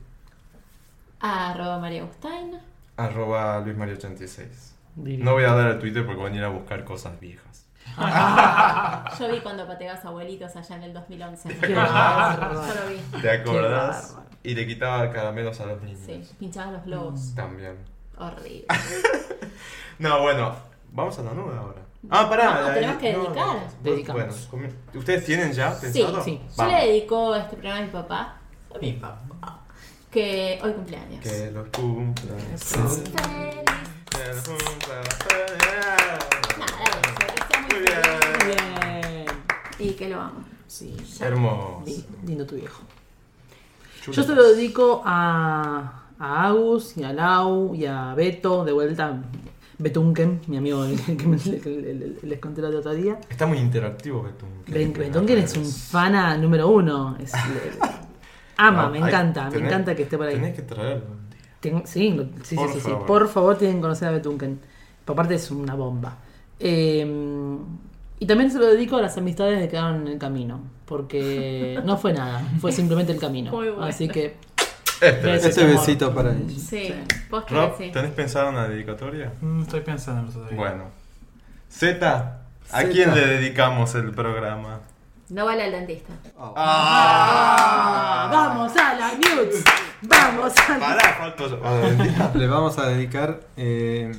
Arroba María Gustain.
Arroba Luis Mario 86.
Divino.
No voy a dar el Twitter porque van a ir a buscar cosas viejas.
Yo vi cuando pateabas abuelitos allá en el 2011.
Qué
Yo
bárbaro.
lo vi.
¿Te acordás?
bárbaro.
Y le quitaba caramelos a los niños.
Sí, pinchaban los globos.
También.
Horrible.
No, bueno, vamos a la nube ahora. Ah, pará.
No,
la-
tenemos que dedicar.
bueno,
Dedicamos.
Bueno, comi- ¿ustedes tienen ya
Sí,
pensado?
sí.
Yo
Vamos.
le dedico este programa a mi papá. A mi papá. Que hoy cumpleaños.
Que los cumpla.
Feliz.
Que los cumpla.
Nada, eso, que sea muy
Muy
feliz.
bien.
Bien.
Y que lo amo.
Sí,
Hermoso.
li- lindo tu viejo. Yo se lo dedico a, a Agus y a Lau y a Beto, de vuelta. Betunken, mi amigo el que me- el- el- el- les conté el otro día.
Está muy interactivo Betunken.
Ben- Betunken es un fana número uno. es- le- ama,
No,
me
hay-
encanta, me
tenés-
encanta que esté por ahí.
Tenés que traerlo un día.
Ten- sí, lo- sí, sí,
Por
sí, sí.
favor.
Por favor, tienen que conocer a Betunken. Por parte es una bomba. Eh, y también se lo dedico a las amistades que quedaron en el camino. Porque no fue nada, fue simplemente el camino.
Muy bueno.
Así que.
Este.
besos,
Este
amor.
besito para ella.
Sí, vos
Rob,
que sí.
¿tenés pensado una dedicatoria?
Mm, estoy pensando en eso todavía.
Bueno. Z, ¿a
Zeta.
quién le dedicamos el programa?
No vale al dentista.
Oh.
Ah, ¡Vamos a la Newts! ¡Vamos a la
Pará, falto yo. Ah,
Le vamos a dedicar, eh,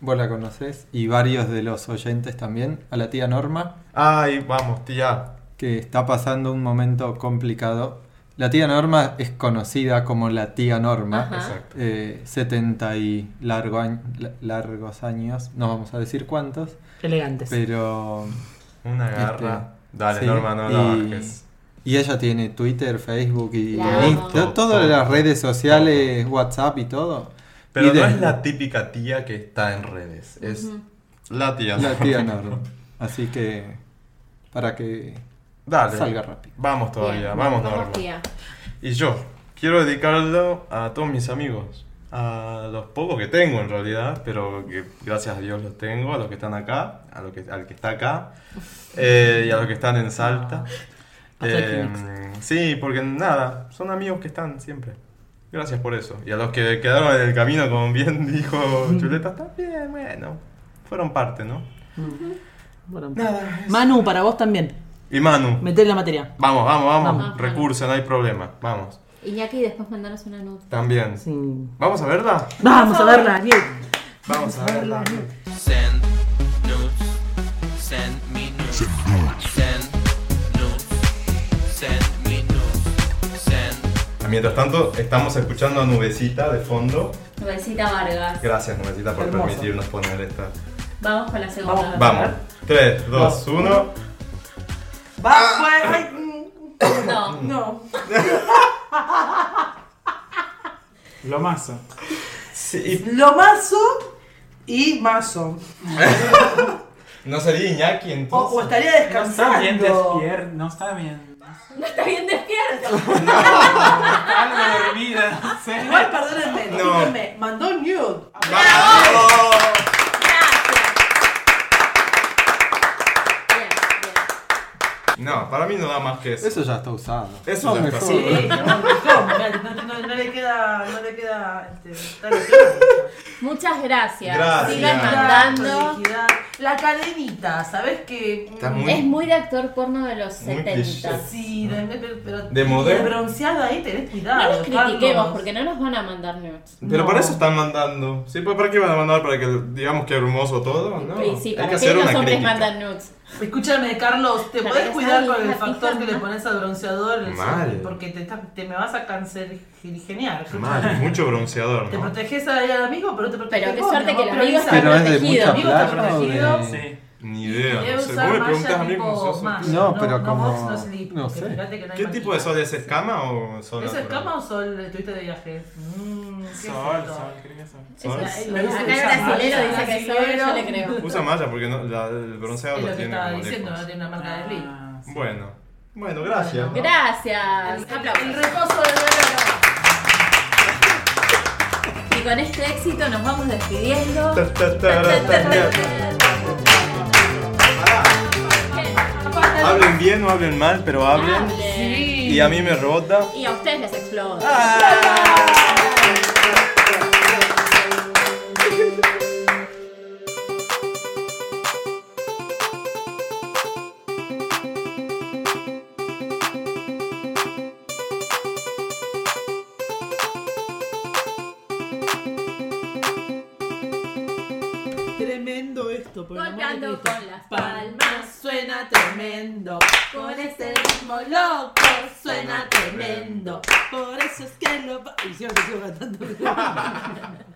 vos la conocés, y varios de los oyentes también, a la tía Norma,
Ay, vamos, tía.
que está pasando un momento complicado. La tía Norma es conocida como la tía Norma,
Ajá.
Exacto.
eh, 70 y largo añ- la- largos años, no vamos a decir cuántos,
Elegantes.
pero...
Una garra. Dale,
Este, sí,
Norma, no la
y-
bajes.
Y ella tiene Twitter, Facebook y
La amo.
Insta-
Todo,
todas
todo.
las redes sociales, WhatsApp y todo.
Pero
Y
no
de-
es la típica tía que está en redes. Es La tía.
La tía Norma. Así que, para que
Dale.
salga rápido.
Vamos todavía, vamos Norma.
tía.
Y yo quiero dedicarlo a todos mis amigos, a los pocos que tengo en realidad, pero que gracias a Dios los tengo, a los que están acá, a los que, al que está acá eh, y a los que están en Salta.
Ah. Hasta el
Eh, sí, porque nada, son amigos que están siempre. Gracias por eso. Y a los que quedaron en el camino, como bien dijo
Mm.
Chuleta, está bien, bueno, fueron parte, ¿no?
Mm. Bueno, Manu, para vos también.
Y Manu,
Meter la materia.
vamos, vamos, vamos,
Vamos,
recurso, no hay problema, vamos.
Iñaki, después mandanos una nota.
También.
Sí.
¿Vamos a verla?
Vamos a verla, bien.
Vamos a verla.
Send nudes. Send me nudes. Send nudes. Send me nudes. Send.
Ah, Mientras tanto, estamos escuchando a Nubecita de fondo.
Nubecita Vargas.
Gracias, Nubecita, por
Hermoso.
permitirnos poner esta.
Vamos con la segunda.
Vamos. 3, 2, 1.
Va, fue- ay, mm,
No.
no.
Lo masa.
Sí.
Lomazo y mazo.
¿No sería
O,
Iñaki entonces?
o estaría
No está bien
descansando.
despierto, no está bien.
No está bien despierto.
Algo dormida, no sé.
Igual, perdónenme,
No.
discúlpenme, mandó un nude.
¡Bravo!
Gracias. Bien, bien.
No, para mí no da más que eso.
Eso ya está usado.
Eso
No
ya
me
está
jodas.
Sí, no, no, no, no, no le queda, no le queda, este, tal claro.
Muchas gracias.
Gracias.
Sigan
Claro,
mandando.
prolijidad. La cadenita, ¿sabes qué? Mm,
Está muy-
Es muy de actor porno de los
Muy
70.
cliché.
Sí, de, pero- pero
De modelo.
de bronceado ahí tenés
No
cuidado.
los critiquemos
Carlos.
porque no nos van a mandar nudes.
Pero
No.
para eso están mandando. Sí, pues, ¿para qué van a mandar? ¿Para que digamos que hermoso todo? No.
Y sí,
Hay que
para que
hacer
los
una
hombres
crítica.
mandan nudes.
Escúchame, Carlos, te
Claro,
podés
que
cuidar
está
con
ahí,
el
está
factor
fija,
que le
¿no?
pones al bronceador, el
Mal.
sol, porque te, estás- te me vas a cancerigeniar.
Mal, mucho bronceador,
Te
¿no?
proteges ahí al amigo, pero te proteges
Pero qué
vos,
suerte
mi
que
amor,
el amigo
avisa.
está
Pero es de
protegido.
mucha
Amigo, está
playa o
protegido.
de...
Sí.
Ni idea,
Debe
no sé.
usar
Vos me
malla
preguntás a mí
tipo
cómo sos.
malla,
No, pero como-
box, no, slip,
no
que
sé.
fíjate que no hay
¿Qué tipo de
manchita.
sol es escama o sol?
¿Es
natural?
escama o sol? ¿Estuviste de viaje? Mmm, ¿qué
Sol,
es esto?
sol, creo que sol.
Eso-
Sol.
Lo
Acá el
usa
brasilero
Maya,
dice que es
brasilero.
oro, yo le creo.
Usa malla porque no- la- el bronceado
Es
lo
lo que
tiene
estaba
como
diciendo, no
lejos.
tiene una marca de slip.
Ah, sí.
Bueno, bueno, gracias.
Gracias.
El
Aplausos.
reposo de verano.
Y con este éxito nos vamos despidiendo.
Ta, ta, ta, ra, ta, ta. Hablen bien o hablen mal, pero
Ah,
hablen.
Hablen.
Y a mí me rebota.
Y a ustedes les explodo.
Ah.
Tremendo esto, por el amor de
Golpeando
Cristo.
con las
Palmas
palmas.
suena tremendo. Con ese ritmo loco suena tremendo. Por eso es que lo. va- Y siempre sigo cantando.